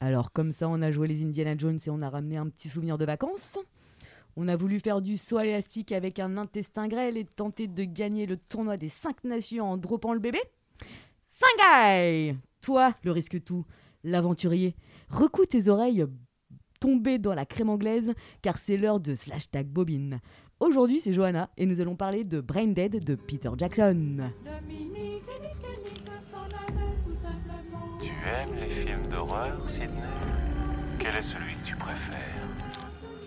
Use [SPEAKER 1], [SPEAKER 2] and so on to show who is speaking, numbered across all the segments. [SPEAKER 1] Alors comme ça, on a joué les Indiana Jones et on a ramené un petit souvenir de vacances. On a voulu faire du saut à élastique avec un intestin grêle et tenter de gagner le tournoi des 5 nations en dropant le bébé. Sangai Toi, le risque tout, l'aventurier, recoue tes oreilles tombées dans la crème anglaise car c'est l'heure de slash tag bobine. Aujourd'hui, c'est Johanna et nous allons parler de Brain Dead de Peter Jackson.
[SPEAKER 2] Dominique, Nick, Nick, s'en allait tout simplement.
[SPEAKER 3] Tu aimes les films d'horreur, Sidney Quel est celui que tu préfères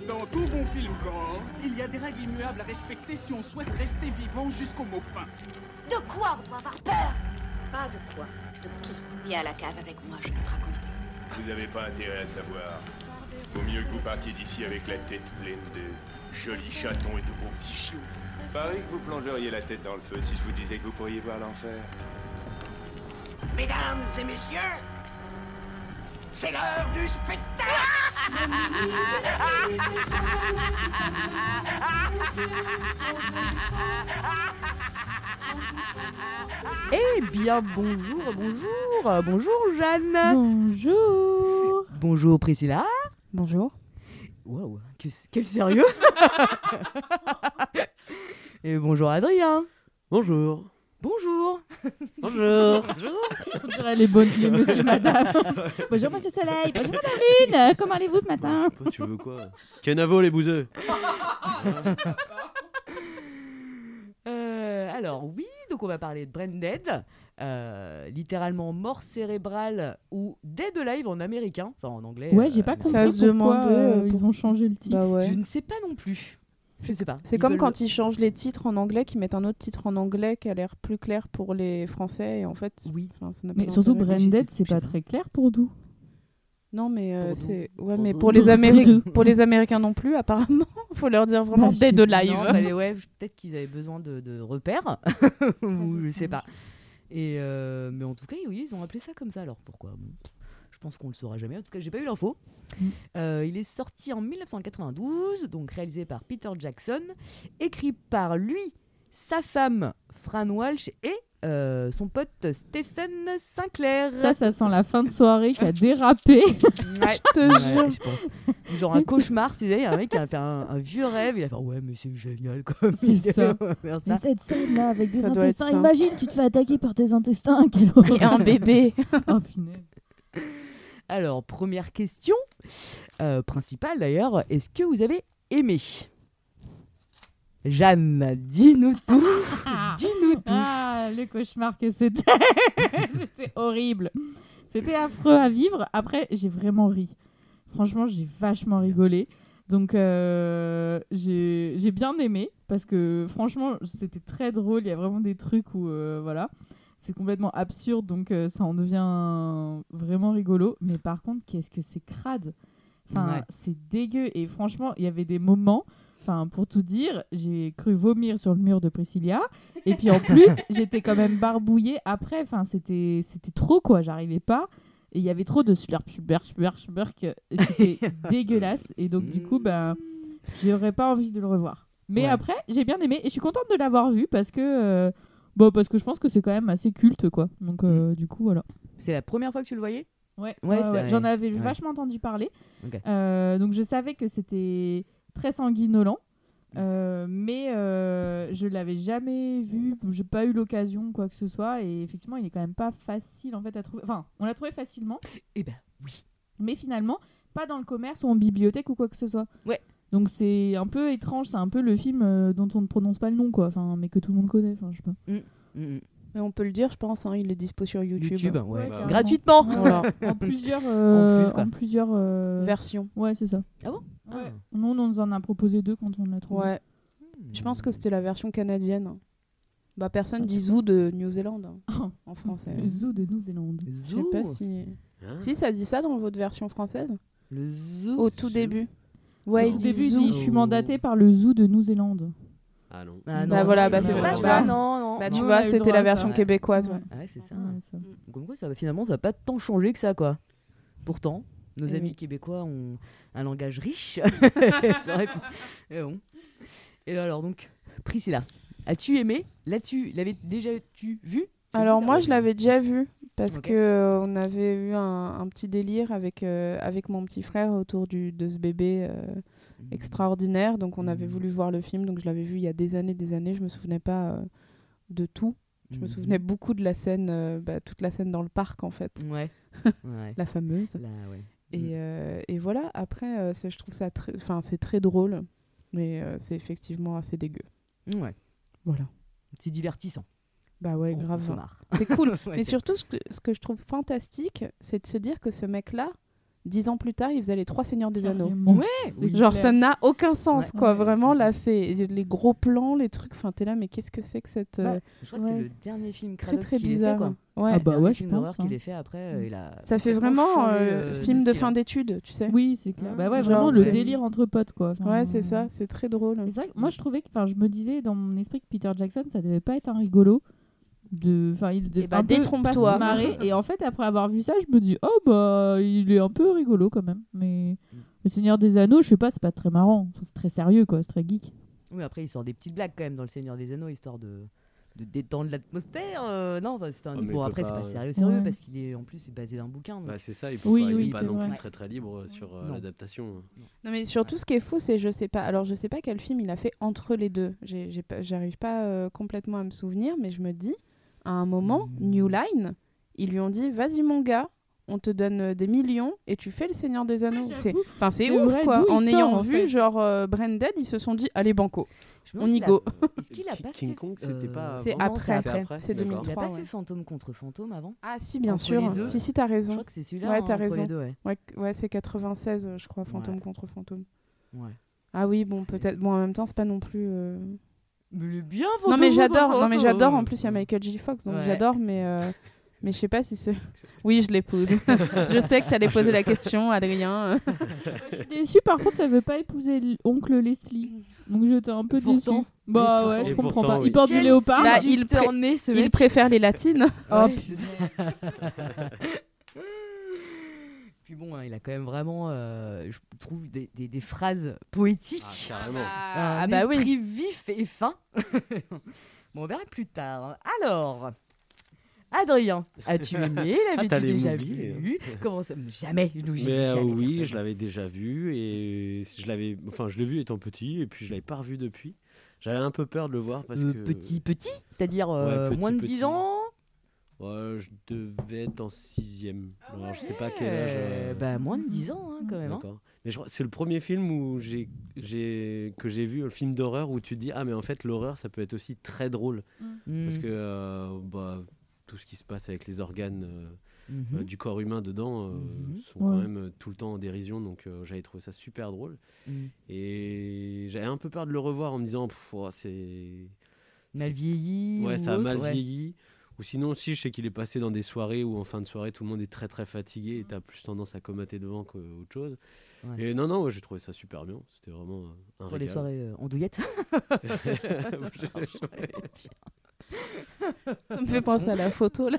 [SPEAKER 4] Dans tout bon film gore, il y a des règles immuables à respecter si on souhaite rester vivant jusqu'au mot fin.
[SPEAKER 5] De quoi on doit avoir peur Pas de quoi, de qui Viens à la cave avec moi, je vais te raconter.
[SPEAKER 6] Vous n'avez pas intérêt à savoir. Vaut mieux que vous partiez d'ici avec la tête pleine de jolis chatons et de beaux petits chiots. Pareil que vous plongeriez la tête dans le feu si je vous disais que vous pourriez voir l'enfer.
[SPEAKER 7] Mesdames et messieurs, c'est l'heure du spectacle
[SPEAKER 1] Eh bien, bonjour, bonjour, bonjour Jeanne
[SPEAKER 8] Bonjour.
[SPEAKER 1] Bonjour Priscilla
[SPEAKER 8] Bonjour.
[SPEAKER 1] Wow, que- quel sérieux Et bonjour Adrien
[SPEAKER 9] Bonjour. Bah,
[SPEAKER 1] Bonjour
[SPEAKER 9] Bonjour.
[SPEAKER 8] On dirait les bonnes, les monsieur, madame. bonjour, monsieur Soleil. Bonjour, madame Lune. Comment allez-vous ce matin
[SPEAKER 9] tu veux quoi Canavo les bouseux.
[SPEAKER 1] Euh, Alors oui, donc on va parler de Branded, euh, littéralement mort cérébrale ou dead alive en américain, enfin en anglais.
[SPEAKER 8] Ouais,
[SPEAKER 1] euh,
[SPEAKER 8] j'ai pas
[SPEAKER 1] mais
[SPEAKER 8] compris
[SPEAKER 10] se
[SPEAKER 8] pourquoi
[SPEAKER 10] demandait,
[SPEAKER 8] euh,
[SPEAKER 10] euh,
[SPEAKER 8] ils
[SPEAKER 10] pour-
[SPEAKER 8] ont changé le titre.
[SPEAKER 10] Bah
[SPEAKER 1] c'est-
[SPEAKER 10] ouais.
[SPEAKER 1] Je ne sais pas non plus. Je sais pas.
[SPEAKER 10] C'est
[SPEAKER 1] Ils
[SPEAKER 10] comme
[SPEAKER 1] veulent-
[SPEAKER 10] quand ils changent les titres en anglais, qu'ils mettent un autre titre en anglais qui a l'air plus clair pour les Français. Et en fait,
[SPEAKER 1] Oui.
[SPEAKER 10] enfin, ça n'a pas
[SPEAKER 8] Mais surtout,
[SPEAKER 10] d'intérêt.
[SPEAKER 1] je sais-
[SPEAKER 8] Branded, c'est
[SPEAKER 1] je sais
[SPEAKER 8] pas
[SPEAKER 1] pas.
[SPEAKER 8] très clair pour nous.
[SPEAKER 10] Non, mais euh,
[SPEAKER 1] Pour
[SPEAKER 10] c'est.
[SPEAKER 1] nous.
[SPEAKER 10] Ouais,
[SPEAKER 1] Pour
[SPEAKER 10] mais
[SPEAKER 1] nous.
[SPEAKER 10] pour les,
[SPEAKER 8] Pour nous.
[SPEAKER 10] Américains, pour les Américains non plus, apparemment. Faut leur dire vraiment
[SPEAKER 8] Bah, je
[SPEAKER 10] dès
[SPEAKER 8] sais
[SPEAKER 10] de
[SPEAKER 8] pas.
[SPEAKER 10] live.
[SPEAKER 1] Non, bah, les- ouais, peut-être qu'ils avaient besoin de, de repères, ou je sais pas. Et euh, mais en tout cas, oui, ils ont appelé ça comme ça. Alors pourquoi Bon, Je pense qu'on le saura jamais. En tout cas, j'ai pas eu l'info.
[SPEAKER 8] Mm.
[SPEAKER 1] Euh, il est sorti en 1992, donc réalisé par Peter Jackson, écrit par lui, sa femme Fran Walsh et euh, son pote Stephen Sinclair.
[SPEAKER 8] Ça, ça sent la fin de soirée qui a dérapé.
[SPEAKER 1] Ouais.
[SPEAKER 10] Je te jure.
[SPEAKER 1] Ouais, je pense. Genre un cauchemar, tu sais, il y a un mec qui a fait un, un vieux rêve, il a fait ouais mais c'est génial comme
[SPEAKER 8] C'est
[SPEAKER 1] idée,
[SPEAKER 8] ça.
[SPEAKER 1] on va faire ça.
[SPEAKER 8] Mais cette scène là avec des
[SPEAKER 10] Ça doit
[SPEAKER 8] intestins,
[SPEAKER 10] être ça.
[SPEAKER 8] imagine, tu te fais attaquer par tes intestins. Quelle horreur.
[SPEAKER 10] Et un bébé.
[SPEAKER 8] Oh, punaise.
[SPEAKER 1] Alors, première question, euh, principale d'ailleurs, est-ce que vous avez aimé Jeanne, dis-nous tout, dis-nous tout.
[SPEAKER 8] Ah, le cauchemar que c'était C'était horrible. C'était affreux à vivre. Après, j'ai vraiment ri. Franchement, j'ai vachement rigolé. Donc, euh, j'ai j'ai bien aimé parce que franchement, c'était très drôle. Il y a vraiment des trucs où, euh, voilà, c'est complètement absurde. Donc, euh, ça en devient vraiment rigolo. Mais par contre, qu'est-ce que c'est crade Enfin,
[SPEAKER 1] Ouais.
[SPEAKER 8] c'est dégueu. Et franchement, il y avait des moments. Enfin, pour tout dire, j'ai cru vomir sur le mur de Priscilla. Et puis en plus, j'étais quand même barbouillée après. Enfin, c'était c'était trop quoi. J'arrivais pas. Et il y avait trop de slurp, slurp, slurp, slurp. Et C'était dégueulasse. Et donc du coup, ben, j'aurais pas envie de le revoir. Mais
[SPEAKER 1] Ouais.
[SPEAKER 8] après, j'ai bien aimé et je suis contente de l'avoir vu parce que euh, bon, parce que je pense que c'est quand même assez culte quoi. Donc
[SPEAKER 1] Mm.
[SPEAKER 8] euh, du coup, voilà.
[SPEAKER 1] C'est la première fois que tu le voyais
[SPEAKER 8] Ouais,
[SPEAKER 1] Ouais,
[SPEAKER 8] ouais,
[SPEAKER 1] c'est
[SPEAKER 8] ouais.
[SPEAKER 1] vrai.
[SPEAKER 8] j'en avais
[SPEAKER 1] Ouais.
[SPEAKER 8] vachement entendu parler.
[SPEAKER 1] Ok.
[SPEAKER 8] Euh, donc je savais que c'était très sanguinolent.
[SPEAKER 1] Mm.
[SPEAKER 8] euh, mais euh, je l'avais jamais vu, j'ai pas eu l'occasion quoi que ce soit et effectivement il est quand même pas facile en fait à trouver. Enfin, on l'a trouvé facilement,
[SPEAKER 1] Eh ben oui.
[SPEAKER 8] mais finalement pas dans le commerce ou en bibliothèque ou quoi que ce soit.
[SPEAKER 1] Ouais.
[SPEAKER 8] Donc c'est un peu étrange, c'est un peu le film euh, dont on ne prononce pas le nom quoi, enfin mais que tout le monde connaît. Enfin je sais pas.
[SPEAKER 1] Mm,
[SPEAKER 10] Mais on peut le dire, je pense. hein, il est dispo sur YouTube.
[SPEAKER 1] YouTube, ouais.
[SPEAKER 8] Ouais, carrément.
[SPEAKER 1] Gratuitement.
[SPEAKER 10] Voilà.
[SPEAKER 8] en plusieurs, euh,
[SPEAKER 1] En plus, quoi.
[SPEAKER 8] en plusieurs. euh,
[SPEAKER 10] Version.
[SPEAKER 8] Ouais c'est ça.
[SPEAKER 1] Ah bon
[SPEAKER 8] Ouais. Nous on nous en a proposé deux quand on l'a trouvé.
[SPEAKER 10] Ouais. Je pense que c'était la version canadienne. Bah, personne dit zoo de New-Zélande hein, en français.
[SPEAKER 8] Le zoo de Nouvelle-Zélande.
[SPEAKER 10] Je sais
[SPEAKER 1] Zou,
[SPEAKER 10] pas si.
[SPEAKER 9] Hein
[SPEAKER 10] Si, ça dit ça dans votre version française
[SPEAKER 1] le zou.
[SPEAKER 10] Au tout
[SPEAKER 9] zoo.
[SPEAKER 10] début. Ouais,
[SPEAKER 8] Au
[SPEAKER 10] il
[SPEAKER 8] tout
[SPEAKER 10] dit
[SPEAKER 8] début, il
[SPEAKER 10] zoo.
[SPEAKER 8] dit Je suis mandaté par le zoo de Nouvelle-Zélande.
[SPEAKER 9] Ah non.
[SPEAKER 1] Ah
[SPEAKER 10] Bah voilà, bah
[SPEAKER 1] non,
[SPEAKER 10] c'est
[SPEAKER 1] non,
[SPEAKER 10] pas
[SPEAKER 1] non,
[SPEAKER 10] ça.
[SPEAKER 1] Non, non.
[SPEAKER 10] Bah,
[SPEAKER 1] non.
[SPEAKER 10] tu
[SPEAKER 8] Ouais, on
[SPEAKER 10] vois,
[SPEAKER 8] a eu
[SPEAKER 10] c'était
[SPEAKER 8] droit
[SPEAKER 10] la
[SPEAKER 8] à ça.
[SPEAKER 10] version
[SPEAKER 1] Ouais.
[SPEAKER 10] québécoise. ouais.
[SPEAKER 1] Ah ouais, c'est ça.
[SPEAKER 8] Ouais, ça.
[SPEAKER 1] Comme quoi, ça va, finalement, ça va pas tant changer que ça, quoi. Pourtant, nos
[SPEAKER 10] Eh
[SPEAKER 1] amis
[SPEAKER 10] oui.
[SPEAKER 1] québécois ont un langage riche. c'est vrai qu'on- Mais bon. Et alors, donc, Priscilla, as-tu aimé L'as-tu, l'avais déjà tu vu
[SPEAKER 10] Alors, moi, je l'avais déjà vu parce
[SPEAKER 1] Ok.
[SPEAKER 10] que euh, on avait eu un, un petit délire avec euh, avec mon petit frère autour du de ce bébé euh,
[SPEAKER 1] Mm.
[SPEAKER 10] extraordinaire. Donc on avait voulu voir le film, donc je l'avais vu il y a des années, des années. Je me souvenais pas euh, de tout.
[SPEAKER 8] Mhm.
[SPEAKER 10] Je me
[SPEAKER 1] Mm.
[SPEAKER 10] souvenais beaucoup de la scène, euh, bah, toute la scène dans le parc en
[SPEAKER 8] Mhm.
[SPEAKER 10] fait,
[SPEAKER 1] Ouais. ouais.
[SPEAKER 10] la fameuse.
[SPEAKER 1] Là, ouais.
[SPEAKER 10] Et, euh, et voilà. Après, euh, c'est- je trouve ça, très- enfin c'est très drôle, mais euh, c'est effectivement assez dégueu.
[SPEAKER 1] Ouais.
[SPEAKER 10] Voilà.
[SPEAKER 1] C'est divertissant.
[SPEAKER 10] Bah ouais,
[SPEAKER 1] On- on
[SPEAKER 10] grave.
[SPEAKER 1] se
[SPEAKER 10] hein.
[SPEAKER 1] marre.
[SPEAKER 10] C'est cool.
[SPEAKER 1] Oh, Ouais,
[SPEAKER 10] Mais
[SPEAKER 1] c'est-
[SPEAKER 10] surtout, ce que, ce que je trouve fantastique, c'est de se dire que ce mec-là, dix ans plus tard, il faisait les trois Seigneurs des Anneaux.
[SPEAKER 8] Carrément.
[SPEAKER 1] Ouais,
[SPEAKER 8] C'est
[SPEAKER 10] Genre,
[SPEAKER 8] clair.
[SPEAKER 10] ça n'a aucun sens,
[SPEAKER 1] Ouais.
[SPEAKER 10] quoi.
[SPEAKER 8] Ouais.
[SPEAKER 10] Vraiment, là, c'est les gros plans, les trucs. Enfin, t'es là, mais qu'est-ce que c'est que cette. euh,
[SPEAKER 1] Bah, je crois que c'est
[SPEAKER 10] ouais.
[SPEAKER 1] le dernier film
[SPEAKER 10] très,
[SPEAKER 1] Cradock
[SPEAKER 10] très
[SPEAKER 1] qu'il ait
[SPEAKER 10] bizarre.
[SPEAKER 1] Fait, quoi.
[SPEAKER 10] Ouais.
[SPEAKER 8] Ah bah
[SPEAKER 1] Le dernier
[SPEAKER 8] ouais, je
[SPEAKER 1] film
[SPEAKER 8] pense,
[SPEAKER 1] d'horreur qu'il
[SPEAKER 8] hein.
[SPEAKER 1] ait fait après, euh, il a
[SPEAKER 10] ça fait
[SPEAKER 1] complètement
[SPEAKER 10] vraiment
[SPEAKER 1] changé
[SPEAKER 10] euh,
[SPEAKER 1] le-
[SPEAKER 10] film
[SPEAKER 1] le
[SPEAKER 10] de
[SPEAKER 1] style,
[SPEAKER 10] fin
[SPEAKER 1] hein.
[SPEAKER 10] d'études, tu sais.
[SPEAKER 8] Oui, c'est clair.
[SPEAKER 1] Ah,
[SPEAKER 8] bah ouais,
[SPEAKER 10] genre,
[SPEAKER 8] vraiment le
[SPEAKER 10] c'est-
[SPEAKER 8] délire entre potes, quoi. Enfin, euh,
[SPEAKER 10] Ouais, c'est ça. C'est très drôle.
[SPEAKER 8] Et c'est vrai que moi, je trouvais que, enfin, je me disais dans mon esprit que Peter Jackson, ça devait pas être un rigolo. De, enfin, il devait
[SPEAKER 10] Eh bah,
[SPEAKER 8] un peu
[SPEAKER 10] détrompe-toi.
[SPEAKER 8] pas se marrer. Et en fait, après avoir vu ça, je me dis, oh bah, il est un peu rigolo quand même. Mais
[SPEAKER 1] Mm.
[SPEAKER 8] Le Seigneur des Anneaux, je sais pas, c'est pas très marrant. Enfin, c'est très sérieux, quoi. C'est très geek.
[SPEAKER 1] Oui, après, il sort des petites blagues quand même dans Le Seigneur des Anneaux, histoire de, de détendre l'atmosphère. euh, non, enfin, c'est un-
[SPEAKER 9] Ah, mais
[SPEAKER 1] bon,
[SPEAKER 9] il peut
[SPEAKER 1] après, c'est
[SPEAKER 9] pas,
[SPEAKER 1] pas
[SPEAKER 9] ouais.
[SPEAKER 1] sérieux, sérieux,
[SPEAKER 8] Ouais.
[SPEAKER 1] parce qu'il est en plus, c'est basé d'un bouquin. donc-
[SPEAKER 9] Bah, c'est ça, il peut
[SPEAKER 8] Oui,
[SPEAKER 9] pas, il est
[SPEAKER 8] oui,
[SPEAKER 9] pas
[SPEAKER 8] c'est
[SPEAKER 9] non
[SPEAKER 8] vrai.
[SPEAKER 9] plus très très libre sur euh,
[SPEAKER 1] Non.
[SPEAKER 9] l'adaptation.
[SPEAKER 10] Non mais surtout ce qui est fou c'est je sais pas alors je sais pas quel film il a fait entre les deux J'ai- j'ai pas- j'arrive pas euh, complètement à me souvenir mais je me dis à un moment New Line ils lui ont dit vas-y mon gars on te donne euh, des millions et tu fais le Seigneur des Anneaux c'est enfin c'est
[SPEAKER 8] C'est
[SPEAKER 10] ouf
[SPEAKER 8] vrai,
[SPEAKER 10] quoi
[SPEAKER 8] d'où il
[SPEAKER 10] en
[SPEAKER 8] sort,
[SPEAKER 10] ayant
[SPEAKER 8] en
[SPEAKER 10] vu
[SPEAKER 8] fait.
[SPEAKER 10] genre euh, Branded ils se sont dit allez banco
[SPEAKER 1] Je me
[SPEAKER 10] On
[SPEAKER 1] demande
[SPEAKER 10] y
[SPEAKER 1] s'il a-
[SPEAKER 10] go.
[SPEAKER 1] Est-ce qu'il a
[SPEAKER 9] Ki-
[SPEAKER 1] pas
[SPEAKER 9] King
[SPEAKER 1] fait,
[SPEAKER 9] Kong, c'était pas
[SPEAKER 10] c'est
[SPEAKER 1] vraiment,
[SPEAKER 10] après,
[SPEAKER 1] après.
[SPEAKER 10] c'est
[SPEAKER 9] d'accord.
[SPEAKER 1] Il
[SPEAKER 10] 2003.
[SPEAKER 1] a pas
[SPEAKER 10] ouais.
[SPEAKER 1] fait fantôme contre fantôme avant
[SPEAKER 10] ah si bien
[SPEAKER 1] Entre
[SPEAKER 10] sûr
[SPEAKER 1] les deux.
[SPEAKER 10] si si t'as
[SPEAKER 1] Je
[SPEAKER 10] raison
[SPEAKER 1] crois que c'est celui-là
[SPEAKER 10] Ouais,
[SPEAKER 1] hein,
[SPEAKER 10] t'as
[SPEAKER 1] entre
[SPEAKER 10] raison.
[SPEAKER 1] les deux. Ouais.
[SPEAKER 10] ouais c- ouais c'est 96 euh, je crois fantôme
[SPEAKER 1] Ouais.
[SPEAKER 10] contre fantôme
[SPEAKER 1] Ouais.
[SPEAKER 10] ah oui bon peut-être bon en même temps c'est pas non plus euh,
[SPEAKER 1] Mais il est bien
[SPEAKER 10] Non
[SPEAKER 1] fantôme
[SPEAKER 10] mais
[SPEAKER 1] contre
[SPEAKER 10] j'adore, non mais
[SPEAKER 1] fantôme.
[SPEAKER 10] j'adore. En plus il y a Michael J. Fox, donc
[SPEAKER 1] Ouais.
[SPEAKER 10] j'adore, mais euh, mais je sais pas si c'est. Oui, je les pose. je sais que t'allais poser la question, Adrien.
[SPEAKER 8] je suis déçue, par contre, ça veut pas épouser l- oncle Leslie. Donc j'étais un peu
[SPEAKER 1] Pourtant.
[SPEAKER 8] déçue. Bah
[SPEAKER 1] Et
[SPEAKER 8] ouais, je
[SPEAKER 9] pourtant.
[SPEAKER 8] comprends
[SPEAKER 9] Et
[SPEAKER 8] pas.
[SPEAKER 9] pourtant,
[SPEAKER 8] Il porte
[SPEAKER 1] Quel
[SPEAKER 8] du léopard.
[SPEAKER 10] Bah, il
[SPEAKER 1] il
[SPEAKER 10] pré-
[SPEAKER 1] nez, ce
[SPEAKER 10] Il
[SPEAKER 1] mec.
[SPEAKER 10] préfère les latines.
[SPEAKER 8] Oh,
[SPEAKER 1] Ouais, c'est ça. Puis bon, hein, il a quand même vraiment, euh, je trouve, des, des- des phrases
[SPEAKER 9] Ah,
[SPEAKER 1] poétiques,
[SPEAKER 9] carrément.
[SPEAKER 1] un
[SPEAKER 10] Ah bah oui.
[SPEAKER 1] esprit vif et fin. bon, on verra plus tard. Alors, Adrien, as-tu aimé
[SPEAKER 9] Ah,
[SPEAKER 1] L'avais-tu
[SPEAKER 9] t'allais
[SPEAKER 1] déjà
[SPEAKER 9] m'oublier,
[SPEAKER 1] vu Comment ça Jamais, je l'oublie
[SPEAKER 9] Mais euh,
[SPEAKER 1] jamais,
[SPEAKER 9] oui, je
[SPEAKER 1] personne.
[SPEAKER 9] l'avais déjà vu et je l'avais, enfin, je l'ai vu étant petit et puis je l'avais pas revu depuis. J'avais un peu peur de le voir parce
[SPEAKER 1] Euh,
[SPEAKER 9] que
[SPEAKER 1] Petit, petit, c'est-à-dire euh,
[SPEAKER 9] Ouais, petit,
[SPEAKER 1] moins de
[SPEAKER 9] petit.
[SPEAKER 1] 10 ans
[SPEAKER 9] Ouais, je devais être en sixième. Alors, je sais pas
[SPEAKER 1] Ouais,
[SPEAKER 9] quel âge. euh,
[SPEAKER 1] Bah, moins de 10 ans, hein, quand même. hein.
[SPEAKER 9] D'accord. Mais je crois c'est le premier film où j'ai j'ai que j'ai vu le film d'horreur où tu te dis ah mais en fait l'horreur ça peut être aussi très drôle parce
[SPEAKER 1] Mm.
[SPEAKER 9] que euh, bah, tout ce qui se passe avec les organes euh,
[SPEAKER 1] Mhm.
[SPEAKER 9] euh, du corps humain dedans euh,
[SPEAKER 1] Mhm.
[SPEAKER 9] sont quand
[SPEAKER 8] Ouais.
[SPEAKER 9] même euh, tout le temps en dérision donc euh, j'avais trouvé ça super drôle
[SPEAKER 1] Mm.
[SPEAKER 9] et j'avais un peu peur de le revoir en me disant Pff, oh, c'est
[SPEAKER 1] Mal vieilli
[SPEAKER 9] Ouais,
[SPEAKER 1] ou
[SPEAKER 9] ça a mal
[SPEAKER 1] autre, ouais.
[SPEAKER 9] vieilli. Ou sinon, si, je sais qu'il est passé dans des soirées où en fin de soirée, tout le monde est très très fatigué et t'as plus tendance à comater devant qu'autre chose.
[SPEAKER 1] Ouais.
[SPEAKER 9] Et non, non, ouais, j'ai trouvé ça super bien. C'était vraiment euh, un
[SPEAKER 1] Pour les
[SPEAKER 9] régal.
[SPEAKER 1] soirées euh, en douillette.
[SPEAKER 10] Ça me fait penser à la photo là.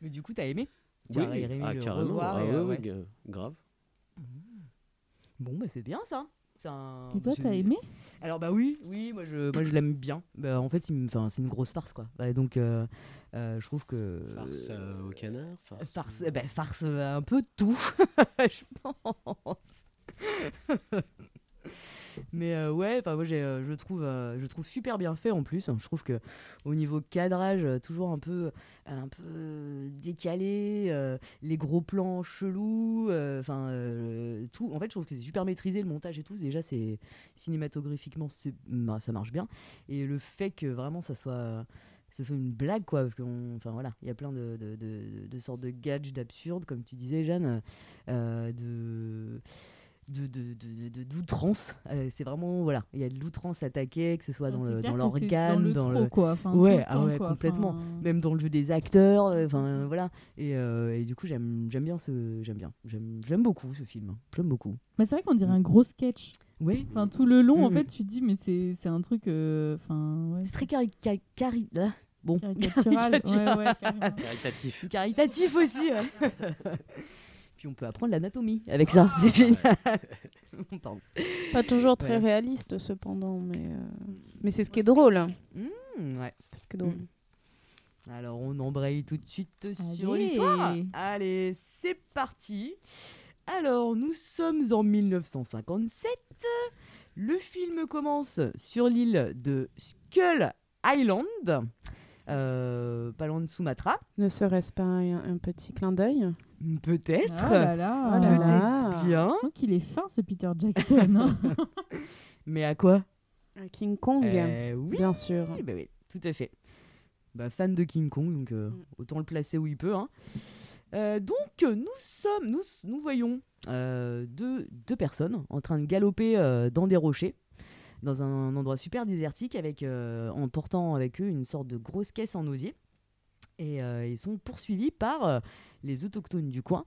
[SPEAKER 1] Mais du coup, t'as aimé
[SPEAKER 9] Oui,
[SPEAKER 1] T'as aimé
[SPEAKER 9] ah,
[SPEAKER 1] le
[SPEAKER 9] carrément.
[SPEAKER 1] revoir
[SPEAKER 9] Ah,
[SPEAKER 1] et,
[SPEAKER 9] ouais,
[SPEAKER 1] euh,
[SPEAKER 9] ouais,
[SPEAKER 1] ouais.
[SPEAKER 9] gra- grave.
[SPEAKER 1] Bon, bah c'est bien ça. C'est un-
[SPEAKER 8] Et toi,
[SPEAKER 1] c'est-
[SPEAKER 8] t'as aimé
[SPEAKER 1] Alors bah oui, oui, moi je, moi je l'aime bien. Bah, en fait, il me- enfin, c'est une grosse farce quoi. Ouais, donc euh, euh, je trouve que
[SPEAKER 9] Farce
[SPEAKER 1] euh,
[SPEAKER 9] au canard. Farce.
[SPEAKER 1] farce, bah, farce euh, un peu tout, je pense. Mais euh, ouais, enfin moi j'ai, euh, je trouve, euh, je trouve super bien fait en plus. Je trouve que au niveau cadrage, euh, toujours un peu, un peu euh, décalé, euh, les gros plans chelous, euh, enfin euh, tout. En fait, je trouve que c'est super maîtrisé le montage et tout. Déjà, c'est cinématographiquement, c'est- bah, ça marche bien. Et le fait que vraiment ça soit c'est soit une blague quoi parce qu'on enfin voilà il y a plein de, de, de- de sortes de gadgets d'absurdes comme tu disais Jeanne euh, de de- de- de- de- d'outrance Euh, c'est vraiment voilà il y a de l'outrance attaquée que ce soit Bah, dans
[SPEAKER 8] Ah, C'est
[SPEAKER 1] le
[SPEAKER 8] clair
[SPEAKER 1] dans
[SPEAKER 8] que c'est
[SPEAKER 1] l'organe dans
[SPEAKER 8] trop,
[SPEAKER 1] le
[SPEAKER 8] quoi. Enfin,
[SPEAKER 1] Ouais,
[SPEAKER 8] tout le
[SPEAKER 1] ah
[SPEAKER 8] temps,
[SPEAKER 1] ouais,
[SPEAKER 8] quoi.
[SPEAKER 1] complètement.
[SPEAKER 8] Enfin,
[SPEAKER 1] même dans le jeu des acteurs euh, enfin euh, voilà et, euh, et du coup j'aime j'aime bien ce j'aime bien j'aime j'aime beaucoup ce film j'aime beaucoup
[SPEAKER 8] Mais c'est vrai qu'on dirait un gros sketch.
[SPEAKER 1] ouais
[SPEAKER 8] Enfin, tout le long, en
[SPEAKER 1] Mm.
[SPEAKER 8] fait, tu te dis, mais c'est c'est un truc. euh, Enfin, ouais.
[SPEAKER 1] c'est très cari cari- cari- ah, là. bon
[SPEAKER 8] Caricatural. ouais, ouais, carrément.
[SPEAKER 9] Caritatif.
[SPEAKER 1] caritatif aussi. ouais. Ah. Puis on peut apprendre l'anatomie avec ça, c'est génial. Pardon.
[SPEAKER 10] Pas toujours très
[SPEAKER 1] Voilà.
[SPEAKER 10] réaliste cependant, mais euh, mais c'est ce qui est drôle.
[SPEAKER 1] Hmm, ouais.
[SPEAKER 10] C'est ce qui est drôle.
[SPEAKER 1] Mm. Alors on embraye tout de suite sur
[SPEAKER 8] Allez.
[SPEAKER 1] l'histoire. Allez, c'est parti. Alors nous sommes en 1957. Le film commence sur l'île de Skull Island, euh, pas loin de Sumatra,
[SPEAKER 10] Ne serait-ce pas un, un petit clin d'œil
[SPEAKER 1] peut-être.
[SPEAKER 8] Oh là là.
[SPEAKER 10] Oh là là.
[SPEAKER 1] Peut-être bien.
[SPEAKER 8] Je crois qu'il est fin ce Peter Jackson. hein.
[SPEAKER 1] Mais à quoi
[SPEAKER 10] Un King Kong,
[SPEAKER 1] Euh, Oui,
[SPEAKER 10] bien sûr.
[SPEAKER 1] bah oui, tout à fait. Bah, fan de King Kong, donc euh,
[SPEAKER 10] Mm.
[SPEAKER 1] autant le placer où il peut. hein. Euh, donc euh, nous sommes, nous, nous voyons euh, deux, deux personnes en train de galoper euh, dans des rochers, dans un endroit super désertique, avec, euh, en portant avec eux une sorte de grosse caisse en osier. Et euh, ils sont poursuivis par euh, les autochtones du coin.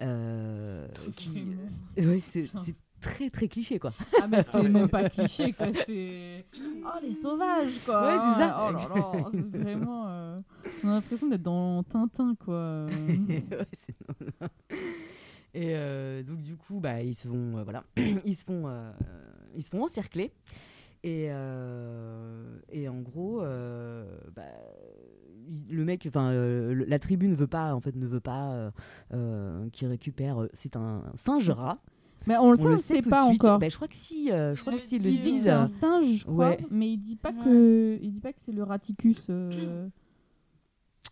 [SPEAKER 1] euh, qui... Ouais, c'est
[SPEAKER 8] Tiens.
[SPEAKER 1] c'est très très cliché quoi.
[SPEAKER 8] Ah mais c'est même pas cliché quoi, c'est oh les sauvages quoi.
[SPEAKER 1] Ouais, c'est ça.
[SPEAKER 8] Oh là là, c'est vraiment. euh, On a l'impression d'être dans Tintin quoi.
[SPEAKER 1] Ouais, c'est- Et euh, donc du coup, bah, ils se font, euh, voilà, ils se font, euh, ils se font encercler. Et, euh, et en gros, euh, bah, il- le mec, enfin, euh, le- la tribu ne veut pas, en fait, ne veut pas euh, euh, qu'il récupère. euh, C'est un singe rat.
[SPEAKER 8] Mais on le
[SPEAKER 1] On
[SPEAKER 8] sait, on le sait
[SPEAKER 1] tout de
[SPEAKER 8] pas
[SPEAKER 1] suite.
[SPEAKER 8] encore.
[SPEAKER 1] Bah, je crois que si, euh, je crois
[SPEAKER 10] Le
[SPEAKER 1] que s'ils
[SPEAKER 10] dit,
[SPEAKER 1] le
[SPEAKER 10] oui.
[SPEAKER 1] disent. euh,
[SPEAKER 8] C'est un singe je crois,
[SPEAKER 1] Ouais.
[SPEAKER 8] mais il dit pas
[SPEAKER 10] Ouais.
[SPEAKER 8] que il dit pas que c'est le raticus. euh,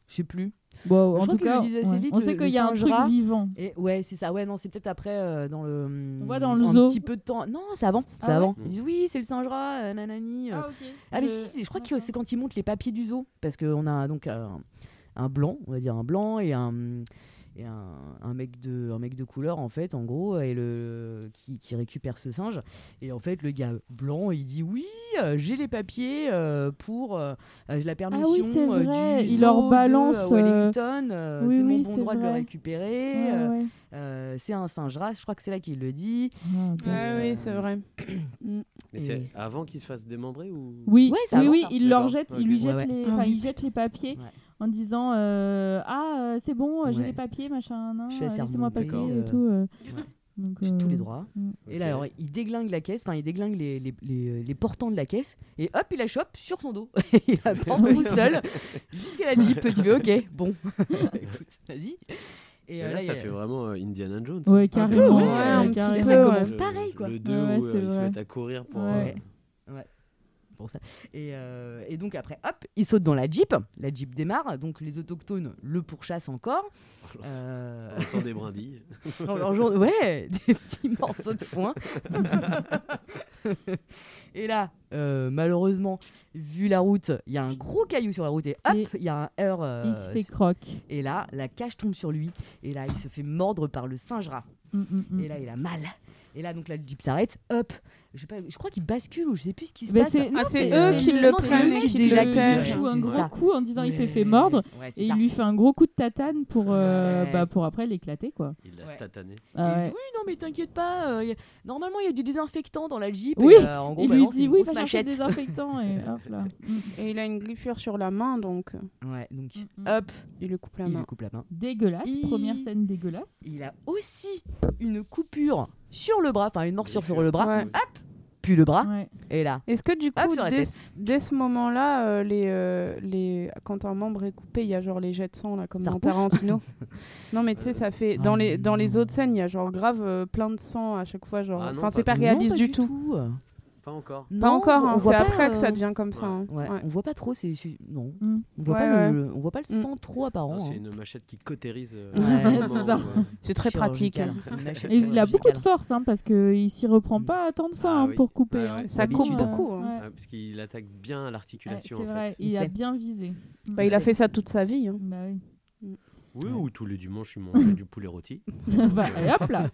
[SPEAKER 1] Je sais plus.
[SPEAKER 8] Bon,
[SPEAKER 1] Je
[SPEAKER 8] en
[SPEAKER 1] crois
[SPEAKER 8] tout
[SPEAKER 1] qu'il le
[SPEAKER 8] cas,
[SPEAKER 1] disait assez
[SPEAKER 8] ouais.
[SPEAKER 1] vite,
[SPEAKER 8] on
[SPEAKER 1] le-
[SPEAKER 8] sait
[SPEAKER 1] le
[SPEAKER 8] qu'il y a un
[SPEAKER 1] singe
[SPEAKER 8] truc
[SPEAKER 1] rat.
[SPEAKER 8] vivant.
[SPEAKER 1] Et ouais, c'est ça. Ouais, non, c'est peut-être après euh, dans le.
[SPEAKER 8] On voit dans le
[SPEAKER 1] un
[SPEAKER 8] zoo.
[SPEAKER 1] petit peu de temps. Non, c'est avant. C'est
[SPEAKER 8] Ah ouais
[SPEAKER 1] avant. Ils disent oui, c'est le singe rat, euh, nanani. euh.
[SPEAKER 8] ok.
[SPEAKER 1] Ah, mais si, c'est- je crois que c'est quand ils montent les papiers du zoo. Parce qu'on a donc euh, un blanc, on va dire un blanc et un. Et un, un mec de, un mec de couleur, en fait, en gros, et le, qui, qui récupère ce singe. Et en fait, le gars blanc, il dit Oui, euh, j'ai les papiers euh, pour. euh, j'ai la permission
[SPEAKER 8] Ah c'est
[SPEAKER 1] euh,
[SPEAKER 8] vrai,
[SPEAKER 1] du
[SPEAKER 8] il leur
[SPEAKER 1] zoo de, euh,
[SPEAKER 8] balance, euh,
[SPEAKER 1] Wellington, euh,
[SPEAKER 8] oui,
[SPEAKER 1] c'est mon
[SPEAKER 8] oui,
[SPEAKER 1] bon
[SPEAKER 8] c'est
[SPEAKER 1] droit de le
[SPEAKER 8] vrai.
[SPEAKER 1] récupérer.
[SPEAKER 8] Ouais,
[SPEAKER 1] euh,
[SPEAKER 8] ouais.
[SPEAKER 1] euh, c'est un singe rat, je crois que c'est là qu'il le dit.
[SPEAKER 8] Ah, ok.
[SPEAKER 10] Ah
[SPEAKER 1] euh,
[SPEAKER 10] oui, c'est vrai.
[SPEAKER 9] Mais
[SPEAKER 1] Et-
[SPEAKER 9] c'est avant qu'il se fasse démembrer ou
[SPEAKER 8] Oui,
[SPEAKER 1] Ouais, c'est
[SPEAKER 8] oui,
[SPEAKER 1] avant
[SPEAKER 8] oui,
[SPEAKER 1] ça.
[SPEAKER 8] il leur
[SPEAKER 9] D'accord.
[SPEAKER 8] jette,
[SPEAKER 9] Ok.
[SPEAKER 8] il lui jette
[SPEAKER 1] Ouais, ouais.
[SPEAKER 8] les,
[SPEAKER 10] Ah
[SPEAKER 8] enfin,
[SPEAKER 10] oui,
[SPEAKER 8] il jette les papiers
[SPEAKER 1] Ouais.
[SPEAKER 8] en disant euh, ah euh, c'est bon, euh, j'ai
[SPEAKER 1] Ouais.
[SPEAKER 8] les papiers machin, nan,
[SPEAKER 1] Je suis
[SPEAKER 8] euh,
[SPEAKER 1] assez
[SPEAKER 8] laissez-moi
[SPEAKER 1] remontée,
[SPEAKER 8] passer
[SPEAKER 9] D'accord.
[SPEAKER 8] et tout. euh.
[SPEAKER 1] Ouais.
[SPEAKER 8] Donc,
[SPEAKER 1] J'ai tous
[SPEAKER 8] euh,
[SPEAKER 1] les droits. Et là,
[SPEAKER 9] Ok.
[SPEAKER 1] alors, il déglingue la caisse, enfin, il déglingue les, les, les- euh, les portants de la caisse, et hop, il la chope sur son dos. il la prend tout seul, jusqu'à la Jeep. Tu fais, ok, bon, écoute, vas-y.
[SPEAKER 9] Et
[SPEAKER 1] euh,
[SPEAKER 9] là,
[SPEAKER 1] il y
[SPEAKER 9] ça
[SPEAKER 1] a-
[SPEAKER 9] fait vraiment euh, Indiana Jones. euh,
[SPEAKER 8] Ouais,
[SPEAKER 1] Un peu,
[SPEAKER 8] carrément.
[SPEAKER 1] ouais,
[SPEAKER 8] ouais,
[SPEAKER 1] un petit peu,
[SPEAKER 8] carrément.
[SPEAKER 1] ça commence
[SPEAKER 9] Le-
[SPEAKER 1] pareil, quoi.
[SPEAKER 9] Le 2
[SPEAKER 8] Ouais,
[SPEAKER 9] où
[SPEAKER 8] ouais,
[SPEAKER 9] euh,
[SPEAKER 8] c'est
[SPEAKER 9] ils se
[SPEAKER 8] vrai.
[SPEAKER 9] mettent à courir pour.
[SPEAKER 8] Ouais.
[SPEAKER 9] euh,
[SPEAKER 1] pour ça. Et, euh, et donc après, hop, il saute dans la Jeep. La Jeep démarre, donc les autochtones le pourchassent encore. Euh,
[SPEAKER 9] On sent des brindilles.
[SPEAKER 1] On leur jante- ouais, des petits morceaux de foin. et là, euh, malheureusement, vu la route, il y a un gros caillou sur la route et hop,
[SPEAKER 8] Et
[SPEAKER 1] il y a un heurt. euh,
[SPEAKER 8] Il se fait croque.
[SPEAKER 1] et là, la cage tombe sur lui et là, il se fait mordre par le singe rat.
[SPEAKER 8] Mm, mm, mm.
[SPEAKER 1] Et là, il a mal. Et là, donc là, le jeep s'arrête. Hop, je, sais pas, je crois qu'il bascule ou je sais plus ce qui se
[SPEAKER 8] Bah,
[SPEAKER 1] passe.
[SPEAKER 8] c'est- non,
[SPEAKER 10] Ah, c'est
[SPEAKER 1] euh,
[SPEAKER 10] eux qui le
[SPEAKER 1] non, c'est
[SPEAKER 10] prennent
[SPEAKER 1] mec
[SPEAKER 10] et
[SPEAKER 1] qui
[SPEAKER 10] qui
[SPEAKER 1] déjà
[SPEAKER 10] le
[SPEAKER 1] qui-
[SPEAKER 10] tèche.
[SPEAKER 8] Il
[SPEAKER 1] ouais,
[SPEAKER 8] fout un
[SPEAKER 1] c'est
[SPEAKER 8] gros
[SPEAKER 1] ça.
[SPEAKER 8] coup en disant il s'est fait
[SPEAKER 1] Ouais,
[SPEAKER 8] mordre
[SPEAKER 1] ouais, c'est
[SPEAKER 8] et
[SPEAKER 1] ça.
[SPEAKER 8] il lui fait un gros coup de tatane pour euh,
[SPEAKER 1] Ouais.
[SPEAKER 8] bah, pour après l'éclater quoi.
[SPEAKER 9] Il l'a
[SPEAKER 1] Ouais.
[SPEAKER 9] statané.
[SPEAKER 8] Ah
[SPEAKER 1] Il
[SPEAKER 8] ouais.
[SPEAKER 1] dit, oui, non, mais t'inquiète pas. euh, y a- Normalement, il y a du désinfectant dans la Jeep.
[SPEAKER 8] Oui,
[SPEAKER 1] et, euh, en gros,
[SPEAKER 8] il
[SPEAKER 1] bah
[SPEAKER 8] lui
[SPEAKER 1] non, c'est
[SPEAKER 8] dit
[SPEAKER 1] une
[SPEAKER 8] oui,
[SPEAKER 1] grosse
[SPEAKER 8] va chercher
[SPEAKER 1] machette.
[SPEAKER 8] des infectants et hop là.
[SPEAKER 10] Et il a une griffure sur la main, donc
[SPEAKER 1] Ouais, donc,
[SPEAKER 8] Mm, mm.
[SPEAKER 1] hop,
[SPEAKER 10] il lui coupe la
[SPEAKER 1] il lui
[SPEAKER 10] main.
[SPEAKER 1] coupe la main.
[SPEAKER 8] Dégueulasse,
[SPEAKER 1] Il-
[SPEAKER 8] première scène dégueulasse.
[SPEAKER 1] Il a aussi une coupure sur le bras, enfin une morsure sur le bras,
[SPEAKER 10] Ouais.
[SPEAKER 1] puis le bras,
[SPEAKER 8] Ouais.
[SPEAKER 1] et là.
[SPEAKER 10] Est-ce que du
[SPEAKER 1] Hop,
[SPEAKER 10] coup,
[SPEAKER 1] sur la
[SPEAKER 10] dès,
[SPEAKER 1] tête.
[SPEAKER 10] dès ce moment-là, euh, les, euh, les... quand un membre est coupé, il y a genre les jets de sang, là, comme
[SPEAKER 1] Ça
[SPEAKER 10] dans
[SPEAKER 1] repousse.
[SPEAKER 10] Tarantino Non, mais tu sais, ça fait.
[SPEAKER 1] Ah
[SPEAKER 10] Dans les, dans les
[SPEAKER 1] non.
[SPEAKER 10] autres scènes, il y a genre grave euh, plein de sang à chaque fois. Genre...
[SPEAKER 9] Ah non,
[SPEAKER 10] enfin, c'est
[SPEAKER 9] pas
[SPEAKER 10] pas
[SPEAKER 9] du-
[SPEAKER 10] réaliste
[SPEAKER 1] Non, pas
[SPEAKER 10] du, tout.
[SPEAKER 9] Pas encore.
[SPEAKER 1] Non,
[SPEAKER 10] Pas encore,
[SPEAKER 1] on
[SPEAKER 10] hein,
[SPEAKER 1] voit
[SPEAKER 10] c'est
[SPEAKER 1] pas,
[SPEAKER 10] après que
[SPEAKER 1] euh,
[SPEAKER 10] ça devient comme ça.
[SPEAKER 9] ouais.
[SPEAKER 10] hein.
[SPEAKER 1] Ouais,
[SPEAKER 10] Ouais.
[SPEAKER 1] On voit pas trop, c'est. c'est- Non,
[SPEAKER 8] Mm.
[SPEAKER 1] on voit,
[SPEAKER 10] Ouais,
[SPEAKER 1] pas
[SPEAKER 10] ouais.
[SPEAKER 1] Le, on voit pas le
[SPEAKER 10] Mm.
[SPEAKER 1] sang trop
[SPEAKER 9] Non,
[SPEAKER 1] apparent.
[SPEAKER 9] C'est
[SPEAKER 1] hein.
[SPEAKER 9] une machette qui cautérise. euh,
[SPEAKER 1] Ouais,
[SPEAKER 9] vraiment,
[SPEAKER 8] c'est ça.
[SPEAKER 9] ouais.
[SPEAKER 10] C'est très pratique.
[SPEAKER 1] Chirurgicale,
[SPEAKER 10] hein.
[SPEAKER 1] une machette
[SPEAKER 8] Et il a beaucoup de
[SPEAKER 1] chirurgicale.
[SPEAKER 8] force hein, parce qu'il s'y reprend pas tant de fois
[SPEAKER 9] Ah
[SPEAKER 8] hein,
[SPEAKER 9] oui.
[SPEAKER 8] pour couper.
[SPEAKER 9] Ouais,
[SPEAKER 8] hein.
[SPEAKER 9] ouais.
[SPEAKER 10] Ça
[SPEAKER 8] D'habitude,
[SPEAKER 10] coupe
[SPEAKER 8] euh,
[SPEAKER 10] beaucoup, hein.
[SPEAKER 8] ouais.
[SPEAKER 9] Ah, parce qu'il attaque bien à
[SPEAKER 8] Ouais,
[SPEAKER 9] l'articulation.
[SPEAKER 8] c'est
[SPEAKER 9] en
[SPEAKER 8] vrai,
[SPEAKER 9] fait.
[SPEAKER 1] Il
[SPEAKER 8] il a
[SPEAKER 1] sait.
[SPEAKER 8] bien visé.
[SPEAKER 10] Bah, il a fait ça toute sa vie. hein.
[SPEAKER 8] Bah oui.
[SPEAKER 9] Oui, ou tous les dimanches, il mange du poulet rôti.
[SPEAKER 8] Bah, et hop là.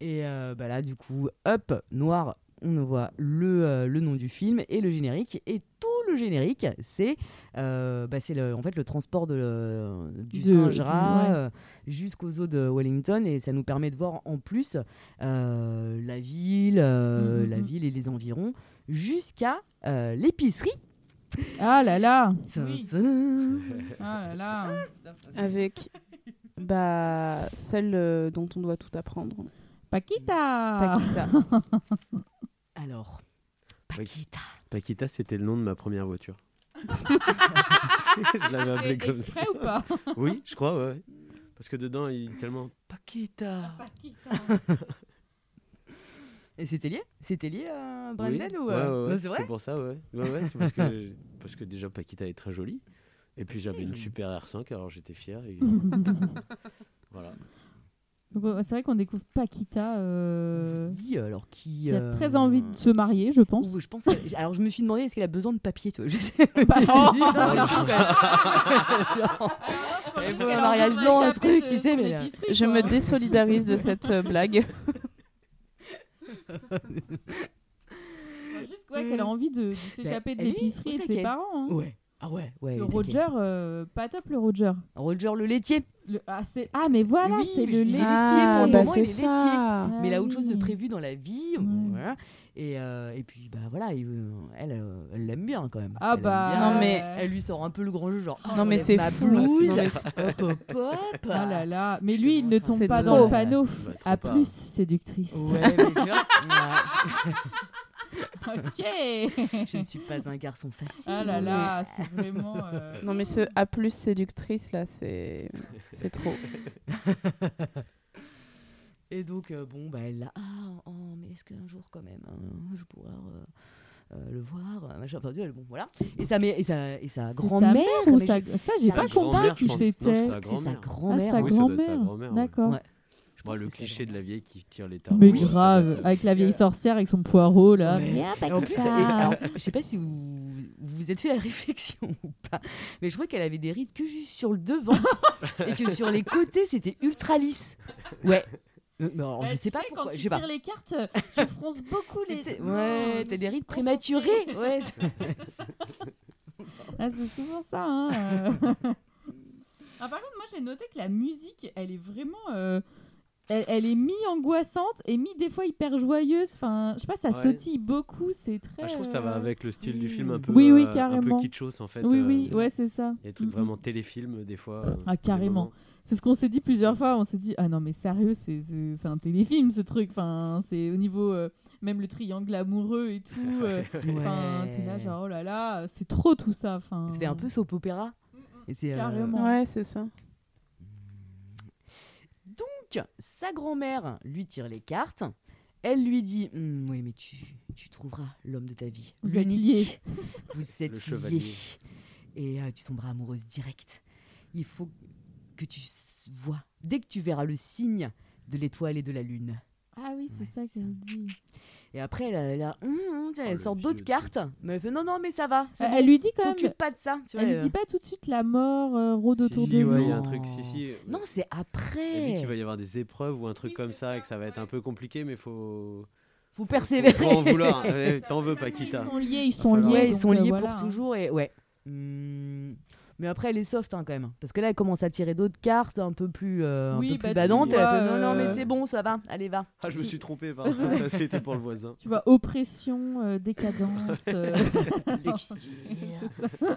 [SPEAKER 1] Et euh, bah là, du coup, hop, noir, on voit le, euh, le nom du film et le générique. Et tout le générique, c'est euh, bah, c'est le- en fait le transport de, euh, du
[SPEAKER 8] De-
[SPEAKER 1] singe
[SPEAKER 8] du-
[SPEAKER 1] rat
[SPEAKER 8] ouais.
[SPEAKER 1] euh, jusqu'aux eaux de Wellington. Et ça nous permet de voir en plus euh, la ville, euh,
[SPEAKER 8] Mhm,
[SPEAKER 1] la
[SPEAKER 8] mhm.
[SPEAKER 1] ville et les environs jusqu'à euh, l'épicerie.
[SPEAKER 8] Ah là là.
[SPEAKER 1] Tin, tin.
[SPEAKER 8] Ah là là.
[SPEAKER 10] Avec bah, celle euh, dont on doit tout apprendre. hein,
[SPEAKER 8] Paquita.
[SPEAKER 10] Paquita.
[SPEAKER 1] Alors,
[SPEAKER 9] Oui.
[SPEAKER 1] Paquita.
[SPEAKER 9] Paquita, c'était le nom de ma première voiture. je l'avais appelé
[SPEAKER 8] Fait
[SPEAKER 9] comme
[SPEAKER 8] exprès
[SPEAKER 9] ça.
[SPEAKER 8] ou pas
[SPEAKER 9] Oui, je crois, ouais, ouais. Parce que dedans, il est tellement Paquita.
[SPEAKER 8] Paquita.
[SPEAKER 1] Et c'était lié C'était lié à
[SPEAKER 9] Oui,
[SPEAKER 1] Brandon ou
[SPEAKER 9] ouais,
[SPEAKER 1] euh,
[SPEAKER 9] ouais,
[SPEAKER 1] non,
[SPEAKER 9] ouais,
[SPEAKER 1] C'est
[SPEAKER 9] c'était
[SPEAKER 1] vrai
[SPEAKER 9] pour ça, ouais. Ouais, ouais, c'est parce que, parce que déjà, Paquita est très jolie. Et puis, j'avais une super R5, alors j'étais fier. et- voilà.
[SPEAKER 8] Donc, euh, C'est vrai qu'on découvre Paquita euh,
[SPEAKER 1] Oui, alors qui.
[SPEAKER 8] qui a
[SPEAKER 1] euh,
[SPEAKER 8] très envie de se marier, je pense.
[SPEAKER 1] ou je pense à- alors je me suis demandé est-ce qu'elle a besoin de papier tu vois je sais
[SPEAKER 8] Pas- oh, Ah,
[SPEAKER 1] Et pour un mariage blanc un truc tu sais mais là-
[SPEAKER 10] Je me désolidarise de cette euh, blague.
[SPEAKER 8] Juste ouais, qu'elle a envie de, de s'échapper de
[SPEAKER 1] Mm. Bah, elle est-
[SPEAKER 8] l'épicerie et de ses
[SPEAKER 1] taquet.
[SPEAKER 8] parents. hein.
[SPEAKER 1] ouais ah ouais ouais il est
[SPEAKER 8] Parce que
[SPEAKER 1] taquet.
[SPEAKER 8] Roger, euh, pas top le Roger.
[SPEAKER 1] Roger le laitier
[SPEAKER 8] Le- ah, c'est- ah, mais voilà,
[SPEAKER 1] Oui,
[SPEAKER 8] c'est
[SPEAKER 1] mais
[SPEAKER 8] le
[SPEAKER 1] je l'ai
[SPEAKER 8] laitier
[SPEAKER 1] Ah,
[SPEAKER 8] pour le
[SPEAKER 1] bah,
[SPEAKER 8] moment.
[SPEAKER 1] c'est
[SPEAKER 8] il est
[SPEAKER 1] ça.
[SPEAKER 8] laitier.
[SPEAKER 1] mais il a
[SPEAKER 8] Ah
[SPEAKER 1] autre chose de
[SPEAKER 8] oui.
[SPEAKER 1] prévu dans la vie
[SPEAKER 8] Ouais.
[SPEAKER 1] voilà. et, euh, et puis bah voilà il- euh, elle euh, elle l'aime bien quand même
[SPEAKER 8] Ah
[SPEAKER 1] Elle l'aime
[SPEAKER 8] bah,
[SPEAKER 1] bien.
[SPEAKER 10] Non, mais-
[SPEAKER 1] elle lui sort un peu le grand jeu genre oh,
[SPEAKER 10] Non, mais
[SPEAKER 1] j'enlève
[SPEAKER 10] c'est
[SPEAKER 1] ma
[SPEAKER 10] fou.
[SPEAKER 1] blouse
[SPEAKER 10] Non, mais
[SPEAKER 1] hop hop hop
[SPEAKER 8] Oh là là, mais
[SPEAKER 1] Je
[SPEAKER 8] lui
[SPEAKER 1] te
[SPEAKER 8] il ne
[SPEAKER 1] montre un
[SPEAKER 8] tombe
[SPEAKER 10] peu.
[SPEAKER 8] pas
[SPEAKER 10] C'est
[SPEAKER 8] dans le
[SPEAKER 10] trop.
[SPEAKER 8] panneau.
[SPEAKER 9] Bah, trop
[SPEAKER 8] À
[SPEAKER 9] pas.
[SPEAKER 8] plus séductrice.
[SPEAKER 1] ouais mais tu vois, ouais.
[SPEAKER 8] ok.
[SPEAKER 1] je ne suis pas un garçon facile
[SPEAKER 8] Ah là là, c'est vraiment. euh,
[SPEAKER 10] Non mais ce A plus séductrice là, c'est c'est trop.
[SPEAKER 1] Et donc, euh, bon, bah, elle l'a. Ah, oh, mais est-ce qu'un jour, quand même, hein, je pourrais euh, euh, le voir euh, machin. Enfin, bon, voilà. Et sa, mé- et sa, et sa
[SPEAKER 8] c'est
[SPEAKER 1] grand-mère.
[SPEAKER 8] sa mère ou
[SPEAKER 1] mais
[SPEAKER 8] sa...
[SPEAKER 1] je-
[SPEAKER 8] Ça, j'ai
[SPEAKER 1] Sa
[SPEAKER 8] pas compris
[SPEAKER 9] grand-mère, je
[SPEAKER 8] qui
[SPEAKER 9] pense. Non,
[SPEAKER 8] c'était.
[SPEAKER 9] sa
[SPEAKER 1] C'est sa
[SPEAKER 9] grand-mère.
[SPEAKER 8] Ah,
[SPEAKER 1] grand-mère.
[SPEAKER 8] sa
[SPEAKER 9] Oui, ça doit être sa
[SPEAKER 8] grand-mère.
[SPEAKER 9] grand-mère, ouais.
[SPEAKER 8] D'accord.
[SPEAKER 1] Ouais. Je
[SPEAKER 9] Moi,
[SPEAKER 1] pense
[SPEAKER 9] le
[SPEAKER 1] que c'est
[SPEAKER 9] cliché
[SPEAKER 1] la
[SPEAKER 9] de la vieille qui tire les tarots.
[SPEAKER 8] Mais
[SPEAKER 9] ça doit
[SPEAKER 8] grave,
[SPEAKER 9] être- euh,
[SPEAKER 8] avec la vieille sorcière avec son poireau là.
[SPEAKER 1] Euh, Ouais.
[SPEAKER 8] Viens,
[SPEAKER 1] Et en plus,
[SPEAKER 8] Paquita.
[SPEAKER 1] et alors, je sais pas si vous vous vous êtes fait la réflexion ou pas, mais je crois qu'elle avait des rides que juste sur le devant et que sur les côtés c'était ultra lisse. Ouais. Euh, Mais alors,
[SPEAKER 8] Bah,
[SPEAKER 1] je sais
[SPEAKER 8] tu
[SPEAKER 1] pas
[SPEAKER 8] quand
[SPEAKER 1] pourquoi.
[SPEAKER 8] tu
[SPEAKER 1] Je sais pas.
[SPEAKER 8] tires les cartes, tu fronces beaucoup les.
[SPEAKER 1] C'était-
[SPEAKER 8] Non,
[SPEAKER 1] Ouais,
[SPEAKER 8] je
[SPEAKER 1] t'as des
[SPEAKER 8] suis
[SPEAKER 1] rides
[SPEAKER 8] concentrée.
[SPEAKER 1] prématurées. Ouais.
[SPEAKER 8] Ah, c'est souvent ça. Hein, euh. Ah, par contre, moi j'ai noté que la musique, elle est vraiment. euh, Elle, elle est mi-angoissante et mi des fois hyper joyeuse. Enfin, je sais pas, ça
[SPEAKER 9] Ouais.
[SPEAKER 8] sautille beaucoup, c'est très.
[SPEAKER 9] Ah, je trouve que ça va
[SPEAKER 8] euh,
[SPEAKER 9] avec le style du film un peu,
[SPEAKER 8] Oui, oui,
[SPEAKER 9] euh,
[SPEAKER 8] carrément.
[SPEAKER 9] un peu kitschos en fait.
[SPEAKER 8] Oui,
[SPEAKER 9] euh,
[SPEAKER 8] oui, ouais, c'est ça.
[SPEAKER 9] Il y a des trucs
[SPEAKER 8] Mm, mm.
[SPEAKER 9] vraiment téléfilms des fois. euh,
[SPEAKER 8] Ah,
[SPEAKER 9] des
[SPEAKER 8] carrément.
[SPEAKER 9] moments.
[SPEAKER 8] C'est ce qu'on s'est dit plusieurs fois. On s'est dit ah non mais sérieux c'est c'est- c'est un téléfilm ce truc. Enfin c'est au niveau euh, même le triangle amoureux et tout. euh, Enfin t'es là genre oh là là c'est trop tout ça. Enfin.
[SPEAKER 1] Ça fait un peu soap opéra. Et c'est euh,
[SPEAKER 8] Mm, Carrément.
[SPEAKER 10] Ouais, c'est ça.
[SPEAKER 1] donc, sa grand-mère lui tire les cartes. Elle lui dit Hum, Oui, mais tu, tu trouveras l'homme de ta vie.
[SPEAKER 8] Vous êtes
[SPEAKER 1] L'unique. Vous êtes
[SPEAKER 9] Le
[SPEAKER 1] liés.
[SPEAKER 9] chevalier.
[SPEAKER 1] Et euh, tu tomberas amoureuse directe. Il faut que tu s- vois, dès que tu verras le signe de l'étoile et de la lune.
[SPEAKER 8] Ah oui c'est
[SPEAKER 1] Ouais,
[SPEAKER 8] ça
[SPEAKER 1] c'est
[SPEAKER 8] qu'elle dit.
[SPEAKER 1] Et après, elle, a- elle, a- Hum, hum, elle
[SPEAKER 9] Oh, le
[SPEAKER 1] sort
[SPEAKER 9] vieux
[SPEAKER 1] d'autres
[SPEAKER 9] truc.
[SPEAKER 1] cartes. Mais elle fait Non, non, mais ça va. c'est
[SPEAKER 8] Elle,
[SPEAKER 1] bon,
[SPEAKER 8] Euh, elle lui dit quand même.
[SPEAKER 1] T'occupes pas de ça. Tu vois,
[SPEAKER 8] Elle lui
[SPEAKER 1] euh.
[SPEAKER 8] dit pas tout de suite la mort euh, rôde
[SPEAKER 9] Si,
[SPEAKER 8] autour
[SPEAKER 9] si,
[SPEAKER 8] de
[SPEAKER 9] ouais,
[SPEAKER 8] lui.
[SPEAKER 9] il y a un
[SPEAKER 1] Non.
[SPEAKER 9] truc, si, si.
[SPEAKER 1] Non, c'est
[SPEAKER 9] Elle dit
[SPEAKER 1] après.
[SPEAKER 9] qu'il va y avoir des épreuves ou un truc comme ça et que ça va être un peu compliqué, mais faut.
[SPEAKER 1] Faut
[SPEAKER 9] Faut,
[SPEAKER 1] persévérer.
[SPEAKER 9] faut en vouloir. Eh, T'en veux,
[SPEAKER 8] Ils
[SPEAKER 9] Paquita.
[SPEAKER 8] sont liés ils sont
[SPEAKER 9] falloir-
[SPEAKER 8] liés.
[SPEAKER 9] Ouais,
[SPEAKER 1] ils
[SPEAKER 8] donc,
[SPEAKER 1] sont
[SPEAKER 8] euh,
[SPEAKER 1] liés
[SPEAKER 8] voilà,
[SPEAKER 1] pour
[SPEAKER 8] hein.
[SPEAKER 1] toujours et ouais. Hmm. Mais après, elle est soft hein, quand même. Parce que là, elle commence à tirer d'autres cartes un peu plus, euh, un
[SPEAKER 8] Oui,
[SPEAKER 1] peu
[SPEAKER 8] bah,
[SPEAKER 1] plus
[SPEAKER 8] tu
[SPEAKER 1] badantes. Elle
[SPEAKER 8] vois,
[SPEAKER 1] fait non, non, mais
[SPEAKER 8] euh,
[SPEAKER 1] c'est bon, ça va, allez, va.
[SPEAKER 9] Ah, je me suis trompé, par
[SPEAKER 8] Ouais,
[SPEAKER 9] ça,
[SPEAKER 8] c'est
[SPEAKER 9] c'était pour le voisin.
[SPEAKER 8] Tu vois oppression euh, décadence. euh,
[SPEAKER 9] hein.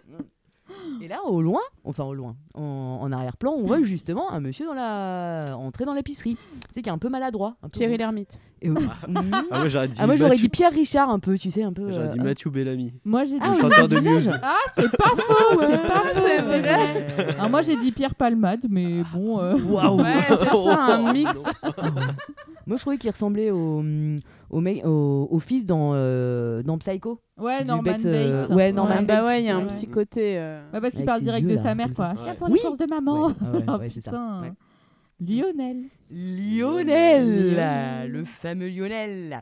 [SPEAKER 1] et là, au loin, enfin au loin, en, en arrière-plan, on voit justement un monsieur dans la... entrer dans l'épicerie. Tu sais, qui est un peu maladroit. Un peu
[SPEAKER 10] Pierre
[SPEAKER 1] bon.
[SPEAKER 10] l'ermite.
[SPEAKER 1] Et, euh, hmm.
[SPEAKER 9] Ah, ouais, j'aurais dit.
[SPEAKER 1] Ah, moi, j'aurais
[SPEAKER 9] Mathieu-
[SPEAKER 1] dit Pierre Richard un peu, tu sais, un peu.
[SPEAKER 9] J'aurais
[SPEAKER 1] euh, Ah,
[SPEAKER 9] dit Mathieu Bellamy.
[SPEAKER 8] Moi j'ai dit.
[SPEAKER 9] le chanteur de Muse.
[SPEAKER 8] Ah c'est pas faux c'est pas faux
[SPEAKER 10] c'est
[SPEAKER 8] c'est
[SPEAKER 10] vrai.
[SPEAKER 8] vrai. Alors moi j'ai dit Pierre Palmade, mais
[SPEAKER 9] Ah,
[SPEAKER 8] bon. euh,
[SPEAKER 1] Waouh!
[SPEAKER 10] Ouais, c'est ça, un mix.
[SPEAKER 1] Moi, je trouvais qu'il ressemblait au, hum, au, mec- au- au fils dans, euh, dans Psycho.
[SPEAKER 8] Ouais,
[SPEAKER 1] Du
[SPEAKER 8] Norman
[SPEAKER 1] bête,
[SPEAKER 8] Bates.
[SPEAKER 1] euh,
[SPEAKER 8] hein.
[SPEAKER 1] ouais, Norman
[SPEAKER 10] Ah, bah
[SPEAKER 1] Bates.
[SPEAKER 10] ouais, il y a un
[SPEAKER 8] Ouais.
[SPEAKER 10] petit côté. euh,
[SPEAKER 8] Ouais, parce qu'il
[SPEAKER 1] Avec
[SPEAKER 8] parle
[SPEAKER 1] ses
[SPEAKER 8] direct
[SPEAKER 1] yeux,
[SPEAKER 8] de
[SPEAKER 1] là,
[SPEAKER 8] sa mère,
[SPEAKER 1] comme ça.
[SPEAKER 8] quoi. Chien
[SPEAKER 9] Ouais.
[SPEAKER 8] pour
[SPEAKER 1] Oui.
[SPEAKER 8] les courses de maman.
[SPEAKER 1] Ouais, ah ouais,
[SPEAKER 8] oh
[SPEAKER 1] ouais, c'est ça.
[SPEAKER 8] putain.
[SPEAKER 1] Ouais.
[SPEAKER 8] Lionel.
[SPEAKER 1] Lionel,
[SPEAKER 8] Lionel.
[SPEAKER 1] le fameux Lionel,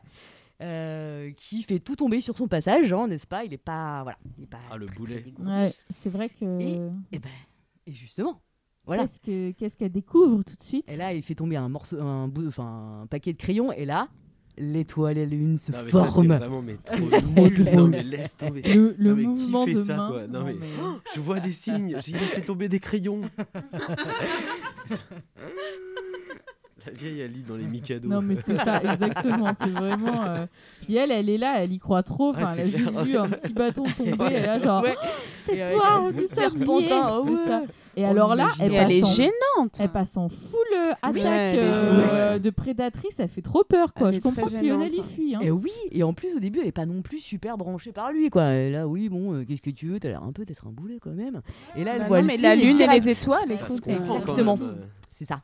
[SPEAKER 1] euh, qui fait tout tomber sur son passage, hein, n'est-ce pas Il est pas, voilà, il est pas.
[SPEAKER 9] Ah, le
[SPEAKER 1] très,
[SPEAKER 9] boulet.
[SPEAKER 1] très dégourdi.
[SPEAKER 8] Ouais, c'est vrai que.
[SPEAKER 1] Et- Et ben, et justement, voilà.
[SPEAKER 8] Qu'est-ce que- qu'est-ce qu'elle découvre tout de suite
[SPEAKER 1] Et là, il fait tomber un morceau, un bout, enfin, un paquet de crayons, et là, l'étoile et la lune se
[SPEAKER 9] Non, mais ça, c'est
[SPEAKER 1] forment.
[SPEAKER 9] vraiment, mais trop nul. Non, mais laisse tomber.
[SPEAKER 8] Le, le
[SPEAKER 9] Non, mais qui
[SPEAKER 8] mouvement
[SPEAKER 9] fait
[SPEAKER 8] de
[SPEAKER 9] ça,
[SPEAKER 8] main.
[SPEAKER 9] quoi Non, mais-
[SPEAKER 8] mais- oh
[SPEAKER 9] Je vois des signes, j'ai fait tomber des crayons. La vieille, elle lit dans les Mikado.
[SPEAKER 8] Non, mais c'est ça, exactement. C'est vraiment. euh, Puis elle, elle est là, elle y croit trop.
[SPEAKER 9] Ah,
[SPEAKER 8] Enfin,
[SPEAKER 9] c'est
[SPEAKER 8] elle a juste
[SPEAKER 9] clair.
[SPEAKER 8] vu un petit bâton tomber. Elle est là, genre.
[SPEAKER 1] Ouais. Et
[SPEAKER 8] c'est
[SPEAKER 1] avec
[SPEAKER 8] toi, hein,
[SPEAKER 1] un
[SPEAKER 8] on
[SPEAKER 1] bout
[SPEAKER 8] du
[SPEAKER 1] de serpentin, ah
[SPEAKER 8] serpentin, c'est
[SPEAKER 1] ouais.
[SPEAKER 8] ça. Et
[SPEAKER 1] On
[SPEAKER 8] alors là,
[SPEAKER 1] imagine.
[SPEAKER 8] elle
[SPEAKER 1] Mais
[SPEAKER 8] passe,
[SPEAKER 1] elle est
[SPEAKER 8] en,
[SPEAKER 10] gênante.
[SPEAKER 8] elle passe en full euh,
[SPEAKER 1] Oui,
[SPEAKER 8] attaque
[SPEAKER 10] elle est
[SPEAKER 8] euh,
[SPEAKER 10] gênante.
[SPEAKER 8] euh, de prédatrice, elle fait trop peur quoi.
[SPEAKER 10] Elle
[SPEAKER 8] Je
[SPEAKER 10] est très
[SPEAKER 8] comprends que
[SPEAKER 10] gênante,
[SPEAKER 8] Lionel il
[SPEAKER 10] hein.
[SPEAKER 8] fuit. hein.
[SPEAKER 1] Et oui, et en plus au début elle est pas non plus super branchée par lui quoi. Et là oui bon, euh, qu'est-ce que tu veux, t'as l'air un peu d'être un boulet quand même. Et là elle
[SPEAKER 10] Bah
[SPEAKER 1] voit
[SPEAKER 10] non,
[SPEAKER 1] le
[SPEAKER 10] mais
[SPEAKER 1] signe
[SPEAKER 10] la lune et
[SPEAKER 1] direct.
[SPEAKER 10] les étoiles,
[SPEAKER 1] se
[SPEAKER 10] écoute.
[SPEAKER 1] comprend,
[SPEAKER 10] euh,
[SPEAKER 1] quand Exactement. C'est ça.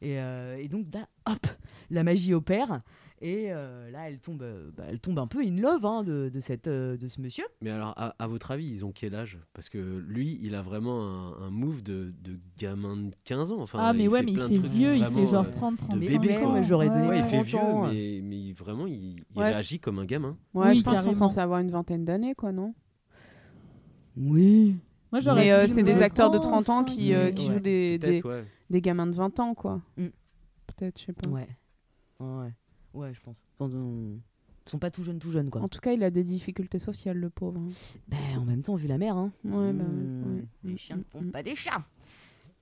[SPEAKER 1] Et, euh, et donc là, hop, la magie opère. Et euh, là, elle tombe, euh, bah, elle tombe un peu in love hein, de, de cette, euh, de ce monsieur.
[SPEAKER 9] Mais alors, à, à votre avis, ils ont quel âge Parce que lui, il a vraiment un, un move de, de gamin de 15 ans. Enfin,
[SPEAKER 8] ah mais
[SPEAKER 9] il
[SPEAKER 8] ouais,
[SPEAKER 9] fait
[SPEAKER 8] mais il
[SPEAKER 9] plein de
[SPEAKER 8] fait
[SPEAKER 9] trucs
[SPEAKER 8] vieux, il
[SPEAKER 9] vraiment,
[SPEAKER 8] fait genre
[SPEAKER 9] euh,
[SPEAKER 8] 30
[SPEAKER 9] de
[SPEAKER 8] 35
[SPEAKER 9] bébé,
[SPEAKER 8] ans.
[SPEAKER 9] quoi.
[SPEAKER 1] j'aurais donné
[SPEAKER 9] Ouais, il fait
[SPEAKER 1] 40
[SPEAKER 9] vieux,
[SPEAKER 1] ans.
[SPEAKER 9] mais, mais il- vraiment, il, il
[SPEAKER 10] Ouais.
[SPEAKER 9] réagit comme un gamin.
[SPEAKER 10] Ouais,
[SPEAKER 8] Oui,
[SPEAKER 10] je pense qu'on est
[SPEAKER 8] carrément.
[SPEAKER 10] censé avoir une vingtaine d'années, quoi, non
[SPEAKER 1] Oui.
[SPEAKER 8] Moi j'aurais
[SPEAKER 10] Mais euh,
[SPEAKER 8] dit
[SPEAKER 10] c'est des
[SPEAKER 8] ouais,
[SPEAKER 10] acteurs de 30 ans qui, euh,
[SPEAKER 1] ouais.
[SPEAKER 10] qui jouent des, des,
[SPEAKER 9] Peut-être, ouais.
[SPEAKER 10] des gamins de 20 ans, quoi.
[SPEAKER 1] Mm.
[SPEAKER 10] Peut-être, je sais pas.
[SPEAKER 1] Ouais. Ouais, ouais je pense. Enfin, euh, Ils sont pas tout jeunes, tout jeunes, quoi.
[SPEAKER 10] En tout cas, il a des difficultés sociales, le pauvre. hein.
[SPEAKER 1] Bah, en même temps, vu la mer, hein.
[SPEAKER 10] Ouais, bah,
[SPEAKER 1] Mmh.
[SPEAKER 10] ouais, ouais.
[SPEAKER 1] Les chiens ne font
[SPEAKER 10] Mm, mm.
[SPEAKER 1] pas des chats.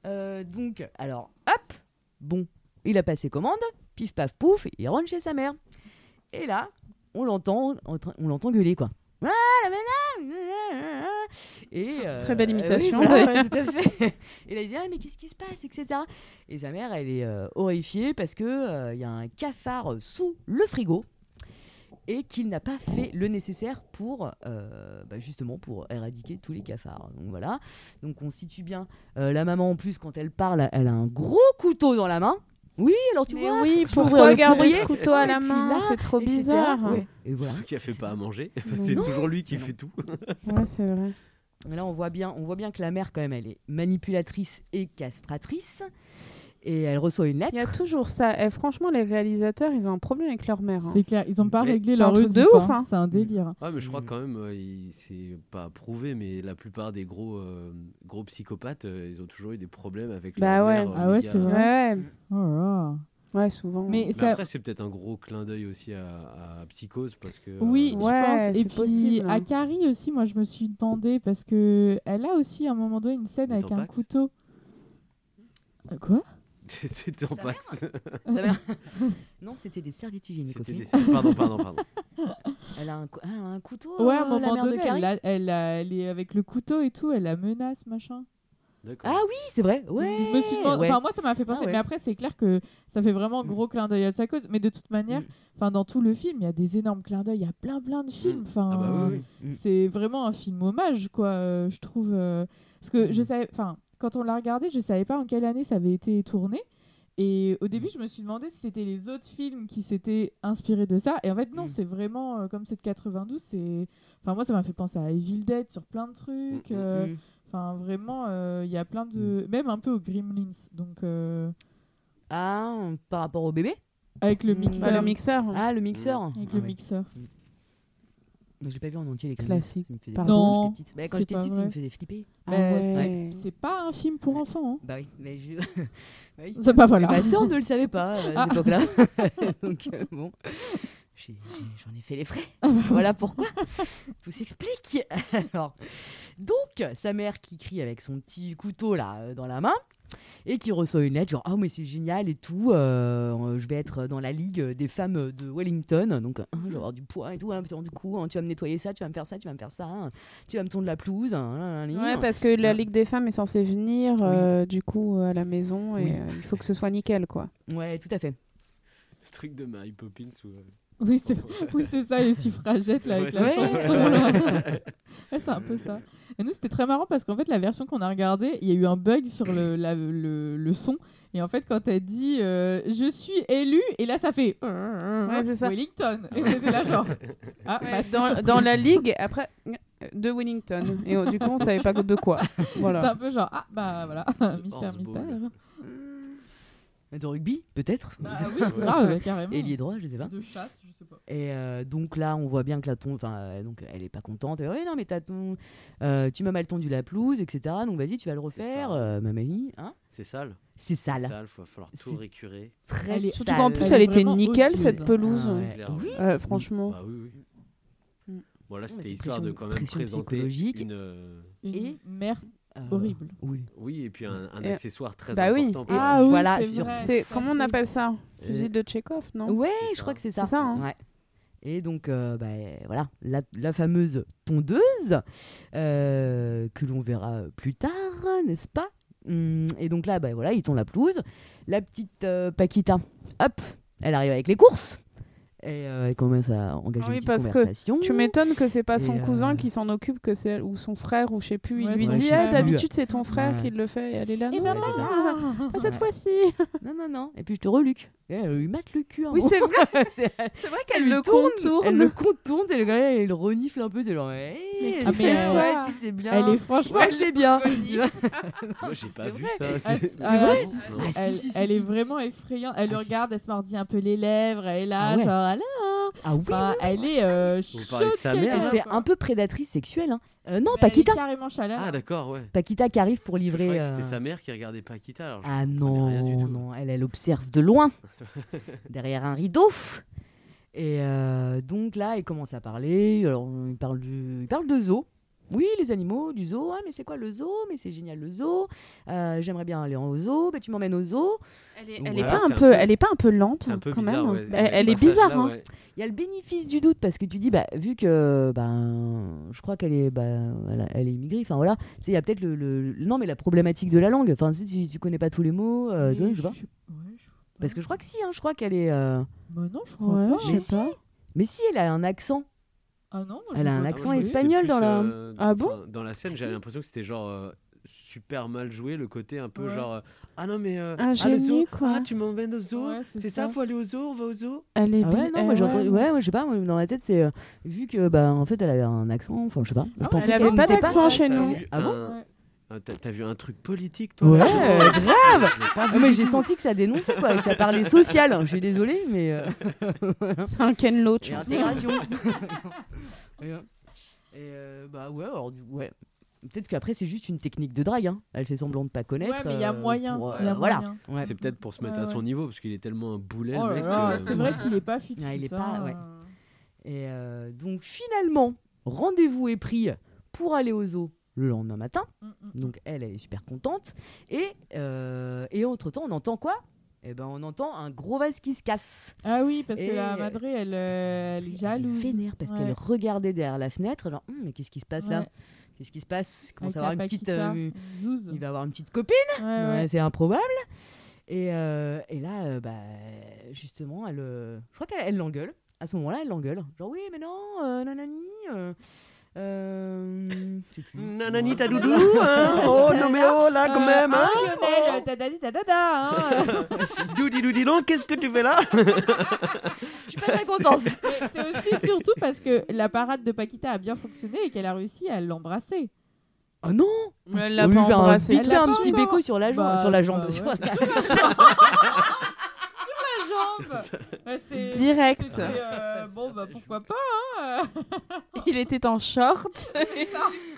[SPEAKER 1] Euh, donc, alors, hop, bon, il a passé commande, pif paf pouf, il rentre chez sa mère. Et là, on l'entend, en train- on l'entend gueuler quoi. Ah, la madame Et euh,
[SPEAKER 10] Très belle
[SPEAKER 1] euh, oui,
[SPEAKER 10] imitation,
[SPEAKER 1] voilà,
[SPEAKER 10] d'ailleurs.
[SPEAKER 1] ouais, tout à fait. Et là, il dit ah mais qu'est-ce qui se passe, etc. Et sa mère, elle est euh, horrifiée parce que euh, il y a un cafard euh, sous le frigo et qu'il n'a pas fait le nécessaire pour euh, bah, justement pour éradiquer tous les cafards. Donc voilà. Donc on situe bien euh, la maman en plus quand elle parle, elle a un gros couteau dans la main. Oui, alors tu
[SPEAKER 10] Mais
[SPEAKER 1] vois.
[SPEAKER 10] oui,
[SPEAKER 1] je pourrais
[SPEAKER 10] pourquoi
[SPEAKER 1] le
[SPEAKER 10] garder
[SPEAKER 1] couper,
[SPEAKER 10] ce couteau à
[SPEAKER 1] et
[SPEAKER 10] la
[SPEAKER 1] puis
[SPEAKER 10] main
[SPEAKER 1] là,
[SPEAKER 10] C'est trop
[SPEAKER 1] etc.
[SPEAKER 10] bizarre.
[SPEAKER 8] hein.
[SPEAKER 1] Ouais. Et voilà.
[SPEAKER 9] Qui a fait pas à manger. C'est
[SPEAKER 1] Non.
[SPEAKER 9] toujours lui qui fait tout.
[SPEAKER 10] Ouais, c'est vrai.
[SPEAKER 1] Et Là, on voit bien, on voit bien que la mère quand même, elle est manipulatrice et castratrice, et elle reçoit une
[SPEAKER 10] Il y a
[SPEAKER 1] lettre.
[SPEAKER 10] toujours ça. Et franchement, les réalisateurs, ils ont un problème avec leur mère. hein.
[SPEAKER 8] C'est clair, ils ont pas
[SPEAKER 9] Mais
[SPEAKER 8] réglé
[SPEAKER 10] c'est
[SPEAKER 8] leur
[SPEAKER 10] un truc de
[SPEAKER 8] Oedipe,
[SPEAKER 10] ouf,
[SPEAKER 8] hein,
[SPEAKER 10] hein.
[SPEAKER 8] C'est un délire.
[SPEAKER 9] Ouais, mais je crois
[SPEAKER 1] Mm.
[SPEAKER 9] quand même, euh, il- c'est pas prouvé, mais la plupart des gros, euh, gros psychopathes, euh, ils ont toujours eu des problèmes avec
[SPEAKER 10] Bah
[SPEAKER 9] leur
[SPEAKER 10] ouais.
[SPEAKER 9] mère. euh,
[SPEAKER 8] Ah ouais,
[SPEAKER 9] méga-
[SPEAKER 8] c'est
[SPEAKER 10] Ouais,
[SPEAKER 8] vrai.
[SPEAKER 10] ouais.
[SPEAKER 8] Oh là.
[SPEAKER 10] Ouais, souvent.
[SPEAKER 8] Mais
[SPEAKER 9] Mais
[SPEAKER 8] ça,
[SPEAKER 9] après, c'est peut-être un gros clin d'œil aussi à, à Psychose, parce que... euh,
[SPEAKER 8] Oui,
[SPEAKER 10] Ouais,
[SPEAKER 8] je pense.
[SPEAKER 10] c'est
[SPEAKER 8] Et puis
[SPEAKER 10] possible, hein.
[SPEAKER 8] à Carrie aussi, moi je me suis demandé parce que elle a aussi à un moment donné une scène
[SPEAKER 9] Le
[SPEAKER 8] avec un
[SPEAKER 9] Tampax
[SPEAKER 8] couteau. Euh, Quoi
[SPEAKER 9] T'étais en passe.
[SPEAKER 1] Sa mère- non, c'était des serviettes hygiéniques. ok
[SPEAKER 9] C'était des- Pardon, pardon, pardon.
[SPEAKER 1] Elle a un, cou- ah, elle a un couteau.
[SPEAKER 8] Ouais,
[SPEAKER 1] euh,
[SPEAKER 8] à un
[SPEAKER 1] la
[SPEAKER 8] moment
[SPEAKER 1] mère de
[SPEAKER 8] donné, elle,
[SPEAKER 1] Carrie.
[SPEAKER 8] la- elle la- elle est avec le couteau et tout, elle la menace, machin.
[SPEAKER 9] D'accord.
[SPEAKER 1] Ah oui, c'est vrai.
[SPEAKER 8] Donc,
[SPEAKER 1] Ouais.
[SPEAKER 8] je me suis demandé-
[SPEAKER 1] ouais.
[SPEAKER 8] enfin, moi ça m'a fait penser.
[SPEAKER 1] Ah ouais.
[SPEAKER 8] Mais après, c'est clair que ça fait vraiment
[SPEAKER 1] Mm.
[SPEAKER 8] gros clin d'œil à sa cause. Mais de toute manière,
[SPEAKER 1] Mm.
[SPEAKER 8] enfin dans tout le film, il y a des énormes clins d'œil. Il y a plein, plein de films. Enfin,
[SPEAKER 9] Ah bah oui, oui.
[SPEAKER 1] Mm.
[SPEAKER 8] c'est vraiment un film hommage quoi euh, je trouve euh, parce que je savais enfin quand on l'a regardé je savais pas en quelle année ça avait été tourné et au début je me suis demandé si c'était les autres films qui s'étaient inspirés de ça et en fait non
[SPEAKER 1] Mm.
[SPEAKER 8] c'est vraiment euh, comme c'est de 92 c'est enfin moi ça m'a fait penser à Evil Dead sur plein de trucs
[SPEAKER 9] Mm, mm,
[SPEAKER 8] euh,
[SPEAKER 1] Mm.
[SPEAKER 8] enfin vraiment euh, il y a plein de même un peu aux Gremlins donc euh,
[SPEAKER 1] Ah, par rapport au bébé
[SPEAKER 8] avec le
[SPEAKER 1] Mm.
[SPEAKER 8] mixeur
[SPEAKER 10] Bah, le mixeur.
[SPEAKER 1] Ah, le mixeur.
[SPEAKER 8] avec
[SPEAKER 1] Ah
[SPEAKER 8] le
[SPEAKER 1] ouais.
[SPEAKER 8] mixeur
[SPEAKER 1] Mais J'ai pas vu en entier les Gremlins.
[SPEAKER 10] Classique.
[SPEAKER 1] Ça me faisait
[SPEAKER 8] Pardon.
[SPEAKER 1] peur quand j'étais petite. Bah, quand
[SPEAKER 8] C'est
[SPEAKER 1] j'étais
[SPEAKER 8] pas
[SPEAKER 1] petite, ça
[SPEAKER 8] vrai.
[SPEAKER 1] me faisait flipper.
[SPEAKER 10] Ah
[SPEAKER 8] Bah,
[SPEAKER 10] ouais.
[SPEAKER 8] c'est pas un film pour enfants
[SPEAKER 1] Bah oui, mais je. Bah oui.
[SPEAKER 8] hein. c'est pas voilà
[SPEAKER 10] Eh
[SPEAKER 1] Ma
[SPEAKER 10] ben,
[SPEAKER 1] sœur ne le savait pas euh, à
[SPEAKER 8] Ah.
[SPEAKER 1] cette époque-là. Donc, euh, bon, J'ai- j'ai- j'en ai, fait les frais. voilà pourquoi. Tout s'explique. Alors, donc, sa mère qui crie avec son petit couteau là euh, dans la main et qui reçoit une lettre genre ah mais c'est génial et tout euh, je vais être dans la ligue des femmes de Wellington donc hein, je vais avoir du poids et tout hein, putain, du coup hein, tu vas me nettoyer ça tu vas me faire ça tu vas me faire ça hein, tu vas me tondre la pelouse hein, hein, hein,
[SPEAKER 10] Ouais,
[SPEAKER 1] hein.
[SPEAKER 10] parce que la
[SPEAKER 8] Ah.
[SPEAKER 10] Ligue des femmes est censée venir euh, du coup à la maison et
[SPEAKER 1] Oui.
[SPEAKER 10] euh, il faut que ce soit nickel quoi.
[SPEAKER 1] ouais tout à fait
[SPEAKER 9] Le truc de Mary Poppins. Où, euh,
[SPEAKER 8] Oui, c'est oui, c'est ça, les suffragettes là, avec
[SPEAKER 9] Ouais,
[SPEAKER 8] la
[SPEAKER 9] c'est
[SPEAKER 8] chanson. là. Ouais, c'est un peu ça. Et nous, c'était très marrant parce qu'en fait, la version qu'on a regardée, il y a eu un bug sur le, la- le, le son. Et en fait, quand elle dit euh, Je suis élue, et là, ça fait
[SPEAKER 10] c'est ça.
[SPEAKER 8] Wellington. Et on était là, genre. Ah, bah, c'est
[SPEAKER 10] dans,
[SPEAKER 8] surprise.
[SPEAKER 10] dans la Ligue après euh, de Wellington et euh, du coup on savait pas de quoi.
[SPEAKER 8] C'était
[SPEAKER 10] Voilà.
[SPEAKER 8] un peu genre Ah, bah voilà, mystère,
[SPEAKER 9] Horse
[SPEAKER 8] mystère.
[SPEAKER 9] ball.
[SPEAKER 1] de rugby peut-être
[SPEAKER 8] Bah oui, grave, carrément.
[SPEAKER 1] et lié droit je sais pas
[SPEAKER 8] De chasse, je sais pas.
[SPEAKER 1] Et euh, donc là, on voit bien que la ton... enfin, euh, donc elle est pas contente. Elle, Ouais, non, mais t'as ton... euh, tu m'as mal tondu la pelouse, etc. Donc vas-y, tu vas le
[SPEAKER 9] C'est
[SPEAKER 1] refaire,
[SPEAKER 9] ça.
[SPEAKER 1] euh, ma mamie. Hein
[SPEAKER 9] C'est sale.
[SPEAKER 1] c'est
[SPEAKER 9] C'est
[SPEAKER 1] sale.
[SPEAKER 9] sale, il va falloir
[SPEAKER 1] C'est-
[SPEAKER 9] tout récurer.
[SPEAKER 1] Très
[SPEAKER 8] Elle est-
[SPEAKER 10] Surtout qu'en
[SPEAKER 1] sale.
[SPEAKER 10] plus
[SPEAKER 8] Elle
[SPEAKER 10] elle
[SPEAKER 8] est
[SPEAKER 10] était
[SPEAKER 8] vraiment
[SPEAKER 10] nickel
[SPEAKER 8] odieuse,
[SPEAKER 10] cette
[SPEAKER 8] hein.
[SPEAKER 10] pelouse.
[SPEAKER 1] Ah ouais. Oui.
[SPEAKER 10] Euh, franchement.
[SPEAKER 9] Bah oui, oui.
[SPEAKER 10] Mm.
[SPEAKER 9] Bon,
[SPEAKER 1] Non,
[SPEAKER 9] là,
[SPEAKER 1] mais
[SPEAKER 9] c'était
[SPEAKER 1] c'est
[SPEAKER 9] histoire
[SPEAKER 1] pression-
[SPEAKER 9] de quand même
[SPEAKER 1] pression
[SPEAKER 9] présenter
[SPEAKER 1] psychologique.
[SPEAKER 9] une... euh,
[SPEAKER 8] Une
[SPEAKER 1] Et-
[SPEAKER 8] mère
[SPEAKER 1] Euh,
[SPEAKER 8] horrible.
[SPEAKER 1] Oui.
[SPEAKER 9] Oui, et puis un, un
[SPEAKER 10] Et-
[SPEAKER 9] accessoire très
[SPEAKER 10] Bah oui.
[SPEAKER 9] important. pour
[SPEAKER 8] Ah
[SPEAKER 9] la-
[SPEAKER 8] oui,
[SPEAKER 1] voilà,
[SPEAKER 8] c'est
[SPEAKER 1] sur-
[SPEAKER 8] vrai,
[SPEAKER 10] C'est
[SPEAKER 8] ça
[SPEAKER 10] comment on
[SPEAKER 8] fait-
[SPEAKER 10] appelle ça
[SPEAKER 1] Euh,
[SPEAKER 10] Fusil de Tchekhov, non
[SPEAKER 1] Ouais,
[SPEAKER 9] C'est
[SPEAKER 1] je crois
[SPEAKER 9] ça.
[SPEAKER 1] que c'est ça.
[SPEAKER 10] C'est ça, hein.
[SPEAKER 1] Ouais. Et donc, euh, bah, voilà, la, la fameuse tondeuse euh, que l'on verra plus tard, n'est-ce pas Hum, Et donc là, bah, voilà, ils tondent la pelouse. La petite euh, Paquita, hop, elle arrive avec les courses. Et euh, elle commence à engager
[SPEAKER 10] Ah oui,
[SPEAKER 1] une petite
[SPEAKER 10] parce que
[SPEAKER 1] conversation.
[SPEAKER 10] Tu m'étonnes que c'est pas son
[SPEAKER 1] Et, euh,
[SPEAKER 10] cousin qui s'en occupe, que c'est ou son frère ou je sais plus. Il
[SPEAKER 8] Ouais,
[SPEAKER 10] lui
[SPEAKER 8] c'est
[SPEAKER 10] dit
[SPEAKER 1] vrai
[SPEAKER 10] ah,
[SPEAKER 1] que-
[SPEAKER 10] d'habitude c'est ton frère
[SPEAKER 1] Ouais.
[SPEAKER 10] qui le fait. Et elle est là.
[SPEAKER 8] Et
[SPEAKER 10] non,
[SPEAKER 8] ben
[SPEAKER 1] c'est ça.
[SPEAKER 8] voilà
[SPEAKER 10] pas Ah, cette
[SPEAKER 1] Ouais.
[SPEAKER 10] fois-ci.
[SPEAKER 1] Non, non, non. Et puis je te reluque. Et Elle lui mate le cul. un
[SPEAKER 10] Oui,
[SPEAKER 1] moment.
[SPEAKER 10] c'est vrai.
[SPEAKER 1] C'est-
[SPEAKER 10] C'est vrai
[SPEAKER 1] elle
[SPEAKER 10] qu'elle
[SPEAKER 1] lui
[SPEAKER 10] le
[SPEAKER 1] tourne,
[SPEAKER 10] contourne.
[SPEAKER 1] Elle le contourne et le gars, il le renifle un peu. C'est genre, eh,
[SPEAKER 10] Mais
[SPEAKER 1] elle fait
[SPEAKER 10] qui
[SPEAKER 8] fait
[SPEAKER 1] ça,
[SPEAKER 10] ça
[SPEAKER 1] ouais, Hein si c'est bien.
[SPEAKER 8] Elle est franchement.
[SPEAKER 1] Ouais, c'est bien.
[SPEAKER 9] Moi, j'ai pas
[SPEAKER 1] c'est
[SPEAKER 9] vu
[SPEAKER 1] vrai.
[SPEAKER 9] ça.
[SPEAKER 8] Ah,
[SPEAKER 9] c'est-
[SPEAKER 8] c'est- ah,
[SPEAKER 1] vrai
[SPEAKER 9] Non.
[SPEAKER 1] Ah, si,
[SPEAKER 8] Elle,
[SPEAKER 1] si, si,
[SPEAKER 8] elle
[SPEAKER 1] si.
[SPEAKER 8] est vraiment effrayante. Elle
[SPEAKER 1] Ah,
[SPEAKER 8] le
[SPEAKER 1] si.
[SPEAKER 8] regarde, elle se mordit un peu les lèvres. Elle est là,
[SPEAKER 1] Ah ouais.
[SPEAKER 8] genre alors.
[SPEAKER 1] Ah oui,
[SPEAKER 8] Enfin,
[SPEAKER 1] oui,
[SPEAKER 8] elle est euh,
[SPEAKER 9] Vous parlez de
[SPEAKER 8] chaude
[SPEAKER 9] sa
[SPEAKER 8] qu'elle
[SPEAKER 9] mère,
[SPEAKER 8] est,
[SPEAKER 1] elle
[SPEAKER 9] là,
[SPEAKER 1] fait
[SPEAKER 8] quoi.
[SPEAKER 1] un peu prédatrice sexuelle. hein. Euh, non,
[SPEAKER 8] Mais
[SPEAKER 1] Paquita.
[SPEAKER 8] Elle est carrément chaleur.
[SPEAKER 9] Ah, d'accord, ouais.
[SPEAKER 1] Paquita qui arrive pour
[SPEAKER 9] Je croyais
[SPEAKER 1] livrer.
[SPEAKER 9] que C'était
[SPEAKER 1] euh,
[SPEAKER 9] sa mère qui regardait Paquita. Alors je
[SPEAKER 1] Ah
[SPEAKER 9] comprenais rien du
[SPEAKER 1] non,
[SPEAKER 9] tout.
[SPEAKER 1] non, elle, elle observe de loin, derrière un rideau. Et euh, donc là, il commence à parler. Alors, il parle, du, il parle de zoo. Oui, les animaux, du zoo. Ah, mais c'est quoi le zoo Mais c'est génial le zoo. Euh, J'aimerais bien aller en zoo. Bah, tu m'emmènes au zoo.
[SPEAKER 10] Elle est,
[SPEAKER 9] Donc
[SPEAKER 10] elle est
[SPEAKER 9] voilà,
[SPEAKER 10] pas un
[SPEAKER 9] c'est un
[SPEAKER 10] peu,
[SPEAKER 9] peu-
[SPEAKER 10] elle est pas un peu lente
[SPEAKER 9] C'est un peu
[SPEAKER 10] quand
[SPEAKER 9] bizarre.
[SPEAKER 10] même.
[SPEAKER 9] ouais.
[SPEAKER 10] Elle, elle
[SPEAKER 1] Bah,
[SPEAKER 9] Ce
[SPEAKER 10] est bizarre.
[SPEAKER 9] passage-là,
[SPEAKER 10] hein.
[SPEAKER 9] ouais.
[SPEAKER 1] Il y a le bénéfice du doute parce que tu dis, bah, vu que ben, je crois qu'elle est, bah, elle, a- elle est immigrée, enfin voilà, Tu sais, il y a peut-être le, le- le- Non, mais la problématique de la langue. Enfin, si tu, tu connais pas tous les mots, euh, tu vois, je sais pas.
[SPEAKER 8] Ouais, je-
[SPEAKER 1] Parce que je crois que si, hein, je crois qu'elle est. euh,
[SPEAKER 8] Bah non, je crois
[SPEAKER 10] Ouais,
[SPEAKER 8] pas.
[SPEAKER 10] je sais pas.
[SPEAKER 1] Mais si, elle a un accent.
[SPEAKER 8] Ah non, moi,
[SPEAKER 1] Elle
[SPEAKER 8] je
[SPEAKER 1] a
[SPEAKER 8] vois
[SPEAKER 1] un
[SPEAKER 8] pas.
[SPEAKER 1] accent
[SPEAKER 9] Ah, moi, je
[SPEAKER 1] espagnol.
[SPEAKER 9] pensais que
[SPEAKER 1] dans
[SPEAKER 9] c'était
[SPEAKER 1] la-
[SPEAKER 9] plus, euh,
[SPEAKER 10] Ah bon
[SPEAKER 9] enfin, Dans la scène, j'avais l'impression que c'était genre euh, super mal joué, le côté un peu
[SPEAKER 8] Ouais.
[SPEAKER 9] genre euh, ah non mais euh,
[SPEAKER 10] Un
[SPEAKER 9] ah, le zoo,
[SPEAKER 10] génie, quoi.
[SPEAKER 9] ah tu m'emmènes au zoo,
[SPEAKER 8] Ouais,
[SPEAKER 9] c'est ça, faut aller au zoo, on va au zoo.
[SPEAKER 10] Elle est.
[SPEAKER 1] Ah ouais,
[SPEAKER 10] bi-
[SPEAKER 1] non,
[SPEAKER 10] elle-
[SPEAKER 1] moi j'ai
[SPEAKER 10] euh, ouais.
[SPEAKER 1] entendu. Ouais, ouais, je sais pas, moi, dans ma tête, c'est. euh, vu que, bah, en fait, elle avait un accent, enfin, je sais pas. Je
[SPEAKER 8] ouais,
[SPEAKER 1] pensais
[SPEAKER 10] Ah, Elle avait
[SPEAKER 1] qu'elle
[SPEAKER 10] pas
[SPEAKER 1] n'était
[SPEAKER 10] d'accent chez
[SPEAKER 9] T'as
[SPEAKER 10] nous.
[SPEAKER 9] vu
[SPEAKER 1] Ah bon
[SPEAKER 9] un-
[SPEAKER 8] Ouais.
[SPEAKER 9] un- T'as t'as vu un truc politique toi
[SPEAKER 1] Ouais,
[SPEAKER 9] là, je vois.
[SPEAKER 1] grave
[SPEAKER 9] Je l'ai
[SPEAKER 1] Ah,
[SPEAKER 9] pas vu
[SPEAKER 1] mais
[SPEAKER 9] du
[SPEAKER 1] j'ai
[SPEAKER 9] tout.
[SPEAKER 1] senti que ça dénonçait, quoi, et que ça parlait social. hein, Je suis désolée, mais. euh,
[SPEAKER 10] C'est un Ken Loach.
[SPEAKER 1] et intégration. et euh, et, euh, bah, ouais, alors, du- ouais. Peut-être qu'après, c'est juste une technique de drague. hein. Elle fait semblant de pas connaître.
[SPEAKER 8] Ouais, mais il y a
[SPEAKER 1] euh,
[SPEAKER 8] moyen.
[SPEAKER 1] pour, euh,
[SPEAKER 8] il y a
[SPEAKER 1] voilà.
[SPEAKER 8] moyen.
[SPEAKER 1] Ouais.
[SPEAKER 9] C'est peut-être pour se
[SPEAKER 8] Ouais,
[SPEAKER 9] mettre à
[SPEAKER 8] ouais.
[SPEAKER 9] son niveau parce qu'il est tellement un boulet
[SPEAKER 8] Oh
[SPEAKER 9] le
[SPEAKER 8] là
[SPEAKER 9] mec. euh,
[SPEAKER 8] là,
[SPEAKER 9] que-
[SPEAKER 8] c'est vrai qu'il est pas fit.
[SPEAKER 1] Ouais, il est
[SPEAKER 8] fit,
[SPEAKER 1] pas-
[SPEAKER 8] hein.
[SPEAKER 1] ouais. Et euh, donc, finalement, rendez-vous est pris pour aller au zoo le lendemain matin.
[SPEAKER 8] Mm, mm.
[SPEAKER 1] Donc elle, elle est super contente. Et, euh, et entre-temps, on entend quoi Eh ben, on entend un gros vase qui se casse.
[SPEAKER 8] Ah oui, parce que
[SPEAKER 1] Et-
[SPEAKER 8] la madré, elle, euh, elle est
[SPEAKER 1] Elle
[SPEAKER 8] jalouse.
[SPEAKER 1] Vénère parce
[SPEAKER 8] Ouais.
[SPEAKER 1] qu'elle regardait derrière la fenêtre, genre, Hum, mais qu'est-ce qui se passe là
[SPEAKER 8] Ouais,
[SPEAKER 1] Qu'est-ce qui se passe Il
[SPEAKER 8] avec
[SPEAKER 1] commence à avoir
[SPEAKER 8] la
[SPEAKER 1] une petite...
[SPEAKER 8] Paquita,
[SPEAKER 1] euh,
[SPEAKER 8] une Zouze.
[SPEAKER 1] il va avoir une petite copine.
[SPEAKER 8] Ouais,
[SPEAKER 1] Non,
[SPEAKER 8] ouais.
[SPEAKER 1] mais C'est improbable. Et, euh, et là, euh, bah, justement, elle, euh, je crois qu'elle elle l'engueule. À ce moment-là, elle l'engueule. Genre, oui, mais non, euh, nanani. Euh, euh, je sais plus.
[SPEAKER 9] Nanani ta doudou hein Oh non mais oh là quand
[SPEAKER 8] Euh,
[SPEAKER 9] même hein
[SPEAKER 8] ah, Lionel, ta dadi, ta dada, hein.
[SPEAKER 9] Doudi doudi non, qu'est-ce que tu fais là
[SPEAKER 1] Je suis pas très contente.
[SPEAKER 8] Mais C'est aussi surtout parce que la parade de Paquita a bien fonctionné et qu'elle a réussi à l'embrasser.
[SPEAKER 1] oh non
[SPEAKER 10] Mais elle
[SPEAKER 1] On
[SPEAKER 10] l'a
[SPEAKER 1] lui
[SPEAKER 10] pas
[SPEAKER 1] fait un,
[SPEAKER 10] embrassé.
[SPEAKER 1] vite fait un
[SPEAKER 8] Elle l'a
[SPEAKER 1] petit
[SPEAKER 8] pas encore.
[SPEAKER 1] béco sur la jambe.
[SPEAKER 8] Bah,
[SPEAKER 1] sur la jambe.
[SPEAKER 8] bah
[SPEAKER 1] sur
[SPEAKER 8] ouais.
[SPEAKER 1] la-
[SPEAKER 8] La jambe Bah, Ah, c'est-
[SPEAKER 10] Direct.
[SPEAKER 8] c'était, euh, bon, bah pourquoi pas hein.
[SPEAKER 10] Il était en short.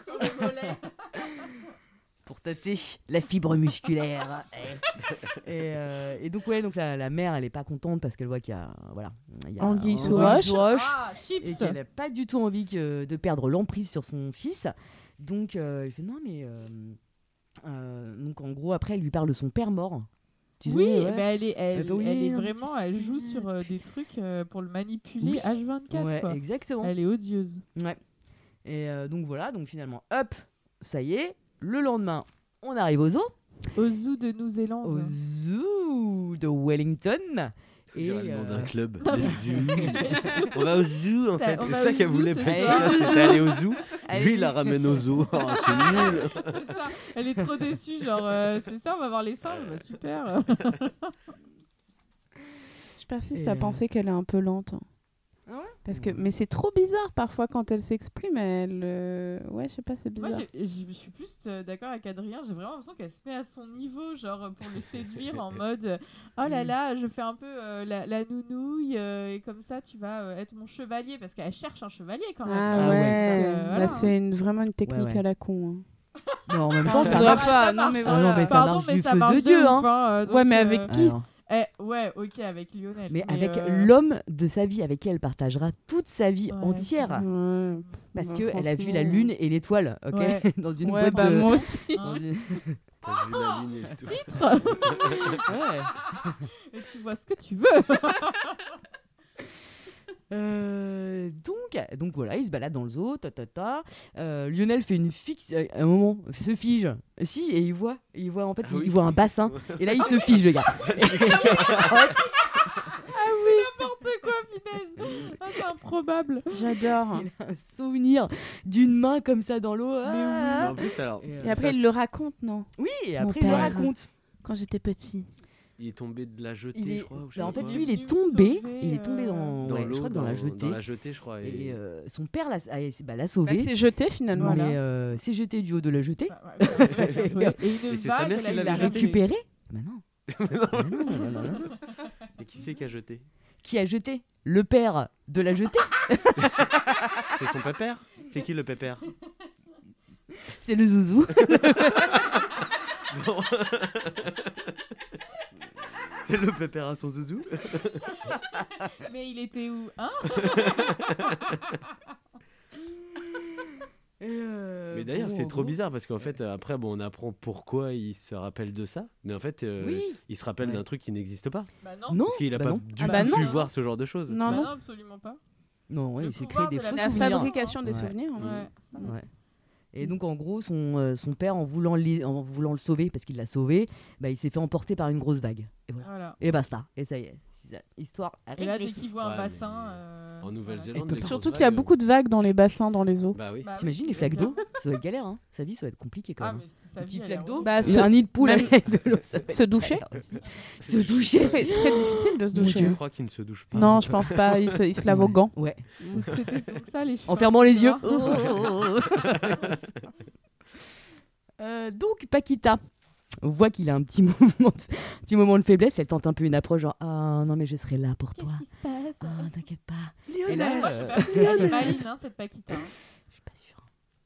[SPEAKER 8] Sur le volet.
[SPEAKER 1] pour tâter la fibre musculaire. Eh. et, euh, et donc ouais, donc la, la mère, elle est pas contente parce qu'elle voit qu'il y a voilà, il y a
[SPEAKER 10] Anguille
[SPEAKER 1] un-
[SPEAKER 10] sous
[SPEAKER 1] anguille sous roche
[SPEAKER 8] Ah,
[SPEAKER 1] et
[SPEAKER 8] chips
[SPEAKER 1] qu'elle n'a pas du tout envie que- de perdre l'emprise sur son fils. Donc euh, elle fait non mais euh, euh, donc en gros après elle lui parle de son père mort. Tu
[SPEAKER 8] oui,
[SPEAKER 1] sais, ouais.
[SPEAKER 8] bah, elle est, elle,
[SPEAKER 1] Elle fait, oui,
[SPEAKER 8] elle est
[SPEAKER 1] un petit
[SPEAKER 8] vraiment, elle joue
[SPEAKER 1] fils.
[SPEAKER 8] sur euh, des trucs euh, pour le manipuler
[SPEAKER 1] Oui.
[SPEAKER 8] H24
[SPEAKER 1] Ouais,
[SPEAKER 8] quoi.
[SPEAKER 1] exactement.
[SPEAKER 8] Elle est odieuse.
[SPEAKER 1] Ouais. Et euh, donc voilà, donc finalement hop, ça y est, le lendemain, on arrive au zoo.
[SPEAKER 8] Au zoo de
[SPEAKER 1] au
[SPEAKER 8] Nouvelle-Zélande.
[SPEAKER 1] zoo de Wellington. Et,
[SPEAKER 9] J'irais le nom d'un
[SPEAKER 1] euh,
[SPEAKER 9] club. Les zoos. on va au zoo en
[SPEAKER 8] Ça-
[SPEAKER 9] fait.
[SPEAKER 8] on
[SPEAKER 9] C'est
[SPEAKER 8] va
[SPEAKER 9] ça
[SPEAKER 8] au
[SPEAKER 9] qu'elle
[SPEAKER 8] zoo
[SPEAKER 9] voulait
[SPEAKER 8] ce
[SPEAKER 9] plus
[SPEAKER 8] soir.
[SPEAKER 9] tard. C'était aller au zoo.
[SPEAKER 1] Allez.
[SPEAKER 9] Lui il la ramène au zoo. Oh, c'est nul.
[SPEAKER 8] C'est ça. Elle est trop déçue genre euh, c'est ça on va voir les singes bah, super.
[SPEAKER 10] Je persiste
[SPEAKER 1] Et,
[SPEAKER 10] à
[SPEAKER 1] euh,
[SPEAKER 10] penser qu'elle est un peu lente. hein.
[SPEAKER 1] Ah ouais
[SPEAKER 10] Parce que, mais c'est trop bizarre parfois quand elle s'exprime. Elle, euh, ouais, je sais pas, c'est
[SPEAKER 8] Moi
[SPEAKER 10] bizarre.
[SPEAKER 8] je je suis plus euh, d'accord avec Adrien, j'ai vraiment l'impression qu'elle se met à son niveau genre euh, pour le séduire en mode euh, oh là là, je fais un peu euh, la, la nounouille euh, et comme ça tu vas euh, être mon chevalier parce qu'elle cherche un chevalier quand même.
[SPEAKER 10] ah,
[SPEAKER 1] Ah
[SPEAKER 10] ouais.
[SPEAKER 1] ouais.
[SPEAKER 8] Donc, euh, voilà,
[SPEAKER 10] Là, c'est une- vraiment une technique
[SPEAKER 1] ouais.
[SPEAKER 10] à la con. hein.
[SPEAKER 1] Non, en même
[SPEAKER 10] Ah,
[SPEAKER 1] temps,
[SPEAKER 10] ça
[SPEAKER 1] ça
[SPEAKER 10] doit
[SPEAKER 1] marche.
[SPEAKER 10] pas, non, mais
[SPEAKER 1] Ah non, mais ça
[SPEAKER 8] Pardon,
[SPEAKER 1] marche
[SPEAKER 8] mais
[SPEAKER 1] du
[SPEAKER 8] ça
[SPEAKER 1] feu de
[SPEAKER 8] marche
[SPEAKER 1] Dieu,
[SPEAKER 8] ouf,
[SPEAKER 1] hein.
[SPEAKER 10] Ouais,
[SPEAKER 8] euh, donc,
[SPEAKER 10] mais avec
[SPEAKER 8] euh,
[SPEAKER 10] qui
[SPEAKER 1] Alors,
[SPEAKER 8] eh, ouais, ok, avec Lionel.
[SPEAKER 1] Ah, mais avec
[SPEAKER 8] euh,
[SPEAKER 1] l'homme de sa vie avec qui elle partagera toute sa vie
[SPEAKER 8] Ouais.
[SPEAKER 10] hein.
[SPEAKER 1] entière.
[SPEAKER 10] Ouais.
[SPEAKER 1] Parce
[SPEAKER 10] Bah,
[SPEAKER 1] que elle a vu la
[SPEAKER 10] franchement.
[SPEAKER 1] lune et l'étoile, ok
[SPEAKER 8] Ouais.
[SPEAKER 1] Dans une
[SPEAKER 10] ouais,
[SPEAKER 1] boîte
[SPEAKER 10] bah,
[SPEAKER 1] de.
[SPEAKER 10] moi aussi.
[SPEAKER 1] dans
[SPEAKER 8] hein,
[SPEAKER 1] une-
[SPEAKER 9] T'as vu la lune et tout.
[SPEAKER 1] Ouais.
[SPEAKER 8] tu vois ce que tu veux.
[SPEAKER 1] Euh, donc, donc voilà, il se balade dans le zoo, ta ta ta. Euh, Lionel fait une fixe, euh, à un moment, se fige. Si, et il voit, il voit en fait,
[SPEAKER 9] Ah
[SPEAKER 1] il,
[SPEAKER 9] oui.
[SPEAKER 1] il voit un bassin. Et là, il se fige, le gars.
[SPEAKER 8] Ah oui N'importe quoi, punaise Ah, C'est improbable
[SPEAKER 10] J'adore.
[SPEAKER 1] il a un souvenir d'une main comme ça dans l'eau. Ah.
[SPEAKER 9] En plus, alors,
[SPEAKER 1] Et, euh,
[SPEAKER 10] Et après,
[SPEAKER 9] Ça,
[SPEAKER 10] il le raconte, non
[SPEAKER 1] oui, et
[SPEAKER 10] Mon
[SPEAKER 1] après, il le
[SPEAKER 10] père.
[SPEAKER 1] raconte.
[SPEAKER 10] Quand j'étais petit.
[SPEAKER 9] il est tombé de la jetée,
[SPEAKER 1] Il est-
[SPEAKER 9] je crois. ou je sais
[SPEAKER 1] Bah, en
[SPEAKER 9] pas
[SPEAKER 1] fait,
[SPEAKER 9] quoi.
[SPEAKER 1] lui, il
[SPEAKER 8] Il
[SPEAKER 1] est
[SPEAKER 8] est
[SPEAKER 1] tombé.
[SPEAKER 8] sauvé,
[SPEAKER 1] Il est tombé
[SPEAKER 8] euh,
[SPEAKER 1] dans, ouais, je
[SPEAKER 9] l'eau,
[SPEAKER 1] crois que dans la jetée.
[SPEAKER 9] Dans la jetée, je crois.
[SPEAKER 1] Et
[SPEAKER 9] Et,
[SPEAKER 1] euh, son père l'a a- bah, l'a
[SPEAKER 10] Bah,
[SPEAKER 1] sauvé.
[SPEAKER 10] c'est jeté finalement.
[SPEAKER 1] mais,
[SPEAKER 10] là.
[SPEAKER 1] euh, s'est jeté du haut de la jetée.
[SPEAKER 9] Et c'est sa mère qui
[SPEAKER 1] Il
[SPEAKER 9] Il
[SPEAKER 1] l'a
[SPEAKER 9] l'avait jeté.
[SPEAKER 1] récupéré. Bah non. Bah non, non, non, non.
[SPEAKER 9] euh, et qui c'est qui a jeté
[SPEAKER 1] qui a jeté le père de
[SPEAKER 9] Ah,
[SPEAKER 1] la jetée,
[SPEAKER 9] C'est son pépère C'est qui le pépère
[SPEAKER 1] c'est le zouzou.
[SPEAKER 9] Non. C'est le pépère à son zouzou
[SPEAKER 8] Mais il était où hein
[SPEAKER 1] Euh,
[SPEAKER 9] Mais d'ailleurs, c'est trop bizarre parce qu'en fait, euh, après, bon, on apprend pourquoi il se rappelle de ça. Mais en fait, euh,
[SPEAKER 1] Oui.
[SPEAKER 9] il se rappelle
[SPEAKER 1] Ouais.
[SPEAKER 9] d'un truc qui n'existe pas.
[SPEAKER 8] Bah non
[SPEAKER 1] Non,
[SPEAKER 9] Parce qu'il a
[SPEAKER 1] bah
[SPEAKER 9] pas
[SPEAKER 1] non.
[SPEAKER 9] du
[SPEAKER 10] Ah
[SPEAKER 9] tout
[SPEAKER 10] bah non.
[SPEAKER 9] pu voir ce genre de choses.
[SPEAKER 10] Non,
[SPEAKER 8] Bah
[SPEAKER 10] non.
[SPEAKER 8] non, absolument pas.
[SPEAKER 1] non, ouais,
[SPEAKER 8] Le
[SPEAKER 1] il s'est créé
[SPEAKER 8] pouvoir
[SPEAKER 1] des
[SPEAKER 8] de la
[SPEAKER 1] faux
[SPEAKER 8] La
[SPEAKER 10] La
[SPEAKER 1] souvenirs.
[SPEAKER 10] fabrication des
[SPEAKER 1] Ouais.
[SPEAKER 10] souvenirs. hein.
[SPEAKER 8] Ouais, ça, non.
[SPEAKER 1] Ouais. Et donc en gros, son, euh, son père, en voulant, li- en voulant le sauver, parce qu'il l'a sauvé, bah, il s'est fait emporter par une grosse vague. Et voilà.
[SPEAKER 8] Voilà.
[SPEAKER 1] Et basta. Et ça y est. C'est ça. Histoire
[SPEAKER 8] Et là,
[SPEAKER 1] réglée.
[SPEAKER 8] dès qu'il voit
[SPEAKER 9] Ouais,
[SPEAKER 8] un
[SPEAKER 9] mais
[SPEAKER 8] bassin. euh,
[SPEAKER 9] En Nouvelle-Zélande,
[SPEAKER 1] Et
[SPEAKER 9] les grosses
[SPEAKER 10] Surtout qu'il y a
[SPEAKER 9] vagues,
[SPEAKER 10] beaucoup de vagues dans les bassins, dans les eaux.
[SPEAKER 9] Bah oui.
[SPEAKER 8] Bah oui,
[SPEAKER 1] T'imagines les
[SPEAKER 8] c'est
[SPEAKER 1] flaques
[SPEAKER 8] clair.
[SPEAKER 1] d'eau Ça doit être galère, hein. Sa vie, ça doit être compliqué quand
[SPEAKER 8] Ah,
[SPEAKER 1] même.
[SPEAKER 8] mais si sa
[SPEAKER 1] Une
[SPEAKER 8] vie,
[SPEAKER 1] petite
[SPEAKER 8] elle est
[SPEAKER 1] flaque d'eau.
[SPEAKER 8] horrible.
[SPEAKER 10] Bah,
[SPEAKER 1] Un
[SPEAKER 10] se,
[SPEAKER 1] nid de poule
[SPEAKER 10] même-
[SPEAKER 1] avec de l'eau, ça doit
[SPEAKER 10] se
[SPEAKER 1] être
[SPEAKER 10] doucher
[SPEAKER 1] galère aussi. Se doucher
[SPEAKER 10] Très, très difficile de se doucher.
[SPEAKER 9] Je crois qu'il ne se douche pas.
[SPEAKER 10] Non, je pense pas. Il se, il se lave aux gants.
[SPEAKER 1] Ouais.
[SPEAKER 8] C'était donc ça, les
[SPEAKER 1] En
[SPEAKER 8] cheveux.
[SPEAKER 1] fermant les yeux.
[SPEAKER 8] Ah.
[SPEAKER 1] Euh, donc Paquita on voit qu'il a un petit moment, de, un petit moment de faiblesse. Elle tente un peu une approche genre ah non mais je serai là pour toi.
[SPEAKER 8] Qu'est-ce qui se passe
[SPEAKER 1] Ah t'inquiète pas.
[SPEAKER 8] Et là, moi, je sais
[SPEAKER 1] euh,
[SPEAKER 8] pas si elle est maline, hein, cette Paquita. hein.
[SPEAKER 1] je suis pas sûre.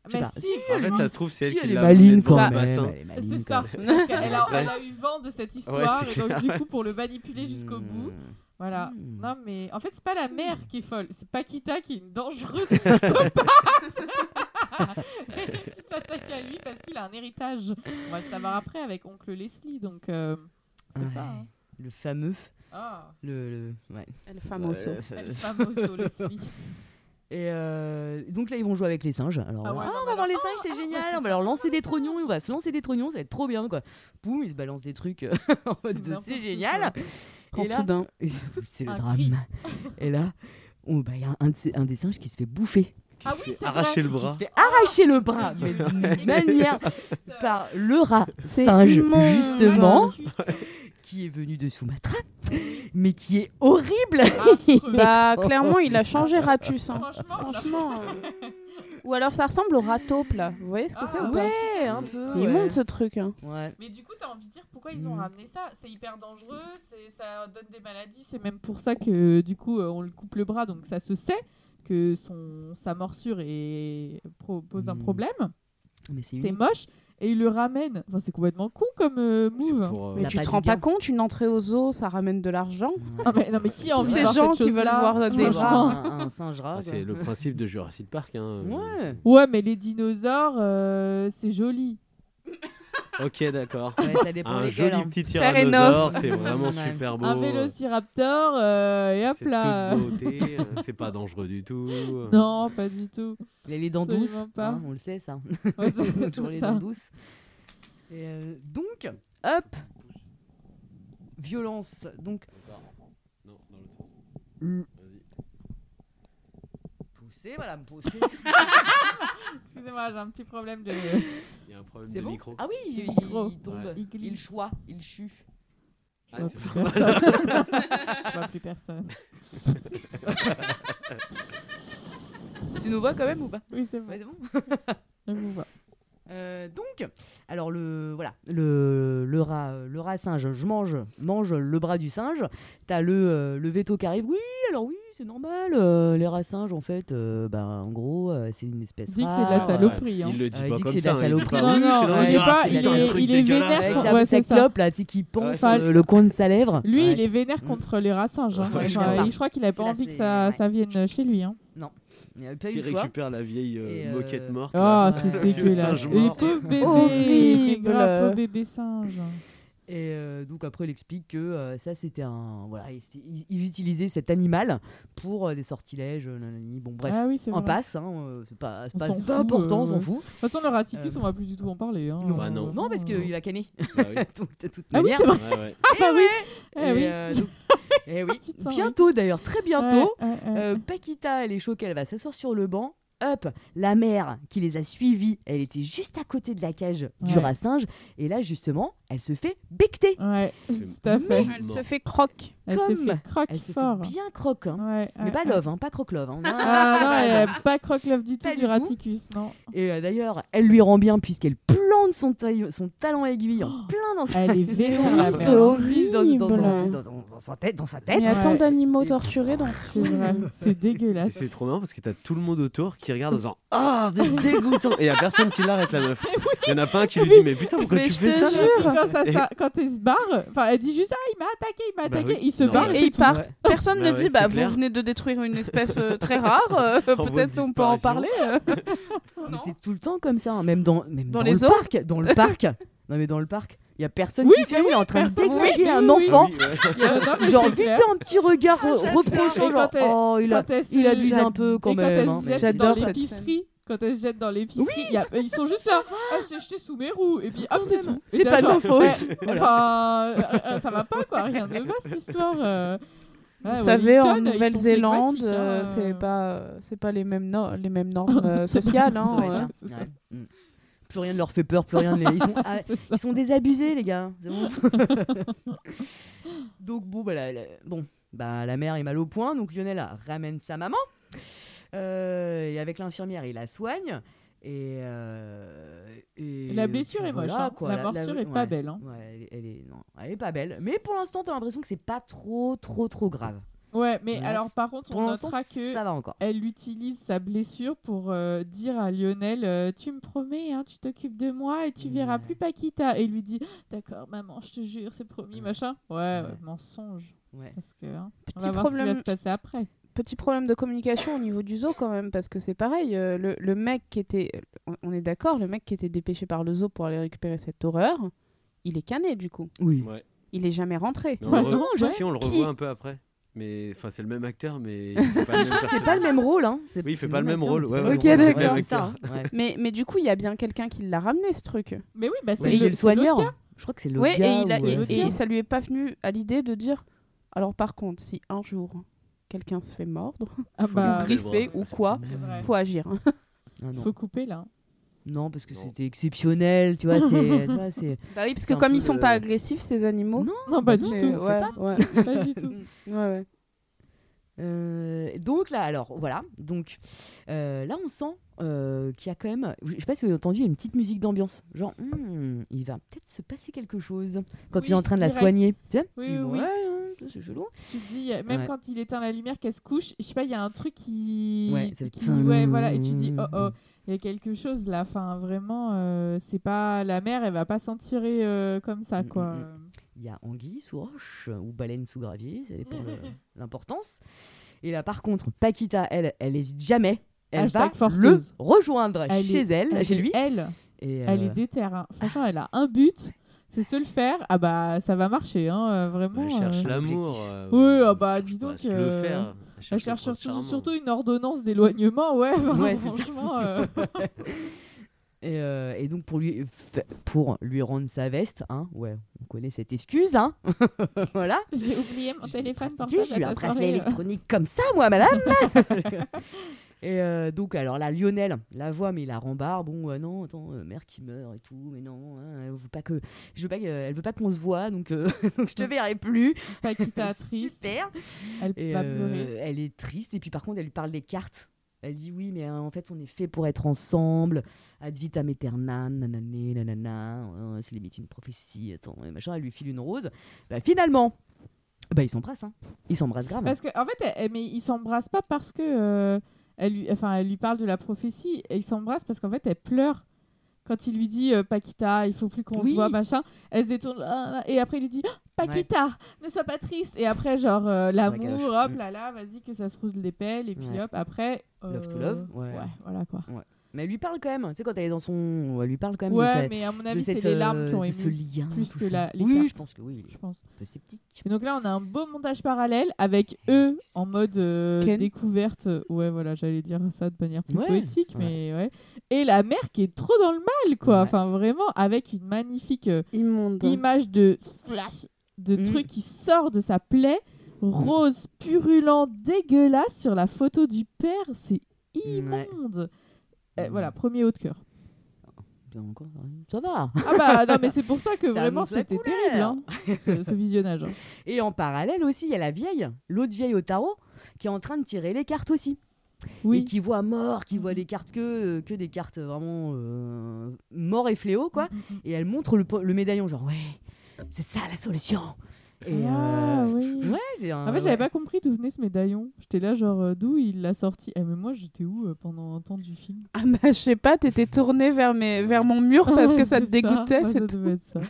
[SPEAKER 1] Je sais
[SPEAKER 8] Mais
[SPEAKER 1] pas.
[SPEAKER 8] si,
[SPEAKER 9] En fait, ça se trouve, c'est
[SPEAKER 1] Si,
[SPEAKER 9] elle
[SPEAKER 1] elle
[SPEAKER 9] qui
[SPEAKER 1] est
[SPEAKER 9] l'a
[SPEAKER 1] maligne
[SPEAKER 9] mis dans
[SPEAKER 1] quand
[SPEAKER 9] le
[SPEAKER 1] même.
[SPEAKER 9] bassin.
[SPEAKER 1] elle est
[SPEAKER 8] Bah, C'est
[SPEAKER 1] maligne
[SPEAKER 8] ça.
[SPEAKER 1] quand même.
[SPEAKER 8] Donc, elle, a,
[SPEAKER 9] Exprès.
[SPEAKER 8] elle a eu vent de cette
[SPEAKER 9] Ouais,
[SPEAKER 8] histoire,
[SPEAKER 9] c'est
[SPEAKER 8] et donc
[SPEAKER 9] clair. Hmm.
[SPEAKER 8] du coup, pour le manipuler jusqu'au bout. Voilà.
[SPEAKER 1] Hmm.
[SPEAKER 8] Non, mais en fait, c'est pas la mère qui est folle, c'est Paquita qui est une dangereuse psychopathe qui s'attaque à lui parce qu'il a un héritage. On va le savoir après avec Oncle Leslie, donc euh, c'est
[SPEAKER 1] Ouais.
[SPEAKER 8] pas. hein.
[SPEAKER 1] Le fameux.
[SPEAKER 8] Ah,
[SPEAKER 1] Le, le- ouais.
[SPEAKER 10] Elle famoso.
[SPEAKER 1] Euh.
[SPEAKER 8] elle est famoso, Leslie.
[SPEAKER 1] Et euh, donc là ils vont jouer avec les singes. Alors
[SPEAKER 8] Ah ouais, non,
[SPEAKER 1] on
[SPEAKER 8] mais
[SPEAKER 1] va voir
[SPEAKER 8] alors-
[SPEAKER 1] les singes c'est génial. On va leur lancer des trognons. On va se lancer des trognons. Ça va être trop bien quoi. Poum ils se balancent des trucs. euh, en mode,
[SPEAKER 8] C'est n'importe
[SPEAKER 1] c'est génial.
[SPEAKER 10] Quand
[SPEAKER 1] Et là-
[SPEAKER 10] soudain,
[SPEAKER 1] C'est le
[SPEAKER 8] Un
[SPEAKER 1] drame.
[SPEAKER 8] cri.
[SPEAKER 1] Et là, bah, il y a un, de ces- un des singes qui se fait bouffer,
[SPEAKER 8] Ah
[SPEAKER 9] Qui
[SPEAKER 8] oui,
[SPEAKER 9] se fait
[SPEAKER 8] c'est
[SPEAKER 9] arracher
[SPEAKER 8] vrai.
[SPEAKER 9] le
[SPEAKER 1] qui
[SPEAKER 9] bras. Ah.
[SPEAKER 1] se fait arracher le bras, mais d'une manière par le rat singe,
[SPEAKER 10] immonde.
[SPEAKER 1] justement, qui est venu de Sumatra, mais qui est horrible.
[SPEAKER 10] bah clairement, il a changé Ratus. hein.
[SPEAKER 8] Franchement,
[SPEAKER 10] Franchement. euh. Ou alors, ça ressemble au rataupe là. Vous voyez ce que
[SPEAKER 8] Ah,
[SPEAKER 10] c'est ou pas
[SPEAKER 1] Ouais, un peu.
[SPEAKER 10] Il
[SPEAKER 1] ouais.
[SPEAKER 10] monte ce truc. hein.
[SPEAKER 1] Ouais.
[SPEAKER 8] Mais du coup, t'as envie de dire pourquoi ils ont
[SPEAKER 1] Mm.
[SPEAKER 8] ramené ça C'est hyper dangereux, c'est- ça donne des maladies. C'est même pour ça que du coup, euh, on le coupe le bras, donc ça se sait que son, sa morsure est, pro- pose un
[SPEAKER 1] Mm.
[SPEAKER 8] problème.
[SPEAKER 1] Mais c'est
[SPEAKER 8] C'est
[SPEAKER 1] unique.
[SPEAKER 8] moche. Et il le ramène. Enfin, c'est complètement con comme euh, move.
[SPEAKER 9] C'est pour, euh,
[SPEAKER 10] Mais
[SPEAKER 1] La
[SPEAKER 10] tu te
[SPEAKER 1] patte
[SPEAKER 10] rends
[SPEAKER 1] du gain.
[SPEAKER 10] pas compte, une entrée aux zoo, ça ramène de l'argent.
[SPEAKER 8] Ah, mais, non, mais qui a
[SPEAKER 10] Tous
[SPEAKER 8] envie de
[SPEAKER 10] ces
[SPEAKER 8] voir
[SPEAKER 10] gens
[SPEAKER 8] cette
[SPEAKER 10] qui veulent
[SPEAKER 8] chose-là
[SPEAKER 10] voir des
[SPEAKER 1] Un
[SPEAKER 10] rats.
[SPEAKER 8] Franchement.
[SPEAKER 1] rat, un, un singe rat.
[SPEAKER 9] Ah,
[SPEAKER 1] quoi.
[SPEAKER 9] c'est le principe de Jurassic Park. Hein.
[SPEAKER 1] Ouais.
[SPEAKER 8] Ouais, mais les dinosaures, euh, c'est joli.
[SPEAKER 9] Ok, d'accord.
[SPEAKER 1] Ouais, ça dépend
[SPEAKER 9] Un
[SPEAKER 1] lesquels,
[SPEAKER 9] joli
[SPEAKER 1] hein.
[SPEAKER 9] petit
[SPEAKER 10] Fair
[SPEAKER 9] tyrannosaure,
[SPEAKER 1] enough.
[SPEAKER 9] c'est vraiment
[SPEAKER 1] Ouais.
[SPEAKER 9] super beau.
[SPEAKER 8] Un vélociraptor, euh, et hop
[SPEAKER 9] Oh. C'est
[SPEAKER 8] là.
[SPEAKER 9] toute beauté, euh, c'est pas dangereux du tout.
[SPEAKER 8] Non, pas du tout.
[SPEAKER 1] Il a les dents
[SPEAKER 8] Absolument
[SPEAKER 1] douces.
[SPEAKER 8] pas.
[SPEAKER 1] hein, on le sait ça.
[SPEAKER 8] Ouais, c'est- c'est
[SPEAKER 1] Toujours les
[SPEAKER 8] ça.
[SPEAKER 1] dents douces. Et euh, donc, hop, violence. Donc
[SPEAKER 9] Non, dans l'autre sens.
[SPEAKER 1] Hum.
[SPEAKER 9] Vas-y.
[SPEAKER 1] poussez, madame, poussez.
[SPEAKER 8] Excusez-moi, j'ai un petit problème de.
[SPEAKER 9] Il y a un problème
[SPEAKER 1] C'est
[SPEAKER 9] de
[SPEAKER 1] bon
[SPEAKER 9] micro.
[SPEAKER 1] Ah oui, il,
[SPEAKER 8] Le
[SPEAKER 1] il-
[SPEAKER 8] micro.
[SPEAKER 1] il tombe,
[SPEAKER 9] Ouais.
[SPEAKER 8] Il
[SPEAKER 1] il,
[SPEAKER 8] glisse.
[SPEAKER 1] choix, il chue.
[SPEAKER 9] Ah,
[SPEAKER 8] je
[SPEAKER 9] c'est
[SPEAKER 8] vois
[SPEAKER 9] pas
[SPEAKER 8] plus personne. je vois plus personne.
[SPEAKER 1] Tu nous vois quand même ou pas
[SPEAKER 8] Oui, c'est
[SPEAKER 1] Ouais, c'est bon.
[SPEAKER 8] Je vous vois.
[SPEAKER 1] Euh, donc, alors le voilà, le, le rat, euh, le rat singe, je mange, mange le bras du singe. T'as le euh, le veto qui arrive. Oui, alors oui, c'est normal. euh, les rats singes, en fait, euh, ben, en gros, euh, c'est une espèce
[SPEAKER 8] Il dit que c'est de
[SPEAKER 1] rare.
[SPEAKER 8] la saloperie. Hein.
[SPEAKER 9] Il le dit
[SPEAKER 1] Ah, il
[SPEAKER 9] pas
[SPEAKER 1] dit que
[SPEAKER 9] comme
[SPEAKER 1] c'est de
[SPEAKER 9] ça.
[SPEAKER 1] la
[SPEAKER 9] hein, il dit
[SPEAKER 1] saloperie.
[SPEAKER 9] pas,
[SPEAKER 8] Non,
[SPEAKER 9] oui,
[SPEAKER 8] non,
[SPEAKER 9] c'est dans
[SPEAKER 8] il
[SPEAKER 9] le
[SPEAKER 8] dit
[SPEAKER 9] rap,
[SPEAKER 8] pas,
[SPEAKER 9] c'est
[SPEAKER 8] il
[SPEAKER 9] dans le
[SPEAKER 8] est-
[SPEAKER 9] truc
[SPEAKER 8] il est
[SPEAKER 9] dégueulasse.
[SPEAKER 8] vénère
[SPEAKER 1] Avec
[SPEAKER 8] pour-
[SPEAKER 1] sa,
[SPEAKER 8] Ouais,
[SPEAKER 1] sa
[SPEAKER 8] c'est ça.
[SPEAKER 1] clope là, tu sais, qui pense
[SPEAKER 9] Ouais,
[SPEAKER 1] euh, le coin de sa lèvre.
[SPEAKER 8] Lui,
[SPEAKER 1] Ouais. Mm.
[SPEAKER 8] il est vénère contre les rats singes. hein.
[SPEAKER 1] Ouais,
[SPEAKER 8] Enfin,
[SPEAKER 1] je sais pas.
[SPEAKER 8] il- je crois qu'il a pas
[SPEAKER 1] C'est là,
[SPEAKER 8] envie que
[SPEAKER 1] c'est-
[SPEAKER 8] ça,
[SPEAKER 1] ouais.
[SPEAKER 8] ça vienne chez lui. Hein.
[SPEAKER 1] Il n'y a pas eu
[SPEAKER 9] Il
[SPEAKER 1] le choix.
[SPEAKER 9] récupère la vieille euh,
[SPEAKER 1] Et, euh,
[SPEAKER 9] moquette morte.
[SPEAKER 8] Oh,
[SPEAKER 9] là.
[SPEAKER 1] Ouais.
[SPEAKER 8] c'est
[SPEAKER 1] Le
[SPEAKER 8] dégueulasse.
[SPEAKER 9] singe
[SPEAKER 8] Et
[SPEAKER 9] mort.
[SPEAKER 8] pauvre bébé,
[SPEAKER 10] Horrible.
[SPEAKER 8] grave, pauvre bébé singe.
[SPEAKER 1] Et euh, donc après, il explique que euh, ça, c'était un... Voilà, il- il- ils utilisaient cet animal pour euh, des sortilèges, euh, nanani. bon bref.
[SPEAKER 8] Ah oui, c'est
[SPEAKER 1] on
[SPEAKER 8] vrai.
[SPEAKER 1] passe, hein, euh, c'est pas, c'est
[SPEAKER 8] On
[SPEAKER 1] pas-
[SPEAKER 8] s'en
[SPEAKER 1] c'est pas
[SPEAKER 8] fout,
[SPEAKER 1] important, on
[SPEAKER 8] euh,
[SPEAKER 1] s'en fout.
[SPEAKER 8] De toute façon, le raticus,
[SPEAKER 1] Euh,
[SPEAKER 8] on va plus du tout en parler. Hein.
[SPEAKER 1] non.
[SPEAKER 9] Bah non.
[SPEAKER 1] Non, parce qu'il a canné.
[SPEAKER 9] Bah oui.
[SPEAKER 1] donc, de toute
[SPEAKER 8] Ah oui,
[SPEAKER 1] manière.
[SPEAKER 8] c'est vrai.
[SPEAKER 9] Ouais, ouais.
[SPEAKER 8] Ah bah oui.
[SPEAKER 1] Et,
[SPEAKER 8] Eh oui. Ah,
[SPEAKER 1] euh, donc- eh oui.
[SPEAKER 8] Putain,
[SPEAKER 1] bientôt d'ailleurs, très bientôt.
[SPEAKER 8] Ouais, ouais, ouais.
[SPEAKER 1] euh, Paquita, elle est choquée, elle va s'asseoir sur le banc. Hop, la mère qui les a suivis, elle était juste à côté de la cage du
[SPEAKER 8] Ouais.
[SPEAKER 1] racinge. Et là, justement, elle se fait becter.
[SPEAKER 8] Ouais,
[SPEAKER 9] C'est
[SPEAKER 8] tout à fait.
[SPEAKER 9] mort.
[SPEAKER 11] Elle se fait croque.
[SPEAKER 8] Elle s'est
[SPEAKER 1] comme
[SPEAKER 8] fait croque
[SPEAKER 1] Elle se
[SPEAKER 8] fort.
[SPEAKER 1] fait bien croque. hein.
[SPEAKER 8] Ouais,
[SPEAKER 1] Mais
[SPEAKER 8] ouais,
[SPEAKER 1] pas
[SPEAKER 8] ouais.
[SPEAKER 1] love, hein, pas croque-love. hein.
[SPEAKER 8] Ah non, elle est pas croque-love du tout
[SPEAKER 1] Pas
[SPEAKER 8] du
[SPEAKER 1] du tout.
[SPEAKER 8] raticus, non.
[SPEAKER 1] Et euh, d'ailleurs, elle lui rend bien puisqu'elle plante son, taille- son talon aiguille en plein dans sa
[SPEAKER 8] Oh. Elle est vénère,
[SPEAKER 11] Oui,
[SPEAKER 8] la
[SPEAKER 1] dans
[SPEAKER 11] c'est
[SPEAKER 8] merde.
[SPEAKER 1] son fils, dans- dans- dans-
[SPEAKER 11] horrible.
[SPEAKER 1] dans- dans- dans sa tête. Dans sa
[SPEAKER 11] Il
[SPEAKER 1] tête.
[SPEAKER 11] y a tant
[SPEAKER 8] Ouais.
[SPEAKER 11] d'animaux torturés dans ce
[SPEAKER 8] C'est
[SPEAKER 11] film.
[SPEAKER 8] vrai, c'est
[SPEAKER 9] Et
[SPEAKER 8] dégueulasse.
[SPEAKER 9] c'est trop marrant parce que t'as tout le monde autour qui regarde en disant Ah, c'est dégoûtant Et y a personne qui l'arrête, la meuf. Il y en a pas un qui lui dit Mais putain, pourquoi
[SPEAKER 11] Mais
[SPEAKER 9] tu
[SPEAKER 11] je
[SPEAKER 9] fais
[SPEAKER 11] te
[SPEAKER 9] ça là
[SPEAKER 11] jure.
[SPEAKER 8] Quand, ça,
[SPEAKER 9] Et-
[SPEAKER 8] ça- quand elle se barre, enfin, elle dit juste Ah, il m'a attaqué, il m'a
[SPEAKER 9] Bah
[SPEAKER 8] attaqué.
[SPEAKER 9] oui.
[SPEAKER 8] Il se
[SPEAKER 9] Non,
[SPEAKER 8] barre
[SPEAKER 9] mais-
[SPEAKER 8] et
[SPEAKER 11] Et ils
[SPEAKER 8] tout, ouais.
[SPEAKER 11] partent. Personne
[SPEAKER 9] Bah
[SPEAKER 11] ne
[SPEAKER 9] ouais,
[SPEAKER 11] dit
[SPEAKER 9] c'est
[SPEAKER 11] bah
[SPEAKER 9] clair.
[SPEAKER 11] vous venez de détruire une espèce euh, très rare. euh,
[SPEAKER 9] voie de
[SPEAKER 11] Peut-être on peut en
[SPEAKER 9] disparition.
[SPEAKER 11] parler. euh.
[SPEAKER 1] Mais
[SPEAKER 11] Non.
[SPEAKER 1] c'est tout le temps comme ça, hein, même dans, même
[SPEAKER 11] Dans
[SPEAKER 1] dans
[SPEAKER 11] les
[SPEAKER 1] le
[SPEAKER 11] zoos
[SPEAKER 1] parc. Dans le parc. Non, mais dans le parc, il y a personne
[SPEAKER 8] Oui,
[SPEAKER 1] qui filme, il est en train de
[SPEAKER 8] personne.
[SPEAKER 1] déglinguer
[SPEAKER 8] Oui,
[SPEAKER 1] un
[SPEAKER 8] oui, oui.
[SPEAKER 1] enfant.
[SPEAKER 9] Oui, ouais.
[SPEAKER 8] Non, mais
[SPEAKER 1] Genre,
[SPEAKER 8] c'est
[SPEAKER 1] vite
[SPEAKER 8] clair. Ah,
[SPEAKER 1] fait un petit regard re-
[SPEAKER 11] j'adore.
[SPEAKER 1] reprochant,
[SPEAKER 8] Et
[SPEAKER 1] genre,
[SPEAKER 8] quand elle-
[SPEAKER 1] oh, il a,
[SPEAKER 8] Quand elle se-
[SPEAKER 1] il abuse
[SPEAKER 8] J'adore.
[SPEAKER 1] un peu quand
[SPEAKER 8] Et
[SPEAKER 1] même.
[SPEAKER 8] Quand
[SPEAKER 1] hein.
[SPEAKER 8] elle se jette dans
[SPEAKER 11] J'adore cette
[SPEAKER 8] l'épicerie, quand elle se jette dans l'épicerie, il y a- ils sont juste là. Ah, j'ai acheté sous mes roues. Et puis, ah, c'est tout. Et
[SPEAKER 1] hein. C'est
[SPEAKER 8] t'as
[SPEAKER 1] pas de
[SPEAKER 8] genre,
[SPEAKER 1] ma faute.
[SPEAKER 8] ouais,
[SPEAKER 1] Voilà.
[SPEAKER 8] Enfin, euh, euh, ça va pas, quoi. Rien ne va, cette histoire. euh. Ouais,
[SPEAKER 11] Vous savez, en
[SPEAKER 8] Wellington, ils sont
[SPEAKER 11] Nouvelle-Zélande,
[SPEAKER 8] flegmatiques,
[SPEAKER 11] euh,
[SPEAKER 8] hein.
[SPEAKER 11] c'est pas, euh, c'est pas les mêmes, no- les mêmes normes euh, sociales.
[SPEAKER 1] Ça
[SPEAKER 11] hein,
[SPEAKER 1] doit être
[SPEAKER 11] euh.
[SPEAKER 1] ça. Ouais. Mm. Plus rien ne leur fait peur, plus rien ne les. Ils sont, ah,
[SPEAKER 8] C'est ça.
[SPEAKER 1] ils sont désabusés, les gars. C'est bon. donc, bon, bah, la, la- bon bah, la mère est mal au point, donc Lionel ah, ramène sa maman. Euh, et avec l'infirmière, il la soigne. Et, euh, et
[SPEAKER 8] La blessure est moche,
[SPEAKER 1] voilà,
[SPEAKER 8] hein.
[SPEAKER 1] quoi.
[SPEAKER 8] La morsure est pas belle, hein.
[SPEAKER 1] ouais, elle, est- elle est, non, elle est pas belle. Mais pour l'instant, t'as l'impression que c'est pas trop, trop, trop grave.
[SPEAKER 8] Ouais, mais
[SPEAKER 1] Voilà,
[SPEAKER 8] alors, par contre,
[SPEAKER 1] Pour
[SPEAKER 8] on
[SPEAKER 1] l'instant,
[SPEAKER 8] notera que
[SPEAKER 1] ça va encore.
[SPEAKER 8] elle utilise sa blessure pour euh, dire à Lionel euh, Tu me promets, hein, tu t'occupes de moi et tu verras
[SPEAKER 1] Ouais.
[SPEAKER 8] plus Paquita. Et il lui dit D'accord, maman, je te jure, c'est promis,
[SPEAKER 1] Ouais.
[SPEAKER 8] machin. Ouais,
[SPEAKER 1] Ouais.
[SPEAKER 8] ouais, mensonge.
[SPEAKER 1] Ouais.
[SPEAKER 8] Parce que hein, on
[SPEAKER 11] Petit
[SPEAKER 8] va voir ce qui va
[SPEAKER 11] problème.
[SPEAKER 8] se passer après.
[SPEAKER 11] Petit problème de communication au niveau du zoo quand même, parce que c'est pareil, euh, le, le mec qui était, on- on est d'accord, le mec qui était dépêché par le zoo pour aller récupérer cette horreur, il est cané du coup.
[SPEAKER 1] Oui.
[SPEAKER 9] Ouais.
[SPEAKER 11] Il est jamais rentré.
[SPEAKER 9] Mais on le
[SPEAKER 8] Ouais,
[SPEAKER 9] re-
[SPEAKER 8] non, j'avoue.
[SPEAKER 9] Si, on le
[SPEAKER 11] Qui-
[SPEAKER 9] revoit un peu après. Mais enfin, c'est le même acteur, mais. il fait pas le même
[SPEAKER 1] C'est pas
[SPEAKER 9] personnage.
[SPEAKER 1] le même rôle. Hein. C'est-
[SPEAKER 9] Oui, il fait
[SPEAKER 1] c'est
[SPEAKER 9] pas le même
[SPEAKER 1] acteur,
[SPEAKER 9] rôle,
[SPEAKER 1] c'est
[SPEAKER 9] ouais,
[SPEAKER 1] pas
[SPEAKER 11] ouais,
[SPEAKER 1] le
[SPEAKER 11] Ok,
[SPEAKER 1] même rôle.
[SPEAKER 11] d'accord.
[SPEAKER 1] C'est ça, hein. Ouais.
[SPEAKER 11] Mais, mais du coup, il y a bien quelqu'un qui l'a ramené ce truc.
[SPEAKER 8] Mais oui, bah,
[SPEAKER 1] Oui, il est le
[SPEAKER 8] c'est l'autre
[SPEAKER 1] soigneur.
[SPEAKER 8] gars.
[SPEAKER 1] Je crois que c'est le
[SPEAKER 11] Ouais,
[SPEAKER 1] gars
[SPEAKER 11] et, il a-
[SPEAKER 1] ou,
[SPEAKER 11] et-
[SPEAKER 1] euh,
[SPEAKER 11] et
[SPEAKER 1] c'est-
[SPEAKER 11] ça lui est pas venu à l'idée de dire alors par contre, si un jour quelqu'un se fait mordre,
[SPEAKER 8] Ah bah,
[SPEAKER 11] ou
[SPEAKER 9] couper.
[SPEAKER 11] griffer ou quoi,
[SPEAKER 8] c'est vrai.
[SPEAKER 11] faut agir.
[SPEAKER 1] Ah non.
[SPEAKER 8] Faut couper là.
[SPEAKER 1] Non, parce que
[SPEAKER 9] Non.
[SPEAKER 1] c'était exceptionnel, tu vois, c'est... tu vois, c'est-
[SPEAKER 11] Bah oui, parce
[SPEAKER 1] C'est
[SPEAKER 11] que
[SPEAKER 1] un
[SPEAKER 11] comme
[SPEAKER 1] peu
[SPEAKER 11] ils sont
[SPEAKER 1] le-
[SPEAKER 11] pas agressifs ces animaux.
[SPEAKER 1] Non,
[SPEAKER 8] Non, pas du
[SPEAKER 11] c'est-
[SPEAKER 8] tout.
[SPEAKER 11] Ouais, ouais.
[SPEAKER 8] Pas du tout.
[SPEAKER 11] Mm. Ouais, ouais.
[SPEAKER 1] Euh, donc là, alors, voilà. Donc euh, là, on sent euh, qu'il y a quand même... Je sais pas si vous avez entendu, il y a une petite musique d'ambiance. Genre, Hmm, il va peut-être se passer quelque chose quand
[SPEAKER 8] Oui,
[SPEAKER 1] il est en train de la
[SPEAKER 8] direct.
[SPEAKER 1] soigner. Tu sais
[SPEAKER 8] Oui,
[SPEAKER 1] Tu dis,
[SPEAKER 8] oui,
[SPEAKER 1] bon,
[SPEAKER 8] oui.
[SPEAKER 1] ouais, hein, c'est chelou.
[SPEAKER 8] Tu te dis, euh, même
[SPEAKER 1] Ouais.
[SPEAKER 8] quand il éteint la lumière, qu'elle se couche, je sais pas, il y a un truc qui.
[SPEAKER 1] Ouais, ça fait
[SPEAKER 8] qui-
[SPEAKER 1] tsing.
[SPEAKER 8] ouais, voilà, et tu te dis, oh oh, il y a quelque chose là. Enfin, vraiment, euh, c'est pas. La mère, elle va pas s'en tirer euh, comme ça,
[SPEAKER 1] Mm,
[SPEAKER 8] quoi.
[SPEAKER 1] mm, Il y a anguille sous roche euh, ou baleine sous gravier, ça dépend de l'importance. Et là, par contre, Paquita, elle, elle hésite jamais. Elle
[SPEAKER 8] Hashtag
[SPEAKER 1] va
[SPEAKER 8] forceuse.
[SPEAKER 1] le rejoindre
[SPEAKER 8] Elle
[SPEAKER 1] chez
[SPEAKER 8] est-
[SPEAKER 1] elle,
[SPEAKER 8] elle
[SPEAKER 1] chez
[SPEAKER 8] est-
[SPEAKER 1] lui.
[SPEAKER 8] Elle,
[SPEAKER 1] Et,
[SPEAKER 8] elle est
[SPEAKER 1] euh,
[SPEAKER 8] déterre. hein. Franchement, elle a un but, c'est se le faire. Ah bah, ça va marcher, hein, euh, vraiment.
[SPEAKER 9] Bah, Elle cherche
[SPEAKER 8] euh.
[SPEAKER 9] l'amour.
[SPEAKER 1] objectif.
[SPEAKER 9] euh,
[SPEAKER 8] Ouais, ah bah,
[SPEAKER 9] elle
[SPEAKER 8] dis
[SPEAKER 9] cherche pas à
[SPEAKER 8] donc,
[SPEAKER 9] se le
[SPEAKER 8] euh,
[SPEAKER 9] faire.
[SPEAKER 8] Elle
[SPEAKER 9] le
[SPEAKER 8] cherche
[SPEAKER 9] prince
[SPEAKER 8] surtout,
[SPEAKER 9] charmant.
[SPEAKER 8] surtout une ordonnance d'éloignement, ouais.
[SPEAKER 1] Ouais, c'est ça.
[SPEAKER 8] franchement. euh,
[SPEAKER 1] Et, euh, et donc pour lui, f- pour lui rendre sa veste, hein, ouais, on connaît cette excuse, hein, voilà.
[SPEAKER 8] J'ai oublié mon téléphone
[SPEAKER 1] Dis,
[SPEAKER 8] portable.
[SPEAKER 1] J'ai eu
[SPEAKER 8] à
[SPEAKER 1] un
[SPEAKER 8] ta
[SPEAKER 1] bracelet
[SPEAKER 8] soirée, euh.
[SPEAKER 1] électronique comme ça, moi, madame. et euh, donc alors là, Lionel la voit, mais il la rembarre. Bon, euh, non, attends, euh, mère qui meurt et tout, mais non, hein, elle veut pas que, je veux pas, que- elle veut pas qu'on se voit, donc, euh, donc je te verrai plus.
[SPEAKER 8] Paquita triste,
[SPEAKER 1] Super.
[SPEAKER 8] elle
[SPEAKER 1] Et,
[SPEAKER 8] va
[SPEAKER 1] euh,
[SPEAKER 8] pleurer.
[SPEAKER 1] elle est triste. Et puis par contre, elle lui parle des cartes. Elle dit oui, mais euh, en fait, on est fait pour être ensemble. Ad vitam aeternam, nanane, nanana. euh, C'est limite une prophétie. Attends, et machin. Elle lui file une rose. Bah, finalement, bah, ils s'embrassent. Hein. Ils s'embrassent grave.
[SPEAKER 8] Parce que en fait, elle- elle- mais ils s'embrassent pas parce que euh, elle lui, enfin, elle lui parle de la prophétie et ils s'embrassent parce qu'en fait, elle pleure quand il lui dit euh, Paquita, il faut plus qu'on
[SPEAKER 1] Oui.
[SPEAKER 8] se voit, machin. Elle se détourne ah, là, et après il lui dit Ah, Paquita, ne sois pas triste. Et après, genre euh, l'amour,
[SPEAKER 1] galoche.
[SPEAKER 8] hop
[SPEAKER 1] Mm.
[SPEAKER 8] là là, vas-y que ça se roule des pelles et puis
[SPEAKER 1] Ouais.
[SPEAKER 8] hop après.
[SPEAKER 1] Love to
[SPEAKER 8] euh,
[SPEAKER 1] love, ouais.
[SPEAKER 8] voilà quoi.
[SPEAKER 1] Ouais. Mais elle lui parle quand même. Tu sais, quand elle est dans son. Elle lui parle quand même.
[SPEAKER 8] Ouais,
[SPEAKER 1] de sa-
[SPEAKER 8] mais à mon
[SPEAKER 1] de
[SPEAKER 8] avis, c'est
[SPEAKER 1] cette,
[SPEAKER 8] les larmes qui
[SPEAKER 1] euh,
[SPEAKER 8] ont
[SPEAKER 1] de
[SPEAKER 8] ému
[SPEAKER 1] ce lien,
[SPEAKER 8] plus
[SPEAKER 1] tout
[SPEAKER 8] que
[SPEAKER 1] ça.
[SPEAKER 8] la, les
[SPEAKER 1] Oui,
[SPEAKER 8] cartes.
[SPEAKER 1] je pense que oui, il est
[SPEAKER 8] Je pense.
[SPEAKER 1] un peu sceptique.
[SPEAKER 8] Et donc là, on a un beau montage parallèle avec eux en mode euh,
[SPEAKER 1] Mm. Ken.
[SPEAKER 8] découverte. Ouais, voilà, j'allais dire ça de manière plus
[SPEAKER 1] Ouais.
[SPEAKER 8] poétique,
[SPEAKER 1] Ouais.
[SPEAKER 8] mais ouais. Et la mère qui est trop dans le mal, quoi. Enfin, vraiment, avec une magnifique euh, image de flash, de
[SPEAKER 1] Mm.
[SPEAKER 8] truc qui sort de sa plaie, rose, purulent, dégueulasse sur la photo du père. C'est immonde. Eh, voilà, premier haut de cœur.
[SPEAKER 1] Bien encore, ça va. ça va.
[SPEAKER 8] Ah bah non, mais c'est pour ça que
[SPEAKER 1] Ça
[SPEAKER 8] vraiment
[SPEAKER 1] annonce la
[SPEAKER 8] c'était
[SPEAKER 1] couleur.
[SPEAKER 8] terrible, hein, ce, ce visionnage. hein.
[SPEAKER 1] Et en parallèle aussi, il y a la vieille, l'autre vieille au tarot, qui est en train de tirer les cartes aussi.
[SPEAKER 8] Oui. Mhm.
[SPEAKER 1] Et qui voit mort, qui voit les cartes que, que des cartes vraiment euh, mort et fléau,
[SPEAKER 8] Mhm.
[SPEAKER 1] quoi.
[SPEAKER 8] Ah
[SPEAKER 1] Et elle montre le, po- le médaillon, genre, ouais, c'est ça la solution. Et,
[SPEAKER 8] Ah,
[SPEAKER 1] euh,
[SPEAKER 8] oui.
[SPEAKER 1] Ouais, c'est un.
[SPEAKER 8] En fait, j'avais
[SPEAKER 1] ouais.
[SPEAKER 8] pas compris d'où venait ce médaillon. J'étais là, genre, euh, d'où il l'a sorti. Eh, mais moi, j'étais où euh, pendant un temps du film
[SPEAKER 11] Ah bah, je sais pas, t'étais tournée vers, mes... vers mon mur parce que ça te
[SPEAKER 8] C'est
[SPEAKER 11] dégoûtait,
[SPEAKER 8] Ah,
[SPEAKER 11] c'est
[SPEAKER 8] ça
[SPEAKER 11] tout.
[SPEAKER 8] devait être ça.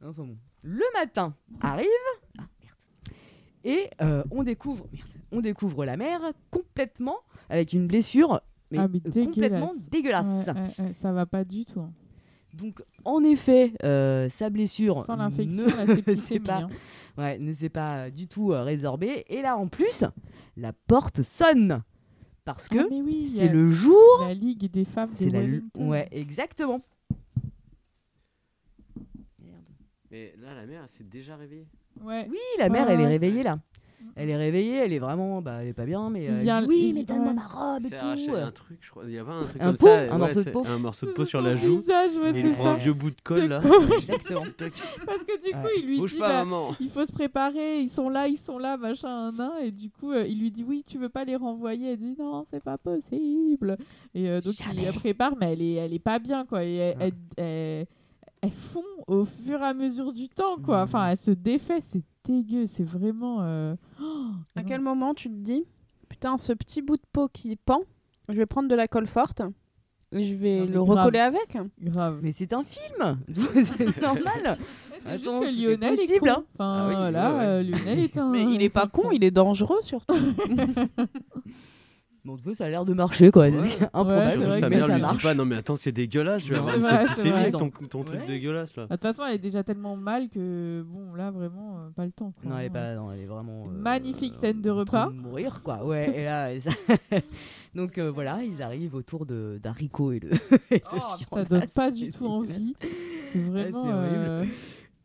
[SPEAKER 1] Non, c'est bon. Le matin arrive. Ah, merde. Et euh, on découvre, merde, on découvre la mère complètement avec une blessure, mais,
[SPEAKER 8] ah, mais
[SPEAKER 1] euh, complètement
[SPEAKER 8] dégueulasse.
[SPEAKER 1] dégueulasse.
[SPEAKER 8] Ouais, ouais, ouais, ça va pas du tout. hein.
[SPEAKER 1] Donc, en effet, euh, sa blessure
[SPEAKER 8] Sans l'infection, la
[SPEAKER 1] ne
[SPEAKER 8] septicémie,
[SPEAKER 1] s'est pas,
[SPEAKER 8] hein.
[SPEAKER 1] ouais, ne s'est pas euh, du tout euh, résorbée. Et là, en plus, la porte sonne parce que
[SPEAKER 8] Ah, mais oui, il y
[SPEAKER 1] c'est
[SPEAKER 8] a
[SPEAKER 1] le jour.
[SPEAKER 8] La Ligue des femmes de
[SPEAKER 1] C'est la lu-
[SPEAKER 8] Wellington.
[SPEAKER 1] ouais, exactement.
[SPEAKER 9] Mais là, la mère, elle s'est déjà réveillée.
[SPEAKER 8] Ouais.
[SPEAKER 1] Oui, la mère,
[SPEAKER 8] Ouais,
[SPEAKER 1] elle est
[SPEAKER 8] Ah ouais.
[SPEAKER 1] réveillée là. Elle est réveillée, elle est vraiment, bah, elle est pas bien, mais
[SPEAKER 8] Il
[SPEAKER 1] elle
[SPEAKER 8] vient-
[SPEAKER 1] dit, oui,
[SPEAKER 8] il-
[SPEAKER 1] mais donne-moi
[SPEAKER 8] ouais.
[SPEAKER 1] ma robe et
[SPEAKER 9] C'est arraché
[SPEAKER 1] tout.
[SPEAKER 9] un truc, je crois. Il y avait un truc
[SPEAKER 1] Un
[SPEAKER 9] comme
[SPEAKER 1] pot,
[SPEAKER 9] ça.
[SPEAKER 1] un morceau de
[SPEAKER 9] c'est
[SPEAKER 1] peau.
[SPEAKER 9] Un morceau de peau sur
[SPEAKER 8] Son
[SPEAKER 9] la joue.
[SPEAKER 8] visage, ouais,
[SPEAKER 9] et
[SPEAKER 8] c'est
[SPEAKER 9] il prend
[SPEAKER 8] ça.
[SPEAKER 9] un vieux bout de colle, là.
[SPEAKER 1] Exactement.
[SPEAKER 8] Parce que du coup,
[SPEAKER 1] Ouais.
[SPEAKER 8] il lui
[SPEAKER 9] Bouge
[SPEAKER 8] dit
[SPEAKER 9] pas, hein.
[SPEAKER 8] bah,
[SPEAKER 9] maman.
[SPEAKER 8] il faut se préparer, ils sont là, ils sont là, machin, un, un. Et du coup, euh, il lui dit oui, tu veux pas les renvoyer Elle dit non, c'est pas possible. Et euh, donc, il la prépare, mais elle est, elle est pas bien, quoi. Et elle,
[SPEAKER 9] Ah.
[SPEAKER 8] elle- elle- elle fond au fur et à mesure du temps,
[SPEAKER 9] Hmm.
[SPEAKER 8] quoi. Enfin, elle se défait, c'est dégueu, c'est vraiment. euh, oh,
[SPEAKER 11] À quel moment tu te dis, putain, ce petit bout de peau qui pend, je vais prendre de la colle forte et je vais
[SPEAKER 8] Non, mais
[SPEAKER 11] le
[SPEAKER 8] grave.
[SPEAKER 11] recoller avec
[SPEAKER 8] grave.
[SPEAKER 1] Mais c'est un film, c'est normal.
[SPEAKER 8] C'est juste
[SPEAKER 1] Attends, tout
[SPEAKER 8] que
[SPEAKER 1] est
[SPEAKER 8] Lionel
[SPEAKER 1] possible,
[SPEAKER 8] est con.
[SPEAKER 1] hein.
[SPEAKER 8] Enfin,
[SPEAKER 9] Ah oui,
[SPEAKER 8] voilà,
[SPEAKER 9] ouais, ouais.
[SPEAKER 8] euh, Lionel est un.
[SPEAKER 11] Mais il est pas con, il est dangereux surtout.
[SPEAKER 1] Bon, en tout cas, ça a l'air de marcher quoi.
[SPEAKER 9] Ouais.
[SPEAKER 1] C'est improbable,
[SPEAKER 8] c'est
[SPEAKER 9] Surtout
[SPEAKER 8] vrai
[SPEAKER 9] sa
[SPEAKER 8] que
[SPEAKER 1] mais
[SPEAKER 9] mère
[SPEAKER 1] ça
[SPEAKER 9] lui dit
[SPEAKER 1] marche.
[SPEAKER 9] pas non mais attends c'est dégueulasse je vais
[SPEAKER 1] Non,
[SPEAKER 9] avoir
[SPEAKER 1] c'est
[SPEAKER 9] une
[SPEAKER 1] vrai,
[SPEAKER 9] septicémie
[SPEAKER 1] c'est
[SPEAKER 9] avec
[SPEAKER 1] vrai.
[SPEAKER 9] ton, ton truc
[SPEAKER 1] Ouais.
[SPEAKER 9] dégueulasse là.
[SPEAKER 8] Ah, De toute façon, elle est déjà tellement mal que, bon, là, vraiment, euh, pas le temps. Quoi.
[SPEAKER 1] Non, elle est pas, non, elle est vraiment.
[SPEAKER 8] Une
[SPEAKER 1] euh,
[SPEAKER 8] magnifique scène de
[SPEAKER 1] en train
[SPEAKER 8] repas.
[SPEAKER 1] de mourir quoi. Ouais. et là, et ça- donc euh, voilà, ils arrivent autour de d'haricots et de. et de
[SPEAKER 8] Oh, ça
[SPEAKER 1] viande.
[SPEAKER 8] donne pas
[SPEAKER 1] C'est
[SPEAKER 8] du tout envie. C'est vraiment.
[SPEAKER 1] Ah, c'est
[SPEAKER 8] euh,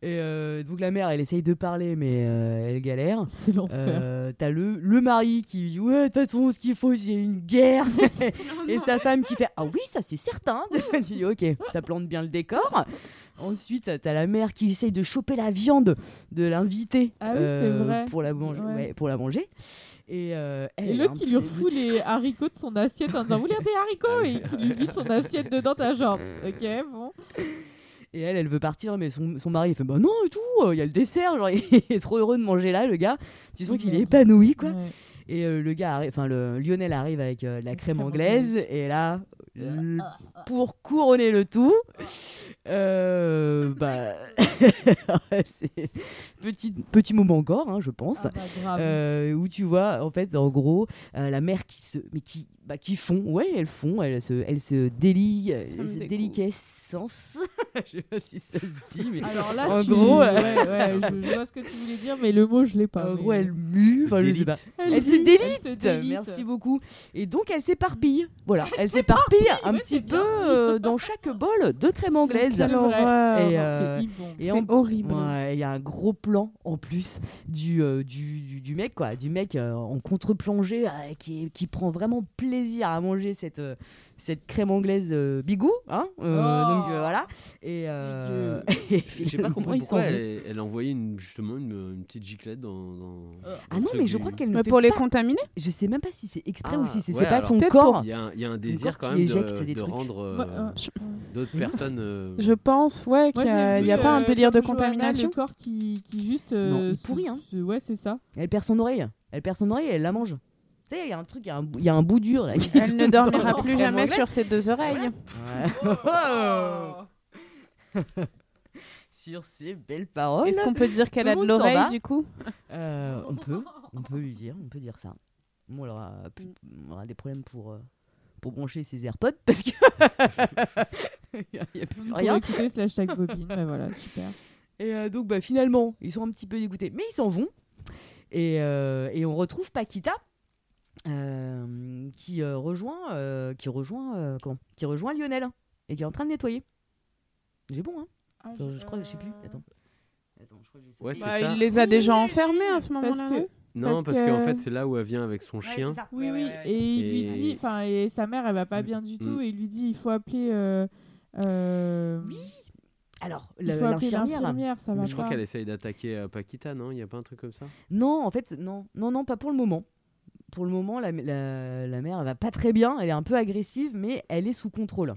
[SPEAKER 1] Et euh, donc la mère, elle essaye de parler, mais euh, elle galère.
[SPEAKER 8] C'est l'enfer.
[SPEAKER 1] Euh, T'as le, le mari qui dit Ouais, de toute façon, ce qu'il faut, c'est une guerre. Et sa femme qui fait Ah oui, ça c'est certain. tu dis Ok, ça plante bien le décor. Ensuite, t'as la mère qui essaye de choper la viande de l'invité euh,
[SPEAKER 8] Ah oui, c'est vrai.
[SPEAKER 1] pour, la manger,
[SPEAKER 8] Ouais.
[SPEAKER 1] ouais, pour la manger. Et, euh, elle,
[SPEAKER 8] Et
[SPEAKER 1] elle est
[SPEAKER 8] l'autre
[SPEAKER 1] un
[SPEAKER 8] qui
[SPEAKER 1] peu
[SPEAKER 8] lui
[SPEAKER 1] dégoûtée.
[SPEAKER 8] refoule les haricots de son assiette en disant Vous voulez des haricots
[SPEAKER 1] Ah,
[SPEAKER 8] Et qui lui vide son assiette dedans, t'as genre Ok, bon.
[SPEAKER 1] Et elle, elle veut partir, mais son, son mari, il fait Bah non, et tout, il y a le dessert. Genre, il est trop heureux de manger là, le gars. Tu sens
[SPEAKER 8] Oh
[SPEAKER 1] qu'il est épanoui, quoi.
[SPEAKER 8] Ouais.
[SPEAKER 1] Et euh, le gars, arri- enfin le Lionel arrive avec euh, de la crème
[SPEAKER 8] crème
[SPEAKER 1] anglaise Euh, et là, l- pour couronner le tout, euh, bah, c'est petit petit moment encore, hein, je pense,
[SPEAKER 8] Ah bah, grave.
[SPEAKER 1] euh, où tu vois en fait en gros euh, la mère qui se, mais qui, bah, qui fond, ouais, elle fond, elle se, elle se délie,
[SPEAKER 11] Ça me
[SPEAKER 1] elle se
[SPEAKER 11] dégoûte.
[SPEAKER 1] déliquescence, je sais pas si ça se dit, mais
[SPEAKER 8] Alors là,
[SPEAKER 1] en
[SPEAKER 8] tu-
[SPEAKER 1] gros,
[SPEAKER 8] ouais,
[SPEAKER 1] euh,
[SPEAKER 8] ouais, je, je vois ce que tu voulais dire, mais le mot, je l'ai pas.
[SPEAKER 1] en
[SPEAKER 8] mais-
[SPEAKER 1] gros elle mue, enfin, je sais
[SPEAKER 9] Délite.
[SPEAKER 1] pas.
[SPEAKER 8] Elle,
[SPEAKER 1] Elle se
[SPEAKER 8] dit-
[SPEAKER 1] délite.
[SPEAKER 8] elle se délite.
[SPEAKER 1] Merci beaucoup. Et donc elle s'éparpille. Voilà, elle s'éparpille un
[SPEAKER 8] ouais,
[SPEAKER 1] petit
[SPEAKER 8] c'est
[SPEAKER 1] peu
[SPEAKER 8] bien
[SPEAKER 1] euh, dans chaque bol de crème anglaise.
[SPEAKER 8] Quelle horreur.
[SPEAKER 1] Et, euh,
[SPEAKER 8] Ah, C'est immonde.
[SPEAKER 1] Et
[SPEAKER 11] C'est
[SPEAKER 1] en-
[SPEAKER 11] horrible.
[SPEAKER 1] Ouais, il y a un gros plan en plus du, euh, du, du, du mec quoi, du mec euh, en contre-plongée euh, qui, qui prend vraiment plaisir à manger cette, euh, cette crème anglaise euh, bigou, hein, euh,
[SPEAKER 8] Oh.
[SPEAKER 1] donc euh, voilà. Et, euh, et
[SPEAKER 9] J'ai pas
[SPEAKER 1] finalement,
[SPEAKER 9] compris
[SPEAKER 1] il
[SPEAKER 9] pourquoi
[SPEAKER 1] s'en va.
[SPEAKER 9] elle, elle a envoyé une, justement une, une petite giclette dans, dans- dans
[SPEAKER 8] Euh.
[SPEAKER 1] Ah
[SPEAKER 9] le
[SPEAKER 1] non
[SPEAKER 9] truc
[SPEAKER 1] mais je
[SPEAKER 9] du-
[SPEAKER 1] crois qu'elle ne
[SPEAKER 11] Mais
[SPEAKER 1] fait
[SPEAKER 11] pour les
[SPEAKER 1] pas-
[SPEAKER 11] contaminer
[SPEAKER 1] Je sais même pas si c'est exprès
[SPEAKER 9] Ah,
[SPEAKER 1] ou si c'est c'est
[SPEAKER 9] ouais,
[SPEAKER 1] pas
[SPEAKER 9] alors
[SPEAKER 1] son
[SPEAKER 11] peut-être
[SPEAKER 1] corps.
[SPEAKER 9] Il y a un, il y a un
[SPEAKER 1] corps
[SPEAKER 9] désir quand
[SPEAKER 1] qui
[SPEAKER 9] même
[SPEAKER 1] éjecte
[SPEAKER 9] de,
[SPEAKER 1] des
[SPEAKER 9] de
[SPEAKER 1] trucs.
[SPEAKER 9] rendre euh,
[SPEAKER 8] Moi, euh,
[SPEAKER 9] d'autres personnes. euh,
[SPEAKER 11] Je pense, ouais,
[SPEAKER 8] Moi,
[SPEAKER 11] qu'il n'y a,
[SPEAKER 8] j'ai vu,
[SPEAKER 11] il y a pas
[SPEAKER 8] euh,
[SPEAKER 11] un délire de
[SPEAKER 8] comme Johanna,
[SPEAKER 11] contamination.
[SPEAKER 8] Le corps qui, qui juste.
[SPEAKER 1] Non,
[SPEAKER 8] euh,
[SPEAKER 1] il
[SPEAKER 8] se-
[SPEAKER 1] pourrit, hein.
[SPEAKER 8] se- ouais, c'est ça.
[SPEAKER 1] Elle perd son oreille. Elle perd son oreille et elle la mange. Tu sais, il y a un truc, il y a un bout- il y, a un bout dur là. qui
[SPEAKER 11] Elle ne
[SPEAKER 1] tombe dans
[SPEAKER 11] dormira
[SPEAKER 1] la
[SPEAKER 11] plus
[SPEAKER 1] crème
[SPEAKER 11] jamais
[SPEAKER 1] anglaise.
[SPEAKER 11] sur ses deux oreilles.
[SPEAKER 1] Ouais. sur ces belles paroles.
[SPEAKER 11] Est-ce qu'on peut dire qu'elle
[SPEAKER 1] Tout
[SPEAKER 11] a
[SPEAKER 1] le
[SPEAKER 11] de
[SPEAKER 1] monde s'en va.
[SPEAKER 11] l'oreille du coup
[SPEAKER 1] euh, on peut, on peut lui dire, on peut dire ça. Bon, on aura, plus- on aura des problèmes pour, euh, pour brancher ses AirPods parce que. Il n'y a plus
[SPEAKER 8] Pour
[SPEAKER 1] rien.
[SPEAKER 8] écouter ce hashtag bobine, bah voilà, super.
[SPEAKER 1] Et euh, donc, bah, finalement, ils sont un petit peu dégoûtés, mais ils s'en vont. Et, euh, et on retrouve Paquita euh, qui, euh, rejoint, euh, qui, rejoint, euh, comment qui rejoint Lionel et qui est en train de nettoyer. J'ai bon, hein je, je crois
[SPEAKER 8] Euh,
[SPEAKER 1] que je sais plus.
[SPEAKER 9] Euh.
[SPEAKER 1] Attends. Attends, je crois que j'ai
[SPEAKER 9] Ouais,
[SPEAKER 1] sauté.
[SPEAKER 9] c'est Bah, ça.
[SPEAKER 10] il les a déjà enfermés à ce moment-là,
[SPEAKER 8] que-
[SPEAKER 10] non
[SPEAKER 9] Non,
[SPEAKER 8] Parce
[SPEAKER 9] parce, qu'en
[SPEAKER 8] que-
[SPEAKER 9] fait, c'est là où elle vient avec son chien.
[SPEAKER 8] Oui, oui. Et il lui
[SPEAKER 9] Et-
[SPEAKER 8] dit, enfin, et sa mère, elle va pas bien du tout.
[SPEAKER 9] Mm.
[SPEAKER 8] Et il lui dit, il faut appeler. euh, euh,
[SPEAKER 1] Alors,
[SPEAKER 8] il
[SPEAKER 1] la-
[SPEAKER 8] faut appeler
[SPEAKER 1] l'infirmière.
[SPEAKER 8] l'infirmière, ça va
[SPEAKER 9] Mais je crois
[SPEAKER 8] pas.
[SPEAKER 9] qu'elle essaye d'attaquer euh, Paquita, non Il n'y a pas un truc comme ça
[SPEAKER 1] Non, en fait, non, non, non, pas pour le moment. Pour le moment, la, la, la mère, elle va pas très bien, elle est un peu agressive, mais elle est sous contrôle.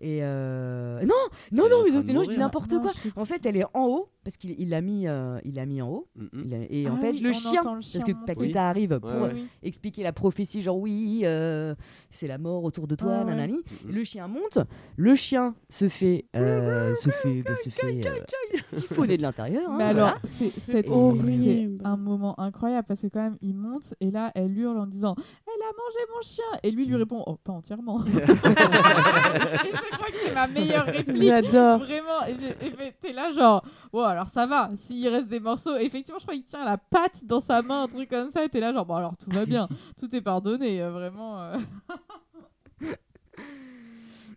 [SPEAKER 1] Et euh, non, non,
[SPEAKER 9] Elle est
[SPEAKER 1] non,
[SPEAKER 9] en
[SPEAKER 1] mais
[SPEAKER 9] train de
[SPEAKER 1] non, je dis
[SPEAKER 9] mourir.
[SPEAKER 1] n'importe
[SPEAKER 8] Non,
[SPEAKER 1] quoi.
[SPEAKER 8] je sais
[SPEAKER 1] En fait, elle est en haut parce qu'il il l'a mis, euh, il l'a mis en haut.
[SPEAKER 9] Mm, mm.
[SPEAKER 1] Il a- et en
[SPEAKER 8] Ah
[SPEAKER 1] fait,
[SPEAKER 8] oui,
[SPEAKER 1] le,
[SPEAKER 8] on
[SPEAKER 1] chien,
[SPEAKER 8] entend le chien
[SPEAKER 1] parce que
[SPEAKER 8] monter.
[SPEAKER 1] Paquita
[SPEAKER 9] Oui.
[SPEAKER 1] arrive pour
[SPEAKER 9] Ouais, ouais.
[SPEAKER 1] euh, expliquer la prophétie, genre oui, euh, c'est la mort autour de toi,
[SPEAKER 8] Ah Ouais, ouais.
[SPEAKER 1] nanani.
[SPEAKER 9] Mhm.
[SPEAKER 1] Le chien monte, le chien se fait, euh, se fait, bah, se fait euh, siphonner de l'intérieur. hein,
[SPEAKER 8] Mais
[SPEAKER 1] voilà.
[SPEAKER 8] alors, c'est- c'est
[SPEAKER 10] horrible.
[SPEAKER 8] c'est un moment incroyable parce que quand même, il monte et là, elle hurle en disant Elle a mangé mon chien Et lui lui répond Oh, pas entièrement. et je crois que c'est ma meilleure réplique.
[SPEAKER 10] J'adore.
[SPEAKER 8] Vraiment. Et j'ai- et mais t'es là, genre Bon, alors ça va, s'il reste des morceaux. Et effectivement, je crois qu'il tient la patte dans sa main, un truc comme ça. Et t'es là, genre Bon, alors tout va bien, tout est pardonné, euh, vraiment. euh.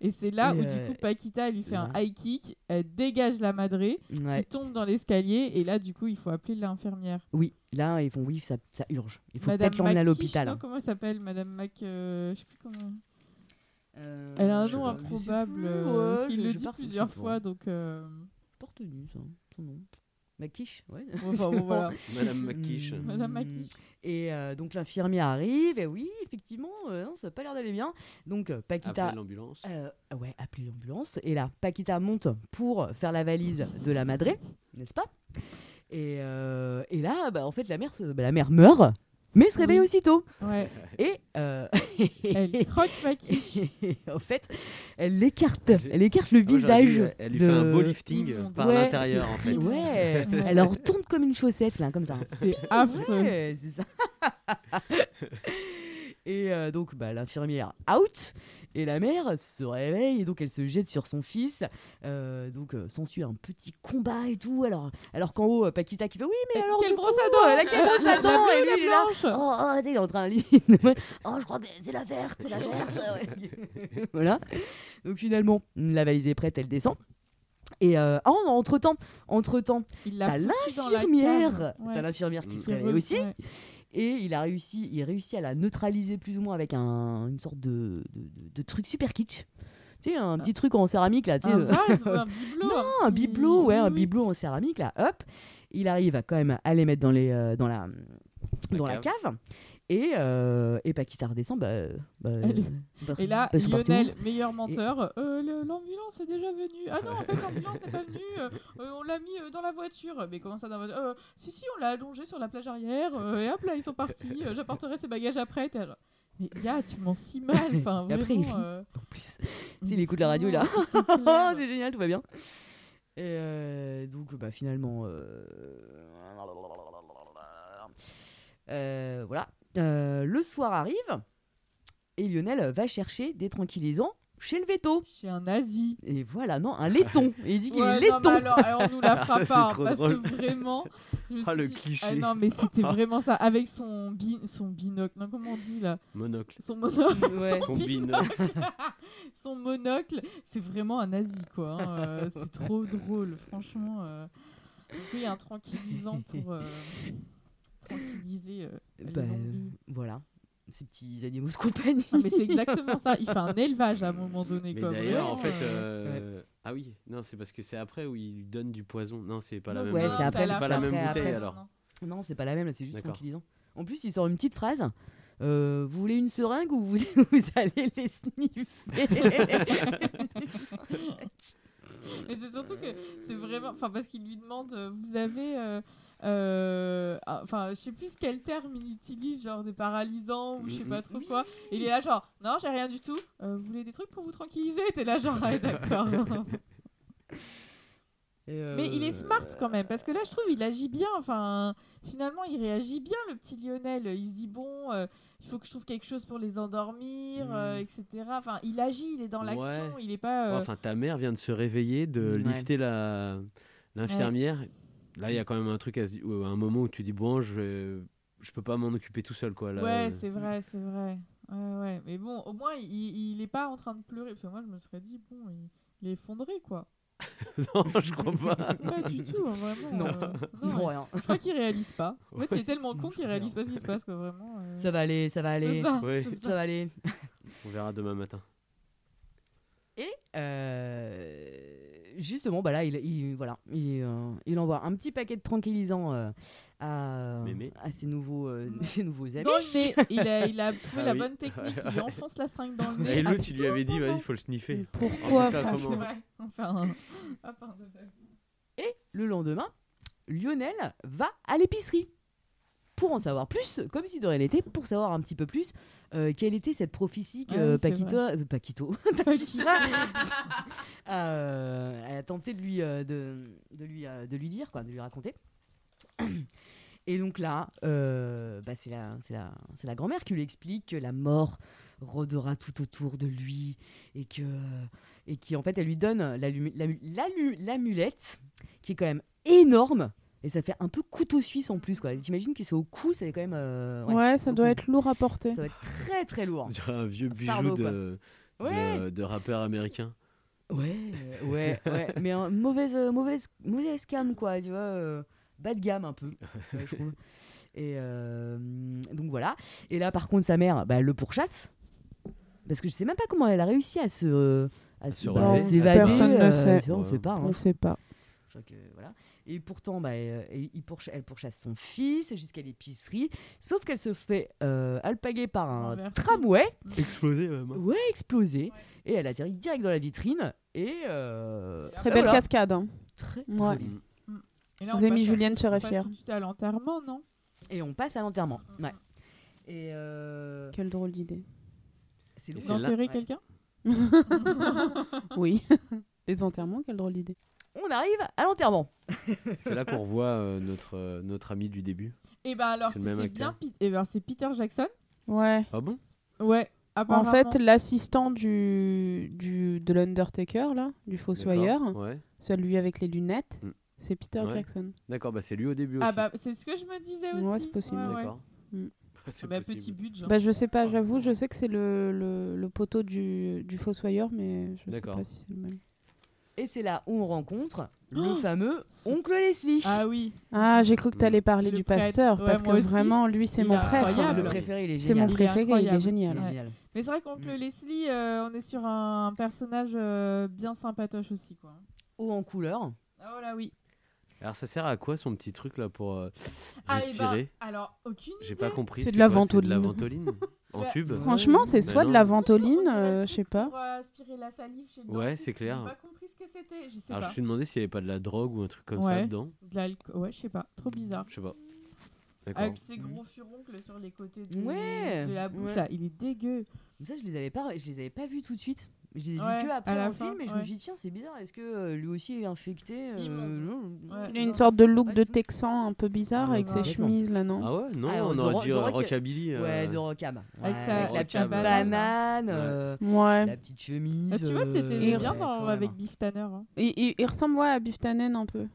[SPEAKER 8] Et c'est là
[SPEAKER 1] Et,
[SPEAKER 8] où
[SPEAKER 1] euh,
[SPEAKER 8] du coup Paquita elle lui fait un
[SPEAKER 1] là.
[SPEAKER 8] high kick, elle dégage la madrée
[SPEAKER 1] Ouais.
[SPEAKER 8] qui tombe dans l'escalier et là du coup il faut appeler l'infirmière.
[SPEAKER 1] Oui, là, ils font oui, ça, ça urge. Il faut
[SPEAKER 8] Madame
[SPEAKER 1] peut-être l'emmener à
[SPEAKER 8] Mac-
[SPEAKER 1] l'hôpital. hein.
[SPEAKER 8] je sais pas Comment elle s'appelle Madame Mac euh, Je sais plus comment.
[SPEAKER 1] Euh,
[SPEAKER 8] Elle a un
[SPEAKER 1] je
[SPEAKER 8] nom
[SPEAKER 1] sais pas, je sais
[SPEAKER 8] improbable.
[SPEAKER 1] plus,
[SPEAKER 8] euh,
[SPEAKER 1] ouais,
[SPEAKER 8] parce qu'il
[SPEAKER 1] je-
[SPEAKER 8] le
[SPEAKER 1] je
[SPEAKER 8] dit
[SPEAKER 1] pars-
[SPEAKER 8] plusieurs
[SPEAKER 1] je sais pas.
[SPEAKER 8] fois donc. euh,
[SPEAKER 1] Porte tenue, ça, son nom. Maquiche, ouais.
[SPEAKER 8] Enfin bon, voilà.
[SPEAKER 9] mm. Madame McKish.
[SPEAKER 1] Hmm.
[SPEAKER 8] Madame Maquis.
[SPEAKER 1] Et euh, donc l'infirmière arrive, et oui, effectivement, euh, non, ça n'a pas l'air d'aller bien. Donc euh, Paquita.
[SPEAKER 9] Appelle l'ambulance.
[SPEAKER 1] euh, ouais, appeler l'ambulance. Et là, Paquita monte pour faire la valise de la madrée, n'est-ce pas et, euh, et là, bah, en fait, la mère, se- bah, la mère meurt, mais se réveille aussitôt.
[SPEAKER 8] Ouais.
[SPEAKER 1] Et. euh,
[SPEAKER 8] Elle croque Maquis.
[SPEAKER 1] en fait, elle l'écarte, elle écarte le
[SPEAKER 9] Ah ouais, j'aurais dû,
[SPEAKER 1] visage.
[SPEAKER 9] Elle elle lui fait un beau
[SPEAKER 1] de-
[SPEAKER 9] lifting euh, par
[SPEAKER 1] Ouais.
[SPEAKER 9] l'intérieur, en fait.
[SPEAKER 1] Ouais, elle en retourne comme une chaussette là, comme ça.
[SPEAKER 8] C'est affreux.
[SPEAKER 1] Ouais, c'est ça. et euh, donc bah, l'infirmière out et la mère se réveille et donc elle se jette sur son fils. Euh, donc euh, s'ensuit un petit combat et tout. Alors alors qu'en haut euh, Paquita qui fait oui mais alors
[SPEAKER 8] Quelle
[SPEAKER 1] du
[SPEAKER 8] brosse
[SPEAKER 1] coup,
[SPEAKER 8] à dents
[SPEAKER 1] euh, laquelle brosse à
[SPEAKER 8] La
[SPEAKER 1] dents
[SPEAKER 8] bleue,
[SPEAKER 1] et lui
[SPEAKER 8] la
[SPEAKER 1] il est là.
[SPEAKER 8] blanche.
[SPEAKER 1] Oh, oh, il est en train de lui- oh, je crois que c'est la verte, c'est la verte. ouais. voilà. Donc finalement, la valise est prête, elle descend. Et euh, ah, non, entre-temps, entre-temps,
[SPEAKER 8] Oh, Il l'a
[SPEAKER 1] t'as
[SPEAKER 8] foutue dans la cave.
[SPEAKER 1] l'infirmière,
[SPEAKER 8] Ouais,
[SPEAKER 1] t'as l'infirmière qui
[SPEAKER 9] Mm.
[SPEAKER 1] se
[SPEAKER 8] c'est
[SPEAKER 1] réveille
[SPEAKER 8] relou,
[SPEAKER 1] aussi,
[SPEAKER 8] ouais.
[SPEAKER 1] et il a réussi, il réussit à la neutraliser plus ou moins avec un, une sorte de, de, de- de truc super kitsch. Tu sais, un petit truc en céramique là, tu sais,
[SPEAKER 8] Un
[SPEAKER 1] euh,
[SPEAKER 8] vase ou un bibelot
[SPEAKER 1] un
[SPEAKER 8] petit-
[SPEAKER 1] bibelot, ouais,
[SPEAKER 8] oui,
[SPEAKER 1] un
[SPEAKER 8] oui.
[SPEAKER 1] bibelot en céramique, là, hop. Il arrive à quand même à les mettre dans, les, euh, dans, la,
[SPEAKER 9] La
[SPEAKER 1] dans la
[SPEAKER 9] cave.
[SPEAKER 1] cave. Et, euh, et Paquita redescend, bah, bah,
[SPEAKER 8] Allez.
[SPEAKER 1] bah,
[SPEAKER 8] Et là,
[SPEAKER 1] bah, c'est parti.
[SPEAKER 8] Lionel, meilleur menteur, euh, le- l'ambulance est déjà venue. Ah non, en fait, l'ambulance n'est pas venue. euh, euh, on l'a mis euh, dans la voiture. Mais comment ça dans la voiture Euh, Si, si, on l'a allongé sur la plage arrière. euh, et hop là, ils sont partis. euh, J'apporterai ses bagages après. T'es genre, Mais gars, tu m'en si mal. Enfin,
[SPEAKER 1] Et après, il
[SPEAKER 8] vraiment,
[SPEAKER 1] rit.
[SPEAKER 8] euh,
[SPEAKER 1] En plus, tu sais, il écoute la radio là.
[SPEAKER 8] c'est clair.
[SPEAKER 1] Oh, c'est génial, tout va bien. Et euh, donc, bah, finalement. euh, euh, voilà. Euh, le soir arrive et Lionel va chercher des tranquillisants chez le veto.
[SPEAKER 8] Je suis un nazi.
[SPEAKER 1] Et voilà, non, un laiton. Et il dit qu'il
[SPEAKER 8] Ouais,
[SPEAKER 1] est
[SPEAKER 8] non, mais
[SPEAKER 1] laiton.
[SPEAKER 8] alors, alors, on nous la
[SPEAKER 9] Alors ça,
[SPEAKER 8] fera
[SPEAKER 9] c'est
[SPEAKER 8] pas, hein,
[SPEAKER 9] trop
[SPEAKER 8] parce
[SPEAKER 9] drôle.
[SPEAKER 8] que vraiment. je me
[SPEAKER 9] Ah,
[SPEAKER 8] suis
[SPEAKER 9] le
[SPEAKER 8] dit-
[SPEAKER 9] cliché.
[SPEAKER 8] Ah non, mais c'était vraiment ça. Avec son, bi- son binocle. Non, comment on dit là
[SPEAKER 9] Monocle.
[SPEAKER 8] Son monocle.
[SPEAKER 1] Ouais.
[SPEAKER 8] Son
[SPEAKER 9] Combine.
[SPEAKER 8] binocle. Son monocle, c'est vraiment un nazi, quoi. hein. Euh, c'est trop drôle, franchement. euh. Donc Oui, un tranquillisant pour euh, tranquilliser euh,
[SPEAKER 1] Bah,
[SPEAKER 8] les zombies.
[SPEAKER 1] Voilà, ces petits animaux de compagnie.
[SPEAKER 8] Ah, mais c'est exactement ça. Il fait un élevage à un moment donné,
[SPEAKER 9] Mais
[SPEAKER 8] quoi.
[SPEAKER 9] d'ailleurs, en
[SPEAKER 8] vraiment,
[SPEAKER 9] fait.
[SPEAKER 8] euh.
[SPEAKER 9] euh, Ah oui, non, c'est parce que c'est après où il lui donne du poison. Non, c'est pas la
[SPEAKER 1] Ouais,
[SPEAKER 9] même
[SPEAKER 1] c'est
[SPEAKER 8] Non,
[SPEAKER 9] bouteille.
[SPEAKER 1] après,
[SPEAKER 8] à
[SPEAKER 1] c'est
[SPEAKER 9] pas la
[SPEAKER 1] après,
[SPEAKER 9] même
[SPEAKER 1] après.
[SPEAKER 9] bouteille
[SPEAKER 8] Non,
[SPEAKER 9] alors.
[SPEAKER 8] non.
[SPEAKER 1] Non, c'est pas la même, là, c'est juste
[SPEAKER 9] D'accord.
[SPEAKER 1] tranquillisant. En plus, il sort une petite phrase. Euh, vous voulez une seringue ou vous, vous allez les sniffer
[SPEAKER 8] Mais c'est surtout que c'est vraiment. Enfin, parce qu'il lui demande euh, vous avez. euh, euh, ah, Enfin, je sais plus quel terme il utilise, genre des paralysants ou je sais
[SPEAKER 9] Mm,
[SPEAKER 8] pas trop quoi. Et il est là, genre, non, j'ai rien du tout. Euh, vous voulez des trucs pour vous tranquilliser T'es là, genre, ah, d'accord. Mais il est smart quand même, parce que là, je trouve, il agit bien. Enfin, finalement, il réagit bien, le petit Lionel. Il se dit bon, euh, il faut que je trouve quelque chose pour les endormir, euh, etc. Enfin, il agit, il est dans l'action,
[SPEAKER 9] Ouais.
[SPEAKER 8] il est pas. euh,
[SPEAKER 9] Enfin, ta mère vient de se réveiller, de
[SPEAKER 8] Ouais.
[SPEAKER 9] lifter la l'infirmière. Là, il y a quand même un truc à, se di- ou à un moment où tu dis bon, je je peux pas m'en occuper tout seul quoi. Là,
[SPEAKER 8] ouais,
[SPEAKER 9] euh,
[SPEAKER 8] c'est vrai, c'est vrai. Ouais, ouais. Mais bon, au moins, il, il est pas en train de pleurer, parce que moi, je me serais dit bon, il, il est effondré, quoi.
[SPEAKER 9] non, je crois pas.
[SPEAKER 8] Pas du tout, hein, vraiment.
[SPEAKER 1] Non.
[SPEAKER 8] euh,
[SPEAKER 1] Non,
[SPEAKER 8] ouais.
[SPEAKER 1] rien.
[SPEAKER 8] Je crois qu'il réalise pas. En fait, il est
[SPEAKER 1] Ouais.
[SPEAKER 8] tellement con qu'il réalise pas ce qui se passe, quoi, vraiment. euh.
[SPEAKER 1] Ça va aller, ça va
[SPEAKER 8] C'est
[SPEAKER 1] aller.
[SPEAKER 8] ça,
[SPEAKER 9] Ouais.
[SPEAKER 8] c'est
[SPEAKER 1] Ça va aller.
[SPEAKER 9] On verra demain matin.
[SPEAKER 1] Et euh, justement, bah là, il, il- voilà, il, euh, il envoie un petit paquet de tranquillisants euh, à,
[SPEAKER 9] Mémé.
[SPEAKER 1] à ses nouveaux, euh, ses nouveaux amis.
[SPEAKER 8] Dans le nez, il a, il a trouvé
[SPEAKER 9] Ah
[SPEAKER 8] la
[SPEAKER 9] oui.
[SPEAKER 8] bonne technique, il lui enfonce la seringue dans le nez.
[SPEAKER 9] Et l'autre,
[SPEAKER 8] Ah,
[SPEAKER 9] il lui avait dit vas-y, il faut le sniffer.
[SPEAKER 8] Pourquoi
[SPEAKER 9] Oh, putain,
[SPEAKER 8] franchement,
[SPEAKER 9] comment-
[SPEAKER 8] C'est vrai. Enfin, un- ah, pardon.
[SPEAKER 1] Et le lendemain, Lionel va à l'épicerie pour en savoir plus, comme si de rien n'était, pour savoir un petit peu plus euh, quelle était cette prophétie que
[SPEAKER 8] Ah oui,
[SPEAKER 1] euh,
[SPEAKER 8] c'est
[SPEAKER 1] Paquito,
[SPEAKER 8] vrai.
[SPEAKER 1] euh, Paquito, Paquita, euh, elle a tenté de lui, euh, de, de lui, euh, de lui dire, quoi, de lui raconter. Et donc là, euh, bah, c'est la, c'est la, c'est la grand-mère qui lui explique que la mort rôdera tout autour de lui et que euh, et qui en fait elle lui donne l'allu- l'allu- l'allu- l'amulette qui est quand même énorme et ça fait un peu couteau suisse en plus quoi. T'imagines que c'est au cou, ça est quand même euh,
[SPEAKER 10] Ouais, ça
[SPEAKER 1] au
[SPEAKER 10] doit
[SPEAKER 1] cou.
[SPEAKER 10] être lourd à porter.
[SPEAKER 1] Ça va être très très lourd.
[SPEAKER 9] On dirait un vieux bijou
[SPEAKER 1] fardeau, quoi.
[SPEAKER 9] de, de,
[SPEAKER 1] Ouais.
[SPEAKER 9] de rappeur américain.
[SPEAKER 1] Ouais, euh, ouais, ouais, mais un mauvaise, euh, mauvaise, mauvaise cam quoi, tu vois, euh, bas de gamme un peu, ouais, je trouve. Et euh, donc voilà. Et là, par contre, sa mère, bah, elle le pourchasse, parce que je sais même pas comment elle a réussi à se, euh, à se- bah,
[SPEAKER 10] relever.
[SPEAKER 1] s'évader.
[SPEAKER 10] Personne ne
[SPEAKER 1] euh,
[SPEAKER 10] sait.
[SPEAKER 1] tu vois, On
[SPEAKER 10] Ouais.
[SPEAKER 1] sait pas. hein.
[SPEAKER 10] On sait pas.
[SPEAKER 1] Je crois que- voilà. Et pourtant, bah, euh, et- il pourcha- elle pourchasse son fils jusqu'à l'épicerie, sauf qu'elle se fait euh, alpaguer par un
[SPEAKER 8] Renverser.
[SPEAKER 1] tramway.
[SPEAKER 9] Explosé, même.
[SPEAKER 1] Ouais, explosé. Et elle atterrit direct dans la vitrine. Et. euh,
[SPEAKER 10] Très
[SPEAKER 1] et
[SPEAKER 10] belle
[SPEAKER 1] voilà.
[SPEAKER 10] cascade. hein.
[SPEAKER 1] Très
[SPEAKER 10] Ouais.
[SPEAKER 1] jolie.
[SPEAKER 8] Et là, on
[SPEAKER 10] Rémi
[SPEAKER 8] passe à-
[SPEAKER 10] Julien
[SPEAKER 8] on
[SPEAKER 10] serait
[SPEAKER 8] passe
[SPEAKER 10] fière.
[SPEAKER 8] tout de suite à l'enterrement, non
[SPEAKER 1] Et on passe à l'enterrement. Ouais. Et. euh,
[SPEAKER 10] Quelle drôle d'idée.
[SPEAKER 1] C'est
[SPEAKER 9] Et
[SPEAKER 1] lourd. hein.
[SPEAKER 9] c'est là-
[SPEAKER 8] Enterrer
[SPEAKER 1] Ouais.
[SPEAKER 8] quelqu'un
[SPEAKER 10] Oui. Les enterrements, quelle drôle d'idée.
[SPEAKER 1] On arrive à l'enterrement.
[SPEAKER 9] C'est là qu'on revoit euh, notre, euh, notre ami du début.
[SPEAKER 8] Et bah alors,
[SPEAKER 9] C'est le même
[SPEAKER 8] c'était
[SPEAKER 9] acteur.
[SPEAKER 8] bien. Et ben c'est Peter Jackson.
[SPEAKER 10] Ouais.
[SPEAKER 9] Ah bon
[SPEAKER 8] Ouais.
[SPEAKER 10] En
[SPEAKER 8] Apparemment.
[SPEAKER 10] fait, l'assistant du, du, de l'Undertaker, là, du Fossoyeur,
[SPEAKER 9] D'accord, Ouais.
[SPEAKER 10] celui avec les lunettes,
[SPEAKER 9] Mm.
[SPEAKER 10] c'est Peter
[SPEAKER 9] Ouais.
[SPEAKER 10] Jackson.
[SPEAKER 9] D'accord, bah c'est lui au début
[SPEAKER 8] ah
[SPEAKER 9] aussi.
[SPEAKER 8] bah c'est ce que je me disais aussi.
[SPEAKER 10] Ouais, c'est possible.
[SPEAKER 8] Ouais, ouais.
[SPEAKER 9] D'accord.
[SPEAKER 10] Mm.
[SPEAKER 9] C'est
[SPEAKER 8] Bah,
[SPEAKER 9] possible.
[SPEAKER 8] petit budget.
[SPEAKER 10] Bah, je sais pas, j'avoue,
[SPEAKER 9] ouais.
[SPEAKER 10] je sais que c'est le, le, le poteau du, du Fossoyeur, mais je sais
[SPEAKER 9] D'accord.
[SPEAKER 10] pas si c'est le même.
[SPEAKER 1] Et c'est là où on rencontre le
[SPEAKER 8] Oh
[SPEAKER 1] fameux
[SPEAKER 8] Ce-
[SPEAKER 1] oncle Leslie.
[SPEAKER 8] Ah oui.
[SPEAKER 10] Ah, j'ai cru que t'allais
[SPEAKER 9] Le
[SPEAKER 10] parler
[SPEAKER 8] prêtre,
[SPEAKER 10] du pasteur,
[SPEAKER 8] ouais,
[SPEAKER 10] parce que
[SPEAKER 8] moi aussi.
[SPEAKER 10] vraiment, lui, c'est
[SPEAKER 8] Il
[SPEAKER 10] mon
[SPEAKER 8] est
[SPEAKER 10] prêtre. hein.
[SPEAKER 1] le
[SPEAKER 8] incroyable.
[SPEAKER 1] préféré, il est
[SPEAKER 10] C'est mon
[SPEAKER 1] génial.
[SPEAKER 8] Il est
[SPEAKER 10] préféré, il est
[SPEAKER 8] incroyable.
[SPEAKER 1] Il est
[SPEAKER 10] génial.
[SPEAKER 1] génial.
[SPEAKER 8] Mais c'est vrai qu'oncle
[SPEAKER 9] Mm.
[SPEAKER 8] Leslie, euh, on est sur un personnage euh, bien sympatoche aussi quoi.
[SPEAKER 1] Haut en couleur.
[SPEAKER 8] Oh là oui.
[SPEAKER 9] Alors ça sert à quoi son petit truc là pour euh,
[SPEAKER 8] Ah et ben
[SPEAKER 9] respirer
[SPEAKER 8] alors aucune idée.
[SPEAKER 9] J'ai pas compris.
[SPEAKER 10] C'est de la
[SPEAKER 9] quoi, c'est De la ventoline en
[SPEAKER 8] Bah,
[SPEAKER 9] tube.
[SPEAKER 10] Franchement, c'est
[SPEAKER 9] Bah
[SPEAKER 10] soit de
[SPEAKER 9] non.
[SPEAKER 10] la
[SPEAKER 8] Je sais pas, on dirait
[SPEAKER 10] ventoline,
[SPEAKER 8] le
[SPEAKER 10] euh,
[SPEAKER 8] truc
[SPEAKER 10] je sais pas.
[SPEAKER 8] Pour euh, aspirer la salive chez le
[SPEAKER 9] Ouais,
[SPEAKER 8] dentiste,
[SPEAKER 9] c'est clair.
[SPEAKER 8] J'ai pas compris ce que c'était, je sais
[SPEAKER 9] Alors je me
[SPEAKER 8] pas.
[SPEAKER 9] suis demandé s'il n'y avait pas de la drogue ou un truc comme ça
[SPEAKER 8] Ouais.
[SPEAKER 9] dedans.
[SPEAKER 8] De l'alcool, ouais, je sais pas, trop bizarre.
[SPEAKER 9] Je sais pas. Mm. D'accord.
[SPEAKER 8] Avec ses gros furoncles sur les côtés du-
[SPEAKER 1] Ouais,
[SPEAKER 8] de la bouche
[SPEAKER 1] ouais.
[SPEAKER 8] là, il est dégueu.
[SPEAKER 1] Mais Ça, je les avais pas, je les avais pas vus tout de suite. Je les ai
[SPEAKER 8] Ouais,
[SPEAKER 1] vus que après
[SPEAKER 8] à la
[SPEAKER 1] dans le
[SPEAKER 8] fin,
[SPEAKER 1] film, et je
[SPEAKER 8] ouais.
[SPEAKER 1] me suis dit tiens, c'est bizarre. Est-ce que euh, lui aussi est infecté euh,
[SPEAKER 8] Immonde.
[SPEAKER 1] non.
[SPEAKER 8] Ouais,
[SPEAKER 10] Il a une
[SPEAKER 8] non.
[SPEAKER 10] sorte de look
[SPEAKER 1] Pas
[SPEAKER 10] de
[SPEAKER 1] du tout.
[SPEAKER 10] texan un peu bizarre
[SPEAKER 1] Ah,
[SPEAKER 10] avec ses
[SPEAKER 1] complètement.
[SPEAKER 10] chemises là, non
[SPEAKER 9] Ah ouais Non,
[SPEAKER 1] Ah,
[SPEAKER 9] on
[SPEAKER 1] de
[SPEAKER 9] aurait
[SPEAKER 1] ro-
[SPEAKER 9] dit
[SPEAKER 1] de
[SPEAKER 9] euh,
[SPEAKER 1] rock-
[SPEAKER 9] rockabilly. euh,
[SPEAKER 1] Ouais, de Rockham.
[SPEAKER 8] Avec
[SPEAKER 1] Ouais,
[SPEAKER 8] sa-
[SPEAKER 1] avec la
[SPEAKER 8] sa
[SPEAKER 1] petite
[SPEAKER 8] banane, hein.
[SPEAKER 1] banane,
[SPEAKER 9] là.
[SPEAKER 1] euh,
[SPEAKER 10] Ouais.
[SPEAKER 1] la petite chemise.
[SPEAKER 8] Ah, tu vois, t'étais
[SPEAKER 1] euh,
[SPEAKER 8] bien
[SPEAKER 1] ouais,
[SPEAKER 8] dans,
[SPEAKER 1] quand
[SPEAKER 8] avec
[SPEAKER 1] même.
[SPEAKER 8] Biff Tanner. hein.
[SPEAKER 10] Il, il- il ressemble ouais, à Biff Tannen un peu.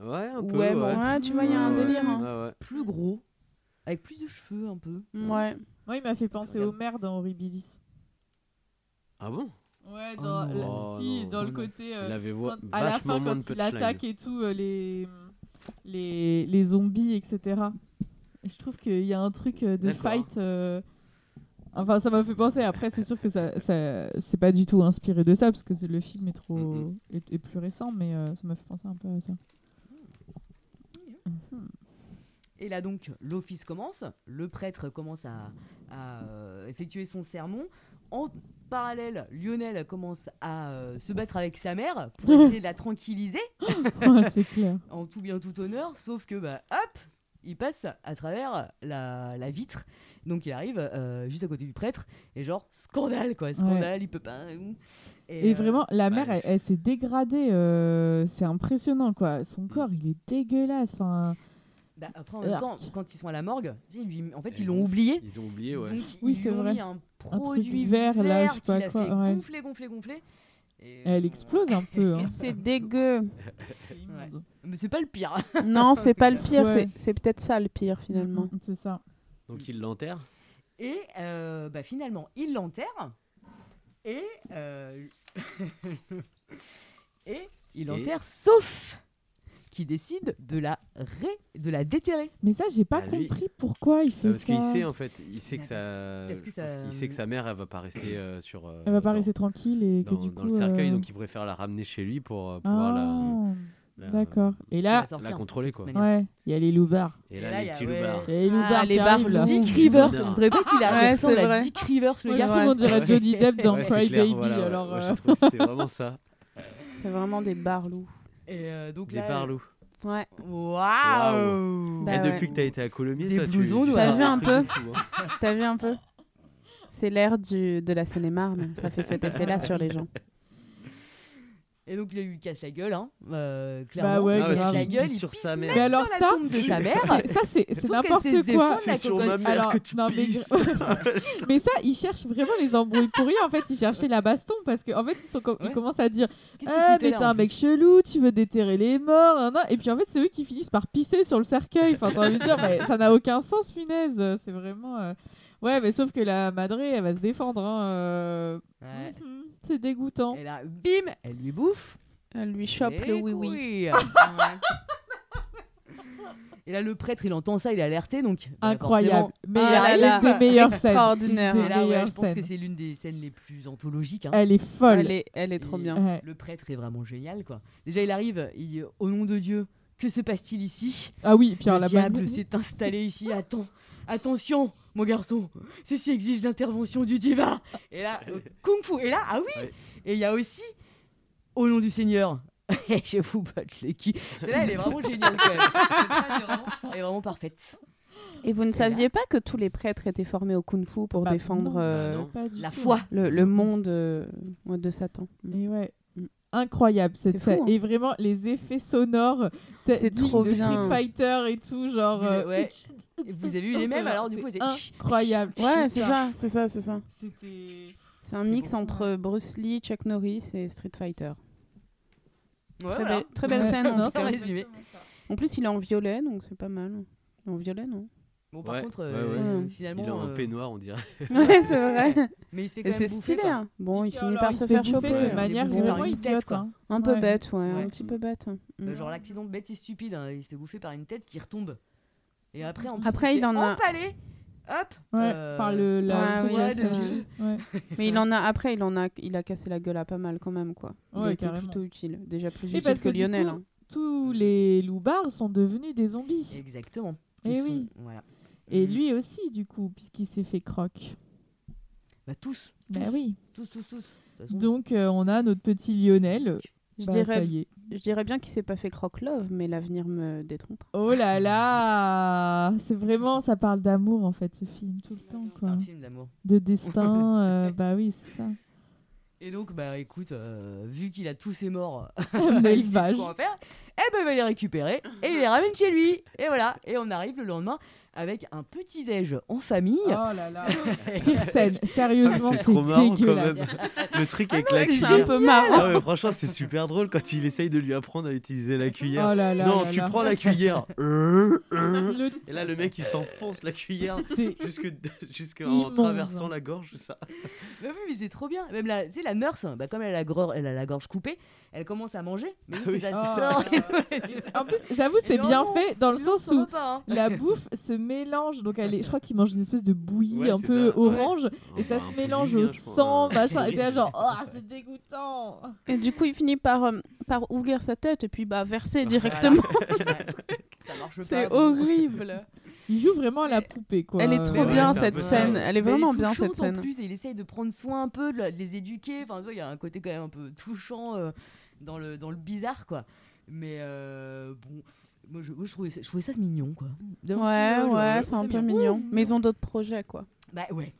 [SPEAKER 9] Ouais, un peu.
[SPEAKER 1] Ouais,
[SPEAKER 9] Ouais,
[SPEAKER 1] mais en
[SPEAKER 10] Ouais, tu vois, il y a un
[SPEAKER 9] Ouais, Ah
[SPEAKER 10] délire. hein.
[SPEAKER 9] ouais, ouais.
[SPEAKER 1] plus gros, avec plus de cheveux un peu.
[SPEAKER 10] Ouais.
[SPEAKER 8] Moi, il m'a fait penser
[SPEAKER 1] Regarde.
[SPEAKER 8] au maire dans Horribilis.
[SPEAKER 9] Ah bon
[SPEAKER 8] Ouais,
[SPEAKER 1] Oh
[SPEAKER 8] dans,
[SPEAKER 1] non.
[SPEAKER 8] la-
[SPEAKER 9] Oh
[SPEAKER 8] si,
[SPEAKER 9] non.
[SPEAKER 8] dans le
[SPEAKER 1] Oh non.
[SPEAKER 8] côté. euh,
[SPEAKER 9] Il avait vo-
[SPEAKER 8] quand- à la
[SPEAKER 9] vachement
[SPEAKER 8] fin,
[SPEAKER 9] moins de
[SPEAKER 8] quand il attaque
[SPEAKER 9] punchline.
[SPEAKER 8] et tout, euh, les, les, les zombies, etc. Et je trouve qu'il y a un truc euh, de
[SPEAKER 9] D'accord.
[SPEAKER 8] fight. euh, Enfin, ça m'a fait penser. Après, c'est sûr que ça, ça- c'est pas du tout inspiré de ça, parce que c'est- le film est trop
[SPEAKER 9] Mhm.
[SPEAKER 8] est, est plus récent, mais euh, ça m'a fait penser un peu à ça.
[SPEAKER 1] Et là donc, l'office commence. Le prêtre commence à, à, euh, effectuer son sermon. En parallèle, Lionel commence à euh, se battre avec sa mère pour essayer de la tranquilliser.
[SPEAKER 8] Ouais, c'est clair.
[SPEAKER 1] en tout bien tout honneur, sauf que bah hop, il passe à travers la, la vitre. Donc il arrive euh, juste à côté du prêtre et genre scandale quoi, scandale, il peut pas.
[SPEAKER 8] Et,
[SPEAKER 1] euh,
[SPEAKER 8] vraiment, la
[SPEAKER 1] bah,
[SPEAKER 8] mère, elle, elle s'est dégradée. euh, c'est impressionnant, quoi.
[SPEAKER 9] Mm.
[SPEAKER 8] Son corps, il est dégueulasse. Enfin,
[SPEAKER 1] bah, après en même temps, quand ils sont à la morgue, tu sais, lui- en fait ils l'ont oublié.
[SPEAKER 9] Ils ont oublié, ouais.
[SPEAKER 1] Donc,
[SPEAKER 8] Oui,
[SPEAKER 1] ils
[SPEAKER 8] c'est
[SPEAKER 1] lui ont
[SPEAKER 8] vrai.
[SPEAKER 1] mis un
[SPEAKER 8] truc
[SPEAKER 1] produit
[SPEAKER 8] vert, là,
[SPEAKER 1] vert
[SPEAKER 8] je sais pas
[SPEAKER 1] qu'il a
[SPEAKER 8] quoi,
[SPEAKER 1] fait
[SPEAKER 8] ouais.
[SPEAKER 1] gonfler, gonfler, gonfler. Et,
[SPEAKER 8] elle explose un peu. hein.
[SPEAKER 10] C'est dégueu.
[SPEAKER 1] ouais. euh, Mais c'est pas le pire.
[SPEAKER 10] Non, c'est pas le pire.
[SPEAKER 8] Ouais.
[SPEAKER 10] c'est- C'est peut-être ça le pire finalement.
[SPEAKER 1] Mm.
[SPEAKER 8] C'est ça.
[SPEAKER 9] Donc ils l'enterrent.
[SPEAKER 1] Et euh, bah, finalement, il l'enterre. Et. euh, et il
[SPEAKER 9] Et-
[SPEAKER 1] enterre sauf qui décide de la, ré- de la déterrer.
[SPEAKER 8] Mais ça, j'ai pas
[SPEAKER 9] Bah, lui- Ah,
[SPEAKER 8] compris pourquoi il fait
[SPEAKER 9] parce
[SPEAKER 8] ça.
[SPEAKER 9] qu'il sait hein. en fait, il sait
[SPEAKER 1] Bah,
[SPEAKER 9] que
[SPEAKER 1] parce
[SPEAKER 9] ça,
[SPEAKER 1] parce que
[SPEAKER 9] je pense
[SPEAKER 1] ça-
[SPEAKER 9] qu'il sait que sa mère, elle va pas rester euh, sur. euh,
[SPEAKER 8] Elle va pas
[SPEAKER 9] dans-
[SPEAKER 8] rester tranquille et que
[SPEAKER 9] dans,
[SPEAKER 8] du coup.
[SPEAKER 9] dans le cercueil,
[SPEAKER 8] euh,
[SPEAKER 9] donc il préfère la ramener chez lui pour euh, pouvoir la-
[SPEAKER 8] Ah,
[SPEAKER 9] la,
[SPEAKER 8] D'accord. Et là,
[SPEAKER 1] va sortir, hein,
[SPEAKER 9] la contrôler quoi.
[SPEAKER 1] de toute manière.
[SPEAKER 8] ouais, il y a les loupards.
[SPEAKER 9] Et
[SPEAKER 1] Et
[SPEAKER 9] là,
[SPEAKER 1] là, il
[SPEAKER 9] les
[SPEAKER 1] y a-
[SPEAKER 9] petits
[SPEAKER 1] ouais.
[SPEAKER 9] loupards.
[SPEAKER 8] Il y a les loupards
[SPEAKER 10] Ah,
[SPEAKER 8] qui
[SPEAKER 10] les
[SPEAKER 8] arrivent,
[SPEAKER 10] barbes
[SPEAKER 8] là.
[SPEAKER 10] loups.
[SPEAKER 1] Dick Rivers,
[SPEAKER 9] Bizarre.
[SPEAKER 1] je voudrais
[SPEAKER 8] Ah.
[SPEAKER 1] pas qu'il a
[SPEAKER 10] Ouais,
[SPEAKER 1] ressemble
[SPEAKER 10] c'est
[SPEAKER 1] à
[SPEAKER 10] vrai.
[SPEAKER 1] Dick Rivers, le
[SPEAKER 10] Ouais,
[SPEAKER 8] Moi, je
[SPEAKER 1] gars.
[SPEAKER 8] trouve qu'on dirait
[SPEAKER 9] Ouais.
[SPEAKER 8] Johnny Depp dans
[SPEAKER 9] Ouais, c'est
[SPEAKER 8] Cry
[SPEAKER 9] clair,
[SPEAKER 8] Baby.
[SPEAKER 9] voilà, ouais.
[SPEAKER 8] alors,
[SPEAKER 9] Moi,
[SPEAKER 8] euh,
[SPEAKER 9] j'ai trouvé que c'était vraiment ça.
[SPEAKER 10] C'est vraiment des barlous.
[SPEAKER 1] Et euh, donc
[SPEAKER 9] Les
[SPEAKER 1] là,
[SPEAKER 9] parlous.
[SPEAKER 10] Ouais.
[SPEAKER 1] Waouh
[SPEAKER 10] Bah
[SPEAKER 9] Et
[SPEAKER 10] ouais.
[SPEAKER 9] depuis que t'as été à Colomiers,
[SPEAKER 1] Des
[SPEAKER 9] toi, tu-
[SPEAKER 1] blousons,
[SPEAKER 9] tu
[SPEAKER 1] nous,
[SPEAKER 9] sors
[SPEAKER 10] t'as vu un
[SPEAKER 9] truc
[SPEAKER 10] peu
[SPEAKER 9] de fou, hein.
[SPEAKER 10] T'as vu un peu C'est l'air du- de la Seine-et-Marne. Ça fait cet effet-là sur les gens.
[SPEAKER 1] Et donc il lui casse la gueule, hein. euh, clairement.
[SPEAKER 8] Bah ouais,
[SPEAKER 9] Ah, parce
[SPEAKER 8] grave.
[SPEAKER 1] la
[SPEAKER 9] qu'il
[SPEAKER 1] gueule,
[SPEAKER 9] pisse
[SPEAKER 1] il
[SPEAKER 9] sur
[SPEAKER 1] pisse
[SPEAKER 9] sa
[SPEAKER 1] même
[SPEAKER 9] mère.
[SPEAKER 8] Mais alors
[SPEAKER 1] sur la
[SPEAKER 8] ça,
[SPEAKER 1] tombe de sa mère.
[SPEAKER 8] Ça, c'est
[SPEAKER 1] Sauf
[SPEAKER 8] c'est
[SPEAKER 1] qu'elle sait se
[SPEAKER 8] n'importe quoi.
[SPEAKER 1] défendre, la
[SPEAKER 9] C'est sur ma
[SPEAKER 1] cocotte.
[SPEAKER 9] mère
[SPEAKER 8] Alors,
[SPEAKER 9] que tu
[SPEAKER 8] non, mais
[SPEAKER 9] pisses.
[SPEAKER 8] Mais ça, ils cherchent vraiment les embrouilles pour rien. En fait, ils cherchaient la baston parce qu'en fait, ils, sont com- ils
[SPEAKER 1] Ouais.
[SPEAKER 8] commencent à dire
[SPEAKER 1] Qu'est-ce qu'il
[SPEAKER 8] Ah,
[SPEAKER 1] foutait
[SPEAKER 8] mais
[SPEAKER 1] là,
[SPEAKER 8] t'es
[SPEAKER 1] en
[SPEAKER 8] un mec
[SPEAKER 1] plus
[SPEAKER 8] chelou, tu veux déterrer les morts. nan, nan. Et puis en fait, c'est eux qui finissent par pisser sur le cercueil. Enfin, t'as envie de dire mais Ça n'a aucun sens, punaise. C'est vraiment. euh, Ouais, mais sauf que la madrée, elle va se défendre. hein, euh,
[SPEAKER 1] Ouais.
[SPEAKER 8] mhm, C'est dégoûtant.
[SPEAKER 1] Et là, bim, elle lui bouffe.
[SPEAKER 10] Elle lui chope le
[SPEAKER 1] Et
[SPEAKER 10] oui-oui.
[SPEAKER 1] couille. Et là, le prêtre, il entend ça, il est alerté, donc. bah,
[SPEAKER 8] Incroyable.
[SPEAKER 1] forcément.
[SPEAKER 8] Mais
[SPEAKER 10] Ah
[SPEAKER 8] elle
[SPEAKER 10] là
[SPEAKER 8] a l'une
[SPEAKER 10] là.
[SPEAKER 8] des meilleures scènes.
[SPEAKER 10] Extraordinaire.
[SPEAKER 8] Des
[SPEAKER 1] Et Ah là, ouais,
[SPEAKER 8] meilleures
[SPEAKER 1] je pense que
[SPEAKER 8] scènes.
[SPEAKER 1] c'est l'une des scènes les plus anthologiques. hein.
[SPEAKER 8] Elle est folle.
[SPEAKER 10] Elle est, elle est trop
[SPEAKER 1] Et
[SPEAKER 10] bien.
[SPEAKER 8] Ouais.
[SPEAKER 1] Le prêtre est vraiment génial, quoi. Déjà, il arrive, il dit, au nom de Dieu, que se passe-t-il ici
[SPEAKER 8] Ah oui, puis alors
[SPEAKER 1] Le
[SPEAKER 8] la
[SPEAKER 1] diable
[SPEAKER 8] manière-
[SPEAKER 1] s'est installé ici. Attends, attention, mon garçon. Ceci exige l'intervention du divin. Et là, euh, kung fu. Et là, ah oui.
[SPEAKER 9] Ouais.
[SPEAKER 1] Et il y a aussi, au nom du Seigneur. je vous batte les qui. Celle-là, elle est vraiment géniale. Quand même. Celle-là, elle, est vraiment, elle est vraiment parfaite.
[SPEAKER 10] Et vous ne saviez pas que tous les prêtres étaient formés au kung-fu pour
[SPEAKER 8] Bah,
[SPEAKER 10] défendre
[SPEAKER 8] non.
[SPEAKER 10] euh,
[SPEAKER 9] Bah, non.
[SPEAKER 8] Pas du
[SPEAKER 1] La
[SPEAKER 8] tout.
[SPEAKER 1] foi.
[SPEAKER 10] le, le monde euh, de Satan.
[SPEAKER 8] Et ouais.
[SPEAKER 10] Mm.
[SPEAKER 8] Incroyable cette
[SPEAKER 10] C'est fou,
[SPEAKER 8] scène.
[SPEAKER 10] hein.
[SPEAKER 8] Et vraiment, les effets sonores t'as-
[SPEAKER 10] C'est
[SPEAKER 8] dignes
[SPEAKER 10] trop
[SPEAKER 8] de
[SPEAKER 10] bien.
[SPEAKER 8] Street Fighter et tout, genre.
[SPEAKER 1] Vous avez-
[SPEAKER 8] euh,
[SPEAKER 1] ouais. Et Vous avez eu les mêmes, alors du coup, vous
[SPEAKER 8] c'est
[SPEAKER 1] êtes
[SPEAKER 8] incroyable.
[SPEAKER 10] Ouais, c'est ça, c'est ça, c'est ça.
[SPEAKER 8] C'était.
[SPEAKER 10] C'est un
[SPEAKER 8] C'était
[SPEAKER 10] mix
[SPEAKER 8] bon.
[SPEAKER 10] entre Bruce Lee, Chuck Norris et Street Fighter.
[SPEAKER 1] Ouais,
[SPEAKER 10] Très,
[SPEAKER 1] voilà.
[SPEAKER 10] belle, très belle
[SPEAKER 8] Ouais.
[SPEAKER 10] scène. en
[SPEAKER 8] Non,
[SPEAKER 10] tout
[SPEAKER 1] c'est
[SPEAKER 10] cas.
[SPEAKER 1] résumé.
[SPEAKER 10] En plus, il est en violet, donc c'est pas mal. En violet, non
[SPEAKER 1] Bon, par
[SPEAKER 9] Ouais,
[SPEAKER 1] contre,
[SPEAKER 9] ouais,
[SPEAKER 1] euh,
[SPEAKER 10] ouais.
[SPEAKER 1] finalement.
[SPEAKER 9] Il est en
[SPEAKER 1] euh,
[SPEAKER 9] peignoir, on dirait.
[SPEAKER 10] Ouais, c'est vrai.
[SPEAKER 1] Mais il se fait quand
[SPEAKER 10] Et
[SPEAKER 1] même
[SPEAKER 10] c'est
[SPEAKER 1] bouffer,
[SPEAKER 10] stylé.
[SPEAKER 1] quoi.
[SPEAKER 10] hein. Bon, il
[SPEAKER 8] Puis
[SPEAKER 10] finit
[SPEAKER 8] alors,
[SPEAKER 10] par
[SPEAKER 8] il
[SPEAKER 10] se faire
[SPEAKER 8] bouffer
[SPEAKER 10] choper. euh,
[SPEAKER 8] de
[SPEAKER 1] ouais.
[SPEAKER 8] manière
[SPEAKER 1] Il se fait bouffer
[SPEAKER 8] Bah, vraiment
[SPEAKER 1] par une tête,
[SPEAKER 8] idiote.
[SPEAKER 1] quoi.
[SPEAKER 8] hein.
[SPEAKER 10] Un peu
[SPEAKER 8] Ouais.
[SPEAKER 10] bête, ouais,
[SPEAKER 1] Ouais.
[SPEAKER 10] un petit peu bête. Mm.
[SPEAKER 1] Euh, Genre l'accident de bête et stupide, hein, il se fait bouffer par une tête qui retombe. Et après, en plus,
[SPEAKER 10] Après,
[SPEAKER 1] il,
[SPEAKER 10] il en a-
[SPEAKER 1] empalé. Hop.
[SPEAKER 8] Ouais,
[SPEAKER 1] euh,
[SPEAKER 8] par le. La
[SPEAKER 10] Ah oui,
[SPEAKER 8] tourelle,
[SPEAKER 10] c'est
[SPEAKER 8] euh,
[SPEAKER 10] Dieu.
[SPEAKER 8] ouais.
[SPEAKER 10] Mais il en a après, il en a, il a cassé la gueule à pas mal quand même quoi. Il
[SPEAKER 8] Ouais,
[SPEAKER 10] a été
[SPEAKER 8] carrément.
[SPEAKER 10] plutôt utile, déjà plus
[SPEAKER 8] Et
[SPEAKER 10] utile
[SPEAKER 8] parce
[SPEAKER 10] que,
[SPEAKER 8] que du
[SPEAKER 10] Lionel.
[SPEAKER 8] coup, bah,
[SPEAKER 10] hein.
[SPEAKER 8] Tous les loupards sont devenus des zombies.
[SPEAKER 1] Exactement.
[SPEAKER 8] Eh
[SPEAKER 1] Ils
[SPEAKER 8] oui.
[SPEAKER 1] sont- voilà.
[SPEAKER 8] Et
[SPEAKER 1] Mm.
[SPEAKER 8] lui aussi, du coup, puisqu'il s'est fait croque.
[SPEAKER 1] Bah tous.
[SPEAKER 8] Bah
[SPEAKER 1] tous,
[SPEAKER 8] oui.
[SPEAKER 1] Tous, tous, tous. De toute façon,
[SPEAKER 8] Donc, euh, on a notre petit Lionel.
[SPEAKER 10] Je
[SPEAKER 8] Bah,
[SPEAKER 10] dirais-
[SPEAKER 8] ça y est.
[SPEAKER 10] Je dirais bien qu'il s'est pas fait croque love, mais l'avenir me détrompe.
[SPEAKER 8] Oh là là C'est vraiment, ça parle d'amour en fait ce film, tout le temps
[SPEAKER 1] C'est
[SPEAKER 8] quoi.
[SPEAKER 1] un film d'amour.
[SPEAKER 8] De destin,
[SPEAKER 1] Ouais,
[SPEAKER 8] euh, bah oui c'est ça.
[SPEAKER 1] Et donc, bah écoute, euh, vu qu'il a tous ses morts,
[SPEAKER 8] Un
[SPEAKER 1] il sait plus
[SPEAKER 8] élevage.
[SPEAKER 1] quoi en faire, eh ben il va les récupérer et il les ramène chez lui. Et voilà. Et on arrive le lendemain avec un petit déj en famille.
[SPEAKER 8] Oh là là Pire scène, sérieusement
[SPEAKER 9] Ah,
[SPEAKER 8] c'est
[SPEAKER 9] c'est trop marrant quand
[SPEAKER 8] dégueulasse.
[SPEAKER 9] même. Le truc avec la
[SPEAKER 1] c'est
[SPEAKER 9] cuillère.
[SPEAKER 1] peu
[SPEAKER 9] Ah ouais, franchement, c'est super drôle quand il essaye de lui apprendre à utiliser la cuillère.
[SPEAKER 8] Oh là là
[SPEAKER 9] non,
[SPEAKER 8] là
[SPEAKER 9] tu
[SPEAKER 8] là.
[SPEAKER 9] prends la cuillère. Euh, euh.
[SPEAKER 8] Le-
[SPEAKER 9] Et là, le mec, il s'enfonce la cuillère
[SPEAKER 8] C'est
[SPEAKER 9] jusque, jusque en
[SPEAKER 8] Immonde.
[SPEAKER 9] traversant la gorge, tout ça.
[SPEAKER 1] Mais oui, mais c'est trop bien. Même la, c'est la nurse, bah, comme elle a, la gro- elle a la gorge coupée, elle commence à manger, mais
[SPEAKER 9] Ah
[SPEAKER 1] oui,
[SPEAKER 9] oui.
[SPEAKER 1] ça
[SPEAKER 8] Oh.
[SPEAKER 1] sort. et tout.
[SPEAKER 8] En plus, j'avoue, c'est
[SPEAKER 1] Et
[SPEAKER 8] bien
[SPEAKER 1] non,
[SPEAKER 8] fait dans le
[SPEAKER 1] Sinon,
[SPEAKER 8] sens
[SPEAKER 1] ça va
[SPEAKER 8] où
[SPEAKER 1] pas, hein.
[SPEAKER 8] la bouffe se mélange. Donc, elle est, je crois qu'il mange une espèce de bouillie
[SPEAKER 9] Ouais,
[SPEAKER 8] un
[SPEAKER 9] c'est
[SPEAKER 8] peu
[SPEAKER 9] ça, ouais.
[SPEAKER 8] orange et ça
[SPEAKER 9] Bah, un
[SPEAKER 8] se
[SPEAKER 9] peu
[SPEAKER 8] mélange
[SPEAKER 9] du
[SPEAKER 8] au
[SPEAKER 9] lien, je crois.
[SPEAKER 8] sang,
[SPEAKER 9] Euh,
[SPEAKER 8] machin.
[SPEAKER 9] oui.
[SPEAKER 8] Et t'es là, genre, oh, c'est dégoûtant
[SPEAKER 10] Et du coup, il finit par, euh, par ouvrir sa tête et puis bah verser directement.
[SPEAKER 1] Voilà. ça marche pas.
[SPEAKER 10] C'est
[SPEAKER 1] bon.
[SPEAKER 10] horrible.
[SPEAKER 8] Il joue vraiment à la poupée quoi.
[SPEAKER 10] Elle est
[SPEAKER 8] Mais
[SPEAKER 10] trop
[SPEAKER 9] ouais,
[SPEAKER 10] bien
[SPEAKER 9] c'est un
[SPEAKER 10] cette
[SPEAKER 9] peu ça.
[SPEAKER 10] scène. Elle est
[SPEAKER 1] Mais
[SPEAKER 10] vraiment
[SPEAKER 1] elle est
[SPEAKER 10] bien
[SPEAKER 1] touchante
[SPEAKER 10] cette
[SPEAKER 1] En
[SPEAKER 10] scène.
[SPEAKER 1] plus, et il essaye de prendre soin un peu, de la- de les éduquer. Enfin, tu vois, il y a un côté quand même un peu touchant euh, dans, le, dans le bizarre, quoi. Mais euh, bon, Moi, je, moi, je trouvais, ça, je trouvais ça mignon, quoi.
[SPEAKER 11] Ouais, ouais, c'est un peu mignon. Mais ils ont d'autres projets, quoi.
[SPEAKER 1] euh, Bah ouais.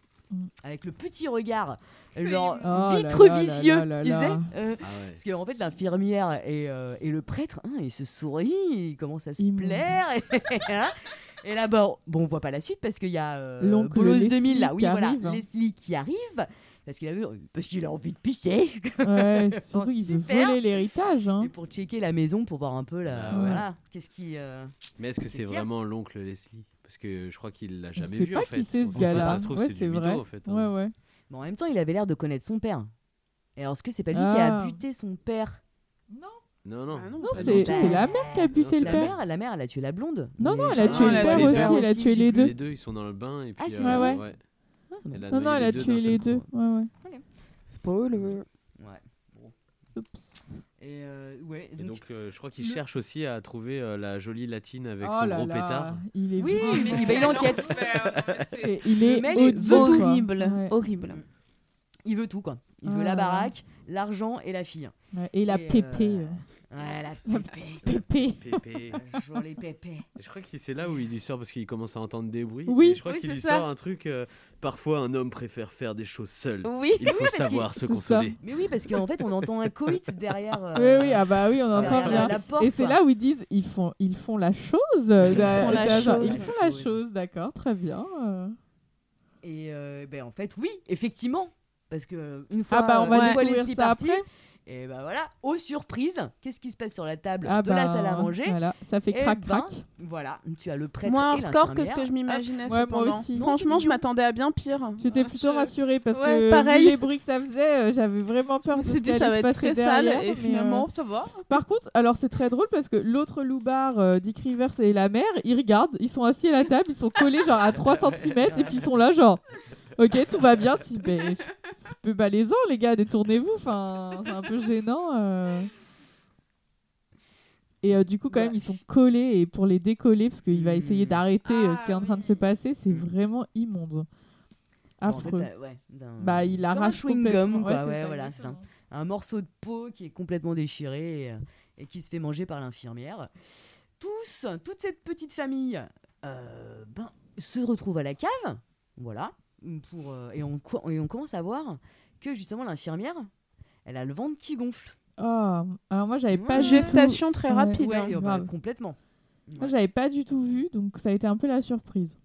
[SPEAKER 1] Avec le petit regard, genre
[SPEAKER 8] Oh
[SPEAKER 1] vitre
[SPEAKER 8] là là
[SPEAKER 1] vicieux,
[SPEAKER 8] là là
[SPEAKER 1] tu sais.
[SPEAKER 8] là.
[SPEAKER 1] euh,
[SPEAKER 9] Ah
[SPEAKER 1] Parce qu'en fait, l'infirmière et, euh, et le prêtre, hein, ils se sourient, ils commencent à se plaire. Et, hein. Et là, bon, bon, on voit pas la suite parce qu'il y a euh,
[SPEAKER 8] L'oncle
[SPEAKER 1] Bolos
[SPEAKER 8] Leslie
[SPEAKER 1] 2000, là,
[SPEAKER 8] qui
[SPEAKER 1] oui, voilà,
[SPEAKER 8] arrive, hein.
[SPEAKER 1] Leslie qui arrive. Parce qu'il a, vu- parce qu'il a envie de pisser.
[SPEAKER 8] Ouais, c'est
[SPEAKER 1] Donc,
[SPEAKER 8] surtout qu'il veut
[SPEAKER 1] super.
[SPEAKER 8] voler l'héritage. hein.
[SPEAKER 1] Et pour checker la maison, pour voir un peu la.
[SPEAKER 9] ouais.
[SPEAKER 1] Voilà, qu'est-ce qui. euh,
[SPEAKER 9] Mais est-ce que c'est
[SPEAKER 1] qu'il y a
[SPEAKER 9] vraiment l'oncle Leslie Parce que je crois qu'il l'a
[SPEAKER 8] Je
[SPEAKER 9] jamais
[SPEAKER 8] sais
[SPEAKER 9] vu.
[SPEAKER 8] pas
[SPEAKER 9] en fait.
[SPEAKER 8] qui c'est ce
[SPEAKER 9] Donc, ça,
[SPEAKER 8] gars-là.
[SPEAKER 9] Ça se trouve,
[SPEAKER 8] Ouais,
[SPEAKER 9] c'est
[SPEAKER 8] c'est
[SPEAKER 9] du
[SPEAKER 8] vrai.
[SPEAKER 9] mytho en fait. hein.
[SPEAKER 8] Ouais, ouais.
[SPEAKER 1] Mais en même temps, il avait l'air de connaître son père. Et alors, est-ce que c'est pas lui qui
[SPEAKER 8] Ah.
[SPEAKER 1] a buté son père
[SPEAKER 9] Non, Ah non.
[SPEAKER 11] non,
[SPEAKER 8] Non,
[SPEAKER 9] pas
[SPEAKER 8] c'est
[SPEAKER 9] du tout.
[SPEAKER 8] c'est la mère qui a buté
[SPEAKER 9] c'est
[SPEAKER 8] le
[SPEAKER 1] la
[SPEAKER 9] la
[SPEAKER 8] père.
[SPEAKER 1] mère, la mère, elle a tué la blonde.
[SPEAKER 8] Non,
[SPEAKER 1] Mais Ah,
[SPEAKER 8] non, elle
[SPEAKER 1] je
[SPEAKER 8] a
[SPEAKER 1] sais
[SPEAKER 8] tué
[SPEAKER 1] pas.
[SPEAKER 9] elle
[SPEAKER 8] le
[SPEAKER 9] a
[SPEAKER 8] père
[SPEAKER 9] tué les deux.
[SPEAKER 8] aussi, elle a
[SPEAKER 1] Aussi,
[SPEAKER 8] tué
[SPEAKER 1] j'ai
[SPEAKER 8] les
[SPEAKER 1] plus
[SPEAKER 8] deux.
[SPEAKER 9] Les deux, ils sont dans le bain. Et
[SPEAKER 1] Ah,
[SPEAKER 9] puis,
[SPEAKER 1] c'est
[SPEAKER 9] euh,
[SPEAKER 8] vrai.
[SPEAKER 9] ouais.
[SPEAKER 1] Ah, c'est bon.
[SPEAKER 9] Elle a
[SPEAKER 8] Non, non,
[SPEAKER 9] noyé
[SPEAKER 8] elle
[SPEAKER 9] les
[SPEAKER 8] a
[SPEAKER 9] deux
[SPEAKER 8] tué
[SPEAKER 9] d'un
[SPEAKER 8] les
[SPEAKER 9] seul
[SPEAKER 8] deux.
[SPEAKER 9] coup, hein.
[SPEAKER 8] Ouais, ouais.
[SPEAKER 11] Spoiler.
[SPEAKER 1] Ouais.
[SPEAKER 8] Oups.
[SPEAKER 1] Et euh, ouais,
[SPEAKER 9] Et
[SPEAKER 1] donc,
[SPEAKER 9] donc, euh, je crois qu'il
[SPEAKER 1] Le-
[SPEAKER 9] cherche aussi à trouver euh, la jolie latine avec
[SPEAKER 8] Oh
[SPEAKER 9] son
[SPEAKER 8] là
[SPEAKER 9] gros
[SPEAKER 8] là,
[SPEAKER 9] pétard.
[SPEAKER 8] Il est
[SPEAKER 1] Oui,
[SPEAKER 8] vraiment-
[SPEAKER 1] mais il, bah, il enquête.
[SPEAKER 8] C'est- il
[SPEAKER 1] Le
[SPEAKER 8] est
[SPEAKER 1] mec Oh.
[SPEAKER 8] au
[SPEAKER 1] veut
[SPEAKER 8] zoo,
[SPEAKER 1] tout.
[SPEAKER 8] quoi.
[SPEAKER 11] Horrible,
[SPEAKER 8] Ouais.
[SPEAKER 11] horrible.
[SPEAKER 1] Il veut tout, quoi. Il
[SPEAKER 8] Ah
[SPEAKER 1] veut
[SPEAKER 8] là là.
[SPEAKER 1] la baraque, l'argent et la fille.
[SPEAKER 8] Ouais, Et la
[SPEAKER 1] Et, euh,
[SPEAKER 8] pépé.
[SPEAKER 1] Ouais, la
[SPEAKER 8] La
[SPEAKER 1] pépé.
[SPEAKER 8] Pépé.
[SPEAKER 9] Pépé.
[SPEAKER 1] Jolie pépé.
[SPEAKER 9] Et Je crois que c'est là où il lui sort parce qu'il commence à entendre des bruits.
[SPEAKER 8] Oui.
[SPEAKER 9] Et je crois
[SPEAKER 11] Oui,
[SPEAKER 9] qu'il
[SPEAKER 11] c'est
[SPEAKER 9] lui
[SPEAKER 11] ça.
[SPEAKER 9] sort un truc. euh, Parfois, un homme préfère faire des choses seul.
[SPEAKER 11] Oui.
[SPEAKER 9] Il faut savoir se
[SPEAKER 8] c'est ça.
[SPEAKER 9] consoler.
[SPEAKER 1] Mais oui, parce qu'en fait, on entend un coït derrière. euh,
[SPEAKER 8] Oui, oui, ah bah oui, on
[SPEAKER 1] derrière
[SPEAKER 8] entend
[SPEAKER 1] la-
[SPEAKER 8] bien.
[SPEAKER 1] la porte,
[SPEAKER 8] Et c'est
[SPEAKER 1] quoi.
[SPEAKER 8] là où ils disent ils font, ils font la chose. Ils
[SPEAKER 11] font la chose.
[SPEAKER 8] Ils font la chose, d'accord, très bien. euh.
[SPEAKER 1] Et euh, ben, en fait, oui, effectivement. Parce que euh, une fois,
[SPEAKER 8] Ah bah on
[SPEAKER 1] une
[SPEAKER 8] va
[SPEAKER 1] fois les
[SPEAKER 8] découvrir
[SPEAKER 1] filles
[SPEAKER 8] ça
[SPEAKER 1] parties,
[SPEAKER 8] après.
[SPEAKER 1] et ben voilà, aux surprises, qu'est-ce qui se passe sur la table
[SPEAKER 8] Ah
[SPEAKER 1] de la
[SPEAKER 8] bah,
[SPEAKER 1] salle à manger
[SPEAKER 8] Voilà, ça fait
[SPEAKER 1] Eh
[SPEAKER 8] crac
[SPEAKER 1] ben,
[SPEAKER 8] crac.
[SPEAKER 1] Voilà, tu as le prêtre
[SPEAKER 11] Moins
[SPEAKER 1] et
[SPEAKER 11] hardcore que ce que je
[SPEAKER 1] l'infirmière.
[SPEAKER 11] m'imaginais.
[SPEAKER 8] Ouais, moi
[SPEAKER 11] cependant.
[SPEAKER 8] aussi.
[SPEAKER 11] Franchement,
[SPEAKER 1] Non, c'est
[SPEAKER 11] je m'attendais à bien pire.
[SPEAKER 8] J'étais
[SPEAKER 11] Ah,
[SPEAKER 8] plutôt
[SPEAKER 11] je-
[SPEAKER 8] rassurée parce
[SPEAKER 11] Ouais,
[SPEAKER 8] que vu
[SPEAKER 11] pareil.
[SPEAKER 8] les bruits que ça faisait, euh, j'avais vraiment
[SPEAKER 11] Je
[SPEAKER 8] peur
[SPEAKER 11] me
[SPEAKER 8] de ce
[SPEAKER 11] suis dit,
[SPEAKER 8] qui
[SPEAKER 11] ça
[SPEAKER 8] allait
[SPEAKER 11] va
[SPEAKER 8] se
[SPEAKER 11] être très
[SPEAKER 8] passer derrière.
[SPEAKER 11] sale.
[SPEAKER 8] mais,
[SPEAKER 11] Et
[SPEAKER 8] euh,
[SPEAKER 11] finalement, ça va.
[SPEAKER 8] Par contre, alors c'est très drôle parce que l'autre loupard, euh, Dick Rivers et la mère, ils regardent, ils sont assis à la table, ils sont collés genre à 3 cm et puis ils sont là genre OK, tout va bien, tu ben, je- c'est un peu malaisant les gars, détournez-vous, enfin, c'est un peu gênant euh. Et euh, du coup, quand même, ils sont collés et pour les décoller, parce qu'il va essayer
[SPEAKER 1] Hmm.
[SPEAKER 8] d'arrêter euh, ce
[SPEAKER 11] Ah
[SPEAKER 8] qui est en train de se passer, c'est vraiment immonde.
[SPEAKER 1] Bon, en
[SPEAKER 8] Affreux.
[SPEAKER 1] fait, euh, ouais, d'un-
[SPEAKER 8] bah, il
[SPEAKER 1] comme un
[SPEAKER 8] arrache
[SPEAKER 1] chewing-gum,
[SPEAKER 8] complètement.
[SPEAKER 1] quoi,
[SPEAKER 8] c'est
[SPEAKER 1] ouais,
[SPEAKER 8] ça,
[SPEAKER 1] voilà, c'est ça.
[SPEAKER 8] exactement.
[SPEAKER 1] un morceau de peau qui est complètement déchiré et, euh, et qui se fait manger par l'infirmière. Tous, toute cette petite famille, euh, ben, se retrouve à la cave, voilà, pour, euh, et, on, co- et on commence à voir que justement l'infirmière, elle a le ventre qui gonfle.
[SPEAKER 8] Oh, alors moi, j'avais pas
[SPEAKER 1] Ouais.
[SPEAKER 8] du tout-
[SPEAKER 11] Gestation très
[SPEAKER 8] Ouais.
[SPEAKER 11] rapide.
[SPEAKER 1] Ouais,
[SPEAKER 11] hein.
[SPEAKER 1] et, euh, bah,
[SPEAKER 8] grave.
[SPEAKER 1] complètement.
[SPEAKER 8] Moi,
[SPEAKER 1] Ouais.
[SPEAKER 8] j'avais pas du tout vu, donc ça a été un peu la surprise.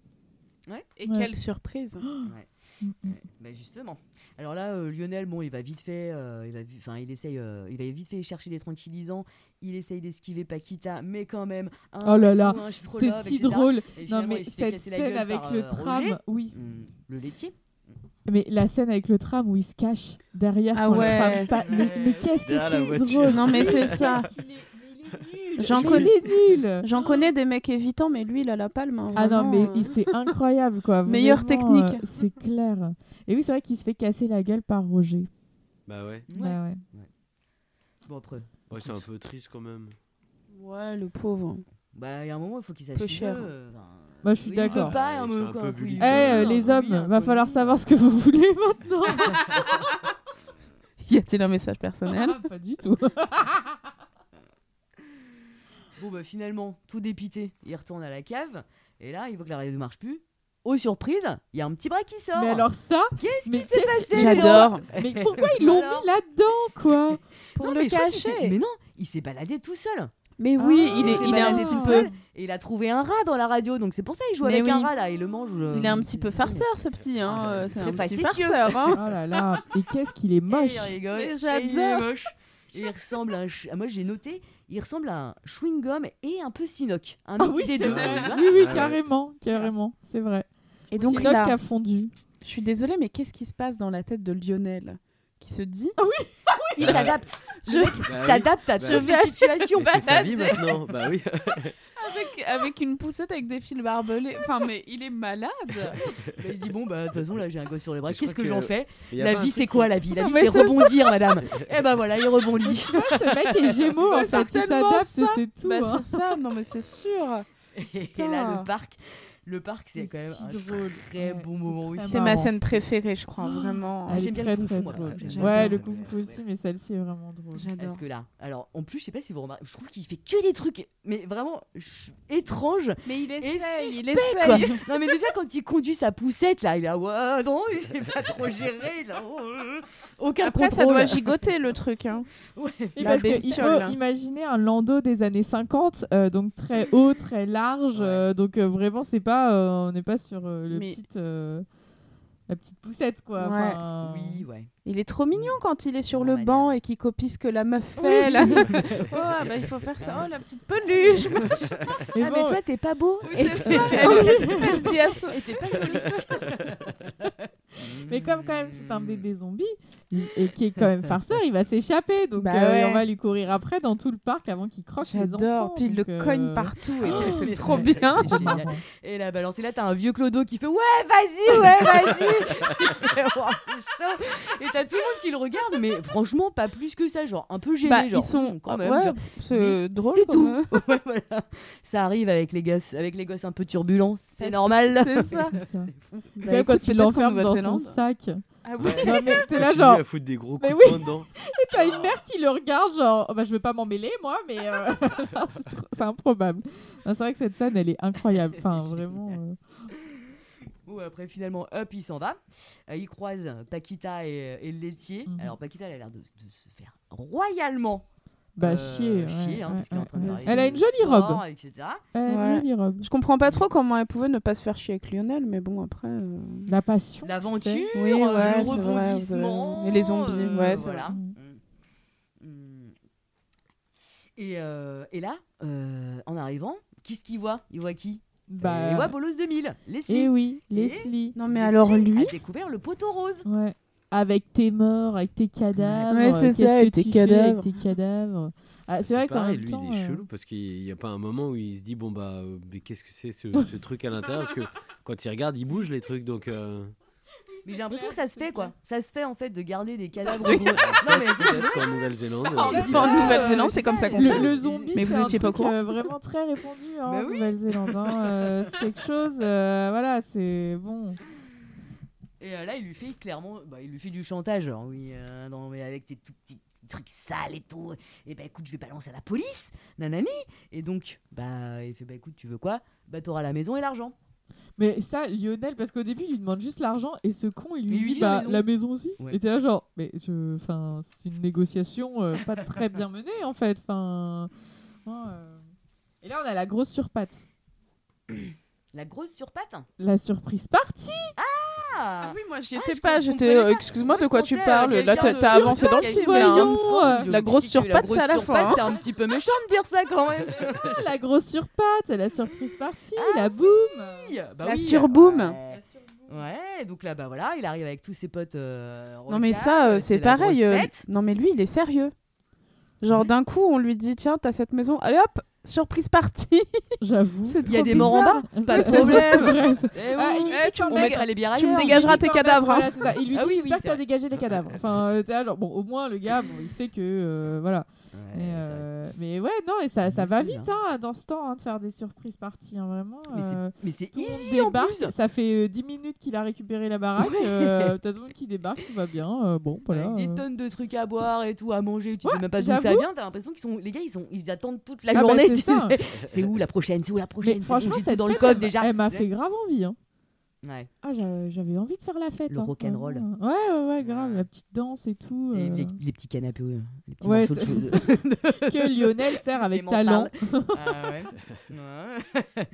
[SPEAKER 8] Mm,
[SPEAKER 11] Et
[SPEAKER 8] Ouais.
[SPEAKER 11] quelle surprise.
[SPEAKER 1] Ouais, bah justement. Alors là, euh, Lionel, bon, il va vite fait, euh, il va, vi- enfin, il essaye, euh, il va vite fait chercher des tranquillisants. Il essaye d'esquiver Paquita, mais quand même. un
[SPEAKER 8] Oh là là,
[SPEAKER 1] métro, un shit roll
[SPEAKER 8] C'est
[SPEAKER 1] love,
[SPEAKER 8] si
[SPEAKER 1] etc.. Et
[SPEAKER 8] drôle. Non
[SPEAKER 1] finalement,
[SPEAKER 8] mais
[SPEAKER 1] il se fait
[SPEAKER 8] cette
[SPEAKER 1] casser la
[SPEAKER 8] scène
[SPEAKER 1] gueule
[SPEAKER 8] avec
[SPEAKER 1] par,
[SPEAKER 8] le
[SPEAKER 1] euh,
[SPEAKER 8] tram,
[SPEAKER 1] Roger,
[SPEAKER 8] oui.
[SPEAKER 1] hum, le laitier.
[SPEAKER 8] Mais la scène avec le tram où il se cache derrière
[SPEAKER 11] Ah
[SPEAKER 8] quand
[SPEAKER 11] ouais.
[SPEAKER 8] le tram passe. Mais, mais qu'est-ce que
[SPEAKER 9] Derrière la
[SPEAKER 8] Oh, c'est
[SPEAKER 9] voiture.
[SPEAKER 8] drôle
[SPEAKER 11] Non, mais c'est ça. J'en
[SPEAKER 8] Mais
[SPEAKER 11] connais.
[SPEAKER 8] Il est nul.
[SPEAKER 11] J'en connais des mecs évitants, mais lui, il a la palme. hein,
[SPEAKER 8] Ah non
[SPEAKER 11] vraiment,
[SPEAKER 8] mais
[SPEAKER 11] euh.
[SPEAKER 8] il- c'est incroyable quoi.
[SPEAKER 11] Meilleure
[SPEAKER 8] Vraiment,
[SPEAKER 11] technique.
[SPEAKER 8] euh, c'est clair. Et oui c'est vrai qu'il se fait casser la gueule par Roger.
[SPEAKER 9] Bah ouais.
[SPEAKER 1] Ouais.
[SPEAKER 8] Ouais, ouais.
[SPEAKER 1] Bon après,
[SPEAKER 9] Ouais, c'est un peu triste quand même.
[SPEAKER 11] Ouais, le pauvre.
[SPEAKER 1] bah il y a un moment, il faut qu'il euh, sache.
[SPEAKER 11] Peu cher.
[SPEAKER 8] Bah, je suis d'accord.
[SPEAKER 1] Pas,
[SPEAKER 9] Ouais,
[SPEAKER 1] un
[SPEAKER 9] ils sont
[SPEAKER 1] moment,
[SPEAKER 9] un
[SPEAKER 1] quoi,
[SPEAKER 9] peu
[SPEAKER 1] un coup, il
[SPEAKER 9] bully,
[SPEAKER 8] Eh
[SPEAKER 1] veut- un
[SPEAKER 9] euh,
[SPEAKER 8] les
[SPEAKER 1] peu
[SPEAKER 8] hommes,
[SPEAKER 1] bully, un
[SPEAKER 8] va
[SPEAKER 1] peu
[SPEAKER 8] falloir
[SPEAKER 1] bully.
[SPEAKER 8] savoir ce que vous voulez maintenant.
[SPEAKER 11] Y a-t-il un message personnel
[SPEAKER 8] Ah, pas du tout.
[SPEAKER 1] Bon bah finalement, tout dépité, il retourne à la cave. Et là, il voit que la radio ne marche plus. Aux surprises, il y a un petit bras qui sort.
[SPEAKER 8] Mais alors ça,
[SPEAKER 1] qu'est-ce
[SPEAKER 8] mais
[SPEAKER 1] qui s'est passé
[SPEAKER 11] J'adore.
[SPEAKER 8] mais pourquoi ils l'ont
[SPEAKER 1] Alors
[SPEAKER 8] mis là-dedans quoi
[SPEAKER 11] Pour
[SPEAKER 1] Non,
[SPEAKER 11] le
[SPEAKER 1] mais je crois qu'il s'est-
[SPEAKER 11] cacher. Mais,
[SPEAKER 1] Mais non, il s'est baladé tout seul.
[SPEAKER 11] oui,
[SPEAKER 8] Ah,
[SPEAKER 11] il
[SPEAKER 1] s'est
[SPEAKER 11] est, il est un
[SPEAKER 1] baladé
[SPEAKER 11] petit
[SPEAKER 1] tout
[SPEAKER 11] peu.
[SPEAKER 1] seul et il a trouvé un rat dans la radio, donc c'est pour ça qu'il joue
[SPEAKER 11] Mais
[SPEAKER 1] avec un
[SPEAKER 11] oui.
[SPEAKER 1] rat là et le mange. euh,
[SPEAKER 11] Il est un petit peu farceur, ce petit.
[SPEAKER 1] Ah,
[SPEAKER 11] Hein. euh, C'est
[SPEAKER 1] très
[SPEAKER 11] un petit
[SPEAKER 1] facétieux.
[SPEAKER 11] farceur.
[SPEAKER 8] Oh
[SPEAKER 11] Hein.
[SPEAKER 8] là là, et qu'est-ce qu'il est moche.
[SPEAKER 1] Et il rigole.
[SPEAKER 11] Mais
[SPEAKER 1] et il est
[SPEAKER 11] j'adore.
[SPEAKER 1] moche. Et il ressemble à un. ch- ah, Moi j'ai noté, il ressemble à un chewing gum et un peu Sinoc. Un
[SPEAKER 8] Ah
[SPEAKER 1] mix
[SPEAKER 8] oui,
[SPEAKER 1] des
[SPEAKER 8] c'est
[SPEAKER 1] deux.
[SPEAKER 8] vrai.
[SPEAKER 1] Tu vois
[SPEAKER 8] Oui, oui,
[SPEAKER 9] Ouais.
[SPEAKER 8] carrément, carrément, c'est vrai.
[SPEAKER 11] Et
[SPEAKER 8] Donc
[SPEAKER 11] donc
[SPEAKER 8] Sinoc
[SPEAKER 11] là,
[SPEAKER 8] a fondu.
[SPEAKER 11] je suis désolée, mais qu'est-ce qui se passe dans la tête de Lionel qui se dit
[SPEAKER 1] Il s'adapte.
[SPEAKER 11] Je-
[SPEAKER 1] Le mec
[SPEAKER 9] Bah oui.
[SPEAKER 1] s'adapte à
[SPEAKER 9] Bah
[SPEAKER 1] toutes
[SPEAKER 11] oui.
[SPEAKER 1] les situations.
[SPEAKER 9] Mais c'est sa vie maintenant. Bah oui.
[SPEAKER 11] avec, avec une poussette avec des fils barbelés. Enfin, mais il est malade.
[SPEAKER 1] Bah, il se dit bon bah de toute façon là j'ai un gosse sur les bras.
[SPEAKER 9] Mais je crois
[SPEAKER 1] Qu'est-ce que,
[SPEAKER 9] que-
[SPEAKER 1] j'en fais
[SPEAKER 9] Il y a
[SPEAKER 1] La
[SPEAKER 9] pas un
[SPEAKER 1] vie
[SPEAKER 9] truc
[SPEAKER 1] c'est quoi la vie La
[SPEAKER 11] Non,
[SPEAKER 1] vie
[SPEAKER 11] mais
[SPEAKER 1] Ah, c'est
[SPEAKER 11] c'est ça.
[SPEAKER 1] rebondir madame. Et ben voilà il rebondit.
[SPEAKER 8] Tu vois, Ah, ce mec est gémeaux, en
[SPEAKER 11] Ouais, c'est
[SPEAKER 8] fait, il
[SPEAKER 11] tellement
[SPEAKER 8] s'adapte,
[SPEAKER 11] Bah, ça.
[SPEAKER 8] c'est tout.
[SPEAKER 11] Bah,
[SPEAKER 8] hein.
[SPEAKER 11] c'est ça, non, mais c'est sûr.
[SPEAKER 1] Et là
[SPEAKER 11] Putain.
[SPEAKER 1] le parc Le parc, c'est
[SPEAKER 8] C'est
[SPEAKER 1] quand même
[SPEAKER 8] si
[SPEAKER 1] un
[SPEAKER 8] drôle.
[SPEAKER 1] très
[SPEAKER 8] Ouais,
[SPEAKER 1] bon
[SPEAKER 8] c'est
[SPEAKER 1] moment aussi.
[SPEAKER 8] très
[SPEAKER 10] C'est ma scène préférée, je
[SPEAKER 11] Oh,
[SPEAKER 10] crois, vraiment.
[SPEAKER 1] Ah,
[SPEAKER 8] Elle
[SPEAKER 1] j'aime
[SPEAKER 8] est
[SPEAKER 1] bien
[SPEAKER 8] très,
[SPEAKER 1] le kung-fu,
[SPEAKER 8] très
[SPEAKER 1] moi, par
[SPEAKER 8] drôle.
[SPEAKER 1] exemple, j'aime bien.
[SPEAKER 8] Ouais, le kung fu aussi, mais celle-ci est vraiment drôle.
[SPEAKER 1] Parce
[SPEAKER 10] J'adore.
[SPEAKER 1] que là, alors en plus, je sais pas si vous remarquez, je trouve qu'il fait que des trucs, mais vraiment ch- étranges.
[SPEAKER 10] Mais il
[SPEAKER 1] Et
[SPEAKER 10] essaye, il
[SPEAKER 1] quoi.
[SPEAKER 10] essaye.
[SPEAKER 1] Non, mais déjà, quand il conduit sa poussette, là, il a ouais, non, il sait pas trop gérer. là, euh, aucun
[SPEAKER 10] Après, ça
[SPEAKER 1] contrôle.
[SPEAKER 10] doit gigoter le truc. Hein.
[SPEAKER 1] Ouais.
[SPEAKER 8] Et
[SPEAKER 10] La
[SPEAKER 8] parce qu'il
[SPEAKER 10] bestiole.
[SPEAKER 8] faut imaginer un landau des années 50, euh, donc très haut, très large,
[SPEAKER 1] Ouais.
[SPEAKER 8] euh, donc euh, vraiment c'est pas, euh, on n'est pas sur euh, le
[SPEAKER 10] Mais-
[SPEAKER 8] petite, euh, la petite poussette quoi.
[SPEAKER 10] Ouais.
[SPEAKER 8] Enfin,
[SPEAKER 1] Oui, ouais.
[SPEAKER 10] Il est trop mignon quand il est sur
[SPEAKER 11] Oh
[SPEAKER 1] Dans
[SPEAKER 10] le
[SPEAKER 1] ma
[SPEAKER 10] banc et qu'il copie ce que la meuf fait. là. oh, ah bah, il faut faire ça. Oh, la petite peluche.
[SPEAKER 8] Mais
[SPEAKER 1] ah,
[SPEAKER 8] bon,
[SPEAKER 1] mais toi, t'es pas beau.
[SPEAKER 10] C'est ça.
[SPEAKER 11] Oh,
[SPEAKER 10] Elle, elle dit à son-
[SPEAKER 1] Et t'es pas ici.
[SPEAKER 8] mais comme quand même c'est un bébé zombie il- et qui est quand même farceur, il va s'échapper, donc
[SPEAKER 10] Bah
[SPEAKER 8] euh,
[SPEAKER 10] ouais.
[SPEAKER 8] et on va lui courir après dans tout le parc avant qu'il croque les enfants.
[SPEAKER 10] J'adore. Puis il le
[SPEAKER 8] donc, euh,
[SPEAKER 10] cogne partout et
[SPEAKER 1] oh,
[SPEAKER 10] tout.
[SPEAKER 1] mais
[SPEAKER 10] Ah, C'est trop
[SPEAKER 1] ça,
[SPEAKER 10] bien.
[SPEAKER 1] c'est génial. Et la balance. Et là, t'as un vieux clodo qui fait Ouais, vas-y, ouais, vas-y. Il fait, Wow, c'est chaud. Et t'as tout le monde qui le regarde, mais franchement, pas plus que ça. Genre, un peu gêné.
[SPEAKER 10] Bah,
[SPEAKER 1] genre,
[SPEAKER 10] ils sont.
[SPEAKER 1] Hum,
[SPEAKER 8] Ah,
[SPEAKER 1] quand même.
[SPEAKER 10] ouais,
[SPEAKER 1] genre.
[SPEAKER 10] c'est drôle.
[SPEAKER 1] C'est
[SPEAKER 10] quand
[SPEAKER 1] tout.
[SPEAKER 10] même.
[SPEAKER 1] Ouais, voilà. Ça arrive avec les gosses, avec les gosses un peu turbulents. C'est normal.
[SPEAKER 10] C'est ça.
[SPEAKER 8] c'est ça.
[SPEAKER 10] Bah,
[SPEAKER 8] Même
[SPEAKER 10] écoute,
[SPEAKER 8] quand
[SPEAKER 10] peut-être
[SPEAKER 8] il
[SPEAKER 10] qu'en
[SPEAKER 8] l'enferme dans son
[SPEAKER 10] Nouvelle-Zélande-
[SPEAKER 8] sac.
[SPEAKER 10] Ah oui.
[SPEAKER 8] Non mais t'es
[SPEAKER 9] Continue
[SPEAKER 8] là genre.
[SPEAKER 9] à foutre des gros
[SPEAKER 8] Mais
[SPEAKER 9] coups de
[SPEAKER 8] oui. Ah,
[SPEAKER 9] poing dedans.
[SPEAKER 8] T'as une mère qui le regarde, genre, Oh, bah, je vais pas m'en mêler, moi, mais euh, non, c'est trop- c'est improbable. Non, C'est vrai que cette scène, elle est incroyable. Enfin, vraiment. euh,
[SPEAKER 1] Ou après, finalement, hop, il s'en va. Euh, il croise Paquita et, et le laitier.
[SPEAKER 8] Mhm.
[SPEAKER 1] Alors, Paquita, elle a l'air de, de se faire royalement.
[SPEAKER 8] Bah,
[SPEAKER 1] euh,
[SPEAKER 8] chier. ouais,
[SPEAKER 1] chier, hein,
[SPEAKER 8] ouais,
[SPEAKER 1] parce qu'elle est en train de
[SPEAKER 8] ouais.
[SPEAKER 1] parler Oh.
[SPEAKER 8] Elle a
[SPEAKER 1] de
[SPEAKER 8] une jolie
[SPEAKER 1] sport,
[SPEAKER 8] robe.
[SPEAKER 1] Etc.
[SPEAKER 8] Elle a une
[SPEAKER 10] Ouais.
[SPEAKER 8] jolie robe.
[SPEAKER 10] Je comprends pas trop comment elle pouvait ne pas se faire chier avec Lionel, mais bon, après. euh,
[SPEAKER 8] La passion.
[SPEAKER 1] L'aventure,
[SPEAKER 8] tu sais.
[SPEAKER 10] Oui, ouais,
[SPEAKER 1] le
[SPEAKER 10] c'est vrai, vous avez
[SPEAKER 1] rebondissement. euh,
[SPEAKER 10] raison. Et les zombies, ouais, c'est
[SPEAKER 1] voilà.
[SPEAKER 8] vrai.
[SPEAKER 1] Mm. Mm. Et, euh, et là, euh, en arrivant, qu'est-ce qu'il voit Il voit qui
[SPEAKER 8] Bah,
[SPEAKER 1] Il voit Bolos 2000, Leslie.
[SPEAKER 8] et oui,
[SPEAKER 1] Et-
[SPEAKER 8] Leslie.
[SPEAKER 10] Non, mais
[SPEAKER 1] Leslie
[SPEAKER 10] alors lui.
[SPEAKER 1] a découvert le poteau rose.
[SPEAKER 8] Ouais. Avec tes morts, avec tes cadavres.
[SPEAKER 10] Ouais, c'est
[SPEAKER 8] Qu'est-ce
[SPEAKER 10] ça,
[SPEAKER 8] que
[SPEAKER 10] et
[SPEAKER 8] tu
[SPEAKER 10] tes
[SPEAKER 8] fais avec
[SPEAKER 10] cadavres.
[SPEAKER 8] tes cadavres. Ah, c'est vrai qu'en
[SPEAKER 9] pareil,
[SPEAKER 8] même
[SPEAKER 9] lui,
[SPEAKER 8] temps.
[SPEAKER 9] il est
[SPEAKER 8] euh,
[SPEAKER 9] chelou parce qu'il n'y a pas un moment où il se dit bon bah euh, mais qu'est-ce que c'est ce, ce truc à l'intérieur parce que quand il regarde, il bouge les trucs donc. euh,
[SPEAKER 1] Mais j'ai l'impression que ça se fait quoi. Ça se fait en fait de garder des cadavres.
[SPEAKER 10] Oui.
[SPEAKER 1] gros- non mais
[SPEAKER 9] peut-être qu'en Nouvelle-Zélande. euh,
[SPEAKER 1] Ah, on dit pas,
[SPEAKER 10] Oh, en Nouvelle-Zélande,
[SPEAKER 1] euh,
[SPEAKER 10] c'est comme ça qu'on
[SPEAKER 8] Le,
[SPEAKER 10] fait.
[SPEAKER 8] le zombie,
[SPEAKER 10] Mais vous
[SPEAKER 8] c'est un
[SPEAKER 10] étiez pas au
[SPEAKER 8] truc,
[SPEAKER 10] courant
[SPEAKER 8] euh, vraiment très répandu hein,
[SPEAKER 1] Bah
[SPEAKER 8] en
[SPEAKER 1] oui.
[SPEAKER 8] Nouvelle-Zélande. hein. Euh, c'est quelque chose. euh, voilà, c'est bon.
[SPEAKER 1] Et euh, là, il lui fait clairement, bah, il lui fait du chantage, genre oui, euh, non, mais avec tes tout petits trucs sales et tout. Et bah écoute, je vais balancer à la police, nanani. Et donc, bah, il fait bah écoute, tu veux quoi Bah t'auras la maison et l'argent.
[SPEAKER 8] Mais ça, Lionel, parce qu'au début, il lui demande juste l'argent et ce con, il
[SPEAKER 1] Mais
[SPEAKER 8] lui
[SPEAKER 1] il lui
[SPEAKER 8] dit
[SPEAKER 1] dit la
[SPEAKER 8] bah,
[SPEAKER 1] maison.
[SPEAKER 8] la maison aussi.
[SPEAKER 1] Ouais.
[SPEAKER 8] Et t'es là, genre, mais je... enfin, c'est une négociation euh, pas très bien menée en fait. Enfin, moi, euh. Et là, on a la grosse surpatte.
[SPEAKER 1] La grosse surpatte.
[SPEAKER 8] La surprise partie
[SPEAKER 1] Ah,
[SPEAKER 10] Ah oui, moi j'y
[SPEAKER 1] Ah,
[SPEAKER 10] étais
[SPEAKER 1] je
[SPEAKER 10] pas,
[SPEAKER 1] com- je
[SPEAKER 10] j'étais.
[SPEAKER 1] comprenais
[SPEAKER 10] euh,
[SPEAKER 1] pas.
[SPEAKER 10] Excuse-moi,
[SPEAKER 1] Moi,
[SPEAKER 10] de
[SPEAKER 1] je
[SPEAKER 10] quoi tu
[SPEAKER 1] pensais à
[SPEAKER 10] parles Là,
[SPEAKER 1] quelqu'un
[SPEAKER 10] t'as
[SPEAKER 1] de-
[SPEAKER 10] t'as avancé dans le
[SPEAKER 1] quelqu'un
[SPEAKER 10] film. là, hein.
[SPEAKER 8] voyant.
[SPEAKER 1] Enfin,
[SPEAKER 10] La
[SPEAKER 1] le
[SPEAKER 10] grosse
[SPEAKER 1] petit-
[SPEAKER 10] surpatte,
[SPEAKER 1] grosse
[SPEAKER 10] c'est à la fin,
[SPEAKER 1] surpatte,
[SPEAKER 10] hein.
[SPEAKER 1] C'est un petit peu méchant de dire ça quand même.
[SPEAKER 8] Ah, La grosse surpatte, la surprise partie,
[SPEAKER 1] Ah
[SPEAKER 8] la boum
[SPEAKER 1] Bah
[SPEAKER 10] La
[SPEAKER 1] oui,
[SPEAKER 10] surboom.
[SPEAKER 1] ouais. Ouais, donc là, bah voilà, il arrive avec tous ses potes. euh,
[SPEAKER 10] Non, mais
[SPEAKER 1] rock'n'roll,
[SPEAKER 10] ça, euh, c'est
[SPEAKER 1] la
[SPEAKER 10] pareil.
[SPEAKER 1] grosse
[SPEAKER 10] euh,
[SPEAKER 1] fête.
[SPEAKER 10] Non, mais lui, il est sérieux. Genre, d'un coup, on lui dit Tiens, t'as cette maison. Allez hop, surprise partie.
[SPEAKER 8] J'avoue.
[SPEAKER 10] C'est
[SPEAKER 1] Il y a
[SPEAKER 10] trop
[SPEAKER 1] des morts en
[SPEAKER 10] bizarre.
[SPEAKER 1] bas, pas de
[SPEAKER 8] C'est ça, c'est
[SPEAKER 1] problème.
[SPEAKER 8] vrai, c'est-
[SPEAKER 1] Eh
[SPEAKER 8] Ah,
[SPEAKER 1] oui.
[SPEAKER 8] il-
[SPEAKER 10] Eh, tu me
[SPEAKER 1] On
[SPEAKER 10] dég-
[SPEAKER 1] mettra les bières
[SPEAKER 10] tu me
[SPEAKER 1] ailleurs.
[SPEAKER 10] dégages. dégageras
[SPEAKER 8] Il dit
[SPEAKER 10] tes
[SPEAKER 8] quand même-
[SPEAKER 10] cadavres, hein.
[SPEAKER 8] voilà, c'est ça. Il lui dit
[SPEAKER 1] Ah oui, oui,
[SPEAKER 8] J'espère que
[SPEAKER 1] c'est
[SPEAKER 8] t'as
[SPEAKER 1] vrai.
[SPEAKER 8] dégagé les cadavres. Enfin, euh, t'es là, genre, bon, au moins, le gars, bon, il sait que. euh, voilà.
[SPEAKER 1] Ouais,
[SPEAKER 8] Mais,
[SPEAKER 1] c'est vrai.
[SPEAKER 8] euh, mais ouais, non, et ça, ça
[SPEAKER 1] Magnifique,
[SPEAKER 8] va vite
[SPEAKER 1] hein.
[SPEAKER 8] hein, dans ce temps hein, de faire des surprises parties, hein, vraiment.
[SPEAKER 1] Mais c'est-
[SPEAKER 8] euh,
[SPEAKER 1] Mais c'est
[SPEAKER 8] tout le monde
[SPEAKER 1] easy en
[SPEAKER 8] débarque,
[SPEAKER 1] plus.
[SPEAKER 8] ça fait euh, 10 minutes qu'il a récupéré la baraque, euh, t'as tout le monde qui débarque, tout va bien, euh, bon, voilà.
[SPEAKER 1] Avec des
[SPEAKER 8] euh.
[SPEAKER 1] tonnes de trucs à boire et tout, à manger, tu sais même pas d'où ça
[SPEAKER 8] j'avoue.
[SPEAKER 1] vient, t'as l'impression qu'ils sont. Les gars, ils, sont... ils attendent toute la
[SPEAKER 8] Ah bah,
[SPEAKER 1] journée,
[SPEAKER 8] c'est
[SPEAKER 1] tu
[SPEAKER 8] ça.
[SPEAKER 1] sais. C'est où la prochaine C'est où la prochaine
[SPEAKER 8] Mais
[SPEAKER 1] C'est
[SPEAKER 8] franchement,
[SPEAKER 1] où J'étais
[SPEAKER 8] cette
[SPEAKER 1] dans le
[SPEAKER 8] fête,
[SPEAKER 1] code
[SPEAKER 8] elle-
[SPEAKER 1] déjà.
[SPEAKER 8] Elle m'a fait grave envie. Hein.
[SPEAKER 1] Ouais.
[SPEAKER 8] Ah, j'a- j'avais envie de faire la fête.
[SPEAKER 1] Le
[SPEAKER 8] hein.
[SPEAKER 1] rock'n'roll.
[SPEAKER 8] Ouais, ouais, ouais, grave, la petite danse et tout.
[SPEAKER 1] Et
[SPEAKER 8] euh,
[SPEAKER 1] les, les petits canapés, euh, les petits
[SPEAKER 8] Ouais,
[SPEAKER 1] morceaux de
[SPEAKER 8] c'est-
[SPEAKER 1] choses.
[SPEAKER 8] Que Lionel sert avec
[SPEAKER 1] Élémental.
[SPEAKER 8] talent.
[SPEAKER 1] Ah ouais. Ouais.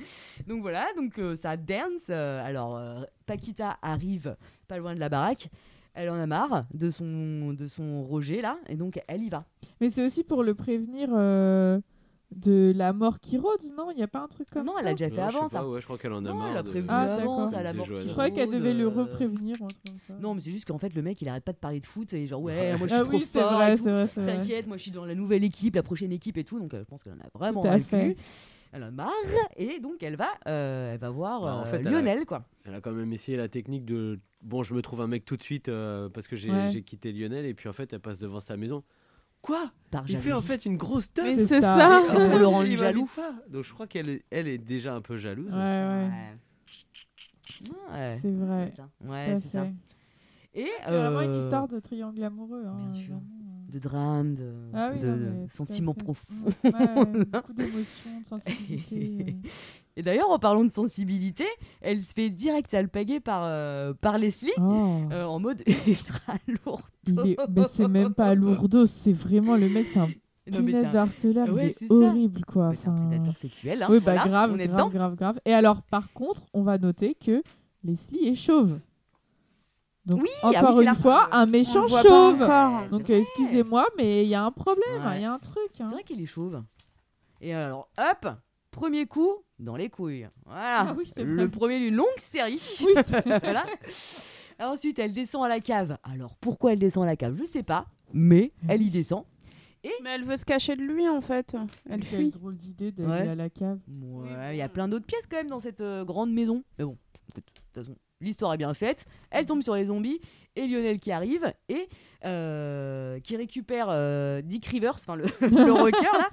[SPEAKER 1] donc voilà, donc euh, ça dance. euh, alors, euh, Paquita arrive pas loin de la baraque. Elle en a marre de son, de son Roger là, et donc elle y va.
[SPEAKER 8] Mais c'est aussi pour le prévenir euh, de la mort qui rôde, non Il n'y a pas un truc comme
[SPEAKER 1] non,
[SPEAKER 8] ça
[SPEAKER 1] elle a déjà
[SPEAKER 9] non,
[SPEAKER 1] fait
[SPEAKER 9] je sais
[SPEAKER 1] avant
[SPEAKER 9] pas,
[SPEAKER 1] ça.
[SPEAKER 9] ouais, je crois qu'elle en a
[SPEAKER 1] Non,
[SPEAKER 9] marre.
[SPEAKER 1] elle a
[SPEAKER 9] de-
[SPEAKER 1] prévenu
[SPEAKER 8] Ah,
[SPEAKER 1] avant,
[SPEAKER 8] d'accord.
[SPEAKER 1] ça, la
[SPEAKER 9] Je
[SPEAKER 1] mort
[SPEAKER 9] croyais
[SPEAKER 1] qui
[SPEAKER 8] Je croyais qu'elle
[SPEAKER 1] rôde,
[SPEAKER 8] devait le
[SPEAKER 1] euh,
[SPEAKER 8] reprévenir. ou un truc comme ça.
[SPEAKER 1] Non, mais c'est juste qu'en fait, le mec, il arrête pas de parler de foot et genre, ouais, moi je suis
[SPEAKER 8] Ah
[SPEAKER 1] trop
[SPEAKER 8] oui, c'est
[SPEAKER 1] fort. et
[SPEAKER 8] vrai,
[SPEAKER 1] tout.
[SPEAKER 8] c'est vrai, c'est vrai.
[SPEAKER 1] T'inquiète, moi je suis dans la nouvelle équipe, la prochaine équipe et tout, donc euh, je pense qu'elle en a vraiment
[SPEAKER 8] Tout à
[SPEAKER 1] ras le
[SPEAKER 8] fait.
[SPEAKER 1] cul. Elle en a marre et donc elle va, euh, elle va voir
[SPEAKER 9] Bah, en
[SPEAKER 1] euh,
[SPEAKER 9] fait, elle a-
[SPEAKER 1] Lionel quoi.
[SPEAKER 9] Elle a quand même essayé la technique de bon, je me trouve un mec tout de suite euh, parce que j'ai
[SPEAKER 8] Ouais.
[SPEAKER 9] j'ai quitté Lionel et puis en fait elle passe devant sa maison. Quoi
[SPEAKER 8] Ah,
[SPEAKER 1] Par
[SPEAKER 9] Il fait en
[SPEAKER 1] jalousie.
[SPEAKER 9] fait une grosse teuf.
[SPEAKER 10] Mais
[SPEAKER 8] C'est
[SPEAKER 10] Ah, c'est ça.
[SPEAKER 8] ça.
[SPEAKER 1] C'est pour le rendre
[SPEAKER 9] Il m'invite
[SPEAKER 1] jaloux.
[SPEAKER 9] pas. Donc je crois qu'elle est- elle est déjà un peu jalouse.
[SPEAKER 8] Ouais, ouais.
[SPEAKER 1] Ouais. Ouais.
[SPEAKER 8] C'est vrai.
[SPEAKER 1] ça.
[SPEAKER 8] Tout
[SPEAKER 1] Ouais,
[SPEAKER 8] à
[SPEAKER 1] c'est ça.
[SPEAKER 8] fait.
[SPEAKER 1] Et
[SPEAKER 8] C'est vraiment une
[SPEAKER 1] euh,
[SPEAKER 8] histoire de triangle amoureux. hein,
[SPEAKER 1] bien sûr.
[SPEAKER 8] vraiment.
[SPEAKER 1] de drame, de,
[SPEAKER 8] Ah oui,
[SPEAKER 1] de
[SPEAKER 8] non, mais tout à
[SPEAKER 1] sentiments
[SPEAKER 8] fait.
[SPEAKER 1] profonds.
[SPEAKER 8] Mm, ouais, beaucoup d'émotions, de sensibilité, euh.
[SPEAKER 1] Et d'ailleurs, en parlant de sensibilité, elle se fait direct alpaguer par, euh, par Leslie
[SPEAKER 8] Oh.
[SPEAKER 1] euh, en mode ultra lourd.
[SPEAKER 8] Il est- Mais c'est même pas lourdeau, c'est vraiment le mec, c'est un
[SPEAKER 1] Non, mais
[SPEAKER 8] punaise
[SPEAKER 1] c'est
[SPEAKER 8] de
[SPEAKER 1] un-
[SPEAKER 8] harceleur, il
[SPEAKER 1] Ouais,
[SPEAKER 8] est
[SPEAKER 1] c'est ça.
[SPEAKER 8] horrible quoi.
[SPEAKER 1] c'est un
[SPEAKER 8] Enfin,
[SPEAKER 1] prédateur sexuel, hein,
[SPEAKER 8] oui, bah
[SPEAKER 1] voilà,
[SPEAKER 8] grave,
[SPEAKER 1] on est dedans.
[SPEAKER 8] grave, grave, grave. Et alors, par contre, on va noter que Leslie est chauve. Donc,
[SPEAKER 1] Oui, ah oui,
[SPEAKER 8] encore
[SPEAKER 1] c'est la
[SPEAKER 8] une fois, un méchant
[SPEAKER 1] le voit pas
[SPEAKER 8] chauve.
[SPEAKER 1] encore. Ouais,
[SPEAKER 8] Donc,
[SPEAKER 1] c'est
[SPEAKER 8] euh, excusez-moi, mais il y a un problème, il
[SPEAKER 1] Ouais.
[SPEAKER 8] y a un truc. hein.
[SPEAKER 1] C'est vrai qu'il est chauve. Et alors, hop, premier coup dans les couilles. Voilà.
[SPEAKER 8] Ah oui, c'est
[SPEAKER 1] le
[SPEAKER 8] vrai.
[SPEAKER 1] premier d'une longue série. Voilà. Alors Ensuite, elle descend à la cave. Alors, pourquoi elle descend à la cave Je sais pas, mais elle y descend.
[SPEAKER 11] Mais elle veut se cacher de lui en fait. Elle
[SPEAKER 8] Quelle
[SPEAKER 11] fuit.
[SPEAKER 8] drôle d'idée d'aller
[SPEAKER 1] Ouais.
[SPEAKER 8] à la cave.
[SPEAKER 1] Ouais, il y a plein d'autres pièces quand même dans cette euh, grande maison. Mais bon, écoute, de toute façon, l'histoire est bien faite. Elle tombe sur les zombies et Lionel qui arrive et euh, qui récupère euh, Dick Rivers, enfin le, le rocker là,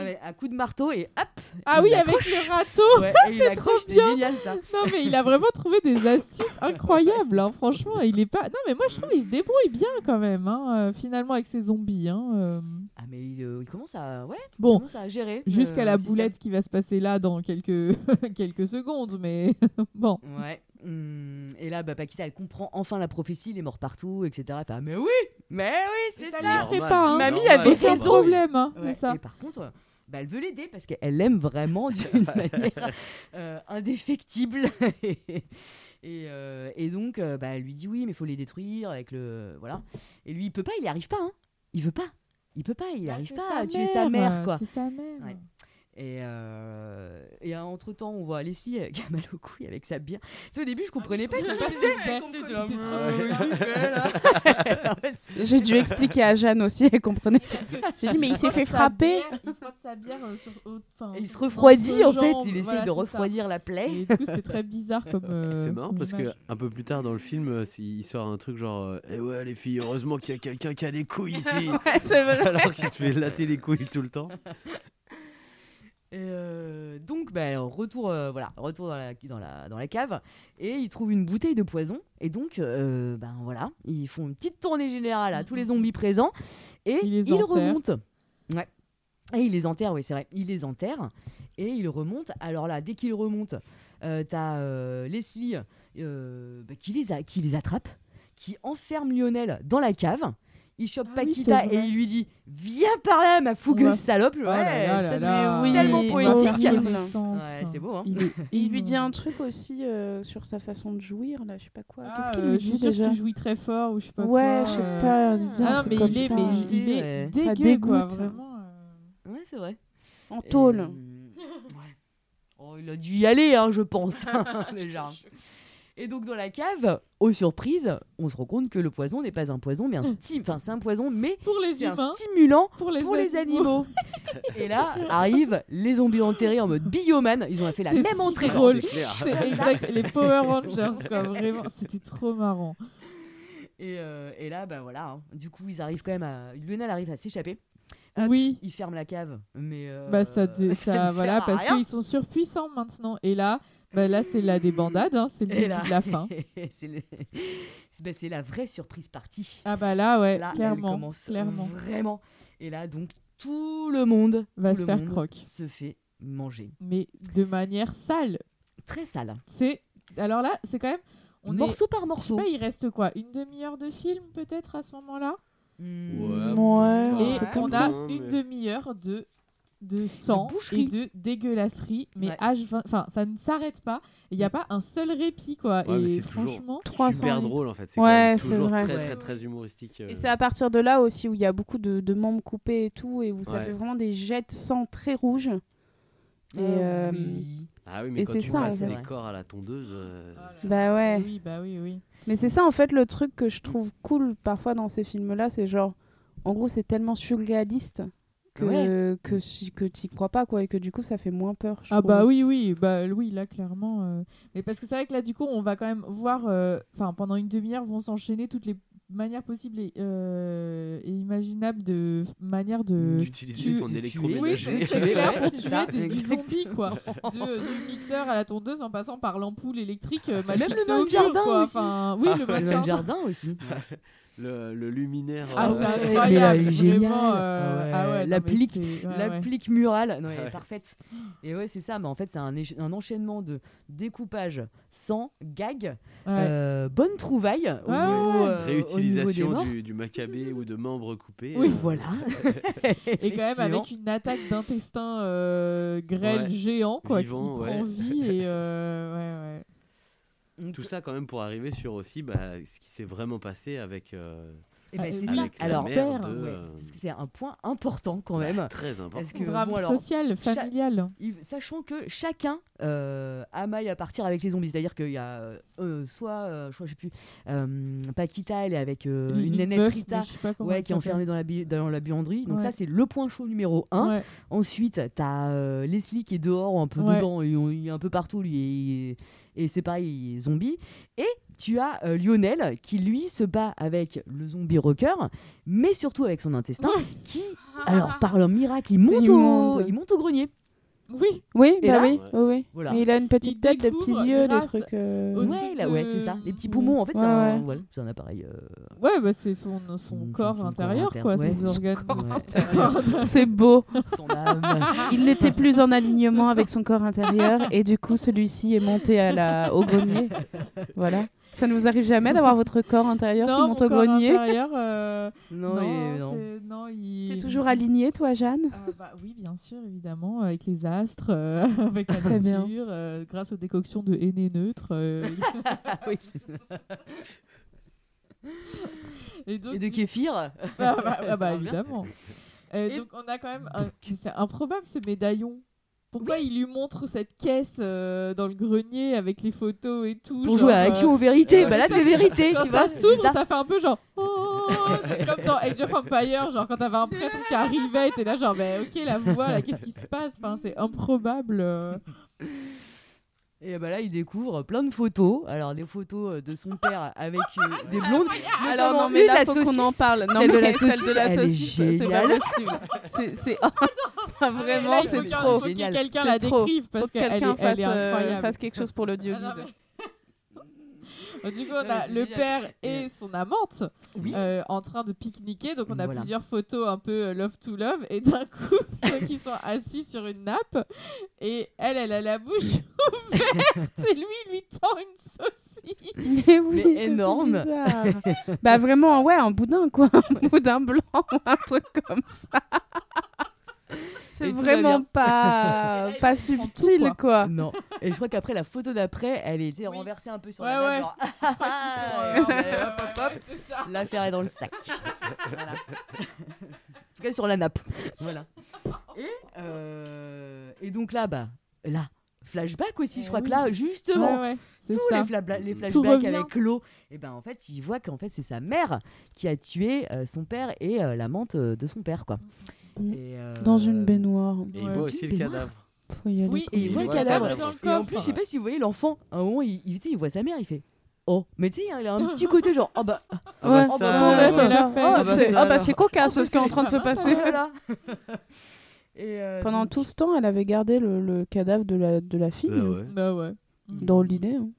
[SPEAKER 1] avec un coup de marteau et hop.
[SPEAKER 8] Ah
[SPEAKER 1] il
[SPEAKER 8] oui, avec
[SPEAKER 1] l'accroche.
[SPEAKER 8] le râteau
[SPEAKER 1] Ouais, et il
[SPEAKER 8] C'est trop
[SPEAKER 1] l'accroche, c'est
[SPEAKER 8] bien
[SPEAKER 1] génial, ça.
[SPEAKER 8] Non, mais il a vraiment trouvé des astuces incroyables, hein, franchement. Il est pas. Non, mais moi, je trouve qu'il se débrouille bien quand même, hein, euh, finalement, avec ses zombies. hein, euh.
[SPEAKER 1] Ah mais il, euh, il commence à ouais, il
[SPEAKER 8] Bon,
[SPEAKER 1] commence à gérer
[SPEAKER 8] Jusqu'à
[SPEAKER 1] euh,
[SPEAKER 8] la
[SPEAKER 1] le système.
[SPEAKER 8] boulette qui va se passer là dans quelques, quelques secondes, mais bon.
[SPEAKER 1] Ouais. Hum, Et là, bah, Paquita, elle comprend enfin la prophétie, les morts partout, etc. Elle fait, Ah, mais oui, mais oui, c'est ça.
[SPEAKER 8] Ça ne fait pas, hein.
[SPEAKER 1] Mamie
[SPEAKER 8] Normal,
[SPEAKER 1] avait
[SPEAKER 8] aucun
[SPEAKER 1] raison.
[SPEAKER 8] problème, hein,
[SPEAKER 1] Ouais,
[SPEAKER 8] mais ça.
[SPEAKER 1] Et par contre, bah, elle veut l'aider parce qu'elle l'aime vraiment d'une manière euh, indéfectible. et, euh, et donc, euh, bah, elle lui dit oui, mais il faut les détruire avec le voilà. Et lui, il peut pas, il n'y arrive pas. Hein. Il veut pas. Il peut pas, il n'arrive pas à tuer sa mère, quoi.
[SPEAKER 8] C'est sa Ah, mère.
[SPEAKER 1] Ouais. Et, euh, et entre temps, on voit Leslie euh, qui a mal aux couilles avec sa bière. Tu sais, au début, je comprenais
[SPEAKER 8] Ah,
[SPEAKER 1] pas ce qui se passait. J'étais là,
[SPEAKER 8] hein.
[SPEAKER 1] Ah, ouais, c'est-
[SPEAKER 11] J'ai dû expliquer à Jeanne aussi, elle comprenait. J'ai dit mais il s'est fait frapper.
[SPEAKER 8] Il frotte sa bière euh, sur. au- enfin,
[SPEAKER 1] Et il se
[SPEAKER 8] sur
[SPEAKER 1] refroidit en
[SPEAKER 8] l'entrejambe,
[SPEAKER 1] fait, il essaye
[SPEAKER 8] voilà,
[SPEAKER 1] de
[SPEAKER 8] c'est ça.
[SPEAKER 1] refroidir la plaie.
[SPEAKER 8] Et du coup, c'est très bizarre comme. euh,
[SPEAKER 9] C'est marrant
[SPEAKER 8] comme
[SPEAKER 9] parce que
[SPEAKER 8] image.
[SPEAKER 9] un peu plus tard dans le film, euh, s'il- il sort un truc genre euh, Eh ouais, les filles, heureusement qu'il y a quelqu'un qui a des couilles ici
[SPEAKER 11] Ouais, c'est vrai.
[SPEAKER 9] Alors qu'il se fait latter les couilles tout le temps.
[SPEAKER 1] Et, euh, donc, bah, alors, retour, euh, voilà, retour dans la, dans, la, dans la cave et ils trouvent une bouteille de poison. Et donc, euh, ben voilà, ils font une petite tournée générale à tous les zombies présents et
[SPEAKER 8] Ils
[SPEAKER 1] ils
[SPEAKER 8] les enterrent.
[SPEAKER 1] remontent. Ouais. Et ils les enterrent, oui, c'est vrai. Ils les enterrent et ils remontent. Alors là, dès qu'ils remontent, euh, t'as euh, Leslie euh, bah, qui, les a- qui les attrape, qui enferme Lionel dans la cave. Il chope
[SPEAKER 8] Ah oui,
[SPEAKER 1] Paquita
[SPEAKER 8] c'est vrai.
[SPEAKER 1] et il lui dit Viens par là, ma fougueuse
[SPEAKER 8] Ouais.
[SPEAKER 1] salope
[SPEAKER 8] Oh
[SPEAKER 1] Ouais,
[SPEAKER 8] là là là
[SPEAKER 1] ça, c'est
[SPEAKER 8] là.
[SPEAKER 11] oui,
[SPEAKER 1] tellement
[SPEAKER 11] il-
[SPEAKER 1] poétique.
[SPEAKER 11] il-
[SPEAKER 8] Renaissance.
[SPEAKER 1] Ouais, c'était beau, hein.
[SPEAKER 8] Il est
[SPEAKER 11] Et il lui dit
[SPEAKER 8] immonde.
[SPEAKER 11] un truc aussi euh, sur sa façon de jouir là, je sais pas quoi.
[SPEAKER 8] Ah,
[SPEAKER 11] Qu'est-ce qu'il
[SPEAKER 8] euh,
[SPEAKER 11] lui
[SPEAKER 8] je
[SPEAKER 11] dit
[SPEAKER 8] suis sûre
[SPEAKER 11] déjà
[SPEAKER 8] qu'il jouit très fort ou je sais pas
[SPEAKER 11] Ouais,
[SPEAKER 8] quoi,
[SPEAKER 11] je sais
[SPEAKER 8] euh.
[SPEAKER 11] pas. il dit un
[SPEAKER 8] Ah non,
[SPEAKER 11] truc
[SPEAKER 8] mais
[SPEAKER 11] comme
[SPEAKER 8] il est,
[SPEAKER 11] ça.
[SPEAKER 8] mais il- il est
[SPEAKER 1] Ouais.
[SPEAKER 11] Ça
[SPEAKER 8] dégueu, quoi,
[SPEAKER 11] dégoûte.
[SPEAKER 8] vraiment. euh.
[SPEAKER 1] Ouais, c'est vrai.
[SPEAKER 11] En
[SPEAKER 1] Et,
[SPEAKER 11] tôle.
[SPEAKER 1] euh, ouais. Oh, il a dû y aller, hein, je pense. hein, déjà. Et donc, dans la cave, aux surprises, on se rend compte que le poison n'est pas un poison, mais un stim. Enfin, c'est un poison, mais
[SPEAKER 8] Pour Hmm. les
[SPEAKER 1] c'est un
[SPEAKER 8] humains,
[SPEAKER 1] stimulant
[SPEAKER 8] pour les
[SPEAKER 1] pour les
[SPEAKER 8] animaux.
[SPEAKER 1] animaux. Et là arrivent les zombies enterrés en mode bioman. Ils ont fait la
[SPEAKER 8] C'est
[SPEAKER 1] même
[SPEAKER 8] si
[SPEAKER 1] entrée.
[SPEAKER 8] drôle.
[SPEAKER 9] Ah, C'est clair.
[SPEAKER 8] C'est exact, les Power Rangers, quoi, vraiment, c'était trop marrant.
[SPEAKER 1] Et, euh, et là, ben voilà. hein. Du coup, ils arrivent quand même à. Lionel arrive à s'échapper.
[SPEAKER 8] Oui,
[SPEAKER 1] Il ferme la cave, mais. euh,
[SPEAKER 8] bah ça,
[SPEAKER 1] ne
[SPEAKER 8] dé- ça
[SPEAKER 1] sert
[SPEAKER 8] voilà,
[SPEAKER 1] à
[SPEAKER 8] parce
[SPEAKER 1] rien.
[SPEAKER 8] qu'ils sont surpuissants maintenant. Et là, bah là c'est la débandade, hein, c'est le
[SPEAKER 1] Et
[SPEAKER 8] début
[SPEAKER 1] là,
[SPEAKER 8] de la fin.
[SPEAKER 9] Hein
[SPEAKER 1] c'est le- c'est- ben, c'est la vraie surprise partie.
[SPEAKER 8] Ah bah là, Mmh. ouais,
[SPEAKER 1] là, elle
[SPEAKER 8] clairement,
[SPEAKER 1] commence
[SPEAKER 8] clairement.
[SPEAKER 1] vraiment. Et là, donc, tout le monde
[SPEAKER 8] Va
[SPEAKER 1] tout
[SPEAKER 8] se
[SPEAKER 1] le
[SPEAKER 8] faire
[SPEAKER 1] monde
[SPEAKER 8] croque.
[SPEAKER 1] Se fait manger.
[SPEAKER 8] Mais de manière sale.
[SPEAKER 1] Très sale. hein.
[SPEAKER 8] C'est, alors là, c'est quand même, on est,
[SPEAKER 1] morceau par
[SPEAKER 8] je sais
[SPEAKER 1] morceau.
[SPEAKER 8] pas, il reste quoi, une demi-heure de film peut-être à ce moment-là.
[SPEAKER 1] Mmh.
[SPEAKER 11] Ouais.
[SPEAKER 8] Et
[SPEAKER 9] truc
[SPEAKER 8] on
[SPEAKER 9] comme
[SPEAKER 8] a
[SPEAKER 9] ça, hein,
[SPEAKER 8] une
[SPEAKER 9] mais-
[SPEAKER 8] demi-heure de de sang
[SPEAKER 1] boucherie.
[SPEAKER 8] et de dégueulasserie, mais
[SPEAKER 1] Ouais.
[SPEAKER 8] H20, enfin ça ne s'arrête pas. Il n'y a pas un seul répit quoi.
[SPEAKER 9] Ouais, mais
[SPEAKER 8] et
[SPEAKER 9] c'est toujours
[SPEAKER 8] franchement,
[SPEAKER 11] 300
[SPEAKER 9] super
[SPEAKER 11] litres.
[SPEAKER 9] drôle en fait. C'est
[SPEAKER 11] Ouais,
[SPEAKER 9] quand même
[SPEAKER 11] c'est
[SPEAKER 9] toujours
[SPEAKER 11] vrai.
[SPEAKER 9] très,
[SPEAKER 1] Ouais.
[SPEAKER 9] très très humoristique. euh.
[SPEAKER 11] Et c'est à partir de là aussi où il y a beaucoup de, de membres coupés et tout, et où ça
[SPEAKER 9] Ouais.
[SPEAKER 11] fait vraiment des jets de sang très rouges. Et, euh,
[SPEAKER 1] Oui.
[SPEAKER 9] Ah oui, mais
[SPEAKER 11] et
[SPEAKER 9] quand
[SPEAKER 11] c'est
[SPEAKER 9] tu
[SPEAKER 11] ça,
[SPEAKER 9] passes
[SPEAKER 1] en
[SPEAKER 9] des
[SPEAKER 1] fait.
[SPEAKER 9] corps à la tondeuse, euh, c'est-
[SPEAKER 11] Bah ouais.
[SPEAKER 8] Oui, bah oui, oui.
[SPEAKER 11] Mais c'est ça en fait le truc que je trouve cool parfois dans ces films-là, c'est genre, en gros, c'est tellement surréaliste que que si- que t'y crois pas quoi, et que du coup ça fait moins peur. je
[SPEAKER 8] Ah
[SPEAKER 11] trouve.
[SPEAKER 8] bah oui, oui, bah oui, là clairement. euh, Mais parce que c'est vrai que là du coup, on va quand même voir, euh, enfin pendant une demi-heure vont s'enchaîner toutes les manière possible et, euh, et imaginable de manière de
[SPEAKER 9] D'utiliser
[SPEAKER 8] Euh, tu-
[SPEAKER 9] son
[SPEAKER 8] de tuer.
[SPEAKER 9] électroménager.
[SPEAKER 8] Oui, c'est
[SPEAKER 9] Ouais,
[SPEAKER 8] clair pour
[SPEAKER 9] c'est ça,
[SPEAKER 8] tuer des, des
[SPEAKER 9] exactement.
[SPEAKER 8] zombies quoi. De- du mixeur à la tondeuse en passant par l'ampoule électrique euh, mal
[SPEAKER 1] Même le
[SPEAKER 8] fixée
[SPEAKER 1] nain
[SPEAKER 8] au
[SPEAKER 1] de
[SPEAKER 8] mur,
[SPEAKER 1] jardin
[SPEAKER 8] quoi.
[SPEAKER 1] aussi.
[SPEAKER 8] Enfin, oui,
[SPEAKER 9] Ah,
[SPEAKER 8] le
[SPEAKER 9] ouais.
[SPEAKER 8] nain de
[SPEAKER 9] Le nain de
[SPEAKER 8] jardin.
[SPEAKER 1] aussi.
[SPEAKER 9] Le, le luminaire.
[SPEAKER 8] Ah,
[SPEAKER 9] euh,
[SPEAKER 8] c'est
[SPEAKER 1] Ouais,
[SPEAKER 8] incroyable,
[SPEAKER 1] mais là, elle est
[SPEAKER 8] vraiment,
[SPEAKER 1] géniale.
[SPEAKER 8] euh,
[SPEAKER 1] Ouais,
[SPEAKER 8] ah ouais, non, mais
[SPEAKER 1] l'applique,
[SPEAKER 8] c'est- ouais,
[SPEAKER 1] l'applique murale. Non, elle
[SPEAKER 9] Ouais.
[SPEAKER 1] est parfaite. Et ouais, c'est ça. Mais en fait, c'est un, éche- un enchaînement de découpage sans gag.
[SPEAKER 8] Ouais.
[SPEAKER 1] Euh, bonne trouvaille au, niveau,
[SPEAKER 8] Ouais,
[SPEAKER 1] euh, au niveau des
[SPEAKER 9] réutilisation
[SPEAKER 1] morts.
[SPEAKER 9] du, du macabé ou de membres coupés.
[SPEAKER 1] Oui,
[SPEAKER 9] euh,
[SPEAKER 1] voilà.
[SPEAKER 8] Et quand même avec une attaque d'intestin euh, grêle
[SPEAKER 9] Ouais.
[SPEAKER 8] géant quoi,
[SPEAKER 9] Vivant,
[SPEAKER 8] qui
[SPEAKER 9] ouais.
[SPEAKER 8] prend vie et euh, ouais, ouais.
[SPEAKER 9] Tout ça quand même pour arriver sur aussi bah, ce qui s'est vraiment passé avec. euh,
[SPEAKER 1] Eh ben, c'est
[SPEAKER 9] avec
[SPEAKER 1] ça.
[SPEAKER 9] la
[SPEAKER 1] Alors,
[SPEAKER 9] mère
[SPEAKER 8] père,
[SPEAKER 9] de,
[SPEAKER 1] ouais,
[SPEAKER 9] euh, bah,
[SPEAKER 1] parce que c'est un point important quand même.
[SPEAKER 9] très important.
[SPEAKER 1] Parce que,
[SPEAKER 8] Drame
[SPEAKER 1] bon, alors,
[SPEAKER 8] social,
[SPEAKER 1] cha-
[SPEAKER 8] familial.
[SPEAKER 1] Yves, sachant que chacun euh, a maille à partir avec les zombies. C'est-à-dire qu'il y a euh, soit, euh, je crois, je sais plus, euh, Paquita, elle est avec euh, une
[SPEAKER 8] Une
[SPEAKER 1] nénette
[SPEAKER 8] meuf,
[SPEAKER 1] Rita.
[SPEAKER 8] mais je sais pas comment
[SPEAKER 1] Ouais,
[SPEAKER 8] elle
[SPEAKER 1] qui est enfermée dans la, bu- dans la buanderie. Donc,
[SPEAKER 8] Ouais.
[SPEAKER 1] ça, c'est le point chaud numéro 1.
[SPEAKER 8] Ouais.
[SPEAKER 1] Ensuite, t'as euh, Leslie qui est dehors, un peu
[SPEAKER 8] Ouais.
[SPEAKER 1] dedans, et on- il est un peu partout, lui, et, et c'est pareil, il est zombie. Et tu as euh, Lionel qui, lui, se bat avec le zombie rocker, mais surtout avec son intestin,
[SPEAKER 8] Ouais.
[SPEAKER 1] qui, alors par un miracle, il monte, au,
[SPEAKER 10] immonde.
[SPEAKER 1] il monte au grenier.
[SPEAKER 8] Oui,
[SPEAKER 10] Oui,
[SPEAKER 1] Et
[SPEAKER 10] bah
[SPEAKER 1] là-
[SPEAKER 10] oui, oui, oui.
[SPEAKER 1] Voilà.
[SPEAKER 10] Mais il a une
[SPEAKER 8] Il
[SPEAKER 10] petite tête, des
[SPEAKER 8] découvre
[SPEAKER 10] petits yeux, des
[SPEAKER 8] grâce
[SPEAKER 10] trucs. euh,
[SPEAKER 8] au-
[SPEAKER 1] Ouais, là, ouais, c'est ça. Les petits
[SPEAKER 8] Oui.
[SPEAKER 1] poumons, en fait, c'est
[SPEAKER 10] Ouais,
[SPEAKER 1] un,
[SPEAKER 10] ouais.
[SPEAKER 1] voilà, c'est un appareil. euh,
[SPEAKER 8] ouais, bah c'est son, son,
[SPEAKER 1] Son-
[SPEAKER 8] corps
[SPEAKER 1] son corps
[SPEAKER 8] intérieur,
[SPEAKER 1] interne,
[SPEAKER 8] quoi,
[SPEAKER 1] ouais.
[SPEAKER 8] ses
[SPEAKER 1] Son
[SPEAKER 8] organes.
[SPEAKER 1] corps
[SPEAKER 8] Ouais.
[SPEAKER 10] C'est beau.
[SPEAKER 1] son âme.
[SPEAKER 10] Il n'était plus en alignement avec son corps intérieur et du coup celui-ci est monté à la... au grenier. Voilà. Ça ne vous arrive jamais d'avoir votre corps intérieur
[SPEAKER 8] Non,
[SPEAKER 10] qui monte
[SPEAKER 8] mon
[SPEAKER 10] au
[SPEAKER 8] corps
[SPEAKER 10] grenier
[SPEAKER 8] intérieur, euh,
[SPEAKER 1] non,
[SPEAKER 8] non,
[SPEAKER 1] et- euh, non.
[SPEAKER 8] c'est- non, il...
[SPEAKER 10] T'es toujours aligné toi, Jeanne
[SPEAKER 8] Ah, bah, oui, bien sûr, évidemment, avec les astres, euh, avec la
[SPEAKER 10] Très bien.
[SPEAKER 8] nature, euh, grâce aux décoctions de henné neutre. euh,
[SPEAKER 1] Ah oui, c'est-
[SPEAKER 8] et donc,
[SPEAKER 1] et de kéfir.
[SPEAKER 8] Ah bah, ah bah,
[SPEAKER 1] Ça revient.
[SPEAKER 8] évidemment. Euh,
[SPEAKER 1] Et-
[SPEAKER 8] Donc on a quand même un- c'est improbable ce médaillon. Pourquoi il lui montre cette caisse euh, dans le grenier avec les photos et tout
[SPEAKER 1] Pour
[SPEAKER 8] genre,
[SPEAKER 1] jouer à
[SPEAKER 8] euh,
[SPEAKER 1] Action ou Vérité,
[SPEAKER 8] euh,
[SPEAKER 1] bah là,
[SPEAKER 8] ça-
[SPEAKER 1] c'est vérité,
[SPEAKER 8] Quand
[SPEAKER 1] tu vois.
[SPEAKER 8] ça s'ouvre,
[SPEAKER 1] c'est ça.
[SPEAKER 8] ça. fait un peu genre. Oh, c'est comme dans Age of Empire, genre quand t'avais un prêtre qui arrivait, t'es là genre, bah, ok, la voix, là, qu'est-ce qui se passe enfin, C'est improbable. euh.
[SPEAKER 1] Et bah là, il découvre plein de photos. Alors, des photos euh, de son père avec
[SPEAKER 8] Ah,
[SPEAKER 1] euh, des blondes.
[SPEAKER 11] Alors
[SPEAKER 1] notamment
[SPEAKER 11] non mais
[SPEAKER 1] une,
[SPEAKER 11] là
[SPEAKER 1] la
[SPEAKER 11] faut qu'on en
[SPEAKER 1] saucisse.
[SPEAKER 11] parle. Non
[SPEAKER 1] Celle de
[SPEAKER 11] mais
[SPEAKER 1] la
[SPEAKER 11] celle de la
[SPEAKER 1] saucisse, elle est
[SPEAKER 11] saucisse, c'est pas
[SPEAKER 1] géniale.
[SPEAKER 11] possible. C'est c'est
[SPEAKER 8] Et
[SPEAKER 11] vraiment
[SPEAKER 8] Ah, là, il faut
[SPEAKER 11] c'est
[SPEAKER 8] qu'un-
[SPEAKER 11] trop.
[SPEAKER 8] faut que
[SPEAKER 1] Génial.
[SPEAKER 8] quelqu'un la
[SPEAKER 11] C'est trop.
[SPEAKER 8] décrive
[SPEAKER 11] Faut
[SPEAKER 8] parce
[SPEAKER 11] que
[SPEAKER 8] qu'elle est,
[SPEAKER 11] quelqu'un fasse,
[SPEAKER 8] elle est
[SPEAKER 11] euh,
[SPEAKER 8] incroyable.
[SPEAKER 11] fasse quelque chose pour le dieu.
[SPEAKER 8] Ah, non, mais- Du coup, on a
[SPEAKER 1] c'est
[SPEAKER 8] le
[SPEAKER 1] génial.
[SPEAKER 8] père et
[SPEAKER 1] Et-
[SPEAKER 8] son amante
[SPEAKER 1] Oui.
[SPEAKER 8] euh, en train de pique-niquer. Donc, on a
[SPEAKER 1] Voilà.
[SPEAKER 8] plusieurs photos un peu euh, love to love. Et d'un coup, qui sont assis sur une nappe. Et elle, elle a la bouche ouverte. Et lui, il lui tend une saucisse.
[SPEAKER 11] Mais oui,
[SPEAKER 1] Mais
[SPEAKER 11] ça, c'est
[SPEAKER 1] énorme.
[SPEAKER 11] bizarre. bah vraiment, ouais, un boudin quoi, un boudin blanc, ou un truc comme ça.
[SPEAKER 1] Et
[SPEAKER 11] C'est
[SPEAKER 1] tout va
[SPEAKER 11] vraiment
[SPEAKER 1] bien.
[SPEAKER 11] pas
[SPEAKER 8] Et là, il
[SPEAKER 11] pas
[SPEAKER 8] prend tout,
[SPEAKER 11] subtil
[SPEAKER 8] quoi.
[SPEAKER 11] quoi.
[SPEAKER 1] Euh, Non. Et je crois qu'après, la photo d'après, elle était
[SPEAKER 8] Oui.
[SPEAKER 1] renversée un peu sur
[SPEAKER 8] Ouais,
[SPEAKER 1] la nappe,
[SPEAKER 8] ouais.
[SPEAKER 1] genre, ah,
[SPEAKER 8] Je crois qu'ils sont, euh,
[SPEAKER 1] Allez,
[SPEAKER 8] ouais,
[SPEAKER 1] hop, hop,
[SPEAKER 8] ouais,
[SPEAKER 1] hop.
[SPEAKER 8] c'est ça.
[SPEAKER 1] L'affaire est dans le sac. Voilà. en tout cas, sur la nappe. Voilà. Et, euh, et donc là, bah, là, flashback aussi.
[SPEAKER 8] Eh
[SPEAKER 1] je crois
[SPEAKER 8] oui.
[SPEAKER 1] que là, justement,
[SPEAKER 8] Ouais, ouais, c'est
[SPEAKER 1] tous
[SPEAKER 8] ça.
[SPEAKER 1] les,
[SPEAKER 9] Euh,
[SPEAKER 1] flabla- les
[SPEAKER 8] Tout
[SPEAKER 1] flashbacks
[SPEAKER 8] revient.
[SPEAKER 1] avec l'eau. Et ben en fait, il voit qu'en fait, c'est sa mère qui a tué euh, son père et euh, l'amante euh, de son père, quoi.
[SPEAKER 11] Mm.
[SPEAKER 1] Et, euh,
[SPEAKER 11] Dans une baignoire.
[SPEAKER 9] Et il
[SPEAKER 8] Ouais.
[SPEAKER 9] voit aussi le
[SPEAKER 1] Baignoire.
[SPEAKER 9] cadavre.
[SPEAKER 11] Faut y aller.
[SPEAKER 8] Oui,
[SPEAKER 1] Et il voit le cadavre.
[SPEAKER 8] dans le
[SPEAKER 1] Et en plus,
[SPEAKER 8] coffre.
[SPEAKER 1] je sais pas si vous voyez l'enfant. À un moment, il, il, tu sais, il voit sa mère, il fait Oh, mais tu sais, il a un petit côté genre Oh bah,
[SPEAKER 9] Ah bah
[SPEAKER 11] Ouais.
[SPEAKER 9] ça,
[SPEAKER 1] Oh bah quand
[SPEAKER 9] euh,
[SPEAKER 1] même.
[SPEAKER 9] voilà.
[SPEAKER 8] la
[SPEAKER 11] Ah,
[SPEAKER 8] fête.
[SPEAKER 11] ah,
[SPEAKER 9] Ah bah
[SPEAKER 11] c'est
[SPEAKER 9] ça,
[SPEAKER 11] ah bah,
[SPEAKER 9] alors.
[SPEAKER 11] c'est cocasse ce qui est en train de se
[SPEAKER 1] oh
[SPEAKER 11] passer.
[SPEAKER 1] là là. Et, euh,
[SPEAKER 11] Pendant
[SPEAKER 1] donc-
[SPEAKER 11] tout ce temps, elle avait gardé le, le cadavre de la, de la fille, hein,
[SPEAKER 9] Bah ouais.
[SPEAKER 8] Bah ouais.
[SPEAKER 11] dans l'idée. hein.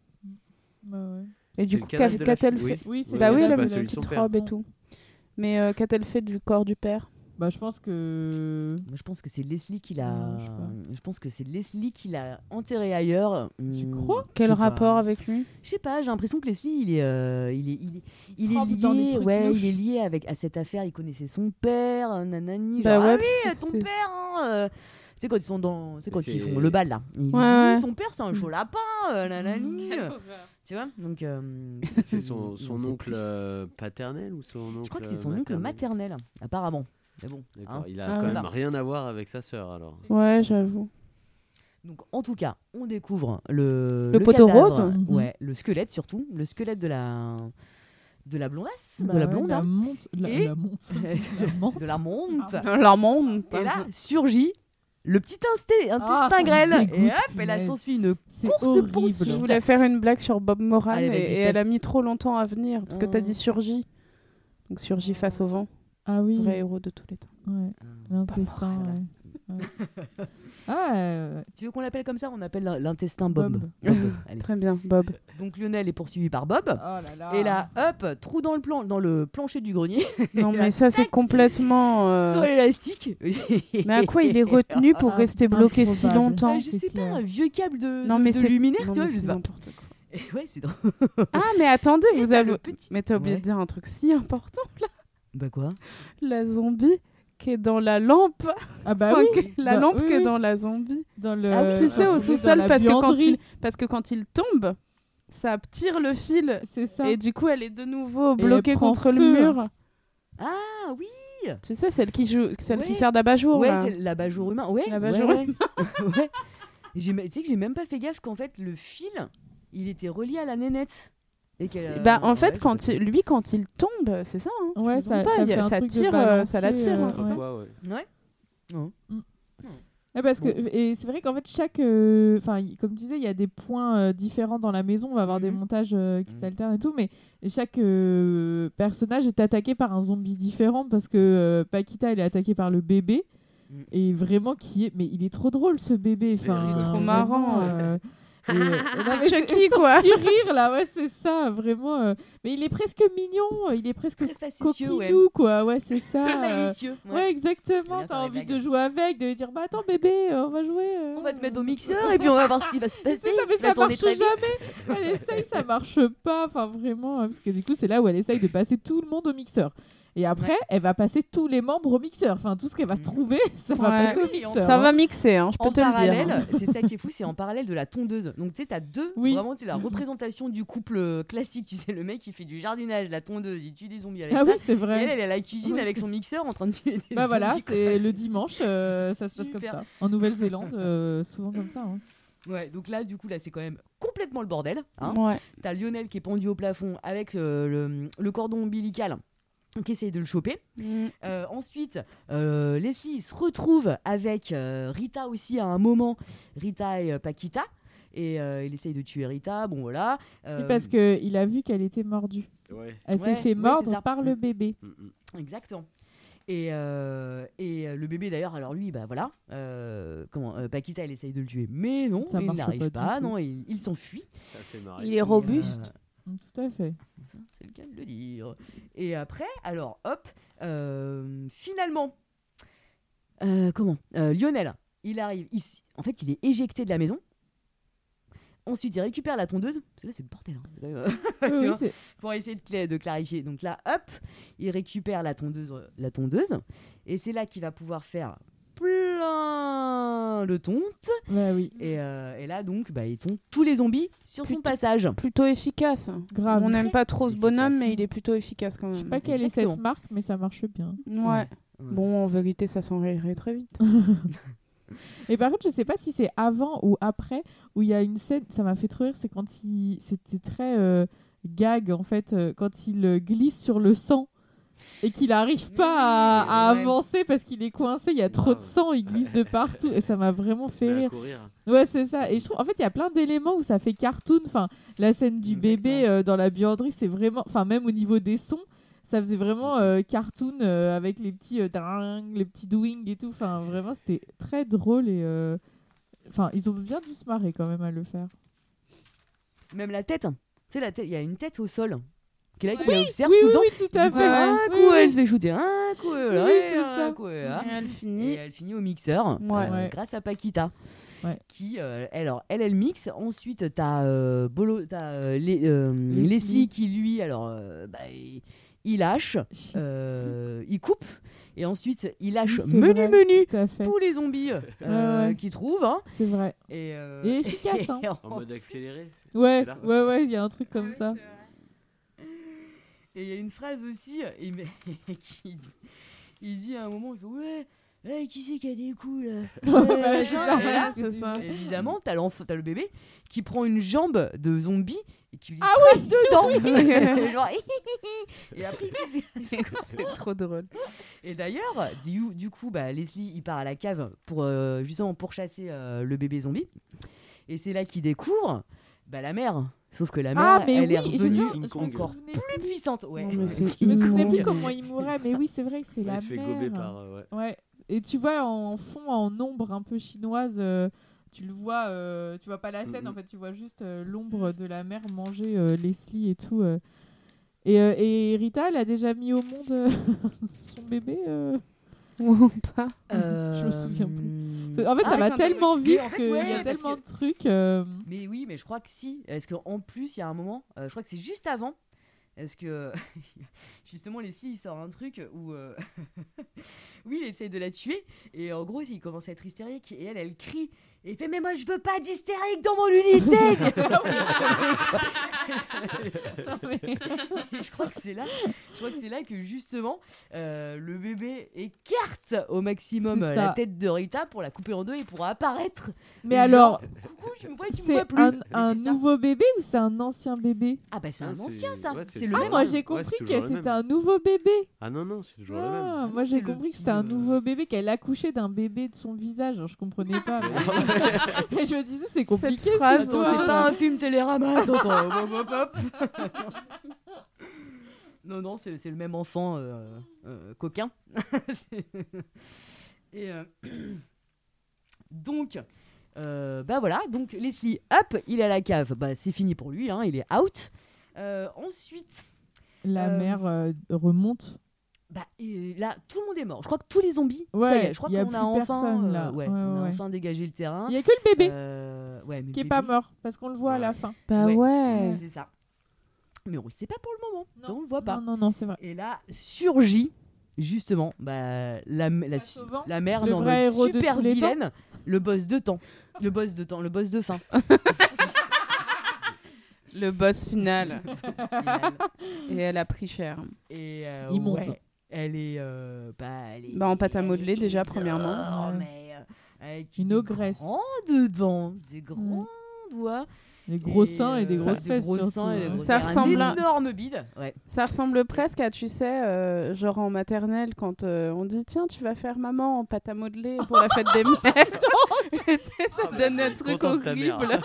[SPEAKER 8] Bah ouais.
[SPEAKER 11] Et
[SPEAKER 9] C'est
[SPEAKER 11] du
[SPEAKER 9] le
[SPEAKER 11] coup,
[SPEAKER 9] cadavre
[SPEAKER 11] qu'a-
[SPEAKER 9] de la
[SPEAKER 11] qu'a-t-elle
[SPEAKER 9] fille,
[SPEAKER 11] fait
[SPEAKER 8] Oui, c'est
[SPEAKER 9] Oui,
[SPEAKER 11] Bah
[SPEAKER 8] le
[SPEAKER 11] oui,
[SPEAKER 9] c'est
[SPEAKER 11] elle
[SPEAKER 8] cadavre
[SPEAKER 9] pas
[SPEAKER 11] avait
[SPEAKER 8] de
[SPEAKER 11] la
[SPEAKER 9] celui de
[SPEAKER 11] petite
[SPEAKER 9] son père.
[SPEAKER 11] robe et tout. Mais euh, qu'a-t-elle fait du corps du père
[SPEAKER 8] Bah, je pense que.
[SPEAKER 1] Moi, je pense que c'est Leslie qui l'a.
[SPEAKER 8] Non, je sais pas.
[SPEAKER 1] je, pense que c'est Leslie qui l'a enterré ailleurs.
[SPEAKER 8] Tu
[SPEAKER 1] Hmm,
[SPEAKER 8] crois
[SPEAKER 1] je
[SPEAKER 11] Quel
[SPEAKER 1] sais pas.
[SPEAKER 11] rapport avec lui
[SPEAKER 1] Je sais pas. J'ai l'impression que Leslie, il est, euh, il est, il est, il est
[SPEAKER 8] trempe dans Oh, des
[SPEAKER 1] lié.
[SPEAKER 8] trucs
[SPEAKER 1] Ouais,
[SPEAKER 8] louches.
[SPEAKER 1] il est lié avec à cette affaire. Il connaissait son père, euh, nanani.
[SPEAKER 11] Bah
[SPEAKER 1] genre,
[SPEAKER 11] ouais,
[SPEAKER 1] ah oui,
[SPEAKER 11] parce que
[SPEAKER 1] ton
[SPEAKER 11] c'était-
[SPEAKER 1] père. Hein, euh, c'est quand ils sont dans, c'est quand
[SPEAKER 9] C'est-
[SPEAKER 1] ils font le bal là. Il lui dit,
[SPEAKER 11] Ouais,
[SPEAKER 1] Oui,
[SPEAKER 11] ouais.
[SPEAKER 1] ton père, c'est un chaud lapin, euh, nanani. tu vois Donc. euh,
[SPEAKER 9] C'est son,
[SPEAKER 1] il- il
[SPEAKER 9] son
[SPEAKER 1] en sait
[SPEAKER 9] oncle
[SPEAKER 1] plus.
[SPEAKER 9] euh, paternel ou son oncle euh,
[SPEAKER 1] Je crois que c'est son oncle maternel, apparemment. Mais bon.
[SPEAKER 9] D'accord,
[SPEAKER 1] hein.
[SPEAKER 9] il
[SPEAKER 11] Ah,
[SPEAKER 9] a quand
[SPEAKER 11] c'est
[SPEAKER 9] même
[SPEAKER 1] pas.
[SPEAKER 9] rien à voir avec sa sœur alors.
[SPEAKER 11] Ouais, j'avoue.
[SPEAKER 1] Donc, en tout cas, on découvre le,
[SPEAKER 11] Le poteau
[SPEAKER 1] cadavre,
[SPEAKER 11] rose.
[SPEAKER 8] Mhm.
[SPEAKER 1] ouais, le squelette surtout, le squelette de la de la blondasse,
[SPEAKER 8] Bah
[SPEAKER 1] de la
[SPEAKER 8] ouais,
[SPEAKER 1] blonde,
[SPEAKER 8] La
[SPEAKER 1] hein.
[SPEAKER 8] monte. La,
[SPEAKER 1] Et-
[SPEAKER 8] la monte.
[SPEAKER 1] de la monte.
[SPEAKER 10] Ah
[SPEAKER 11] Leur monde.
[SPEAKER 1] Et là surgit le petit insté-
[SPEAKER 8] Ah,
[SPEAKER 1] intestin
[SPEAKER 8] ça me
[SPEAKER 1] grêle. Et
[SPEAKER 8] dégoûte,
[SPEAKER 1] hop, et là
[SPEAKER 8] punaise.
[SPEAKER 1] s'ensuit une.
[SPEAKER 8] C'est
[SPEAKER 1] course
[SPEAKER 8] horrible.
[SPEAKER 1] poursuite.
[SPEAKER 11] Je voulais faire une blague sur Bob Moran
[SPEAKER 1] Allez,
[SPEAKER 11] et,
[SPEAKER 1] vas-y,
[SPEAKER 11] et
[SPEAKER 1] fais.
[SPEAKER 11] elle a mis trop longtemps à venir parce que t'as
[SPEAKER 1] Hum.
[SPEAKER 11] dit surgit.
[SPEAKER 10] Donc surgit face au vent.
[SPEAKER 8] Ah
[SPEAKER 11] Mmh.
[SPEAKER 8] oui.
[SPEAKER 10] Vrai héros de tous les temps.
[SPEAKER 8] Ouais.
[SPEAKER 1] Ah,
[SPEAKER 8] L'intestin, ouais. Ouais. Ah, euh,
[SPEAKER 1] Tu veux qu'on l'appelle comme ça On appelle l'in- l'intestin Bob.
[SPEAKER 8] Bob.
[SPEAKER 1] Bob, allez.
[SPEAKER 10] Très bien, Bob.
[SPEAKER 1] Donc Lionel est poursuivi par Bob.
[SPEAKER 8] Oh là
[SPEAKER 10] Ah.
[SPEAKER 8] là.
[SPEAKER 1] Et là, hop, trou dans le, plan, dans le plancher du grenier.
[SPEAKER 10] Non, mais ça, c'est complètement. euh,
[SPEAKER 1] Sur l'élastique.
[SPEAKER 10] Mais à quoi il est retenu pour
[SPEAKER 8] Ah,
[SPEAKER 10] rester bloqué si
[SPEAKER 8] improbable.
[SPEAKER 10] longtemps
[SPEAKER 1] Ah, je
[SPEAKER 8] c'est
[SPEAKER 1] sais
[SPEAKER 8] clair.
[SPEAKER 1] pas, un vieux câble de,
[SPEAKER 10] Non,
[SPEAKER 1] de-
[SPEAKER 10] mais
[SPEAKER 1] de
[SPEAKER 10] c'est-
[SPEAKER 1] luminaire,
[SPEAKER 10] non,
[SPEAKER 1] tu vois,
[SPEAKER 10] mais
[SPEAKER 1] je
[SPEAKER 10] c'est
[SPEAKER 1] sais pas.
[SPEAKER 10] n'importe quoi.
[SPEAKER 1] Et ouais, c'est drôle.
[SPEAKER 10] Ah, mais attendez,
[SPEAKER 1] Et
[SPEAKER 10] vous
[SPEAKER 1] t'as le
[SPEAKER 10] avez.
[SPEAKER 1] petit-
[SPEAKER 10] Mais t'as oublié
[SPEAKER 1] Ouais.
[SPEAKER 10] de dire un truc si important.
[SPEAKER 1] Bah quoi
[SPEAKER 10] La zombie qui est dans la lampe.
[SPEAKER 8] Ah bah
[SPEAKER 10] Enfin,
[SPEAKER 8] oui.
[SPEAKER 10] que- la
[SPEAKER 8] Dans-
[SPEAKER 10] lampe
[SPEAKER 8] oui,
[SPEAKER 10] qui est
[SPEAKER 8] oui.
[SPEAKER 10] dans la zombie.
[SPEAKER 8] Dans le.
[SPEAKER 10] Ah oui, tu sais, au
[SPEAKER 8] quand il est dans
[SPEAKER 10] sous-sol,
[SPEAKER 8] la
[SPEAKER 10] parce, que quand
[SPEAKER 8] buanderie.
[SPEAKER 10] il... parce que quand il tombe, ça tire le fil.
[SPEAKER 8] C'est ça.
[SPEAKER 10] Et du coup, elle est de nouveau
[SPEAKER 8] Et elle
[SPEAKER 10] bloquée
[SPEAKER 8] prend
[SPEAKER 10] contre le
[SPEAKER 8] feu.
[SPEAKER 10] mur.
[SPEAKER 1] Ah oui,
[SPEAKER 10] Tu sais, celle qui, joue... celle
[SPEAKER 1] Ouais.
[SPEAKER 10] qui sert d'abat-jour.
[SPEAKER 1] ouais,
[SPEAKER 10] là.
[SPEAKER 1] c'est l'abat-jour humain. Ouais,
[SPEAKER 10] L'abat-jour
[SPEAKER 1] ouais, ouais. Ouais. J'ai me- Tu sais que j'ai même pas fait gaffe qu'en fait, le fil, il était relié à la nénette. Et qu'elle,
[SPEAKER 10] C'est-
[SPEAKER 1] euh,
[SPEAKER 10] Bah, en
[SPEAKER 1] ouais,
[SPEAKER 10] fait,
[SPEAKER 1] je
[SPEAKER 10] quand
[SPEAKER 1] sais
[SPEAKER 10] il- lui, quand il tombe, c'est ça. hein.
[SPEAKER 8] Ouais,
[SPEAKER 10] Je me
[SPEAKER 8] ça,
[SPEAKER 10] trompe pas,
[SPEAKER 8] ça
[SPEAKER 10] il y a-
[SPEAKER 8] fait un
[SPEAKER 10] ça
[SPEAKER 8] truc de
[SPEAKER 10] tire, euh, ça la
[SPEAKER 8] balancier,
[SPEAKER 10] tire,
[SPEAKER 8] euh,
[SPEAKER 10] hein,
[SPEAKER 8] ouais.
[SPEAKER 9] Parfois, ouais.
[SPEAKER 1] pas. Ouais. Non.
[SPEAKER 8] Ouais, Eh, parce que et c'est vrai qu'en fait chaque euh, enfin y- comme tu disais il y a des points euh, différents dans la maison on va avoir des
[SPEAKER 10] Mm-hmm.
[SPEAKER 1] Mhm.
[SPEAKER 8] montages euh, qui
[SPEAKER 1] Mhm.
[SPEAKER 8] s'alternent et tout mais chaque euh, personnage est attaqué par un zombie différent parce que euh, Paquita elle est attaquée par le bébé
[SPEAKER 1] Mhm.
[SPEAKER 8] et vraiment qui est mais il est trop drôle ce bébé enfin
[SPEAKER 9] il est trop
[SPEAKER 8] vraiment,
[SPEAKER 10] marrant,
[SPEAKER 8] euh, et- non, mais c'est-
[SPEAKER 10] Ah, Chucky, quoi.
[SPEAKER 8] petit rire là ouais c'est ça vraiment euh, mais il est presque mignon euh, il est presque
[SPEAKER 1] Très facétieux,
[SPEAKER 8] coquinou
[SPEAKER 1] ouais.
[SPEAKER 8] quoi ouais c'est
[SPEAKER 1] Très
[SPEAKER 8] ça euh,
[SPEAKER 1] malicieux.
[SPEAKER 8] Ouais,
[SPEAKER 1] ouais.
[SPEAKER 8] exactement,
[SPEAKER 1] bien faire
[SPEAKER 8] t'as
[SPEAKER 1] les
[SPEAKER 8] envie de
[SPEAKER 1] blagues.
[SPEAKER 8] jouer avec, de lui dire bah attends bébé, euh, on va jouer. euh,
[SPEAKER 1] On va te mettre au mixeur et puis on va voir ce qui va se
[SPEAKER 8] C'est
[SPEAKER 1] passer.
[SPEAKER 8] ça, mais
[SPEAKER 1] Tu vas
[SPEAKER 8] ça
[SPEAKER 1] tourner
[SPEAKER 8] marche
[SPEAKER 1] très vite.
[SPEAKER 8] jamais. Elle essaye, ça marche pas. Enfin, vraiment. hein, Parce que du coup, c'est là où elle essaye de passer tout le monde au mixeur. Et après, elle va passer tous les membres au mixeur. Enfin, tout ce qu'elle va
[SPEAKER 1] Mm.
[SPEAKER 8] trouver, ça
[SPEAKER 10] Ouais.
[SPEAKER 8] va passer au
[SPEAKER 1] Oui, on
[SPEAKER 8] mixeur.
[SPEAKER 10] Ça
[SPEAKER 8] hein.
[SPEAKER 10] va mixer, hein, je peux
[SPEAKER 1] En
[SPEAKER 10] te le dire.
[SPEAKER 1] parallèle, c'est ça qui est fou, c'est en parallèle de la tondeuse. Donc tu sais, t'as deux,
[SPEAKER 8] Oui.
[SPEAKER 1] vraiment, c'est la représentation du couple euh, classique. Tu sais, le mec qui fait du jardinage, la tondeuse, il tue des zombies avec
[SPEAKER 8] Ah
[SPEAKER 1] ça.
[SPEAKER 8] oui,
[SPEAKER 1] Et
[SPEAKER 8] c'est
[SPEAKER 1] elle,
[SPEAKER 8] vrai.
[SPEAKER 1] elle est à la cuisine
[SPEAKER 8] Ouais,
[SPEAKER 1] avec son mixeur en train de tuer des
[SPEAKER 8] Bah voilà,
[SPEAKER 1] zombies, quoi.
[SPEAKER 8] c'est le dimanche, euh, ça se passe comme
[SPEAKER 1] super.
[SPEAKER 8] ça. En Nouvelle-Zélande, euh, souvent comme ça. hein.
[SPEAKER 1] Ouais, donc là, du coup, là, c'est quand même complètement le bordel. Hein.
[SPEAKER 10] Ouais.
[SPEAKER 1] T'as Lionel qui est pendu au plafond avec euh, le, le cordon ombilical qui essaye de le choper.
[SPEAKER 8] Mm.
[SPEAKER 1] Euh, ensuite, euh, Leslie se retrouve avec euh, Rita aussi à un moment, Rita et euh, Paquita. Et euh, il essaye de tuer Rita, bon voilà.
[SPEAKER 8] Oui,
[SPEAKER 1] Euh,
[SPEAKER 8] Parce qu'il a vu qu'elle était mordue.
[SPEAKER 9] Ouais.
[SPEAKER 8] Elle
[SPEAKER 1] Ouais,
[SPEAKER 8] s'est fait
[SPEAKER 1] ouais, c'est
[SPEAKER 8] mordre
[SPEAKER 1] ça.
[SPEAKER 8] par le bébé.
[SPEAKER 9] Mm, mm.
[SPEAKER 1] Euh, Exactement. Et, euh, et euh, le bébé d'ailleurs, alors lui, bah voilà, euh, comment, euh, Paquita elle essaye de le tuer, mais non,
[SPEAKER 8] Ça
[SPEAKER 1] il
[SPEAKER 8] marche
[SPEAKER 1] n'arrive
[SPEAKER 8] pas du
[SPEAKER 1] pas,
[SPEAKER 8] tout.
[SPEAKER 1] non, il, il s'enfuit. euh,
[SPEAKER 9] Ça, c'est marrant.
[SPEAKER 10] Il est robuste.
[SPEAKER 8] Mm, Tout à fait.
[SPEAKER 1] Ça, hein, C'est le cas de le dire. Et après, alors hop, euh, finalement, euh, comment Euh, Lionel, il arrive ici. En fait, il est éjecté de la maison. Ensuite, il récupère la tondeuse. Parce que là, c'est le bordel. hein. C'est quand même,
[SPEAKER 8] Oui,
[SPEAKER 1] tu
[SPEAKER 8] oui,
[SPEAKER 1] vois,
[SPEAKER 8] c'est-
[SPEAKER 1] pour essayer de, cla- de clarifier. Donc là, hop, il récupère la tondeuse. euh, La tondeuse et c'est là qu'il va pouvoir faire plein de tontes.
[SPEAKER 8] Bah oui,
[SPEAKER 1] Et, euh, et là, donc, bah, ils tombent tous les zombies sur son
[SPEAKER 10] Putain.
[SPEAKER 1] passage.
[SPEAKER 10] Plutôt efficace.
[SPEAKER 8] grave.
[SPEAKER 10] On n'aime pas trop ce
[SPEAKER 1] C'est
[SPEAKER 10] bonhomme,
[SPEAKER 1] efficace.
[SPEAKER 10] mais il est plutôt efficace quand
[SPEAKER 8] Je sais
[SPEAKER 10] même.
[SPEAKER 8] pas quelle est cette
[SPEAKER 1] Exactement.
[SPEAKER 8] marque, mais ça marche bien.
[SPEAKER 10] Ouais.
[SPEAKER 1] Ouais.
[SPEAKER 10] Bon, en vérité, ça s'enrayerait très vite.
[SPEAKER 8] Et par contre, je sais pas si c'est avant ou après où il y a une scène, ça m'a fait trop rire, c'est quand il c'était très euh, gag en fait euh, quand il euh, glisse sur le sang et qu'il n'arrive pas à, à
[SPEAKER 1] Ouais.
[SPEAKER 8] avancer parce qu'il est coincé, il y a trop de
[SPEAKER 9] Grave.
[SPEAKER 8] sang, il glisse de partout et ça m'a vraiment
[SPEAKER 9] Il se
[SPEAKER 8] fait
[SPEAKER 9] met à
[SPEAKER 8] rire.
[SPEAKER 9] courir.
[SPEAKER 8] Ouais, c'est ça. Et je trouve en fait, il y a plein d'éléments où ça fait cartoon, enfin la scène du bébé euh, dans la buanderie, c'est vraiment enfin même au niveau des sons ça faisait vraiment euh, cartoon euh, avec les petits euh, ding, les petits doing et tout. Enfin, vraiment, c'était très drôle et euh, enfin, ils ont bien dû se marrer quand même à le faire.
[SPEAKER 1] Même la tête. hein. Tu sais, la tête, il y a une tête au sol. hein, Qui est là, qui la observe
[SPEAKER 8] Oui,
[SPEAKER 1] tout
[SPEAKER 8] oui,
[SPEAKER 1] le temps.
[SPEAKER 8] oui, tout à
[SPEAKER 1] Du coup,
[SPEAKER 8] fait. Ah,
[SPEAKER 10] Ouais.
[SPEAKER 1] Un
[SPEAKER 8] Oui,
[SPEAKER 1] coup,
[SPEAKER 8] oui.
[SPEAKER 1] elle se fait shooter. Un coup, elle,
[SPEAKER 8] Oui, c'est
[SPEAKER 1] un
[SPEAKER 8] ça.
[SPEAKER 1] coup, elle, un.
[SPEAKER 10] elle
[SPEAKER 1] Et
[SPEAKER 10] finit.
[SPEAKER 1] elle finit au mixeur.
[SPEAKER 10] Ouais.
[SPEAKER 1] euh,
[SPEAKER 8] Ouais.
[SPEAKER 1] Grâce à Paquita.
[SPEAKER 8] Ouais.
[SPEAKER 1] Qui, euh, alors, elle, elle mixe. Ensuite, t'as euh, Bolo, t'as, euh, Les- euh,
[SPEAKER 8] Leslie.
[SPEAKER 1] Leslie qui, lui, alors, euh, bah, il, il lâche,
[SPEAKER 8] Chi-
[SPEAKER 1] euh, il coupe. Et ensuite, il lâche
[SPEAKER 8] Oui, c'est
[SPEAKER 1] menu,
[SPEAKER 8] vrai.
[SPEAKER 1] menu,
[SPEAKER 8] Tout à fait.
[SPEAKER 1] tous les zombies euh,
[SPEAKER 8] Ouais, ouais.
[SPEAKER 1] qu'il trouve. hein.
[SPEAKER 8] C'est vrai.
[SPEAKER 1] Et, euh,
[SPEAKER 8] Et efficace, hein.
[SPEAKER 9] En
[SPEAKER 1] Oh,
[SPEAKER 9] mode accéléré. c'est-
[SPEAKER 8] Ouais,
[SPEAKER 9] C'est là.
[SPEAKER 8] ouais, ouais, il y a un truc comme ça.
[SPEAKER 1] Et il y a une phrase aussi, euh, il, met- qui, il dit à un moment, il fait ouais, ouais, qui c'est qui a des coups là
[SPEAKER 8] Bah,
[SPEAKER 1] Ouais,
[SPEAKER 8] c'est ça.
[SPEAKER 1] et là,
[SPEAKER 10] c'est ça.
[SPEAKER 1] Évidemment, t'as l'enfant, t'as le bébé qui prend une jambe de zombie et qui lui
[SPEAKER 8] Ah
[SPEAKER 1] frappe dedans. Genre, hi, hi, hi. et après, il
[SPEAKER 10] C'est trop drôle.
[SPEAKER 1] et d'ailleurs, du, du coup, bah, Leslie, il part à la cave pour euh, justement pour chasser euh, le bébé zombie. Et c'est là qu'il découvre bah, la mère Sauf que la mère,
[SPEAKER 8] Ah, mais
[SPEAKER 1] elle est
[SPEAKER 8] oui, je me-
[SPEAKER 1] revenue
[SPEAKER 8] je me
[SPEAKER 1] encore
[SPEAKER 8] souvenais
[SPEAKER 1] plus puissante. Ouais. Euh,
[SPEAKER 8] Non, mais c'est Je me souvenais plus immonde. comment il mourait, mais oui, c'est vrai que c'est
[SPEAKER 9] Il
[SPEAKER 8] la
[SPEAKER 9] se fait gober
[SPEAKER 8] mère.
[SPEAKER 9] par, euh, ouais.
[SPEAKER 8] Ouais. Et tu vois en fond, en ombre un peu chinoise, euh, tu le vois, euh, tu vois pas la scène
[SPEAKER 11] Mhm.
[SPEAKER 8] en fait, tu vois juste euh, l'ombre de la mère manger euh, Leslie et tout. euh. Et, euh, et Rita, elle a déjà mis au monde euh, son bébé euh,
[SPEAKER 11] ou pas
[SPEAKER 8] Je me souviens plus. En fait,
[SPEAKER 1] Ah,
[SPEAKER 8] ça
[SPEAKER 1] c'est
[SPEAKER 8] va
[SPEAKER 1] un
[SPEAKER 8] tellement
[SPEAKER 1] truc.
[SPEAKER 8] vite
[SPEAKER 1] Mais en fait,
[SPEAKER 8] qu'il
[SPEAKER 1] ouais,
[SPEAKER 8] y a
[SPEAKER 1] parce
[SPEAKER 8] tellement
[SPEAKER 1] que-
[SPEAKER 8] de trucs. euh,
[SPEAKER 1] Mais oui, mais je crois que si. Est-ce qu'en plus, il y a un moment, euh, je crois que c'est juste avant. Est-ce que justement Leslie il sort un truc où euh, oui il essaie de la tuer et en gros il commence à être hystérique et elle elle crie et il fait mais moi je veux pas d'hystérique dans mon unité
[SPEAKER 8] Non, mais-
[SPEAKER 1] je crois que c'est là je crois que c'est là que justement euh, le bébé écarte au maximum
[SPEAKER 8] C'est
[SPEAKER 1] euh,
[SPEAKER 8] ça.
[SPEAKER 1] la tête de Rita pour la couper en deux et pour apparaître
[SPEAKER 8] Mais
[SPEAKER 1] Et
[SPEAKER 8] alors,
[SPEAKER 1] genre, coucou tu me vois tu me vois
[SPEAKER 8] c'est
[SPEAKER 1] plus
[SPEAKER 8] un, un nouveau bébé ou c'est un ancien bébé
[SPEAKER 1] Ah bah c'est
[SPEAKER 9] Ah,
[SPEAKER 1] un
[SPEAKER 9] c'est-
[SPEAKER 1] ancien ça.
[SPEAKER 9] ouais, c'est
[SPEAKER 1] c'est
[SPEAKER 9] le
[SPEAKER 1] le
[SPEAKER 8] Ah
[SPEAKER 9] même.
[SPEAKER 1] même.
[SPEAKER 8] moi j'ai
[SPEAKER 9] Ouais,
[SPEAKER 8] compris
[SPEAKER 9] c'est toujours
[SPEAKER 8] que
[SPEAKER 9] le
[SPEAKER 8] c'était
[SPEAKER 9] même.
[SPEAKER 8] un nouveau bébé.
[SPEAKER 9] Ah non, non, c'est toujours le
[SPEAKER 8] Ah,
[SPEAKER 9] même.
[SPEAKER 8] moi j'ai compris que c'était un nouveau bébé qu'elle accouchait d'un bébé de son visage. Alors, je comprenais pas. Mais,
[SPEAKER 9] Ah
[SPEAKER 8] Mais je me disais c'est compliqué cette
[SPEAKER 1] phrase,
[SPEAKER 8] histoire.
[SPEAKER 1] attends, c'est pas un film Télérama. Attends, attends, hop, hop, hop. non non c'est c'est le même enfant euh, euh, coquin. C'est- Et euh, donc. euh, bah voilà, donc Leslie, hop, il est à la cave. Bah c'est fini pour lui, hein, il est out. Euh, ensuite,
[SPEAKER 8] La
[SPEAKER 1] Euh,
[SPEAKER 8] mère euh, remonte.
[SPEAKER 1] bah et là tout le monde est mort. Je crois que tous les zombies.
[SPEAKER 8] Ouais,
[SPEAKER 1] ça y est, je crois
[SPEAKER 8] y a
[SPEAKER 1] qu'on a
[SPEAKER 8] plus
[SPEAKER 1] enfin,
[SPEAKER 8] personne,
[SPEAKER 1] euh,
[SPEAKER 8] là.
[SPEAKER 1] ouais,
[SPEAKER 8] Ouais,
[SPEAKER 1] on a
[SPEAKER 8] ouais.
[SPEAKER 1] enfin dégagé le terrain.
[SPEAKER 8] Il y a que le bébé
[SPEAKER 1] Hein Euh, ouais, mais
[SPEAKER 8] qui est
[SPEAKER 1] le
[SPEAKER 8] pas
[SPEAKER 1] bébé-
[SPEAKER 8] mort parce qu'on le voit à la fin.
[SPEAKER 11] Bah ouais.
[SPEAKER 1] Ouais, C'est ça. Mais on le sait pas pour le moment.
[SPEAKER 8] Non.
[SPEAKER 1] donc on le voit pas.
[SPEAKER 8] Non non non c'est vrai.
[SPEAKER 1] Et là surgit justement bah, la, la, su-
[SPEAKER 8] Sauvant,
[SPEAKER 1] la mère
[SPEAKER 8] le
[SPEAKER 1] mais en
[SPEAKER 8] vrai
[SPEAKER 1] mode
[SPEAKER 8] héros de
[SPEAKER 1] super
[SPEAKER 8] tous les temps.
[SPEAKER 1] vilaine, le boss de temps, le boss de temps, le boss de fin.
[SPEAKER 11] Le boss final.
[SPEAKER 1] Final.
[SPEAKER 11] Et elle a pris cher.
[SPEAKER 1] Et euh,
[SPEAKER 8] Il monte.
[SPEAKER 1] ouais, elle est euh, bah, elle est-
[SPEAKER 11] Bah, en pâte à
[SPEAKER 1] elle est
[SPEAKER 11] modeler, déjà,
[SPEAKER 1] énorme,
[SPEAKER 11] premièrement.
[SPEAKER 1] mais, euh, avec
[SPEAKER 8] Une
[SPEAKER 1] des
[SPEAKER 8] ogresse.
[SPEAKER 1] grandes dents, des grands doigts,
[SPEAKER 8] Les gros seins et
[SPEAKER 1] euh,
[SPEAKER 8] des grosses
[SPEAKER 1] des
[SPEAKER 8] fesses
[SPEAKER 1] gros
[SPEAKER 8] surtout.
[SPEAKER 1] seins et des
[SPEAKER 8] hein.
[SPEAKER 1] gros-
[SPEAKER 11] Ça
[SPEAKER 1] un
[SPEAKER 11] ressemble à-
[SPEAKER 1] énorme bide. Ouais.
[SPEAKER 11] Ça ressemble presque à, tu sais, euh, genre en maternelle, quand euh, on dit tiens, tu vas faire maman en pâte à modeler pour la fête des mères. Et tu sais, ça
[SPEAKER 9] bah,
[SPEAKER 11] donne
[SPEAKER 9] t'es
[SPEAKER 11] un truc
[SPEAKER 9] contente, ta mère.
[SPEAKER 11] horrible.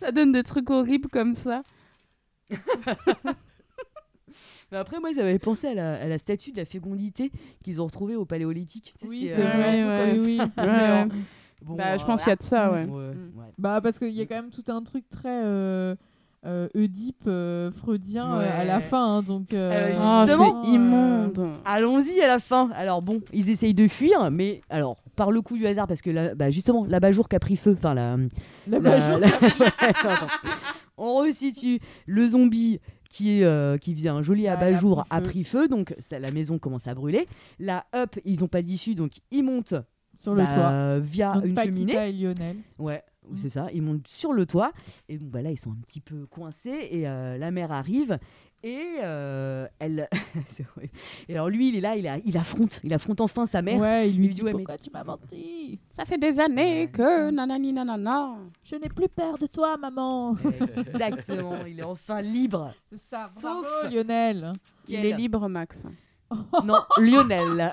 [SPEAKER 11] ça donne des trucs horribles comme ça.
[SPEAKER 1] Mais après, moi, j'avais pensé à la, à la statue de la fécondité qu'ils ont retrouvée au paléolithique. Tu sais,
[SPEAKER 8] Oui
[SPEAKER 1] c'était,
[SPEAKER 8] c'est
[SPEAKER 1] euh,
[SPEAKER 8] vrai.
[SPEAKER 1] un peu
[SPEAKER 8] ouais,
[SPEAKER 1] comme
[SPEAKER 8] oui.
[SPEAKER 1] ça.
[SPEAKER 11] Ouais,
[SPEAKER 1] Mais
[SPEAKER 11] ouais.
[SPEAKER 1] en- Bon,
[SPEAKER 11] Bah,
[SPEAKER 1] euh,
[SPEAKER 11] je pense qu'il y a de ça, ouais.
[SPEAKER 1] Ouais,
[SPEAKER 11] Mm.
[SPEAKER 1] ouais.
[SPEAKER 8] Bah parce qu'il y a quand même tout un truc très euh, euh, Oedipe euh, freudien euh, à la
[SPEAKER 1] Ouais.
[SPEAKER 8] fin hein, donc. euh,
[SPEAKER 11] Ah,
[SPEAKER 1] Justement,
[SPEAKER 11] c'est immonde.
[SPEAKER 1] Allons-y à la fin. Alors bon, ils essayent de fuir, mais alors par le coup du hasard, parce que là, bah, justement, la bajour qui a pris feu, enfin la,
[SPEAKER 8] euh, La
[SPEAKER 1] la-
[SPEAKER 8] bajour-
[SPEAKER 1] la- Ouais, attends. on resitue le zombie qui est euh, qui faisait un joli
[SPEAKER 8] Ah,
[SPEAKER 1] abat-jour
[SPEAKER 8] elle a
[SPEAKER 1] a
[SPEAKER 8] pris
[SPEAKER 1] pris feu, donc ça- la maison commence à brûler. La up, ils ont pas d'issue, donc ils montent
[SPEAKER 8] sur le
[SPEAKER 1] bah,
[SPEAKER 8] toit.
[SPEAKER 1] via
[SPEAKER 8] Donc
[SPEAKER 1] une
[SPEAKER 8] Paquita
[SPEAKER 1] cheminée.
[SPEAKER 8] et Lionel.
[SPEAKER 1] Ouais,
[SPEAKER 8] Mm.
[SPEAKER 1] c'est ça. Ils montent sur le toit. Et donc, bah, là, ils sont un petit peu coincés. Et euh, la mère arrive. Et euh, elle. c'est horrible. et alors, lui, il est là. Il, a- il affronte. Il affronte enfin sa mère.
[SPEAKER 8] Ouais, il lui
[SPEAKER 1] lui
[SPEAKER 8] dit
[SPEAKER 1] dit, ouais, mais-
[SPEAKER 8] pourquoi tu m'as menti
[SPEAKER 11] Ça fait des années que nanani nanana.
[SPEAKER 8] Je n'ai plus peur de toi, maman.
[SPEAKER 1] Exactement. il est enfin libre.
[SPEAKER 8] C'est ça,
[SPEAKER 1] Sauf-
[SPEAKER 8] bravo Lionel.
[SPEAKER 11] Il
[SPEAKER 1] Quel-
[SPEAKER 11] est libre, Max.
[SPEAKER 1] Non, Lionel.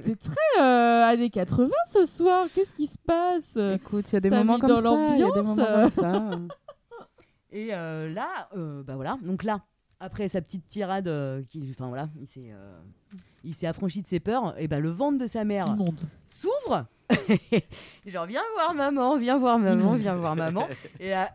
[SPEAKER 8] C'est très euh, années 80 ce soir. Qu'est-ce qui se passe
[SPEAKER 11] Écoute, il y a des
[SPEAKER 8] t'as
[SPEAKER 11] moments
[SPEAKER 8] mis
[SPEAKER 11] comme
[SPEAKER 8] dans
[SPEAKER 11] ça. Il y a des
[SPEAKER 8] l'ambiance.
[SPEAKER 11] moments comme ça.
[SPEAKER 1] Et euh, là, euh, bah voilà. Donc là, après sa petite tirade, euh, qui, enfin voilà, il s'est, euh, il s'est affranchi de ses peurs. Et bah le ventre de sa mère
[SPEAKER 8] Immonde.
[SPEAKER 1] s'ouvre. Et genre, viens voir maman, viens voir maman, viens voir maman. Et euh, là,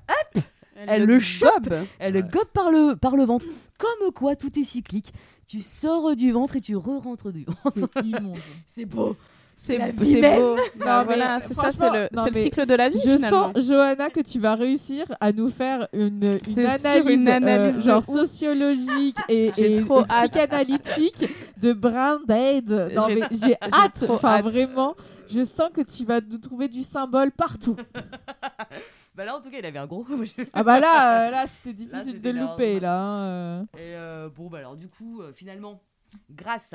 [SPEAKER 1] Elle le chope.
[SPEAKER 11] gobe.
[SPEAKER 1] Elle le gobe par le, par le ventre. Comme quoi, tout est cyclique. Tu sors du ventre et tu re-rentres du ventre.
[SPEAKER 8] C'est immonde.
[SPEAKER 1] C'est beau.
[SPEAKER 11] C'est
[SPEAKER 1] La
[SPEAKER 11] beau.
[SPEAKER 1] vie
[SPEAKER 11] c'est
[SPEAKER 1] même.
[SPEAKER 11] beau. Bah
[SPEAKER 8] Non, mais
[SPEAKER 11] voilà, c'est ça, c'est
[SPEAKER 8] franchement,
[SPEAKER 11] le,
[SPEAKER 8] non,
[SPEAKER 11] c'est le
[SPEAKER 8] mais
[SPEAKER 11] cycle de la vie
[SPEAKER 8] Je
[SPEAKER 11] finalement.
[SPEAKER 8] sens, Johanna, que tu vas réussir à nous faire une, une
[SPEAKER 11] C'est
[SPEAKER 8] analyse,
[SPEAKER 11] sûr, une analyse
[SPEAKER 8] euh,
[SPEAKER 11] de
[SPEAKER 8] genre
[SPEAKER 11] ouf.
[SPEAKER 8] sociologique et,
[SPEAKER 11] J'ai
[SPEAKER 8] et
[SPEAKER 11] trop hâte.
[SPEAKER 8] psychanalytique de Brain Dead. Non,
[SPEAKER 11] J'ai-
[SPEAKER 8] mais j'ai hâte.
[SPEAKER 11] trop
[SPEAKER 8] Enfin,
[SPEAKER 11] hâte.
[SPEAKER 8] vraiment, je sens que tu vas nous trouver du symbole partout.
[SPEAKER 1] Bah là, en tout cas, il avait un gros.
[SPEAKER 8] Ah bah là, euh, là c'était
[SPEAKER 1] Là,
[SPEAKER 8] difficile de
[SPEAKER 1] c'était
[SPEAKER 8] le
[SPEAKER 1] énorme.
[SPEAKER 8] louper, là. hein, euh.
[SPEAKER 1] Et euh, bon, bah alors, du coup, euh, finalement, grâce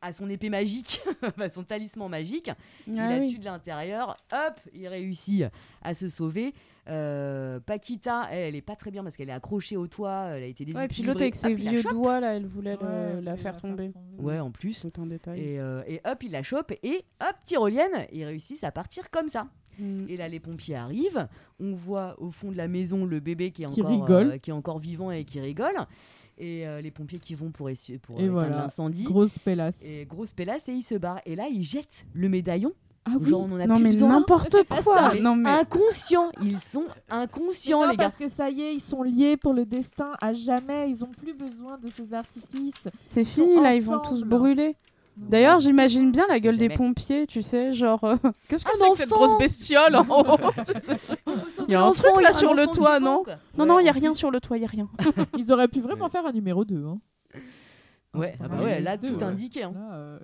[SPEAKER 1] à son épée magique, à son talisman magique, il
[SPEAKER 11] Ah
[SPEAKER 1] la
[SPEAKER 11] oui.
[SPEAKER 1] tue de l'intérieur. Hop, il réussit à se sauver. Euh, Paquita, elle, elle est pas très bien parce qu'elle est accrochée au toit. Elle a été
[SPEAKER 11] Ouais, et
[SPEAKER 1] déséquilibrée.
[SPEAKER 11] puis l'autre avec
[SPEAKER 1] Hop,
[SPEAKER 11] ses
[SPEAKER 1] Ah, il la
[SPEAKER 11] vieux
[SPEAKER 1] chope.
[SPEAKER 11] doigts là, elle voulait le-
[SPEAKER 8] Ouais,
[SPEAKER 11] la
[SPEAKER 8] et
[SPEAKER 11] faire tomber.
[SPEAKER 1] Ouais, en plus.
[SPEAKER 11] C'est un détail.
[SPEAKER 1] Et, euh, et hop, il la chope et hop, tyrolienne, ils réussissent à partir comme ça.
[SPEAKER 10] Mm.
[SPEAKER 1] Et là, les pompiers arrivent. On voit au fond de la maison le bébé qui est
[SPEAKER 8] Qui
[SPEAKER 1] encore, euh,
[SPEAKER 8] rigole.
[SPEAKER 1] qui est encore vivant et qui rigole. Et euh, les pompiers qui vont pour, essu- pour euh,
[SPEAKER 8] Et
[SPEAKER 1] éteindre
[SPEAKER 8] voilà,
[SPEAKER 1] l'incendie.
[SPEAKER 8] grosse pélasse.
[SPEAKER 1] Et grosse pélasse et ils se barrent. Et là, ils jettent le médaillon.
[SPEAKER 8] Ah oui.
[SPEAKER 1] Genre, on en a
[SPEAKER 8] Non,
[SPEAKER 1] plus
[SPEAKER 8] mais
[SPEAKER 1] besoin.
[SPEAKER 8] n'importe
[SPEAKER 1] C'est pas
[SPEAKER 8] quoi.
[SPEAKER 1] ça, Ah, mais
[SPEAKER 8] Non, mais-
[SPEAKER 1] Inconscients. Ils sont inconscients,
[SPEAKER 8] Mais non,
[SPEAKER 1] les gars.
[SPEAKER 8] parce que ça y est, ils sont liés pour le destin à jamais. Ils ont plus besoin de ces artifices.
[SPEAKER 10] C'est
[SPEAKER 8] Ils sont
[SPEAKER 10] fini, là, ils vont
[SPEAKER 8] ensemble.
[SPEAKER 10] tous brûler. D'ailleurs, j'imagine bien la gueule des
[SPEAKER 8] jamais.
[SPEAKER 10] pompiers, tu sais, genre. euh, Qu'est-ce que
[SPEAKER 1] Un
[SPEAKER 10] c'est que cette
[SPEAKER 1] enfant
[SPEAKER 10] grosse bestiole en haut Tu sais. Il y a un
[SPEAKER 8] l'enfant,
[SPEAKER 10] truc là
[SPEAKER 8] un
[SPEAKER 10] sur le
[SPEAKER 8] enfant
[SPEAKER 10] toit,
[SPEAKER 8] vivant,
[SPEAKER 10] non
[SPEAKER 8] quoi.
[SPEAKER 10] Non, non, il y a rien sur le toit, il y a rien.
[SPEAKER 8] Ils auraient pu vraiment faire un numéro hein. 2.
[SPEAKER 1] Ouais, ah bah
[SPEAKER 8] Ouais,
[SPEAKER 1] ouais,
[SPEAKER 8] les
[SPEAKER 1] là,
[SPEAKER 8] deux,
[SPEAKER 1] tout
[SPEAKER 8] ouais.
[SPEAKER 1] indiqué. hein.
[SPEAKER 8] euh,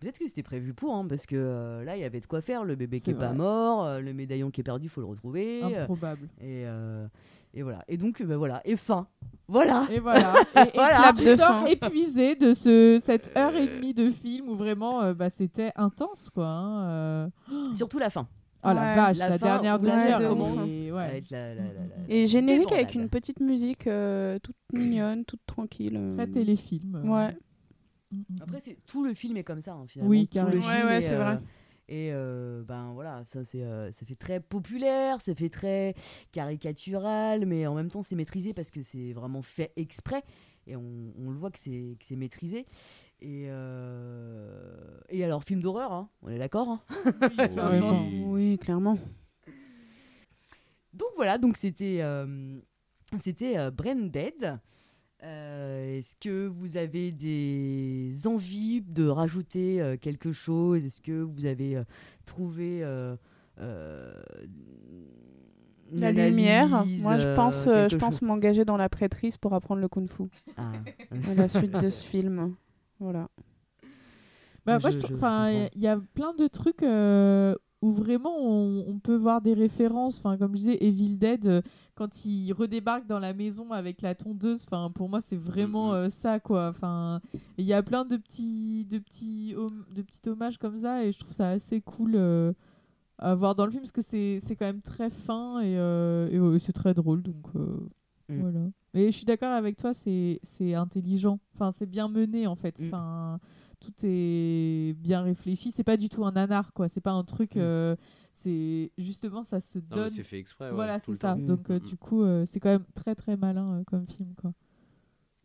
[SPEAKER 1] Peut-être que c'était prévu pour, hein, parce que euh, là, il y avait de quoi faire. Le bébé qui
[SPEAKER 8] C'est
[SPEAKER 1] est pas
[SPEAKER 8] vrai.
[SPEAKER 1] mort, euh, le médaillon qui est perdu, faut le retrouver. euh,
[SPEAKER 8] Improbable.
[SPEAKER 1] et, euh, et voilà. Et donc, bah, voilà. Et fin. Voilà.
[SPEAKER 8] Et voilà. Et, et
[SPEAKER 1] Voilà.
[SPEAKER 8] tu sors épuisé de ce, cette heure et demie de film où vraiment euh, bah, c'était intense. quoi. hein, euh.
[SPEAKER 1] Surtout la fin.
[SPEAKER 8] Ah la vache, la,
[SPEAKER 1] fin,
[SPEAKER 8] dernière
[SPEAKER 1] on voit
[SPEAKER 8] demi-heure.
[SPEAKER 1] de
[SPEAKER 8] elle
[SPEAKER 1] ouf.
[SPEAKER 8] est- ouais.
[SPEAKER 1] Ça va être la- la- la- la-
[SPEAKER 10] Et générique avec
[SPEAKER 1] débandade.
[SPEAKER 10] une petite musique euh, toute mignonne, toute tranquille. euh.
[SPEAKER 8] Très téléfilm. euh. mm,
[SPEAKER 10] Ouais.
[SPEAKER 1] Après, c'est- tout le film est comme ça, hein, finalement.
[SPEAKER 8] Oui,
[SPEAKER 1] tout le
[SPEAKER 8] carrément.
[SPEAKER 1] film
[SPEAKER 10] Ouais, ouais,
[SPEAKER 1] est,
[SPEAKER 10] c'est
[SPEAKER 1] euh,
[SPEAKER 10] vrai.
[SPEAKER 1] Et euh, ben voilà, ça, c'est, euh, ça fait très populaire, ça fait très caricatural, mais en même temps, c'est maîtrisé parce que c'est vraiment fait exprès. Et on, on le voit que c'est, que c'est maîtrisé. Et, euh, et alors, film d'horreur, hein, on est d'accord hein
[SPEAKER 10] Carrément. Oui, clairement.
[SPEAKER 1] Donc voilà, donc c'était euh, c'était euh, Brain Dead. Euh, Est-ce que vous avez des envies de rajouter euh, quelque chose Est-ce que vous avez euh, trouvé euh, euh, une
[SPEAKER 10] La lumière.
[SPEAKER 1] analyse,
[SPEAKER 10] Moi, je
[SPEAKER 1] euh,
[SPEAKER 10] pense, euh, je
[SPEAKER 1] quelque
[SPEAKER 10] pense
[SPEAKER 1] chose
[SPEAKER 10] m'engager dans la prêtrise pour apprendre le kung-fu.
[SPEAKER 1] Ah.
[SPEAKER 10] À la suite de ce film. Voilà.
[SPEAKER 8] Bah, moi,
[SPEAKER 10] Je-
[SPEAKER 8] je trou-
[SPEAKER 10] je- je
[SPEAKER 8] enfin,
[SPEAKER 10] comprends.
[SPEAKER 8] il y a plein de trucs euh, où vraiment on, on peut voir des références. Enfin, comme je disais, Evil Dead, euh, quand il redébarque dans la maison avec la tondeuse, enfin, pour moi, c'est
[SPEAKER 10] Mm,
[SPEAKER 8] vraiment euh, ça, quoi. Enfin, il y a plein de petits, de petits, hom- de petits hommages comme ça, et je trouve ça assez cool euh, à voir dans le film parce que c'est, c'est quand même très fin et, euh, et, euh, c'est très drôle, donc euh,
[SPEAKER 1] Mm.
[SPEAKER 8] voilà. Et je suis d'accord avec toi, c'est, c'est intelligent. Enfin, c'est bien mené en fait. Enfin, tout est bien réfléchi. C'est pas du tout un nanar, quoi. C'est pas un truc. euh, c'est justement ça se
[SPEAKER 9] mais
[SPEAKER 8] donne.
[SPEAKER 9] c'est fait exprès, ouais,
[SPEAKER 8] voilà,
[SPEAKER 9] tout
[SPEAKER 8] c'est
[SPEAKER 9] le
[SPEAKER 8] ça.
[SPEAKER 9] temps. Mm.
[SPEAKER 8] Donc euh,
[SPEAKER 9] Mm.
[SPEAKER 8] du coup, euh, c'est quand même très très malin euh, comme film, quoi.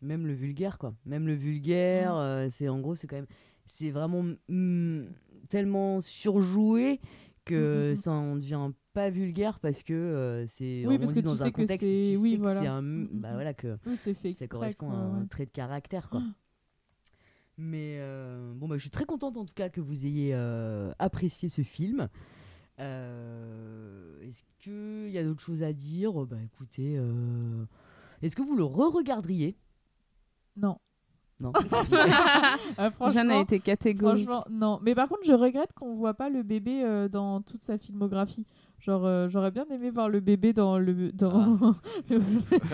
[SPEAKER 1] Même le vulgaire, quoi. Même le
[SPEAKER 8] Mm.
[SPEAKER 1] vulgaire, euh, c'est en gros, c'est quand même. C'est vraiment mm, tellement surjoué que ça en devient pas vulgaire parce que euh, c'est
[SPEAKER 8] Mm, Oui,
[SPEAKER 1] on
[SPEAKER 8] parce
[SPEAKER 1] dit
[SPEAKER 8] que tu
[SPEAKER 1] dans un
[SPEAKER 8] sais que
[SPEAKER 1] contexte
[SPEAKER 8] c'est-
[SPEAKER 1] qui
[SPEAKER 8] oui,
[SPEAKER 1] fait que
[SPEAKER 8] voilà.
[SPEAKER 1] c'est un
[SPEAKER 8] Mm, mm,
[SPEAKER 1] bah
[SPEAKER 8] mm.
[SPEAKER 1] voilà que
[SPEAKER 8] Oui, c'est fait
[SPEAKER 1] ça
[SPEAKER 8] exprès,
[SPEAKER 1] correspond
[SPEAKER 8] quoi,
[SPEAKER 1] à un
[SPEAKER 8] ouais. Mm.
[SPEAKER 1] trait de caractère quoi mais euh, bon bah je suis très contente en tout cas que vous ayez euh, apprécié ce film Euh, est-ce que il y a d'autres choses à dire bah écoutez euh, est-ce que vous le re-regarderiez
[SPEAKER 8] Non.
[SPEAKER 1] non
[SPEAKER 8] Ah, franchement-
[SPEAKER 10] Jeanne a été catégorique.
[SPEAKER 8] Franchement, non. Mais par contre, je regrette qu'on voit pas le bébé euh, dans toute sa filmographie. Genre, euh, j'aurais bien aimé voir le bébé dans le dans le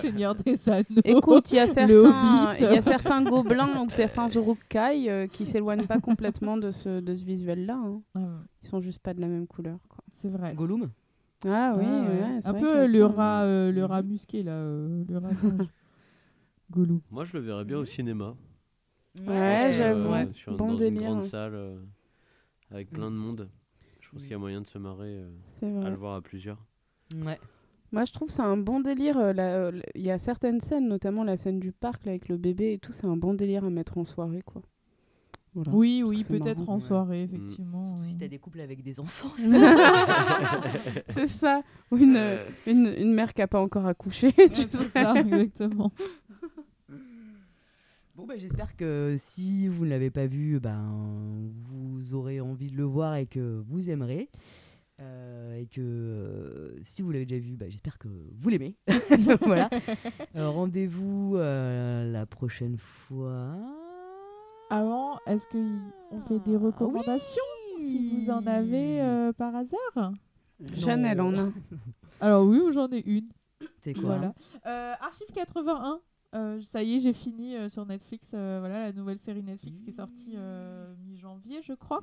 [SPEAKER 8] Seigneur des Anneaux.
[SPEAKER 10] Écoute, il y a
[SPEAKER 8] le
[SPEAKER 10] certains,
[SPEAKER 8] Hobbit.
[SPEAKER 10] il y a certains gobelins ou certains urukai euh, qui s'éloignent pas complètement de ce, de ce visuel-là. hein. Ils sont juste pas de la même couleur. quoi.
[SPEAKER 8] Ah C'est vrai.
[SPEAKER 1] Gollum
[SPEAKER 10] Ah oui,
[SPEAKER 8] Ouais, ouais.
[SPEAKER 10] ouais, c'est
[SPEAKER 8] un
[SPEAKER 10] vrai
[SPEAKER 8] peu
[SPEAKER 10] qu'il y a
[SPEAKER 8] le
[SPEAKER 10] ça.
[SPEAKER 8] rat, euh, le rat musqué là, euh, le rat singe. Goulou.
[SPEAKER 9] Moi, je le verrais bien au cinéma.
[SPEAKER 10] Ouais, Ouais, j'avoue.
[SPEAKER 9] Euh, sur un-
[SPEAKER 10] Bon
[SPEAKER 9] dans
[SPEAKER 10] délire.
[SPEAKER 9] une grande salle euh, avec plein de monde. Je pense qu'il y a moyen de se marrer euh,
[SPEAKER 10] C'est vrai.
[SPEAKER 9] à le voir à plusieurs.
[SPEAKER 1] ouais
[SPEAKER 10] Moi, je trouve c'est un bon délire. euh, la- euh, Il y a certaines scènes, notamment la scène du parc là, avec le bébé et tout, c'est un bon délire à mettre en soirée, quoi. Voilà.
[SPEAKER 8] Oui,
[SPEAKER 10] Je trouve
[SPEAKER 8] oui,
[SPEAKER 10] c'est
[SPEAKER 8] peut-être
[SPEAKER 10] marrant. Mm.
[SPEAKER 8] en soirée, effectivement.
[SPEAKER 1] si t'as des couples avec des enfants
[SPEAKER 10] c'est ça, ou une, euh, une, une mère qui n'a pas encore accouché. tu
[SPEAKER 8] Ouais, c'est
[SPEAKER 10] sais.
[SPEAKER 8] ça, exactement.
[SPEAKER 1] Bon, ben, j'espère que si vous ne l'avez pas vu, ben, vous aurez envie de le voir et que vous aimerez. Euh, et que euh, si vous l'avez déjà vu, ben, j'espère que vous l'aimez. voilà. Euh, Rendez-vous euh, la prochaine fois.
[SPEAKER 8] Avant, est-ce qu'on fait des recommandations si vous en avez euh, par hasard
[SPEAKER 10] Jeanne, elle en a.
[SPEAKER 8] Alors oui, j'en ai une.
[SPEAKER 1] C'est quoi
[SPEAKER 8] Voilà. Euh, Archive 81. euh, ça y est, j'ai fini euh, sur Netflix. euh, voilà la nouvelle série Netflix qui est sortie euh, mi-janvier, je crois,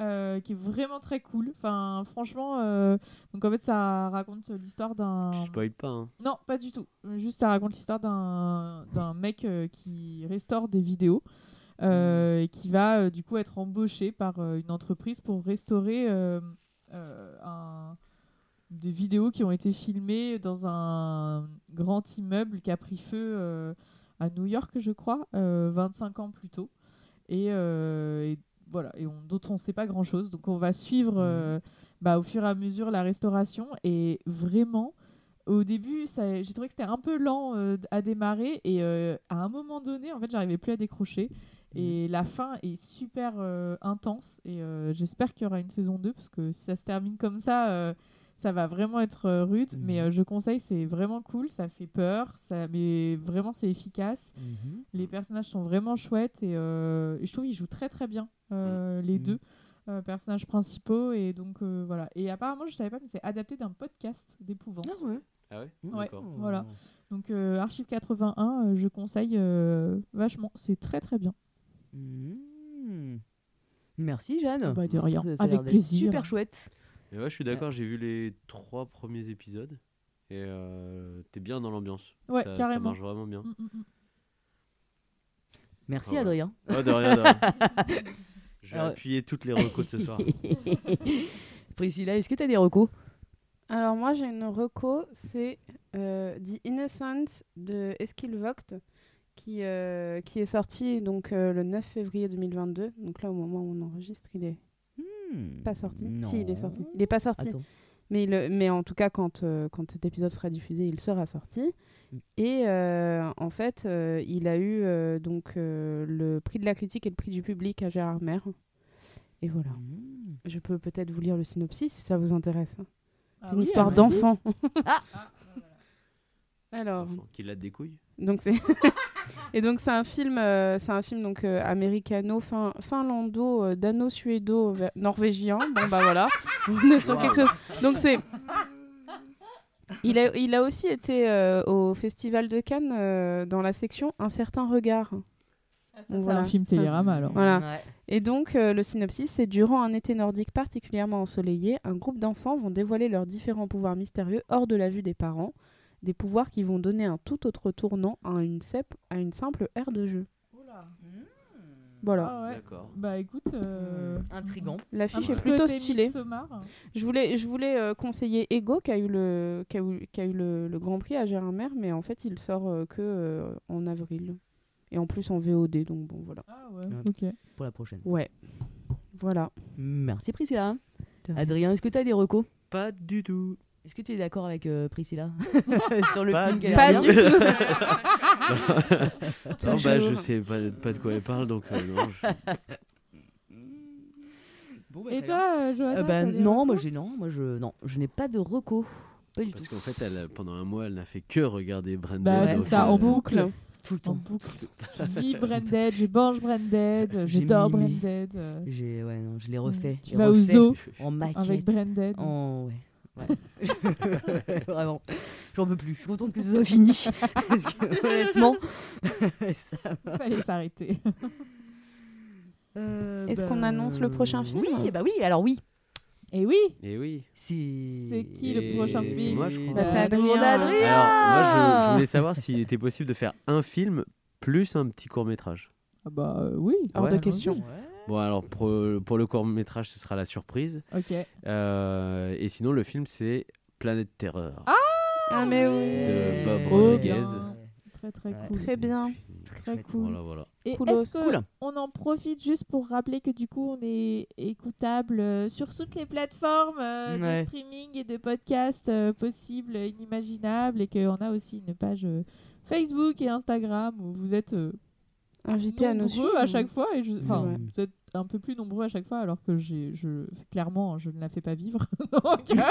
[SPEAKER 8] euh, qui est vraiment très cool. Enfin, franchement, euh, donc en fait, ça raconte l'histoire d'un.
[SPEAKER 9] Je spoil pas. hein.
[SPEAKER 8] Non, pas du tout. Euh, Juste, ça raconte l'histoire d'un d'un mec euh, qui restaure des vidéos euh, et qui va euh, du coup être embauché par euh, une entreprise pour restaurer euh, euh, un- des vidéos qui ont été filmées dans un grand immeuble qui a pris feu euh, à New York, je crois, euh, 25 ans plus tôt. Et, euh, et voilà, et on, dont on ne sait pas grand-chose. Donc on va suivre euh, bah, au fur et à mesure la restauration. Et vraiment, au début, ça- j'ai trouvé que c'était un peu lent euh, à démarrer. Et euh, à un moment donné, en fait, j'arrivais plus à décrocher. Et la fin est super euh, intense. Et euh, j'espère qu'il y aura une saison 2, parce que si ça se termine comme ça, euh, ça va vraiment être euh, rude. Mais euh, je conseille, c'est vraiment cool. Ça fait peur, ça, mais vraiment, c'est efficace.
[SPEAKER 12] Mhm.
[SPEAKER 8] Les personnages sont vraiment chouettes. Et, euh, et je trouve qu'ils jouent très, très bien, euh, les deux euh, personnages principaux. Et donc, euh, voilà. Et apparemment, je savais pas, mais c'est adapté d'un podcast d'épouvante.
[SPEAKER 1] Ah ouais
[SPEAKER 9] Ah ouais
[SPEAKER 8] Ouais,
[SPEAKER 9] D'accord.
[SPEAKER 8] voilà. Donc, euh, Archive 81, euh, je conseille euh, vachement. C'est très très bien.
[SPEAKER 1] Hmm. Merci Jeanne.
[SPEAKER 8] Bah, de rien.
[SPEAKER 1] Ah. Ça a
[SPEAKER 8] Avec
[SPEAKER 1] l'air d'être
[SPEAKER 8] plaisir.
[SPEAKER 1] Super chouette.
[SPEAKER 9] Mais ouais, je suis d'accord, j'ai vu les trois premiers épisodes et euh, t'es bien dans l'ambiance.
[SPEAKER 8] Ouais,
[SPEAKER 9] ça, ça
[SPEAKER 8] carrément.
[SPEAKER 9] marche vraiment bien.
[SPEAKER 8] Mm, mm, mm.
[SPEAKER 1] Merci
[SPEAKER 9] Ah ouais.
[SPEAKER 1] Adrien.
[SPEAKER 9] Ouais, de rien, de rien. Je vais
[SPEAKER 1] Alors-
[SPEAKER 9] appuyer toutes les recos de ce soir.
[SPEAKER 1] Priscilla, est-ce que t'as des recos
[SPEAKER 10] Alors moi j'ai une reco, c'est euh, The Innocent de Eskil Vogt qui, euh, qui est sorti donc euh, le 9 février 2022. Donc là au moment où on enregistre, il est
[SPEAKER 8] Hmm.
[SPEAKER 10] pas sorti. Si il est sorti. Il est pas sorti.
[SPEAKER 1] Attends.
[SPEAKER 10] Mais, il- mais en tout cas quand, euh, quand cet épisode sera diffusé, il sera sorti. Et euh, en fait, euh, il a eu euh, donc euh, le prix de la critique et le prix du public à Gérard Maire. Et voilà.
[SPEAKER 1] Mm.
[SPEAKER 10] Je peux peut-être vous lire le synopsis si ça vous intéresse.
[SPEAKER 8] Ah
[SPEAKER 10] C'est une
[SPEAKER 8] oui,
[SPEAKER 10] histoire
[SPEAKER 8] allons-y.
[SPEAKER 10] d'enfant.
[SPEAKER 1] Ah.
[SPEAKER 10] Alors.
[SPEAKER 9] Qui la découille
[SPEAKER 10] Donc c'est et donc c'est un film, euh, c'est un film donc euh, américano, fin, finlando, euh, dano suédo, ver- norvégien. Bon bah voilà, on est sur quelque
[SPEAKER 13] Waouh.
[SPEAKER 10] chose. Donc c'est il a, il a aussi été euh, au Festival de Cannes euh, dans la section Un certain regard.
[SPEAKER 8] Ah, c'est un film Télérama, alors.
[SPEAKER 10] Voilà.
[SPEAKER 8] Ouais.
[SPEAKER 10] Et donc, euh, le synopsis, c'est durant un été nordique particulièrement ensoleillé, un groupe d'enfants vont dévoiler leurs différents pouvoirs mystérieux hors de la vue des parents, des pouvoirs qui vont donner un tout autre tournant à une, sep- à une simple aire de jeu. Voilà.
[SPEAKER 8] Oh Ah ouais.
[SPEAKER 9] D'accord.
[SPEAKER 8] Bah écoute. euh,
[SPEAKER 1] Mmh. Intrigant.
[SPEAKER 10] L'affiche
[SPEAKER 8] un
[SPEAKER 10] est
[SPEAKER 8] petit
[SPEAKER 10] plutôt
[SPEAKER 8] côté
[SPEAKER 10] stylée.
[SPEAKER 8] Midsommar.
[SPEAKER 10] Je voulais, je voulais euh, conseiller Ego, qui a eu le, qui a eu, qui a eu le, le Grand Prix à Gérard Maire, mais en fait, il sort euh, que euh, en avril. Et en plus en VOD, donc bon, voilà.
[SPEAKER 8] Ah ouais, ok.
[SPEAKER 1] Pour la prochaine.
[SPEAKER 10] Ouais. Voilà.
[SPEAKER 1] Merci Priscilla. Adrien, est-ce que t'as des recos
[SPEAKER 9] Pas du tout.
[SPEAKER 1] Est-ce que tu es d'accord avec euh, Priscilla sur le
[SPEAKER 9] Pas
[SPEAKER 1] film
[SPEAKER 9] du
[SPEAKER 1] qu'elle
[SPEAKER 9] tout.
[SPEAKER 1] a bien
[SPEAKER 9] Pas du tout. Non, Oh, bah, je sais pas, pas de quoi elle parle, donc euh, non. je-
[SPEAKER 8] Hmm.
[SPEAKER 9] bah,
[SPEAKER 8] Et toi, euh, Johanna,
[SPEAKER 1] Euh,
[SPEAKER 10] Eh ben,
[SPEAKER 8] t'as
[SPEAKER 1] bah,
[SPEAKER 8] des
[SPEAKER 1] non, moi j'ai non, moi je non, je n'ai pas de recos. Pas du
[SPEAKER 9] Parce
[SPEAKER 1] tout.
[SPEAKER 9] qu'en fait, elle, a- pendant un mois, elle n'a fait que regarder Brandon.
[SPEAKER 8] Bah, c'est
[SPEAKER 9] donc,
[SPEAKER 8] ça,
[SPEAKER 9] euh,
[SPEAKER 8] en boucle.
[SPEAKER 1] Tout le
[SPEAKER 8] temps. En boucle. Je vis Branded, je mange Branded, je
[SPEAKER 1] J'ai
[SPEAKER 8] dors
[SPEAKER 1] mimé.
[SPEAKER 8] Branded. euh.
[SPEAKER 1] J'ai ouais, non, je l'ai refait.
[SPEAKER 8] Tu
[SPEAKER 1] j'ai
[SPEAKER 8] vas au
[SPEAKER 1] refait
[SPEAKER 8] zoo
[SPEAKER 1] en maquette
[SPEAKER 8] avec Branded.
[SPEAKER 1] En ouais. ouais. Vraiment, j'en peux plus. Je suis contente que ce soit fini. Parce que, honnêtement, ça m'a-
[SPEAKER 8] Fallait s'arrêter.
[SPEAKER 1] Euh,
[SPEAKER 10] Est-ce qu'on
[SPEAKER 1] bah,
[SPEAKER 10] annonce le prochain film
[SPEAKER 1] Oui, bah oui, alors oui.
[SPEAKER 10] Eh
[SPEAKER 8] Et oui,
[SPEAKER 9] Et oui.
[SPEAKER 1] C'est.
[SPEAKER 8] c'est qui le prochain
[SPEAKER 9] Et
[SPEAKER 8] film
[SPEAKER 9] moi, je crois.
[SPEAKER 8] Bah,
[SPEAKER 10] c'est Adrien.
[SPEAKER 1] Demande à Adrien.
[SPEAKER 9] Alors, moi, je, je voulais savoir s'il était possible de faire un film plus un petit court-métrage.
[SPEAKER 8] Ah Bah euh, oui.
[SPEAKER 10] Hors
[SPEAKER 9] Ouais,
[SPEAKER 10] de
[SPEAKER 9] allons-y.
[SPEAKER 10] question.
[SPEAKER 9] Bon, alors, pour, pour le court-métrage, ce sera la surprise.
[SPEAKER 8] Ok.
[SPEAKER 9] Euh, et sinon, le film, c'est Planète Terreur
[SPEAKER 10] Ah, mais oui.
[SPEAKER 9] de Bob
[SPEAKER 8] Trop
[SPEAKER 9] Rodriguez.
[SPEAKER 8] bien. Très très
[SPEAKER 1] Ouais.
[SPEAKER 8] cool.
[SPEAKER 10] Très bien.
[SPEAKER 8] Très cool.
[SPEAKER 9] Voilà, voilà.
[SPEAKER 8] Et
[SPEAKER 10] Coolos.
[SPEAKER 8] est-ce que
[SPEAKER 1] Cool.
[SPEAKER 8] on en profite juste pour rappeler que du coup on est écoutable euh, sur toutes les plateformes euh,
[SPEAKER 1] Ouais.
[SPEAKER 8] de streaming et de podcasts euh, possibles, et inimaginables, et qu'on a aussi une page euh, Facebook et Instagram où vous êtes euh,
[SPEAKER 10] Invité à nous
[SPEAKER 8] nombreux
[SPEAKER 10] suivre.
[SPEAKER 8] à chaque fois et je, enfin,
[SPEAKER 10] vrai.
[SPEAKER 1] Mmh.
[SPEAKER 8] vous êtes un peu plus nombreux à chaque fois alors que j'ai je clairement je ne la fais pas vivre Donc, elle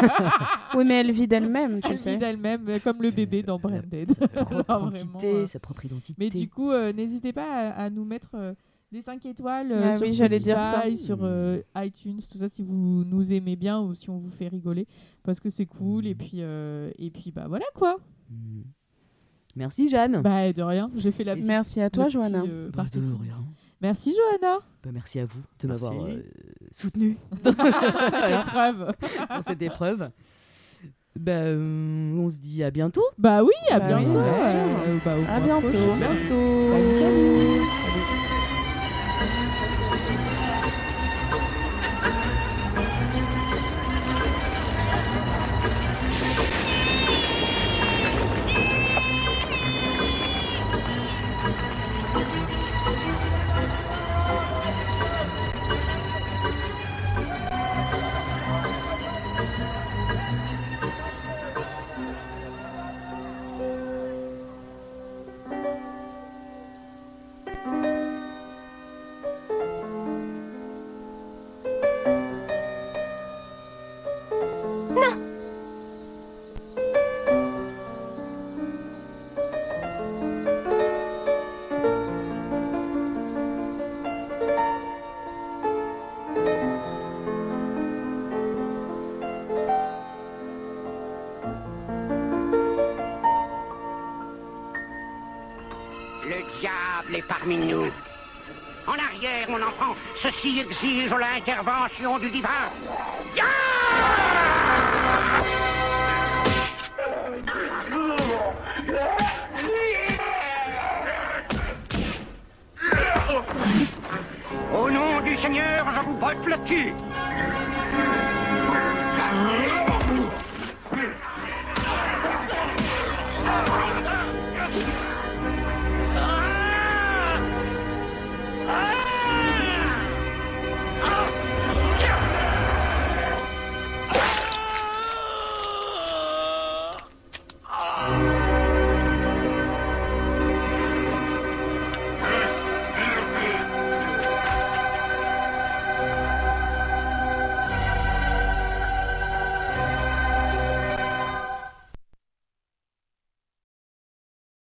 [SPEAKER 10] Oui, mais elle vit d'elle-même, tu sais.
[SPEAKER 8] vit d'elle-même euh, comme le bébé dans Branded
[SPEAKER 1] Propre
[SPEAKER 8] Vraiment,
[SPEAKER 1] identité,
[SPEAKER 8] euh,
[SPEAKER 1] sa propre identité.
[SPEAKER 8] mais du coup, euh, n'hésitez pas à, à nous mettre euh, des 5 étoiles euh,
[SPEAKER 10] Ah
[SPEAKER 8] sur
[SPEAKER 10] oui, j'allais dire
[SPEAKER 8] Spotify,
[SPEAKER 10] ça.
[SPEAKER 1] Mmh.
[SPEAKER 8] sur euh, iTunes, tout ça, si vous nous aimez bien ou si on vous fait rigoler, parce que c'est cool.
[SPEAKER 1] Mmh.
[SPEAKER 8] Et puis, euh, et puis bah voilà quoi.
[SPEAKER 1] Merci Jeanne.
[SPEAKER 8] Bah de rien, j'ai fait la petite-
[SPEAKER 10] Merci à toi,
[SPEAKER 8] le petit,
[SPEAKER 10] Johanna.
[SPEAKER 8] euh,
[SPEAKER 1] Bah,
[SPEAKER 8] partie
[SPEAKER 1] de
[SPEAKER 8] teasing.
[SPEAKER 1] rien.
[SPEAKER 8] Merci Johanna.
[SPEAKER 1] Bah, merci à vous de
[SPEAKER 9] Merci.
[SPEAKER 1] m'avoir euh, soutenu
[SPEAKER 10] Ah,
[SPEAKER 8] Voilà. Preuve.
[SPEAKER 1] dans cette épreuve. Bah, euh, on se dit à bientôt.
[SPEAKER 8] Bah oui, à
[SPEAKER 10] Bah oui,
[SPEAKER 8] bientôt.
[SPEAKER 10] bien sûr.
[SPEAKER 8] euh, bah, au
[SPEAKER 10] À
[SPEAKER 8] mois
[SPEAKER 10] bientôt.
[SPEAKER 8] prochain.
[SPEAKER 1] bientôt.
[SPEAKER 8] Salut, salut.
[SPEAKER 14] Thank
[SPEAKER 6] diable est parmi nous. En arrière, mon enfant, ceci exige l'intervention du divin. Ya Au nom du Seigneur, je vous botte le cul